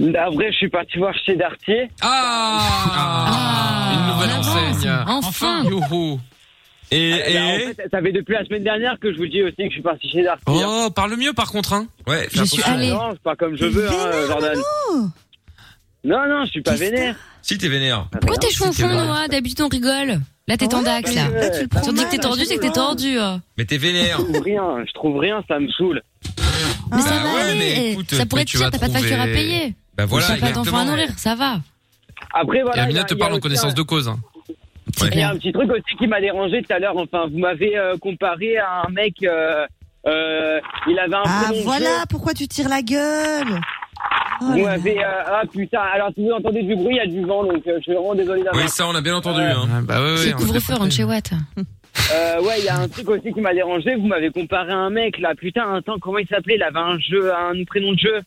[SPEAKER 8] En vrai, je suis parti voir chez Dartier.
[SPEAKER 2] Ah,
[SPEAKER 6] Une nouvelle enseigne.
[SPEAKER 3] Enfin.
[SPEAKER 6] Yoho.
[SPEAKER 2] Et,
[SPEAKER 8] et... Ah, bah, en fait, ça fait depuis la semaine dernière que je vous dis aussi que je suis parti chez Dartier.
[SPEAKER 6] Oh, parle mieux par contre, hein.
[SPEAKER 2] Ouais,
[SPEAKER 8] fais attention.
[SPEAKER 6] allée.
[SPEAKER 8] Non, c'est pas comme je veux, hein, Jordan. Non, non, je suis pas vénère.
[SPEAKER 2] Si t'es vénère.
[SPEAKER 8] Ah,
[SPEAKER 3] Pourquoi t'es chou au fond, Noah D'habitude, on rigole. Là, t'es tendax, là. Si on dit que t'es tordu, c'est que t'es tordu. hein.
[SPEAKER 2] Mais t'es vénère.
[SPEAKER 8] Je trouve rien, je trouve rien, ça me saoule.
[SPEAKER 3] Mais ça
[SPEAKER 8] Bah
[SPEAKER 3] va
[SPEAKER 8] ouais, mais
[SPEAKER 3] aller. Eh,
[SPEAKER 8] écoute,
[SPEAKER 3] Ça pourrait
[SPEAKER 8] mais
[SPEAKER 3] être
[SPEAKER 8] tu
[SPEAKER 3] pire,
[SPEAKER 8] vas
[SPEAKER 3] t'as pas de facture à
[SPEAKER 8] trouver-
[SPEAKER 3] payer.
[SPEAKER 2] Bah voilà,
[SPEAKER 3] T'as pas d'enfant à
[SPEAKER 2] exactement.
[SPEAKER 3] nourrir, ça va.
[SPEAKER 8] Après, voilà.
[SPEAKER 6] Et Amina
[SPEAKER 8] il y a-
[SPEAKER 6] te
[SPEAKER 8] il y a
[SPEAKER 6] parle en
[SPEAKER 8] aussi
[SPEAKER 6] connaissance
[SPEAKER 8] un-
[SPEAKER 6] de cause. hein.
[SPEAKER 8] Il y a un petit truc aussi qui m'a dérangé tout à l'heure. Enfin, vous m'avez euh, comparé à un mec. euh, euh, il avait un
[SPEAKER 4] Ah
[SPEAKER 8] prénom de
[SPEAKER 4] voilà,
[SPEAKER 8] jeu.
[SPEAKER 4] pourquoi tu tires la gueule Oh
[SPEAKER 8] Vous
[SPEAKER 4] là là.
[SPEAKER 8] m'avez. euh, ah putain. Alors si vous entendez du bruit, il y a du vent, donc euh, je suis vraiment désolé d'avoir.
[SPEAKER 2] Oui, ça on a bien entendu. Hein. Bah
[SPEAKER 3] C'est couvre-feu, rentre chez Watt.
[SPEAKER 8] Euh, ouais, il y a un truc aussi qui m'a dérangé. Vous m'avez comparé à un mec là. Putain, un temps, comment il s'appelait Il avait un jeu, un prénom de jeu.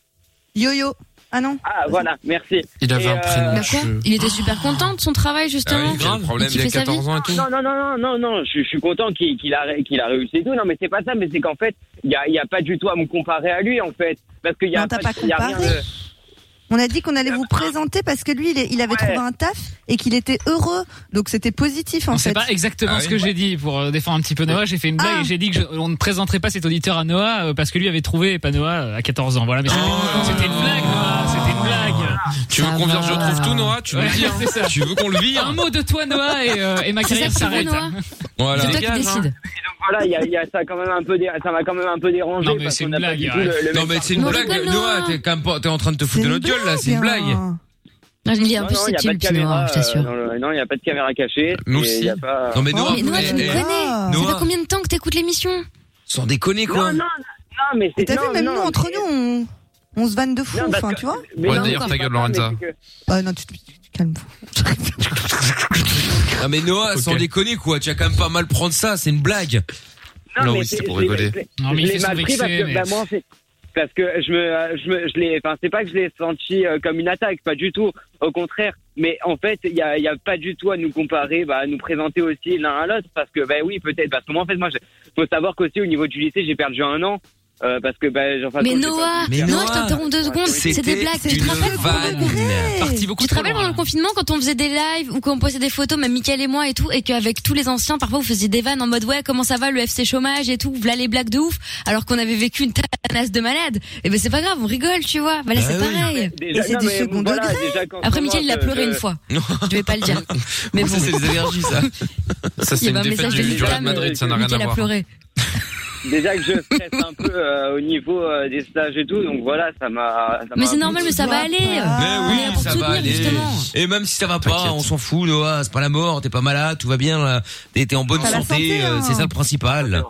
[SPEAKER 4] Yo-yo. Ah non.
[SPEAKER 8] Ah voilà, merci.
[SPEAKER 6] Il avait
[SPEAKER 8] Et,
[SPEAKER 6] un prénom.
[SPEAKER 8] euh, Bah
[SPEAKER 3] Bah quoi Il était super content de son travail, justement. Ah Il kiffait sa vie.
[SPEAKER 8] Non, non, non, non, non, non, je, je suis content qu'il qu'il a, ré- qu'il a réussi et tout. Non, mais c'est pas ça, mais c'est qu'en fait, il n'y a, il y a pas du tout à me comparer à lui, en fait. Parce qu'il y a,
[SPEAKER 4] Non, t'as
[SPEAKER 8] pas-
[SPEAKER 4] pas
[SPEAKER 8] il y a rien
[SPEAKER 4] comparé.
[SPEAKER 8] de-
[SPEAKER 4] On a dit qu'on allait vous présenter parce que lui, il, est- il avait trouvé un taf et qu'il était heureux. Donc c'était positif en
[SPEAKER 5] On
[SPEAKER 4] fait.
[SPEAKER 5] sait pas exactement
[SPEAKER 4] Ah
[SPEAKER 5] ce
[SPEAKER 4] oui.
[SPEAKER 5] que j'ai dit pour euh, défendre un petit peu Noah. J'ai fait une blague et j'ai dit que je- on ne présenterait pas cet auditeur à Noah euh, parce que lui avait trouvé et pas Noah euh, à 14 ans. Voilà, mais c'était c'était une blague, Noah. C'était une blague.
[SPEAKER 6] Oh. Tu veux qu'on vire, je trouve tout, Noah Tu veux
[SPEAKER 5] Ouais,
[SPEAKER 6] le
[SPEAKER 5] [laughs]
[SPEAKER 6] dire
[SPEAKER 5] c'est ça.
[SPEAKER 2] Tu veux qu'on le vire
[SPEAKER 5] Un mot de toi, Noah, et, euh, et ma
[SPEAKER 8] C'est ça
[SPEAKER 5] carrière
[SPEAKER 8] que tu veux,
[SPEAKER 5] s'arrête. hein.
[SPEAKER 8] Noah
[SPEAKER 2] Voilà.
[SPEAKER 8] Hein. Donc voilà, il y a, il y a ça quand même un peu, dé- ça m'a quand même un peu dérangé.
[SPEAKER 2] Non mais
[SPEAKER 8] parce
[SPEAKER 2] c'est
[SPEAKER 8] qu'on
[SPEAKER 2] une
[SPEAKER 8] a pas
[SPEAKER 2] blague.
[SPEAKER 8] du tout le- le
[SPEAKER 2] Non
[SPEAKER 8] même
[SPEAKER 2] mais c'est une
[SPEAKER 8] parcours.
[SPEAKER 2] blague. Noah, t'es quand même pas, t'es en train de te foutre de notre gueule là, c'est une blague.
[SPEAKER 3] Il est un
[SPEAKER 8] Non,
[SPEAKER 3] peu
[SPEAKER 8] non, il y a pas
[SPEAKER 3] hein. subtil,
[SPEAKER 8] de
[SPEAKER 3] petit Noah,
[SPEAKER 8] caméra,
[SPEAKER 3] je t'assure.
[SPEAKER 8] euh, dans le- Non, il n'y a pas de caméra cachée.
[SPEAKER 2] Nous
[SPEAKER 8] et il y a
[SPEAKER 2] aussi.
[SPEAKER 8] pas-
[SPEAKER 2] Non, mais
[SPEAKER 3] Oh,
[SPEAKER 2] Noah,
[SPEAKER 3] mais Noah, tu nous connais.
[SPEAKER 2] eh,
[SPEAKER 3] Ça fait
[SPEAKER 2] Noah.
[SPEAKER 3] combien de temps que t'écoutes l'émission
[SPEAKER 2] Sans déconner quoi.
[SPEAKER 8] Non, non, non, mais
[SPEAKER 4] Et
[SPEAKER 8] c'est.
[SPEAKER 4] t'as vu,
[SPEAKER 8] non,
[SPEAKER 4] même
[SPEAKER 8] non,
[SPEAKER 4] nous, entre nous, on, on se vanne de fou,
[SPEAKER 8] Non, parce
[SPEAKER 4] enfin,
[SPEAKER 8] que-
[SPEAKER 4] tu vois.
[SPEAKER 8] mais
[SPEAKER 2] Ouais,
[SPEAKER 8] non,
[SPEAKER 2] d'ailleurs,
[SPEAKER 8] c'est
[SPEAKER 2] ta
[SPEAKER 8] pas
[SPEAKER 2] gueule,
[SPEAKER 8] ça, mais
[SPEAKER 2] Lorenza.
[SPEAKER 8] c'est que-
[SPEAKER 4] Ah non, tu te
[SPEAKER 2] Non mais Noah, sans déconner quoi, tu as quand même pas mal prendre ça, c'est une blague.
[SPEAKER 8] mais c'est- je l'ai- je l'ai-
[SPEAKER 2] Non, mais il
[SPEAKER 8] je
[SPEAKER 2] fait
[SPEAKER 8] l'ai
[SPEAKER 2] son
[SPEAKER 8] mal pris
[SPEAKER 2] vexé,
[SPEAKER 8] parce que
[SPEAKER 2] mais-
[SPEAKER 8] bah, moi, c'est- parce que je me, euh, je me, je l'ai, enfin, c'est pas que je l'ai senti euh, comme une attaque, pas du tout, au contraire. Mais en fait, il y a, il y a pas du tout à nous comparer, bah, à nous présenter aussi l'un à l'autre, parce que bah oui, peut-être, parce que moi, en fait, moi, je- faut savoir qu'aussi au niveau du lycée, j'ai perdu un an, euh, parce que bah, j'ai- en fin de
[SPEAKER 3] Mais
[SPEAKER 8] compte, j'ai
[SPEAKER 3] Noah,
[SPEAKER 8] pas pu faire-
[SPEAKER 3] Noah, je t'interromps deux secondes, c'est des blagues. Tu te rappelles Tu te rappelles pendant le confinement quand on faisait des lives ou quand on postait des photos, même Mickaël et moi et tout, et qu'avec tous les anciens, parfois vous faisiez des vannes en mode ouais comment ça va le FC chômage et tout, voilà les blagues de ouf, alors qu'on avait vécu une tanasse de malade. Et ben c'est pas grave, on rigole, tu vois. Bah là
[SPEAKER 2] Bah
[SPEAKER 3] c'est
[SPEAKER 2] oui.
[SPEAKER 3] pareil.
[SPEAKER 8] Déjà- non, mais voilà, déjà qu'en
[SPEAKER 3] Après
[SPEAKER 8] ce
[SPEAKER 3] Mickaël il a
[SPEAKER 8] moment,
[SPEAKER 3] pleuré
[SPEAKER 8] je-
[SPEAKER 3] une fois. Je vais pas le
[SPEAKER 6] [laughs]
[SPEAKER 3] dire. Mais
[SPEAKER 2] ça
[SPEAKER 3] bon.
[SPEAKER 2] c'est des
[SPEAKER 3] [laughs]
[SPEAKER 2] allergies ça.
[SPEAKER 6] Ça,
[SPEAKER 3] Il y
[SPEAKER 6] c'est
[SPEAKER 3] avait
[SPEAKER 6] une
[SPEAKER 3] un
[SPEAKER 6] défaite
[SPEAKER 3] message
[SPEAKER 6] du
[SPEAKER 3] de
[SPEAKER 6] du Real
[SPEAKER 3] Zidane,
[SPEAKER 6] Madrid, ça n'a rien à
[SPEAKER 3] Mickaël a
[SPEAKER 6] voir.
[SPEAKER 3] pleuré.
[SPEAKER 8] [laughs] Déjà que je stresse un peu euh, au niveau euh, des stages et tout, donc voilà, ça m'a. ça
[SPEAKER 3] Mais
[SPEAKER 8] m'a
[SPEAKER 3] c'est
[SPEAKER 8] un
[SPEAKER 3] normal,
[SPEAKER 8] peu-
[SPEAKER 3] mais ça va aller. euh,
[SPEAKER 2] Mais
[SPEAKER 8] hein.
[SPEAKER 6] Eh
[SPEAKER 2] oui,
[SPEAKER 3] pour
[SPEAKER 2] ça
[SPEAKER 3] soutenir,
[SPEAKER 2] va aller.
[SPEAKER 3] justement.
[SPEAKER 2] Et même si ça va pas, on s'en fout Noah, c'est pas la mort, t'es pas malade, tout va bien là. T'es t'es en bonne
[SPEAKER 3] T'as la
[SPEAKER 2] santé,
[SPEAKER 3] santé,
[SPEAKER 2] euh,
[SPEAKER 3] hein.
[SPEAKER 2] c'est ça le principal.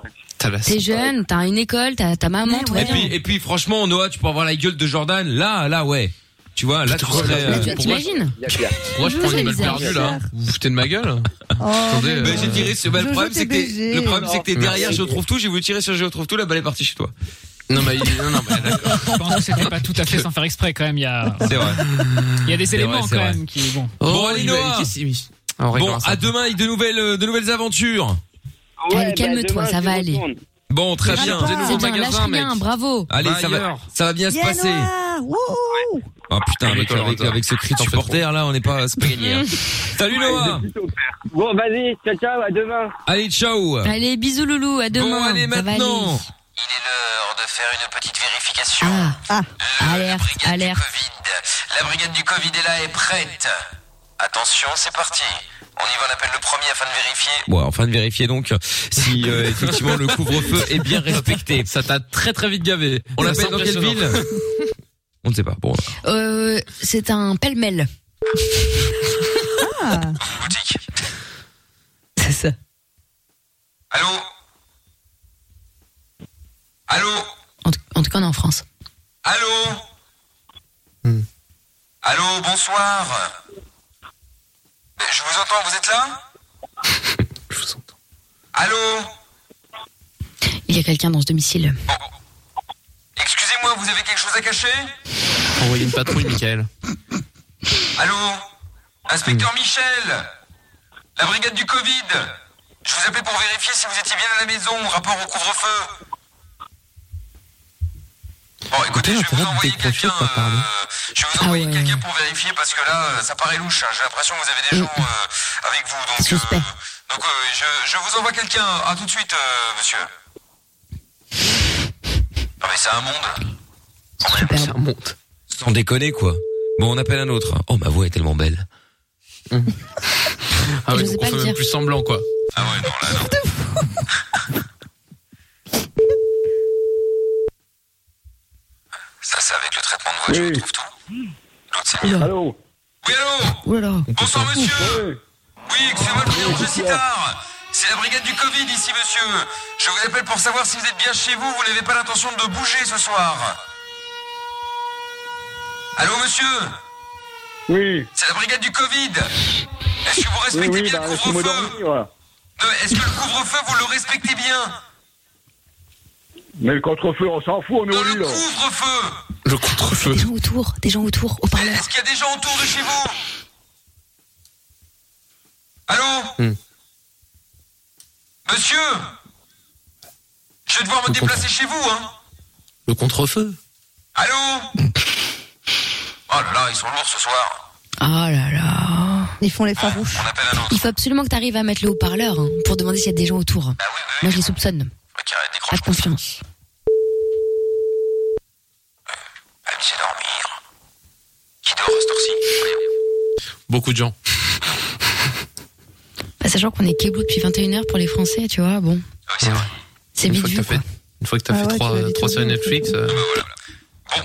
[SPEAKER 2] Ah,
[SPEAKER 3] T'es jeune, t'as une école, t'as ta maman, tout va
[SPEAKER 2] Et puis,
[SPEAKER 3] bien.
[SPEAKER 2] et puis, franchement, Noah, tu peux avoir la gueule de Jordan. Là, là, ouais. Tu vois, là, tu serais.
[SPEAKER 3] Là,
[SPEAKER 2] euh,
[SPEAKER 3] tu-
[SPEAKER 2] pourquoi-
[SPEAKER 3] T'imagines
[SPEAKER 2] Moi, je
[SPEAKER 3] Je
[SPEAKER 2] prends
[SPEAKER 3] joue
[SPEAKER 2] une balle
[SPEAKER 3] les armes.
[SPEAKER 2] perdue, là. Vous vous foutez de ma gueule
[SPEAKER 3] Oh,
[SPEAKER 2] Attendez,
[SPEAKER 6] mais
[SPEAKER 2] euh, j'ai tiré sur. bah, le
[SPEAKER 6] Jojo,
[SPEAKER 2] problème,
[SPEAKER 6] t'es
[SPEAKER 2] c'est que t'es,
[SPEAKER 6] baisé.
[SPEAKER 2] le problème, c'est que t'es
[SPEAKER 6] Non.
[SPEAKER 2] derrière,
[SPEAKER 6] Merci.
[SPEAKER 2] je trouve tout. J'ai voulu tirer sur je trouve tout. La balle est partie chez toi.
[SPEAKER 6] Non, mais il- non, non, mais elle a-
[SPEAKER 5] Je pense que c'était pas tout à fait sans faire exprès quand même. Il y a,
[SPEAKER 2] [laughs] C'est vrai.
[SPEAKER 5] il y a des
[SPEAKER 2] C'est vrai,
[SPEAKER 5] éléments
[SPEAKER 2] c'est
[SPEAKER 5] quand
[SPEAKER 2] vrai.
[SPEAKER 5] même qui bon.
[SPEAKER 3] Oh,
[SPEAKER 2] Bon, allez, Noah.
[SPEAKER 6] On
[SPEAKER 2] Bon,
[SPEAKER 3] Ah,
[SPEAKER 6] réglera ça
[SPEAKER 2] à demain avec de nouvelles, euh, de nouvelles aventures.
[SPEAKER 3] Allez, calme-toi, ça va aller.
[SPEAKER 2] Bon, très
[SPEAKER 3] Lâche
[SPEAKER 2] bien.
[SPEAKER 3] pas.
[SPEAKER 2] Donnez-nous
[SPEAKER 3] C'est
[SPEAKER 2] au
[SPEAKER 3] bien,
[SPEAKER 2] magasin,
[SPEAKER 3] lâche
[SPEAKER 2] mec.
[SPEAKER 3] rien, bravo.
[SPEAKER 2] Allez, ça va,
[SPEAKER 3] Ailleurs.
[SPEAKER 2] ça va bien se passer. Ah putain, avec, avec, avec ce cri de supporter là, on
[SPEAKER 3] [laughs]
[SPEAKER 2] n'est pas, c'est pas gagné. hein. Salut Noah.
[SPEAKER 8] Bon, vas-y, ciao, ciao, à demain.
[SPEAKER 2] Allez, ciao.
[SPEAKER 3] Allez, bisous loulou, à demain.
[SPEAKER 2] allez,
[SPEAKER 3] Ça va
[SPEAKER 2] maintenant.
[SPEAKER 3] aller.
[SPEAKER 12] Il est l'heure de faire une petite vérification.
[SPEAKER 3] Ah,
[SPEAKER 12] Euh,
[SPEAKER 3] alerte, alerte.
[SPEAKER 12] La brigade du Covid est là et prête. Attention, c'est parti. On y va, on appelle le premier afin de vérifier.
[SPEAKER 2] Bon, enfin de vérifier donc si
[SPEAKER 12] [laughs]
[SPEAKER 2] euh, effectivement le couvre-feu est bien respecté. Ça t'a très très vite gavé. On l'appelle dans quelle ville [laughs] On ne sait pas. Bon.
[SPEAKER 3] Euh, c'est un pêle-mêle.
[SPEAKER 2] Ah.
[SPEAKER 3] [laughs] C'est ça.
[SPEAKER 12] Allô Allô
[SPEAKER 3] En, tout- en tout cas, on est en France.
[SPEAKER 12] Allô Allô, bonsoir. Euh, Je vous entends, vous êtes là
[SPEAKER 2] [laughs]
[SPEAKER 12] Je vous entends. Allô
[SPEAKER 3] Il y a quelqu'un dans ce domicile.
[SPEAKER 12] Excusez-moi, vous avez quelque chose à cacher
[SPEAKER 6] Envoyez une patrouille, Michael.
[SPEAKER 12] Allô Inspecteur Michel La brigade du Covid Je vous appelais pour vérifier si vous étiez bien à la maison, rapport au couvre-feu. Bon, écoutez, je vais vous envoyer quelqu'un. euh, je vais
[SPEAKER 2] Ah,
[SPEAKER 8] Ah
[SPEAKER 12] vous envoyer quelqu'un pour vérifier parce que là, euh, ça paraît louche. hein. J'ai l'impression que vous avez des gens euh, avec vous. Donc, euh, donc euh, je, je vous envoie quelqu'un. À tout de suite, euh, monsieur. Non, mais c'est un monde.
[SPEAKER 2] Ça monte. Sans déconner quoi. Bon, on appelle un autre. Oh, ma voix est tellement belle.
[SPEAKER 6] Ah ouais, donc on fait même plus semblant, quoi.
[SPEAKER 12] Ah ouais, non, là, non. Ça, c'est avec le traitement de voix, je retrouve tout. L'autre, c'est mieux.
[SPEAKER 10] Allô
[SPEAKER 12] Oui, allô
[SPEAKER 3] Voilà.
[SPEAKER 12] Bonsoir, monsieur Oui, excusez-moi de vous déranger si tard C'est la brigade du Covid ici, monsieur Je vous appelle pour savoir si vous êtes bien chez vous, vous n'avez pas l'intention de bouger ce soir Allô, monsieur
[SPEAKER 10] Oui.
[SPEAKER 12] C'est la brigade du Covid Est-ce que vous
[SPEAKER 10] Oui,
[SPEAKER 12] respectez
[SPEAKER 10] oui,
[SPEAKER 12] bien
[SPEAKER 10] bah,
[SPEAKER 12] le
[SPEAKER 10] laisse-moi
[SPEAKER 12] couvre-feu
[SPEAKER 10] dormir.
[SPEAKER 12] Non, Est-ce que le couvre-feu, vous le respectez bien
[SPEAKER 10] Mais le contre-feu, on s'en fout, on est au lit, là.
[SPEAKER 12] Couvre-feu
[SPEAKER 10] Le contre-feu.
[SPEAKER 3] Des gens autour, des gens autour, au parleur.
[SPEAKER 12] Est-ce qu'il y a des gens autour de chez vous Allô
[SPEAKER 10] Hmm.
[SPEAKER 12] Monsieur Je vais devoir me déplacer chez vous, hein
[SPEAKER 6] Le contre-feu.
[SPEAKER 12] Allô Oh là là, ils sont lourds ce soir.
[SPEAKER 3] Oh là là.
[SPEAKER 4] Ils font les farouches.
[SPEAKER 12] On appelle un autre.
[SPEAKER 3] Il faut absolument que tu arrives à mettre le haut-parleur hein, pour demander s'il y a des gens autour.
[SPEAKER 12] Ah
[SPEAKER 3] Moi, je les soupçonne.
[SPEAKER 12] Faudrait qu'il arrête
[SPEAKER 3] Pas de confiance.
[SPEAKER 12] Elle me sait dormir. Qui dort à cette heure-ci
[SPEAKER 6] Beaucoup de gens.
[SPEAKER 3] Bah, sachant qu'on est Keblou depuis 21h pour les Français, tu vois, bon.
[SPEAKER 6] Ah
[SPEAKER 12] c'est vrai.
[SPEAKER 3] C'est vite vu, quoi.
[SPEAKER 6] Une fois que t'as
[SPEAKER 3] Ah
[SPEAKER 6] fait
[SPEAKER 3] ouais, tu
[SPEAKER 6] trois,
[SPEAKER 3] m'as dit
[SPEAKER 6] trois
[SPEAKER 3] tout
[SPEAKER 6] séries
[SPEAKER 3] bien,
[SPEAKER 6] Netflix. euh,
[SPEAKER 2] Ah,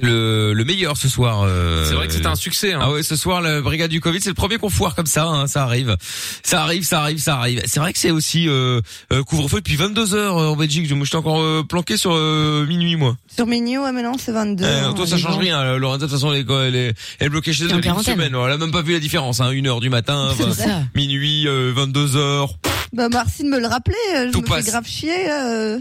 [SPEAKER 6] eh
[SPEAKER 2] Le, le meilleur ce soir.
[SPEAKER 6] ben,
[SPEAKER 2] euh,
[SPEAKER 6] C'est vrai que c'était un succès. hein.
[SPEAKER 2] Ah ouais, ce soir, le brigade du Covid, c'est le premier qu'on foire comme ça. hein, ça arrive, ça arrive, ça arrive, ça arrive. C'est vrai que c'est aussi euh, euh, couvre-feu depuis 22 heures euh, en Belgique. Je me suis encore euh, planqué sur euh, minuit, moi.
[SPEAKER 4] Sur Mignou, ouais, mais non, c'est hein, 22.
[SPEAKER 2] Euh, toi, ça change rien. euh, Lorenza, de toute façon, elle est, quoi, elle est, elle est bloquée chez elle
[SPEAKER 4] Elle est en
[SPEAKER 2] depuis une
[SPEAKER 4] quarantaine.
[SPEAKER 2] semaine. Elle a même pas vu la différence. Hein, une heure du matin,
[SPEAKER 4] C'est
[SPEAKER 2] bah,
[SPEAKER 4] ça.
[SPEAKER 2] minuit, euh, 22 heures.
[SPEAKER 4] Bah, merci de me le rappeler. euh, Je
[SPEAKER 2] Tout
[SPEAKER 4] me
[SPEAKER 2] passe.
[SPEAKER 4] fais grave chier. euh.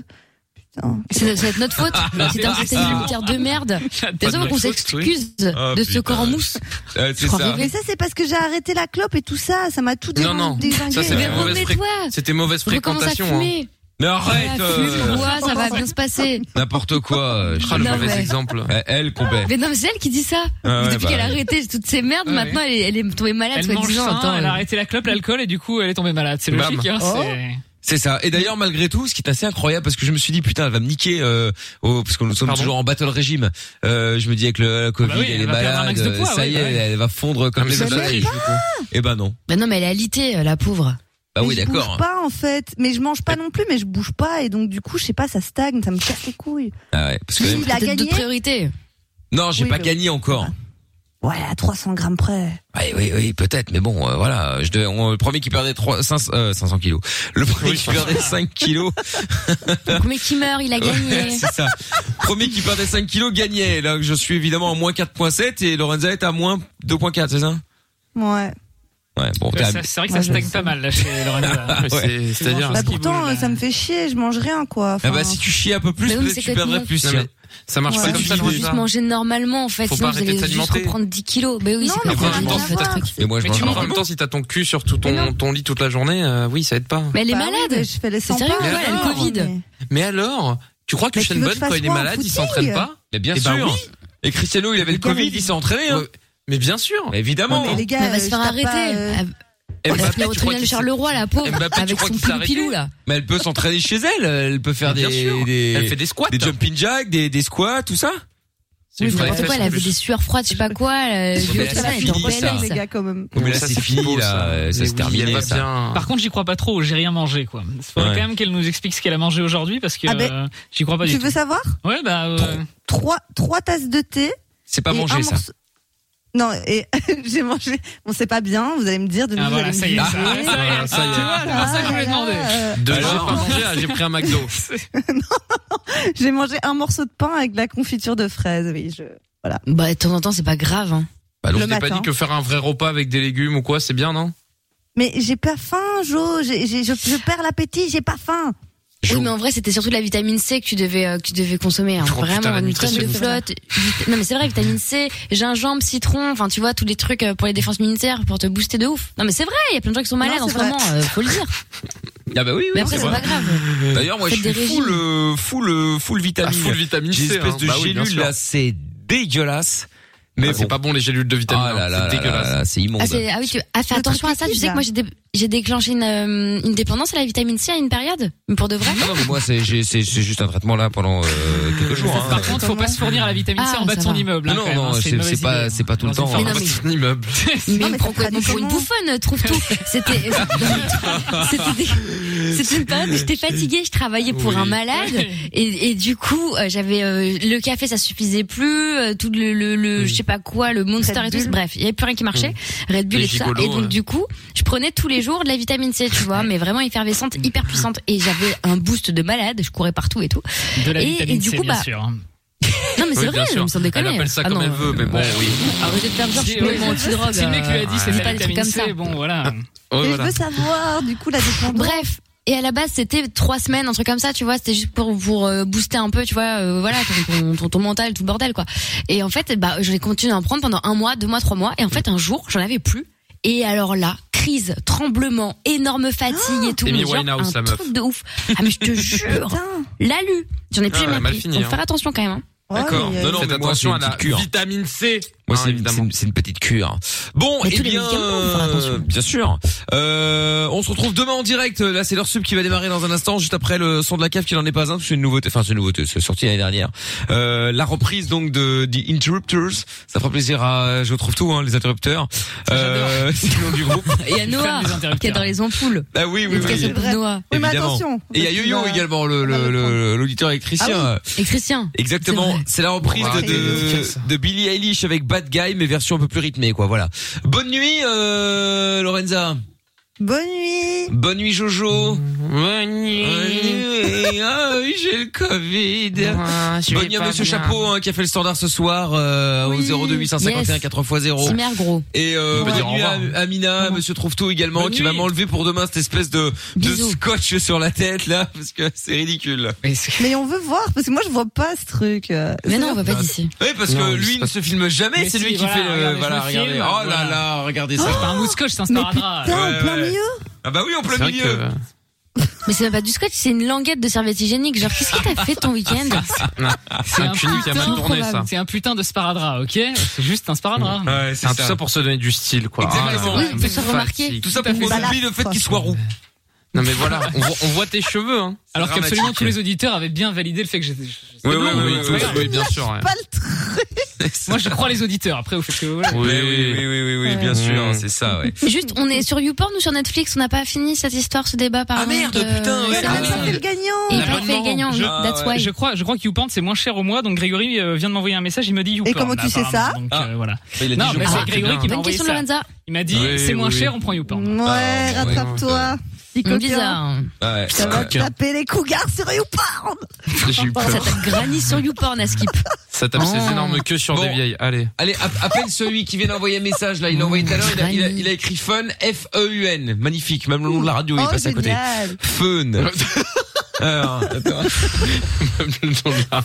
[SPEAKER 3] C'est c'est de notre
[SPEAKER 2] [laughs]
[SPEAKER 3] faute. C'est un système
[SPEAKER 2] Ah.
[SPEAKER 3] militaire de
[SPEAKER 2] [laughs]
[SPEAKER 3] merde.
[SPEAKER 2] de
[SPEAKER 3] Désolé
[SPEAKER 2] notre
[SPEAKER 3] qu'on
[SPEAKER 2] faute,
[SPEAKER 3] s'excuse
[SPEAKER 2] oui. Ah,
[SPEAKER 3] de ce
[SPEAKER 2] putain.
[SPEAKER 3] corps en mousse.
[SPEAKER 2] Euh, c'est
[SPEAKER 3] crois
[SPEAKER 2] ça.
[SPEAKER 4] Mais ça, c'est parce que j'ai arrêté la clope et tout ça. Ça m'a tout
[SPEAKER 6] Non, non.
[SPEAKER 4] déglingué.
[SPEAKER 6] Ça, c'est
[SPEAKER 4] Mais
[SPEAKER 6] la mauvaise
[SPEAKER 4] remets-toi.
[SPEAKER 6] fré- C'était mauvaise
[SPEAKER 4] Recommence à
[SPEAKER 6] fréquentation.
[SPEAKER 4] fumer.
[SPEAKER 6] hein.
[SPEAKER 2] Mais arrête. euh,
[SPEAKER 3] Ouais, Ah, ça va bien se passer.
[SPEAKER 2] N'importe quoi. euh,
[SPEAKER 6] Ah, le
[SPEAKER 3] Non,
[SPEAKER 6] mauvais
[SPEAKER 3] mais-
[SPEAKER 6] exemple.
[SPEAKER 2] Eh, Elle, complet.
[SPEAKER 3] Mais non, mais c'est elle qui dit ça.
[SPEAKER 2] Ah ouais,
[SPEAKER 3] Depuis
[SPEAKER 2] bah
[SPEAKER 3] qu'elle a
[SPEAKER 2] ouais.
[SPEAKER 3] arrêté toutes ces merdes,
[SPEAKER 5] Ouais,
[SPEAKER 3] maintenant elle est, elle est tombée malade,
[SPEAKER 5] Elle mange
[SPEAKER 3] soi-disant.
[SPEAKER 5] sain,
[SPEAKER 3] Attends,
[SPEAKER 5] elle
[SPEAKER 3] euh,
[SPEAKER 5] a arrêté la clope, l'alcool et du coup elle est tombée malade. C'est
[SPEAKER 2] Bam.
[SPEAKER 5] logique. Hein,
[SPEAKER 2] Oh.
[SPEAKER 5] c'est-
[SPEAKER 2] C'est ça. Et d'ailleurs, malgré tout, ce qui est assez incroyable, parce que je me suis dit, putain, elle va me niquer, euh, au- parce que nous sommes toujours en battle régime. Euh, je me dis, avec le la Covid,
[SPEAKER 5] Ah bah oui,
[SPEAKER 2] elle,
[SPEAKER 5] elle
[SPEAKER 2] est
[SPEAKER 5] va perdre un
[SPEAKER 2] malade,
[SPEAKER 5] max de poids,
[SPEAKER 2] ça
[SPEAKER 5] ouais,
[SPEAKER 2] y est,
[SPEAKER 5] bah ouais.
[SPEAKER 2] elle va fondre comme
[SPEAKER 5] mais
[SPEAKER 2] les
[SPEAKER 5] ça
[SPEAKER 2] autres.
[SPEAKER 5] ne
[SPEAKER 2] Et
[SPEAKER 5] l'est
[SPEAKER 2] Eh ben non.
[SPEAKER 3] Bah non, mais elle est alitée, euh, la pauvre.
[SPEAKER 2] Bah oui,
[SPEAKER 4] Je
[SPEAKER 2] d'accord.
[SPEAKER 4] bouge pas en fait, mais je mange pas non plus, mais je bouge pas et donc du coup je sais pas, ça stagne, ça me casse les couilles.
[SPEAKER 2] Ah ouais, parce que
[SPEAKER 4] Si, il a
[SPEAKER 3] Peut-être
[SPEAKER 4] gagné.
[SPEAKER 3] d'autres priorités.
[SPEAKER 2] non, j'ai pas gagné encore.
[SPEAKER 4] Ouais, à 300 grammes près.
[SPEAKER 2] Oui, Ah, oui, oui, peut-être, mais bon, euh, voilà. Je devais- on- le premier qui perdait 3, 500, euh, 500 kilos. Le premier qui perdait 5 kilos.
[SPEAKER 3] Mais qui meurt, il a
[SPEAKER 2] [laughs] Ouais,
[SPEAKER 3] gagné.
[SPEAKER 2] c'est ça. Premier qui perdait 5 kilos gagnait. Là, je suis évidemment à moins 4.7 et Lorenza est à moins 2.4, c'est ça?
[SPEAKER 4] Ouais.
[SPEAKER 2] Ouais, bon,
[SPEAKER 5] Euh,
[SPEAKER 2] t'as-
[SPEAKER 5] ça- C'est vrai que ça stagne pas mal là chez Lorenza.
[SPEAKER 2] [laughs] Ouais.
[SPEAKER 5] C'est-à-dire.
[SPEAKER 4] Bah, pourtant, euh, ça me fait chier, je mange rien, quoi.
[SPEAKER 2] Ah
[SPEAKER 4] Enfin,
[SPEAKER 2] bah si tu chies un peu plus,
[SPEAKER 3] Mais oui, mais
[SPEAKER 2] peut-être
[SPEAKER 3] c'est
[SPEAKER 2] tu perdrais
[SPEAKER 3] complètement-
[SPEAKER 2] plus. hein.
[SPEAKER 6] Non, mais ça marche pas
[SPEAKER 2] Ouais.
[SPEAKER 6] comme ça,
[SPEAKER 2] Tu
[SPEAKER 6] Lorenza.
[SPEAKER 2] dis-
[SPEAKER 3] Juste manger normalement en fait,
[SPEAKER 6] Faut
[SPEAKER 3] sinon
[SPEAKER 6] pas
[SPEAKER 3] vous
[SPEAKER 6] arrêter
[SPEAKER 3] allez
[SPEAKER 6] de
[SPEAKER 3] juste
[SPEAKER 6] s'alimenter.
[SPEAKER 3] reprendre 10 kilos. Mais oui, c'est
[SPEAKER 6] Mais
[SPEAKER 3] pas
[SPEAKER 6] en même temps, si t'as-
[SPEAKER 2] Mais moi, je
[SPEAKER 6] mais tu-
[SPEAKER 2] mange
[SPEAKER 6] en même temps, si t'as ton cul sur tout ton, ton lit toute la journée, euh, oui, ça aide pas.
[SPEAKER 3] Mais elle est
[SPEAKER 4] Bah oui,
[SPEAKER 3] malade.
[SPEAKER 4] mais je fais les 100
[SPEAKER 3] C'est sérieux,
[SPEAKER 4] pas.
[SPEAKER 3] elle a le Covid.
[SPEAKER 6] Mais alors, tu crois que
[SPEAKER 2] Mais tu veux
[SPEAKER 6] Shane
[SPEAKER 2] que
[SPEAKER 6] Bun,
[SPEAKER 2] je fasse
[SPEAKER 6] quand il est
[SPEAKER 2] quoi, un
[SPEAKER 6] malade, il
[SPEAKER 2] footing
[SPEAKER 6] s'entraîne pas
[SPEAKER 2] Mais bien
[SPEAKER 6] Eh ben
[SPEAKER 2] sûr.
[SPEAKER 6] oui.
[SPEAKER 2] Et Cristiano, il avait le Covid, il s'est entraîné. hein.
[SPEAKER 6] Ouais, Mais bien sûr.
[SPEAKER 2] Évidemment.
[SPEAKER 4] Mais les gars,
[SPEAKER 3] Elle va
[SPEAKER 4] euh,
[SPEAKER 3] se
[SPEAKER 4] je
[SPEAKER 3] faire
[SPEAKER 4] tape
[SPEAKER 3] arrêter.
[SPEAKER 4] pas, euh,
[SPEAKER 3] Elle- Elle va
[SPEAKER 2] Mbappé,
[SPEAKER 3] se tenir au
[SPEAKER 2] tu crois
[SPEAKER 3] tribunal
[SPEAKER 2] qu'il s'est-
[SPEAKER 3] Charleroi, la pauvre,
[SPEAKER 2] Mbappé, tu
[SPEAKER 3] avec
[SPEAKER 2] crois
[SPEAKER 3] son
[SPEAKER 2] qu'il s'est arrêté
[SPEAKER 3] pilou là.
[SPEAKER 2] Mais elle peut s'entraîner chez elle. Elle peut faire
[SPEAKER 6] Mais bien sûr.
[SPEAKER 2] des, des,
[SPEAKER 6] Elle fait des squats.
[SPEAKER 2] jumping jacks, des, des squats, tout ça.
[SPEAKER 6] C'est
[SPEAKER 3] Oui,
[SPEAKER 6] une vraie
[SPEAKER 3] n'importe quoi,
[SPEAKER 6] fesse,
[SPEAKER 3] elle
[SPEAKER 6] en
[SPEAKER 3] avait
[SPEAKER 6] plus.
[SPEAKER 3] des sueurs froides, je sais pas quoi. euh,
[SPEAKER 2] Mais
[SPEAKER 3] je lui ai
[SPEAKER 2] là,
[SPEAKER 3] dit,
[SPEAKER 2] c'est
[SPEAKER 3] elle était en
[SPEAKER 2] fini, ça.
[SPEAKER 3] PLS.
[SPEAKER 4] les gars, quand même.
[SPEAKER 2] mais là, c'est fini, là. Ça
[SPEAKER 6] Mais
[SPEAKER 2] se
[SPEAKER 6] oui,
[SPEAKER 2] termine.
[SPEAKER 6] elle va bien.
[SPEAKER 5] Par contre, j'y crois pas trop. au J'ai rien mangé, quoi. Il faudrait
[SPEAKER 2] Ouais.
[SPEAKER 5] quand même qu'elle nous explique ce qu'elle a mangé aujourd'hui, parce que
[SPEAKER 4] Ah ben,
[SPEAKER 5] euh, j'y crois pas
[SPEAKER 4] Tu
[SPEAKER 5] du
[SPEAKER 4] veux
[SPEAKER 5] tout.
[SPEAKER 4] savoir
[SPEAKER 5] Ouais, bah. euh,
[SPEAKER 4] trois, trois tasses de thé.
[SPEAKER 2] C'est pas
[SPEAKER 4] et
[SPEAKER 2] manger,
[SPEAKER 4] un
[SPEAKER 2] ça.
[SPEAKER 4] morceau- Non, et [laughs] j'ai mangé. Bon, c'est pas bien, vous allez me dire de
[SPEAKER 5] Ah,
[SPEAKER 4] nouveau,
[SPEAKER 5] voilà,
[SPEAKER 4] vous allez
[SPEAKER 5] ça
[SPEAKER 4] me
[SPEAKER 5] y est.
[SPEAKER 4] juger.
[SPEAKER 5] ça- ça
[SPEAKER 4] [laughs]
[SPEAKER 5] y est.
[SPEAKER 6] Ah, ça y est.
[SPEAKER 5] Tu vois, c'est pour ça que je voulais demander.
[SPEAKER 4] Euh,
[SPEAKER 6] Deux
[SPEAKER 2] Alors-
[SPEAKER 6] jours pas mangé, ah, j'ai pris un McDo.
[SPEAKER 2] Bah,
[SPEAKER 4] J'ai mangé un morceau de pain avec de la confiture de fraises, oui. Je...
[SPEAKER 3] Bah, de temps en temps, c'est pas grave. hein.
[SPEAKER 6] Bah,
[SPEAKER 4] Le
[SPEAKER 6] donc, je t'ai pas
[SPEAKER 4] matin.
[SPEAKER 6] dit que faire un vrai repas avec des légumes ou quoi, c'est bien, non?
[SPEAKER 4] Mais j'ai pas faim, Jo. j'ai- j'ai- je, je perds l'appétit, j'ai pas faim.
[SPEAKER 3] Oui, mais en vrai, c'était surtout de la vitamine C que tu devais, euh, que tu devais consommer. hein.
[SPEAKER 6] Oh, putain,
[SPEAKER 3] Vraiment,
[SPEAKER 6] la
[SPEAKER 3] une tonne de
[SPEAKER 6] nutritionniste.
[SPEAKER 3] flotte. vit- Non, mais c'est vrai, vitamine C, gingembre, citron, enfin, tu vois, tous les trucs euh, pour les défenses militaires, pour te booster de ouf. Non, mais c'est vrai, il y a plein de gens qui sont malades
[SPEAKER 4] Non,
[SPEAKER 3] en
[SPEAKER 4] c'est
[SPEAKER 3] ce
[SPEAKER 4] vrai.
[SPEAKER 3] moment, euh, faut le
[SPEAKER 6] [laughs]
[SPEAKER 3] dire.
[SPEAKER 2] Ah bah oui, oui.
[SPEAKER 3] Mais après,
[SPEAKER 2] c'est
[SPEAKER 3] c'est
[SPEAKER 2] vrai.
[SPEAKER 3] pas grave.
[SPEAKER 2] D'ailleurs, moi, je
[SPEAKER 3] Faites
[SPEAKER 2] suis
[SPEAKER 3] des
[SPEAKER 2] full,
[SPEAKER 3] régimes.
[SPEAKER 2] euh, full, euh, full
[SPEAKER 6] Ah,
[SPEAKER 2] vitamine.
[SPEAKER 6] full vitamine
[SPEAKER 2] J'ai une
[SPEAKER 6] C.
[SPEAKER 2] espèce
[SPEAKER 6] hein.
[SPEAKER 2] de
[SPEAKER 6] Bah oui, bien
[SPEAKER 2] gélule,
[SPEAKER 6] sûr.
[SPEAKER 2] là. C'est dégueulasse.
[SPEAKER 6] Ah,
[SPEAKER 2] Mais
[SPEAKER 6] c'est
[SPEAKER 2] bon.
[SPEAKER 6] pas bon les gélules de vitamine.
[SPEAKER 2] Ah là là
[SPEAKER 6] hein,
[SPEAKER 2] là
[SPEAKER 6] c'est
[SPEAKER 2] là
[SPEAKER 6] dégueulasse.
[SPEAKER 2] là là, bah, C'est immonde.
[SPEAKER 3] Ah, c'est- ah oui, tu ah, fais
[SPEAKER 4] Le
[SPEAKER 3] attention à
[SPEAKER 4] truc
[SPEAKER 3] ça. Tu sais
[SPEAKER 4] liquide,
[SPEAKER 3] que moi, j'ai dé- j'ai déclenché une, euh, une dépendance à la vitamine C à une période. Mais Pour de vrai.
[SPEAKER 2] Ah non, mais moi, c'est j'ai- c'est- c'est juste un traitement là pendant euh, quelques jours. hein.
[SPEAKER 5] Par contre, faut pas se fournir à la vitamine C
[SPEAKER 3] Ah,
[SPEAKER 5] en bas de
[SPEAKER 3] ça
[SPEAKER 5] son
[SPEAKER 3] va.
[SPEAKER 5] immeuble. hein,
[SPEAKER 2] Non,
[SPEAKER 5] quand
[SPEAKER 2] non,
[SPEAKER 5] même, hein,
[SPEAKER 2] c'est-
[SPEAKER 5] une
[SPEAKER 2] c'est
[SPEAKER 5] mauvaise
[SPEAKER 2] pas-
[SPEAKER 5] idée.
[SPEAKER 2] c'est pas tout le
[SPEAKER 5] Dans une
[SPEAKER 2] temps, hein.
[SPEAKER 5] pharmacie.
[SPEAKER 3] mais-
[SPEAKER 6] C'est un immeuble.
[SPEAKER 3] Mais
[SPEAKER 4] Non,
[SPEAKER 3] on
[SPEAKER 4] mais
[SPEAKER 3] prend
[SPEAKER 4] ça
[SPEAKER 3] complètement pour une
[SPEAKER 4] traditionnel.
[SPEAKER 3] bouffonne, trouve tout. C'était,
[SPEAKER 5] [laughs]
[SPEAKER 3] c'était, des- c'était une période où j'étais fatiguée, je travaillais pour
[SPEAKER 6] Oui.
[SPEAKER 3] un malade, et, et du coup, euh, j'avais euh, le café, ça suffisait plus, euh, tout le, le, le- je sais pas quoi, le Monster
[SPEAKER 4] Red
[SPEAKER 3] et tout,
[SPEAKER 4] Bull.
[SPEAKER 3] bref, il y avait plus rien qui marchait, Red Bull
[SPEAKER 6] Les
[SPEAKER 3] et tout ça.
[SPEAKER 6] gigolos,
[SPEAKER 3] Et donc
[SPEAKER 6] ouais.
[SPEAKER 3] du coup, je prenais tous les jours de la vitamine C, tu vois, mais vraiment effervescente, hyper puissante, et j'avais un boost de malade, je courais partout et tout.
[SPEAKER 5] De la
[SPEAKER 3] Et- et
[SPEAKER 5] vitamine
[SPEAKER 3] du
[SPEAKER 5] C,
[SPEAKER 3] coup,
[SPEAKER 5] bien
[SPEAKER 3] bah,
[SPEAKER 5] sûr. hein.
[SPEAKER 3] Non mais c'est
[SPEAKER 6] Oui,
[SPEAKER 3] vrai,
[SPEAKER 6] bien
[SPEAKER 3] je
[SPEAKER 6] sûr.
[SPEAKER 3] me sens déconner.
[SPEAKER 6] Elle appelle ça
[SPEAKER 3] Ah
[SPEAKER 6] comme
[SPEAKER 3] non,
[SPEAKER 6] elle veut, mais bon,
[SPEAKER 5] Ouais.
[SPEAKER 3] [laughs]
[SPEAKER 6] oui.
[SPEAKER 3] Arrêtez de faire genre, je suis
[SPEAKER 5] Bah, Si, ouais,
[SPEAKER 3] complètement anti-drogue.
[SPEAKER 5] si le mec lui a dit c'est de
[SPEAKER 3] Dis Ah,
[SPEAKER 5] la
[SPEAKER 3] pas des trucs
[SPEAKER 5] vitamine
[SPEAKER 3] comme ça.
[SPEAKER 5] C, bon voilà.
[SPEAKER 6] Ouais,
[SPEAKER 4] Mais
[SPEAKER 6] voilà.
[SPEAKER 4] je veux savoir, du coup, la dépendance.
[SPEAKER 3] Bref. Et à la base, c'était trois semaines, un truc comme ça, tu vois. C'était juste pour pour euh, booster un peu, tu vois, euh, voilà, ton, ton, ton- ton mental, tout le bordel, quoi. Et en fait, bah, j'en ai continué à en prendre pendant un mois, deux mois, trois mois. Et en fait, un jour, j'en avais plus. Et alors là, crise, tremblement, énorme fatigue et tout.
[SPEAKER 6] Amy
[SPEAKER 3] mais genre,
[SPEAKER 6] Winehouse,
[SPEAKER 3] un
[SPEAKER 6] la meuf.
[SPEAKER 3] truc de ouf. Ah mais je
[SPEAKER 4] [laughs]
[SPEAKER 3] te jure,
[SPEAKER 4] Putain.
[SPEAKER 3] l'alu. J'en ai plus
[SPEAKER 6] Ah, elle a
[SPEAKER 3] jamais
[SPEAKER 6] mal
[SPEAKER 3] pris.
[SPEAKER 6] fini,
[SPEAKER 3] Donc
[SPEAKER 6] hein.
[SPEAKER 3] faire attention quand même. hein.
[SPEAKER 6] D'accord.
[SPEAKER 4] Ouais, ouais,
[SPEAKER 2] Non,
[SPEAKER 4] ouais.
[SPEAKER 2] non,
[SPEAKER 6] Faites
[SPEAKER 2] mais moi, c'est
[SPEAKER 6] attention
[SPEAKER 2] une
[SPEAKER 6] à la
[SPEAKER 2] petite cure.
[SPEAKER 6] vitamine C.
[SPEAKER 2] Moi,
[SPEAKER 6] Hein,
[SPEAKER 2] c'est une, c'est
[SPEAKER 6] évidemment. eh
[SPEAKER 2] une- c'est une petite cure. Bon,
[SPEAKER 3] Mais
[SPEAKER 2] et
[SPEAKER 3] tous les
[SPEAKER 2] bien,
[SPEAKER 3] médicaments, faut faire attention.
[SPEAKER 2] euh, bien sûr. Euh, on se retrouve demain en direct. Là, c'est leur sub qui va démarrer dans un instant, juste après le son de la cave qui n'en est pas un. parce que C'est une nouveauté. Enfin, c'est une nouveauté. C'est sorti l'année dernière. Euh, la reprise donc de The Interrupters. Ça fera plaisir à. Je trouve tout, hein, les interrupteurs. Euh, c'est le nom du groupe.
[SPEAKER 3] Et à Noah
[SPEAKER 5] Fan des
[SPEAKER 3] qui est
[SPEAKER 5] interrupteurs.
[SPEAKER 3] dans les ampoules.
[SPEAKER 2] Ah oui, oui,
[SPEAKER 3] L'éducation
[SPEAKER 2] oui.
[SPEAKER 3] de Noah.
[SPEAKER 4] Oui, mais
[SPEAKER 2] Évidemment.
[SPEAKER 4] attention. Ah
[SPEAKER 2] Et il y a euh.
[SPEAKER 4] Tu
[SPEAKER 2] Yo-Yo
[SPEAKER 4] vas-
[SPEAKER 2] également, le-
[SPEAKER 4] vas
[SPEAKER 2] le-
[SPEAKER 4] le
[SPEAKER 2] le- l'auditeur électricien.
[SPEAKER 3] Et Christian. Ah C'est
[SPEAKER 2] Exactement,
[SPEAKER 3] vrai.
[SPEAKER 2] c'est la reprise de,
[SPEAKER 4] Ouais,
[SPEAKER 6] c'est
[SPEAKER 2] de,
[SPEAKER 6] efficace.
[SPEAKER 2] de Billie Eilish avec Bad Guy, mais version un peu plus rythmée, quoi. Voilà. Bonne nuit, euh, Lorenza.
[SPEAKER 4] Bonne nuit.
[SPEAKER 2] Bonne nuit, Jojo.
[SPEAKER 6] Bonne nuit.
[SPEAKER 2] Bonne nuit. Ah oui, j'ai le Covid.
[SPEAKER 6] Ah, je
[SPEAKER 2] Bonne
[SPEAKER 6] vais
[SPEAKER 2] nuit à
[SPEAKER 6] pas
[SPEAKER 2] Monsieur
[SPEAKER 6] bien.
[SPEAKER 2] Chapeau hein, qui a fait le standard ce soir euh,
[SPEAKER 3] Oui.
[SPEAKER 2] au 02851
[SPEAKER 3] Yes.
[SPEAKER 2] 4x0.
[SPEAKER 3] Cimer gros.
[SPEAKER 2] Et euh,
[SPEAKER 6] Ouais.
[SPEAKER 2] bonne
[SPEAKER 6] Au
[SPEAKER 2] nuit
[SPEAKER 6] revoir.
[SPEAKER 2] à Amina, Monsieur Trouve-Tout également,
[SPEAKER 5] Bonne
[SPEAKER 2] qui va
[SPEAKER 5] nuit.
[SPEAKER 2] m'enlever pour demain cette espèce de, de
[SPEAKER 3] Bisous.
[SPEAKER 2] scotch sur la tête là, parce que c'est ridicule.
[SPEAKER 5] Mais c'est-
[SPEAKER 4] Mais on veut voir, parce que moi, je vois pas ce truc. euh.
[SPEAKER 3] Mais non, on va pas d'ici.
[SPEAKER 2] Oui, parce
[SPEAKER 6] Non,
[SPEAKER 2] que
[SPEAKER 6] mais
[SPEAKER 2] lui
[SPEAKER 6] c'est
[SPEAKER 2] il ne
[SPEAKER 6] pas-
[SPEAKER 2] se filme jamais,
[SPEAKER 5] Mais
[SPEAKER 2] c'est
[SPEAKER 5] si,
[SPEAKER 2] lui qui
[SPEAKER 5] voilà,
[SPEAKER 2] fait le...
[SPEAKER 5] regardez, je
[SPEAKER 2] Voilà,
[SPEAKER 5] me
[SPEAKER 2] regardez.
[SPEAKER 5] filme,
[SPEAKER 2] Oh là
[SPEAKER 5] voilà. Oh,
[SPEAKER 2] là, regardez ça.
[SPEAKER 5] C'est pas un mousse coche, c'est un
[SPEAKER 4] Mais
[SPEAKER 5] sparadrap.
[SPEAKER 4] putain,
[SPEAKER 2] Ouais,
[SPEAKER 4] en plein
[SPEAKER 2] ouais.
[SPEAKER 4] milieu.
[SPEAKER 2] Ah bah oui, en plein
[SPEAKER 6] C'est vrai
[SPEAKER 2] milieu.
[SPEAKER 6] que-
[SPEAKER 3] Mais c'est même pas du scotch, c'est une languette de serviette hygiénique. Genre, qu'est-ce que t'as fait ton week-end
[SPEAKER 2] Ah,
[SPEAKER 6] C'est un cunique qui a mal
[SPEAKER 5] putain-
[SPEAKER 6] tourné, ça.
[SPEAKER 5] C'est un putain de sparadrap,
[SPEAKER 6] [laughs]
[SPEAKER 5] ok C'est juste un sparadrap.
[SPEAKER 2] Ouais,
[SPEAKER 6] Ah, tout ça pour se donner du style, quoi.
[SPEAKER 2] Exactement.
[SPEAKER 6] Ah, là, là.
[SPEAKER 3] Oui, on peut se remarquer.
[SPEAKER 6] Fatigue.
[SPEAKER 2] Tout ça pour
[SPEAKER 5] Tout
[SPEAKER 2] qu'on
[SPEAKER 5] à
[SPEAKER 4] fait.
[SPEAKER 2] oublie le fait qu'il soit roux.
[SPEAKER 6] Non, mais voilà, on voit, on voit tes cheveux, hein.
[SPEAKER 5] Alors
[SPEAKER 2] Dramatique.
[SPEAKER 5] qu'absolument tous les auditeurs avaient bien validé le fait que j'étais. j'étais
[SPEAKER 2] Oui, oui,
[SPEAKER 5] blanc,
[SPEAKER 2] oui,
[SPEAKER 5] mais
[SPEAKER 2] oui,
[SPEAKER 5] c'est
[SPEAKER 2] oui,
[SPEAKER 5] pas grave.
[SPEAKER 6] oui, bien sûr. ouais.
[SPEAKER 4] Pas le truc.
[SPEAKER 5] Moi je crois les auditeurs. Après vous faites ce que vous voulez.
[SPEAKER 6] Oui,
[SPEAKER 2] Mais
[SPEAKER 6] oui,
[SPEAKER 2] oui,
[SPEAKER 6] oui.
[SPEAKER 2] oui, oui, oui, bien
[SPEAKER 6] Ouais.
[SPEAKER 2] sûr,
[SPEAKER 6] Mmh.
[SPEAKER 2] c'est ça, ouais.
[SPEAKER 3] Juste, on est sur YouPorn ou sur Netflix On n'a pas fini cette histoire, ce débat, par euh,
[SPEAKER 2] Ah merde, putain, ouais,
[SPEAKER 4] C'est
[SPEAKER 2] Ah
[SPEAKER 4] même
[SPEAKER 2] oui.
[SPEAKER 4] pas fait le gagnant.
[SPEAKER 3] Et il a fait
[SPEAKER 6] L'abonnement.
[SPEAKER 3] gagnant, oui,
[SPEAKER 2] Ah
[SPEAKER 3] that's
[SPEAKER 2] ouais.
[SPEAKER 3] why.
[SPEAKER 5] Je crois, je crois que YouPorn c'est moins cher au mois. Donc Grégory euh, vient de m'envoyer un message. Il me dit YouPorn.
[SPEAKER 4] comment
[SPEAKER 5] là,
[SPEAKER 4] tu sais ça
[SPEAKER 5] apparemment, Donc
[SPEAKER 2] Ah.
[SPEAKER 5] euh, voilà.
[SPEAKER 2] Il a
[SPEAKER 5] Non,
[SPEAKER 2] dit, je
[SPEAKER 5] mais
[SPEAKER 2] crois.
[SPEAKER 5] c'est Grégory qui m'a
[SPEAKER 3] Bonne
[SPEAKER 5] envoyé
[SPEAKER 3] question,
[SPEAKER 5] ça.
[SPEAKER 3] Lorenza.
[SPEAKER 5] Il m'a dit
[SPEAKER 6] Oui,
[SPEAKER 5] c'est moins
[SPEAKER 6] oui,
[SPEAKER 5] cher,
[SPEAKER 6] oui.
[SPEAKER 5] on prend YouPorn.
[SPEAKER 4] Ouais,
[SPEAKER 2] Ah, ouais,
[SPEAKER 4] rattrape-toi. Petit coquin.
[SPEAKER 3] Bizarre.
[SPEAKER 2] Ouais.
[SPEAKER 4] Ça va
[SPEAKER 6] Coquin.
[SPEAKER 4] taper les cougars sur YouPorn.
[SPEAKER 6] J'ai eu
[SPEAKER 3] Ça
[SPEAKER 4] oh,
[SPEAKER 6] peur.
[SPEAKER 3] s'appelle Granny sur YouPorn à Skip.
[SPEAKER 6] Ça tape ses
[SPEAKER 2] Oh.
[SPEAKER 6] énormes queues sur
[SPEAKER 2] Bon.
[SPEAKER 6] des vieilles. Allez.
[SPEAKER 2] Allez, app- appelle celui qui vient d'envoyer un message là. Il l'a envoyé tout à l'heure. il a- Il, a- il a écrit Fun F E U N. Magnifique. Même le nom de la radio il
[SPEAKER 6] Oh,
[SPEAKER 2] passe à côté.
[SPEAKER 6] génial. [laughs]
[SPEAKER 2] Fun. Alors, attends. Même le nom de la-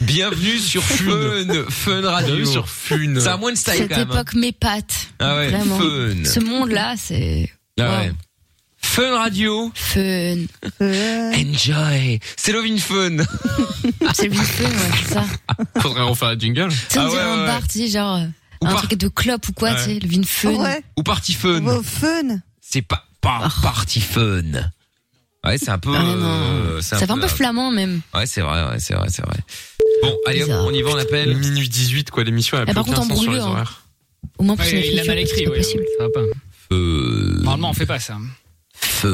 [SPEAKER 2] Bienvenue sur Fun. Fun Radio.
[SPEAKER 6] Bienvenue sur
[SPEAKER 2] Fun. Ça a moins de style
[SPEAKER 3] Cette
[SPEAKER 2] quand même. hein.
[SPEAKER 3] époque, mes pattes.
[SPEAKER 2] Ah ouais,
[SPEAKER 3] Vraiment.
[SPEAKER 2] fun.
[SPEAKER 3] Ce monde-là, c'est.
[SPEAKER 2] Ah ouais. Fun Radio.
[SPEAKER 3] Fun.
[SPEAKER 2] Enjoy. C'est Lovin
[SPEAKER 3] [laughs]
[SPEAKER 2] Fun.
[SPEAKER 3] C'est bien fait, ouais, c'est ça.
[SPEAKER 2] Ah
[SPEAKER 6] Faudrait refaire un jingle.
[SPEAKER 3] Tu sais, on dirait un bar, tu sais, genre. euh, un truc de clope ou quoi,
[SPEAKER 2] Ouais.
[SPEAKER 3] tu sais, le vin fun.
[SPEAKER 2] Ouais. Ou Party Fun.
[SPEAKER 4] fun.
[SPEAKER 2] C'est pas, pas
[SPEAKER 3] Oh.
[SPEAKER 2] Party Fun. Ouais, c'est un peu. euh, c'est
[SPEAKER 3] Ah Ça fait un peu flamand, même.
[SPEAKER 2] Ouais, c'est vrai, ouais, c'est vrai, c'est vrai. Bon, allez, hop, on y va, on appelle. Minuit 18, quoi, l'émission,
[SPEAKER 3] Eh, par contre, en brûlure, hein. Au moins, pour
[SPEAKER 5] Ouais,
[SPEAKER 3] une
[SPEAKER 5] il l'a mal
[SPEAKER 3] écriture,
[SPEAKER 5] écrit,
[SPEAKER 3] c'est
[SPEAKER 5] oui. Ça va pas.
[SPEAKER 13] Euh,
[SPEAKER 5] Normalement, on fait pas ça.
[SPEAKER 2] Fun.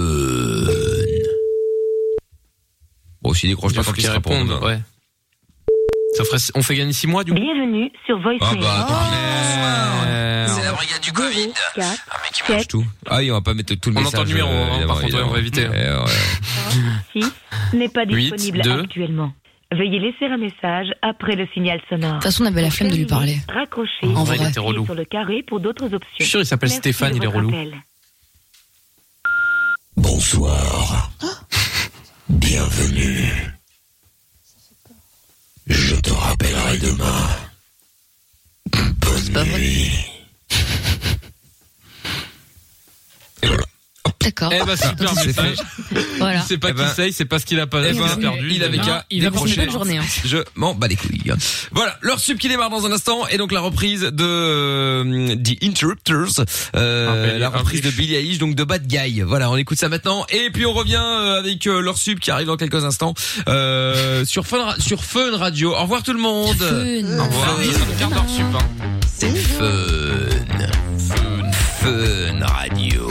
[SPEAKER 2] Bon, s'il décroche pas,
[SPEAKER 6] Il faut
[SPEAKER 2] faut qu'il
[SPEAKER 6] qu'il réponde,
[SPEAKER 2] réponde.
[SPEAKER 6] ouais. Ça ferait, on fait gagner 6 mois du coup. Oh,
[SPEAKER 13] Bienvenue sur
[SPEAKER 2] Ah
[SPEAKER 13] Voicemail.
[SPEAKER 2] bah, tant pis.
[SPEAKER 13] C'est la
[SPEAKER 2] brigade
[SPEAKER 13] du Covid. Un mec qui
[SPEAKER 2] mange tout. Ah oui, on va pas mettre tout le
[SPEAKER 6] On
[SPEAKER 2] message. euh,
[SPEAKER 6] entend le numéro, hein, par contre, ouais, on va éviter. hein.
[SPEAKER 2] Eh,
[SPEAKER 13] n'est pas
[SPEAKER 2] Huit,
[SPEAKER 13] disponible
[SPEAKER 2] deux.
[SPEAKER 13] actuellement. Veuillez laisser un message après le signal sonore.
[SPEAKER 3] De toute façon, on avait la flemme de lui parler.
[SPEAKER 13] Raccrochez.
[SPEAKER 3] En vrai.
[SPEAKER 13] ou
[SPEAKER 3] Il était
[SPEAKER 13] appuyez
[SPEAKER 6] relou.
[SPEAKER 13] Sur le carré pour d'autres options.
[SPEAKER 6] Je suis sûr, il s'appelle
[SPEAKER 13] Merci
[SPEAKER 6] Stéphane,
[SPEAKER 13] de
[SPEAKER 6] il est
[SPEAKER 13] votre
[SPEAKER 6] relou.
[SPEAKER 13] appel.
[SPEAKER 14] Bonsoir. Bienvenue. Je te rappellerai demain. Bonne nuit.
[SPEAKER 3] D'accord.
[SPEAKER 6] Eh
[SPEAKER 2] ben,
[SPEAKER 6] bah super
[SPEAKER 2] C'est
[SPEAKER 6] message.
[SPEAKER 3] Voilà.
[SPEAKER 6] Il sait pas
[SPEAKER 2] Eh ben-
[SPEAKER 6] qui c'est, il sait pas ce qu'il a pas,
[SPEAKER 2] Eh
[SPEAKER 6] il
[SPEAKER 2] ben,
[SPEAKER 6] a perdu.
[SPEAKER 2] il avait qu'à décrocher. [laughs]
[SPEAKER 3] hein.
[SPEAKER 2] Je m'en bats les couilles. Voilà, leur sub qui démarre dans un instant et donc la reprise de euh, The Interrupters, euh, la reprise de Billie Eilish, donc de Bad Guy. Voilà, on écoute ça maintenant et puis on revient euh, avec euh, leur sub qui arrive dans quelques instants euh, sur Fun Ra- sur Fun Radio. Au revoir tout le monde.
[SPEAKER 13] euh,
[SPEAKER 3] Ah
[SPEAKER 2] Au revoir. C'est Fun. Fun. Fun Radio.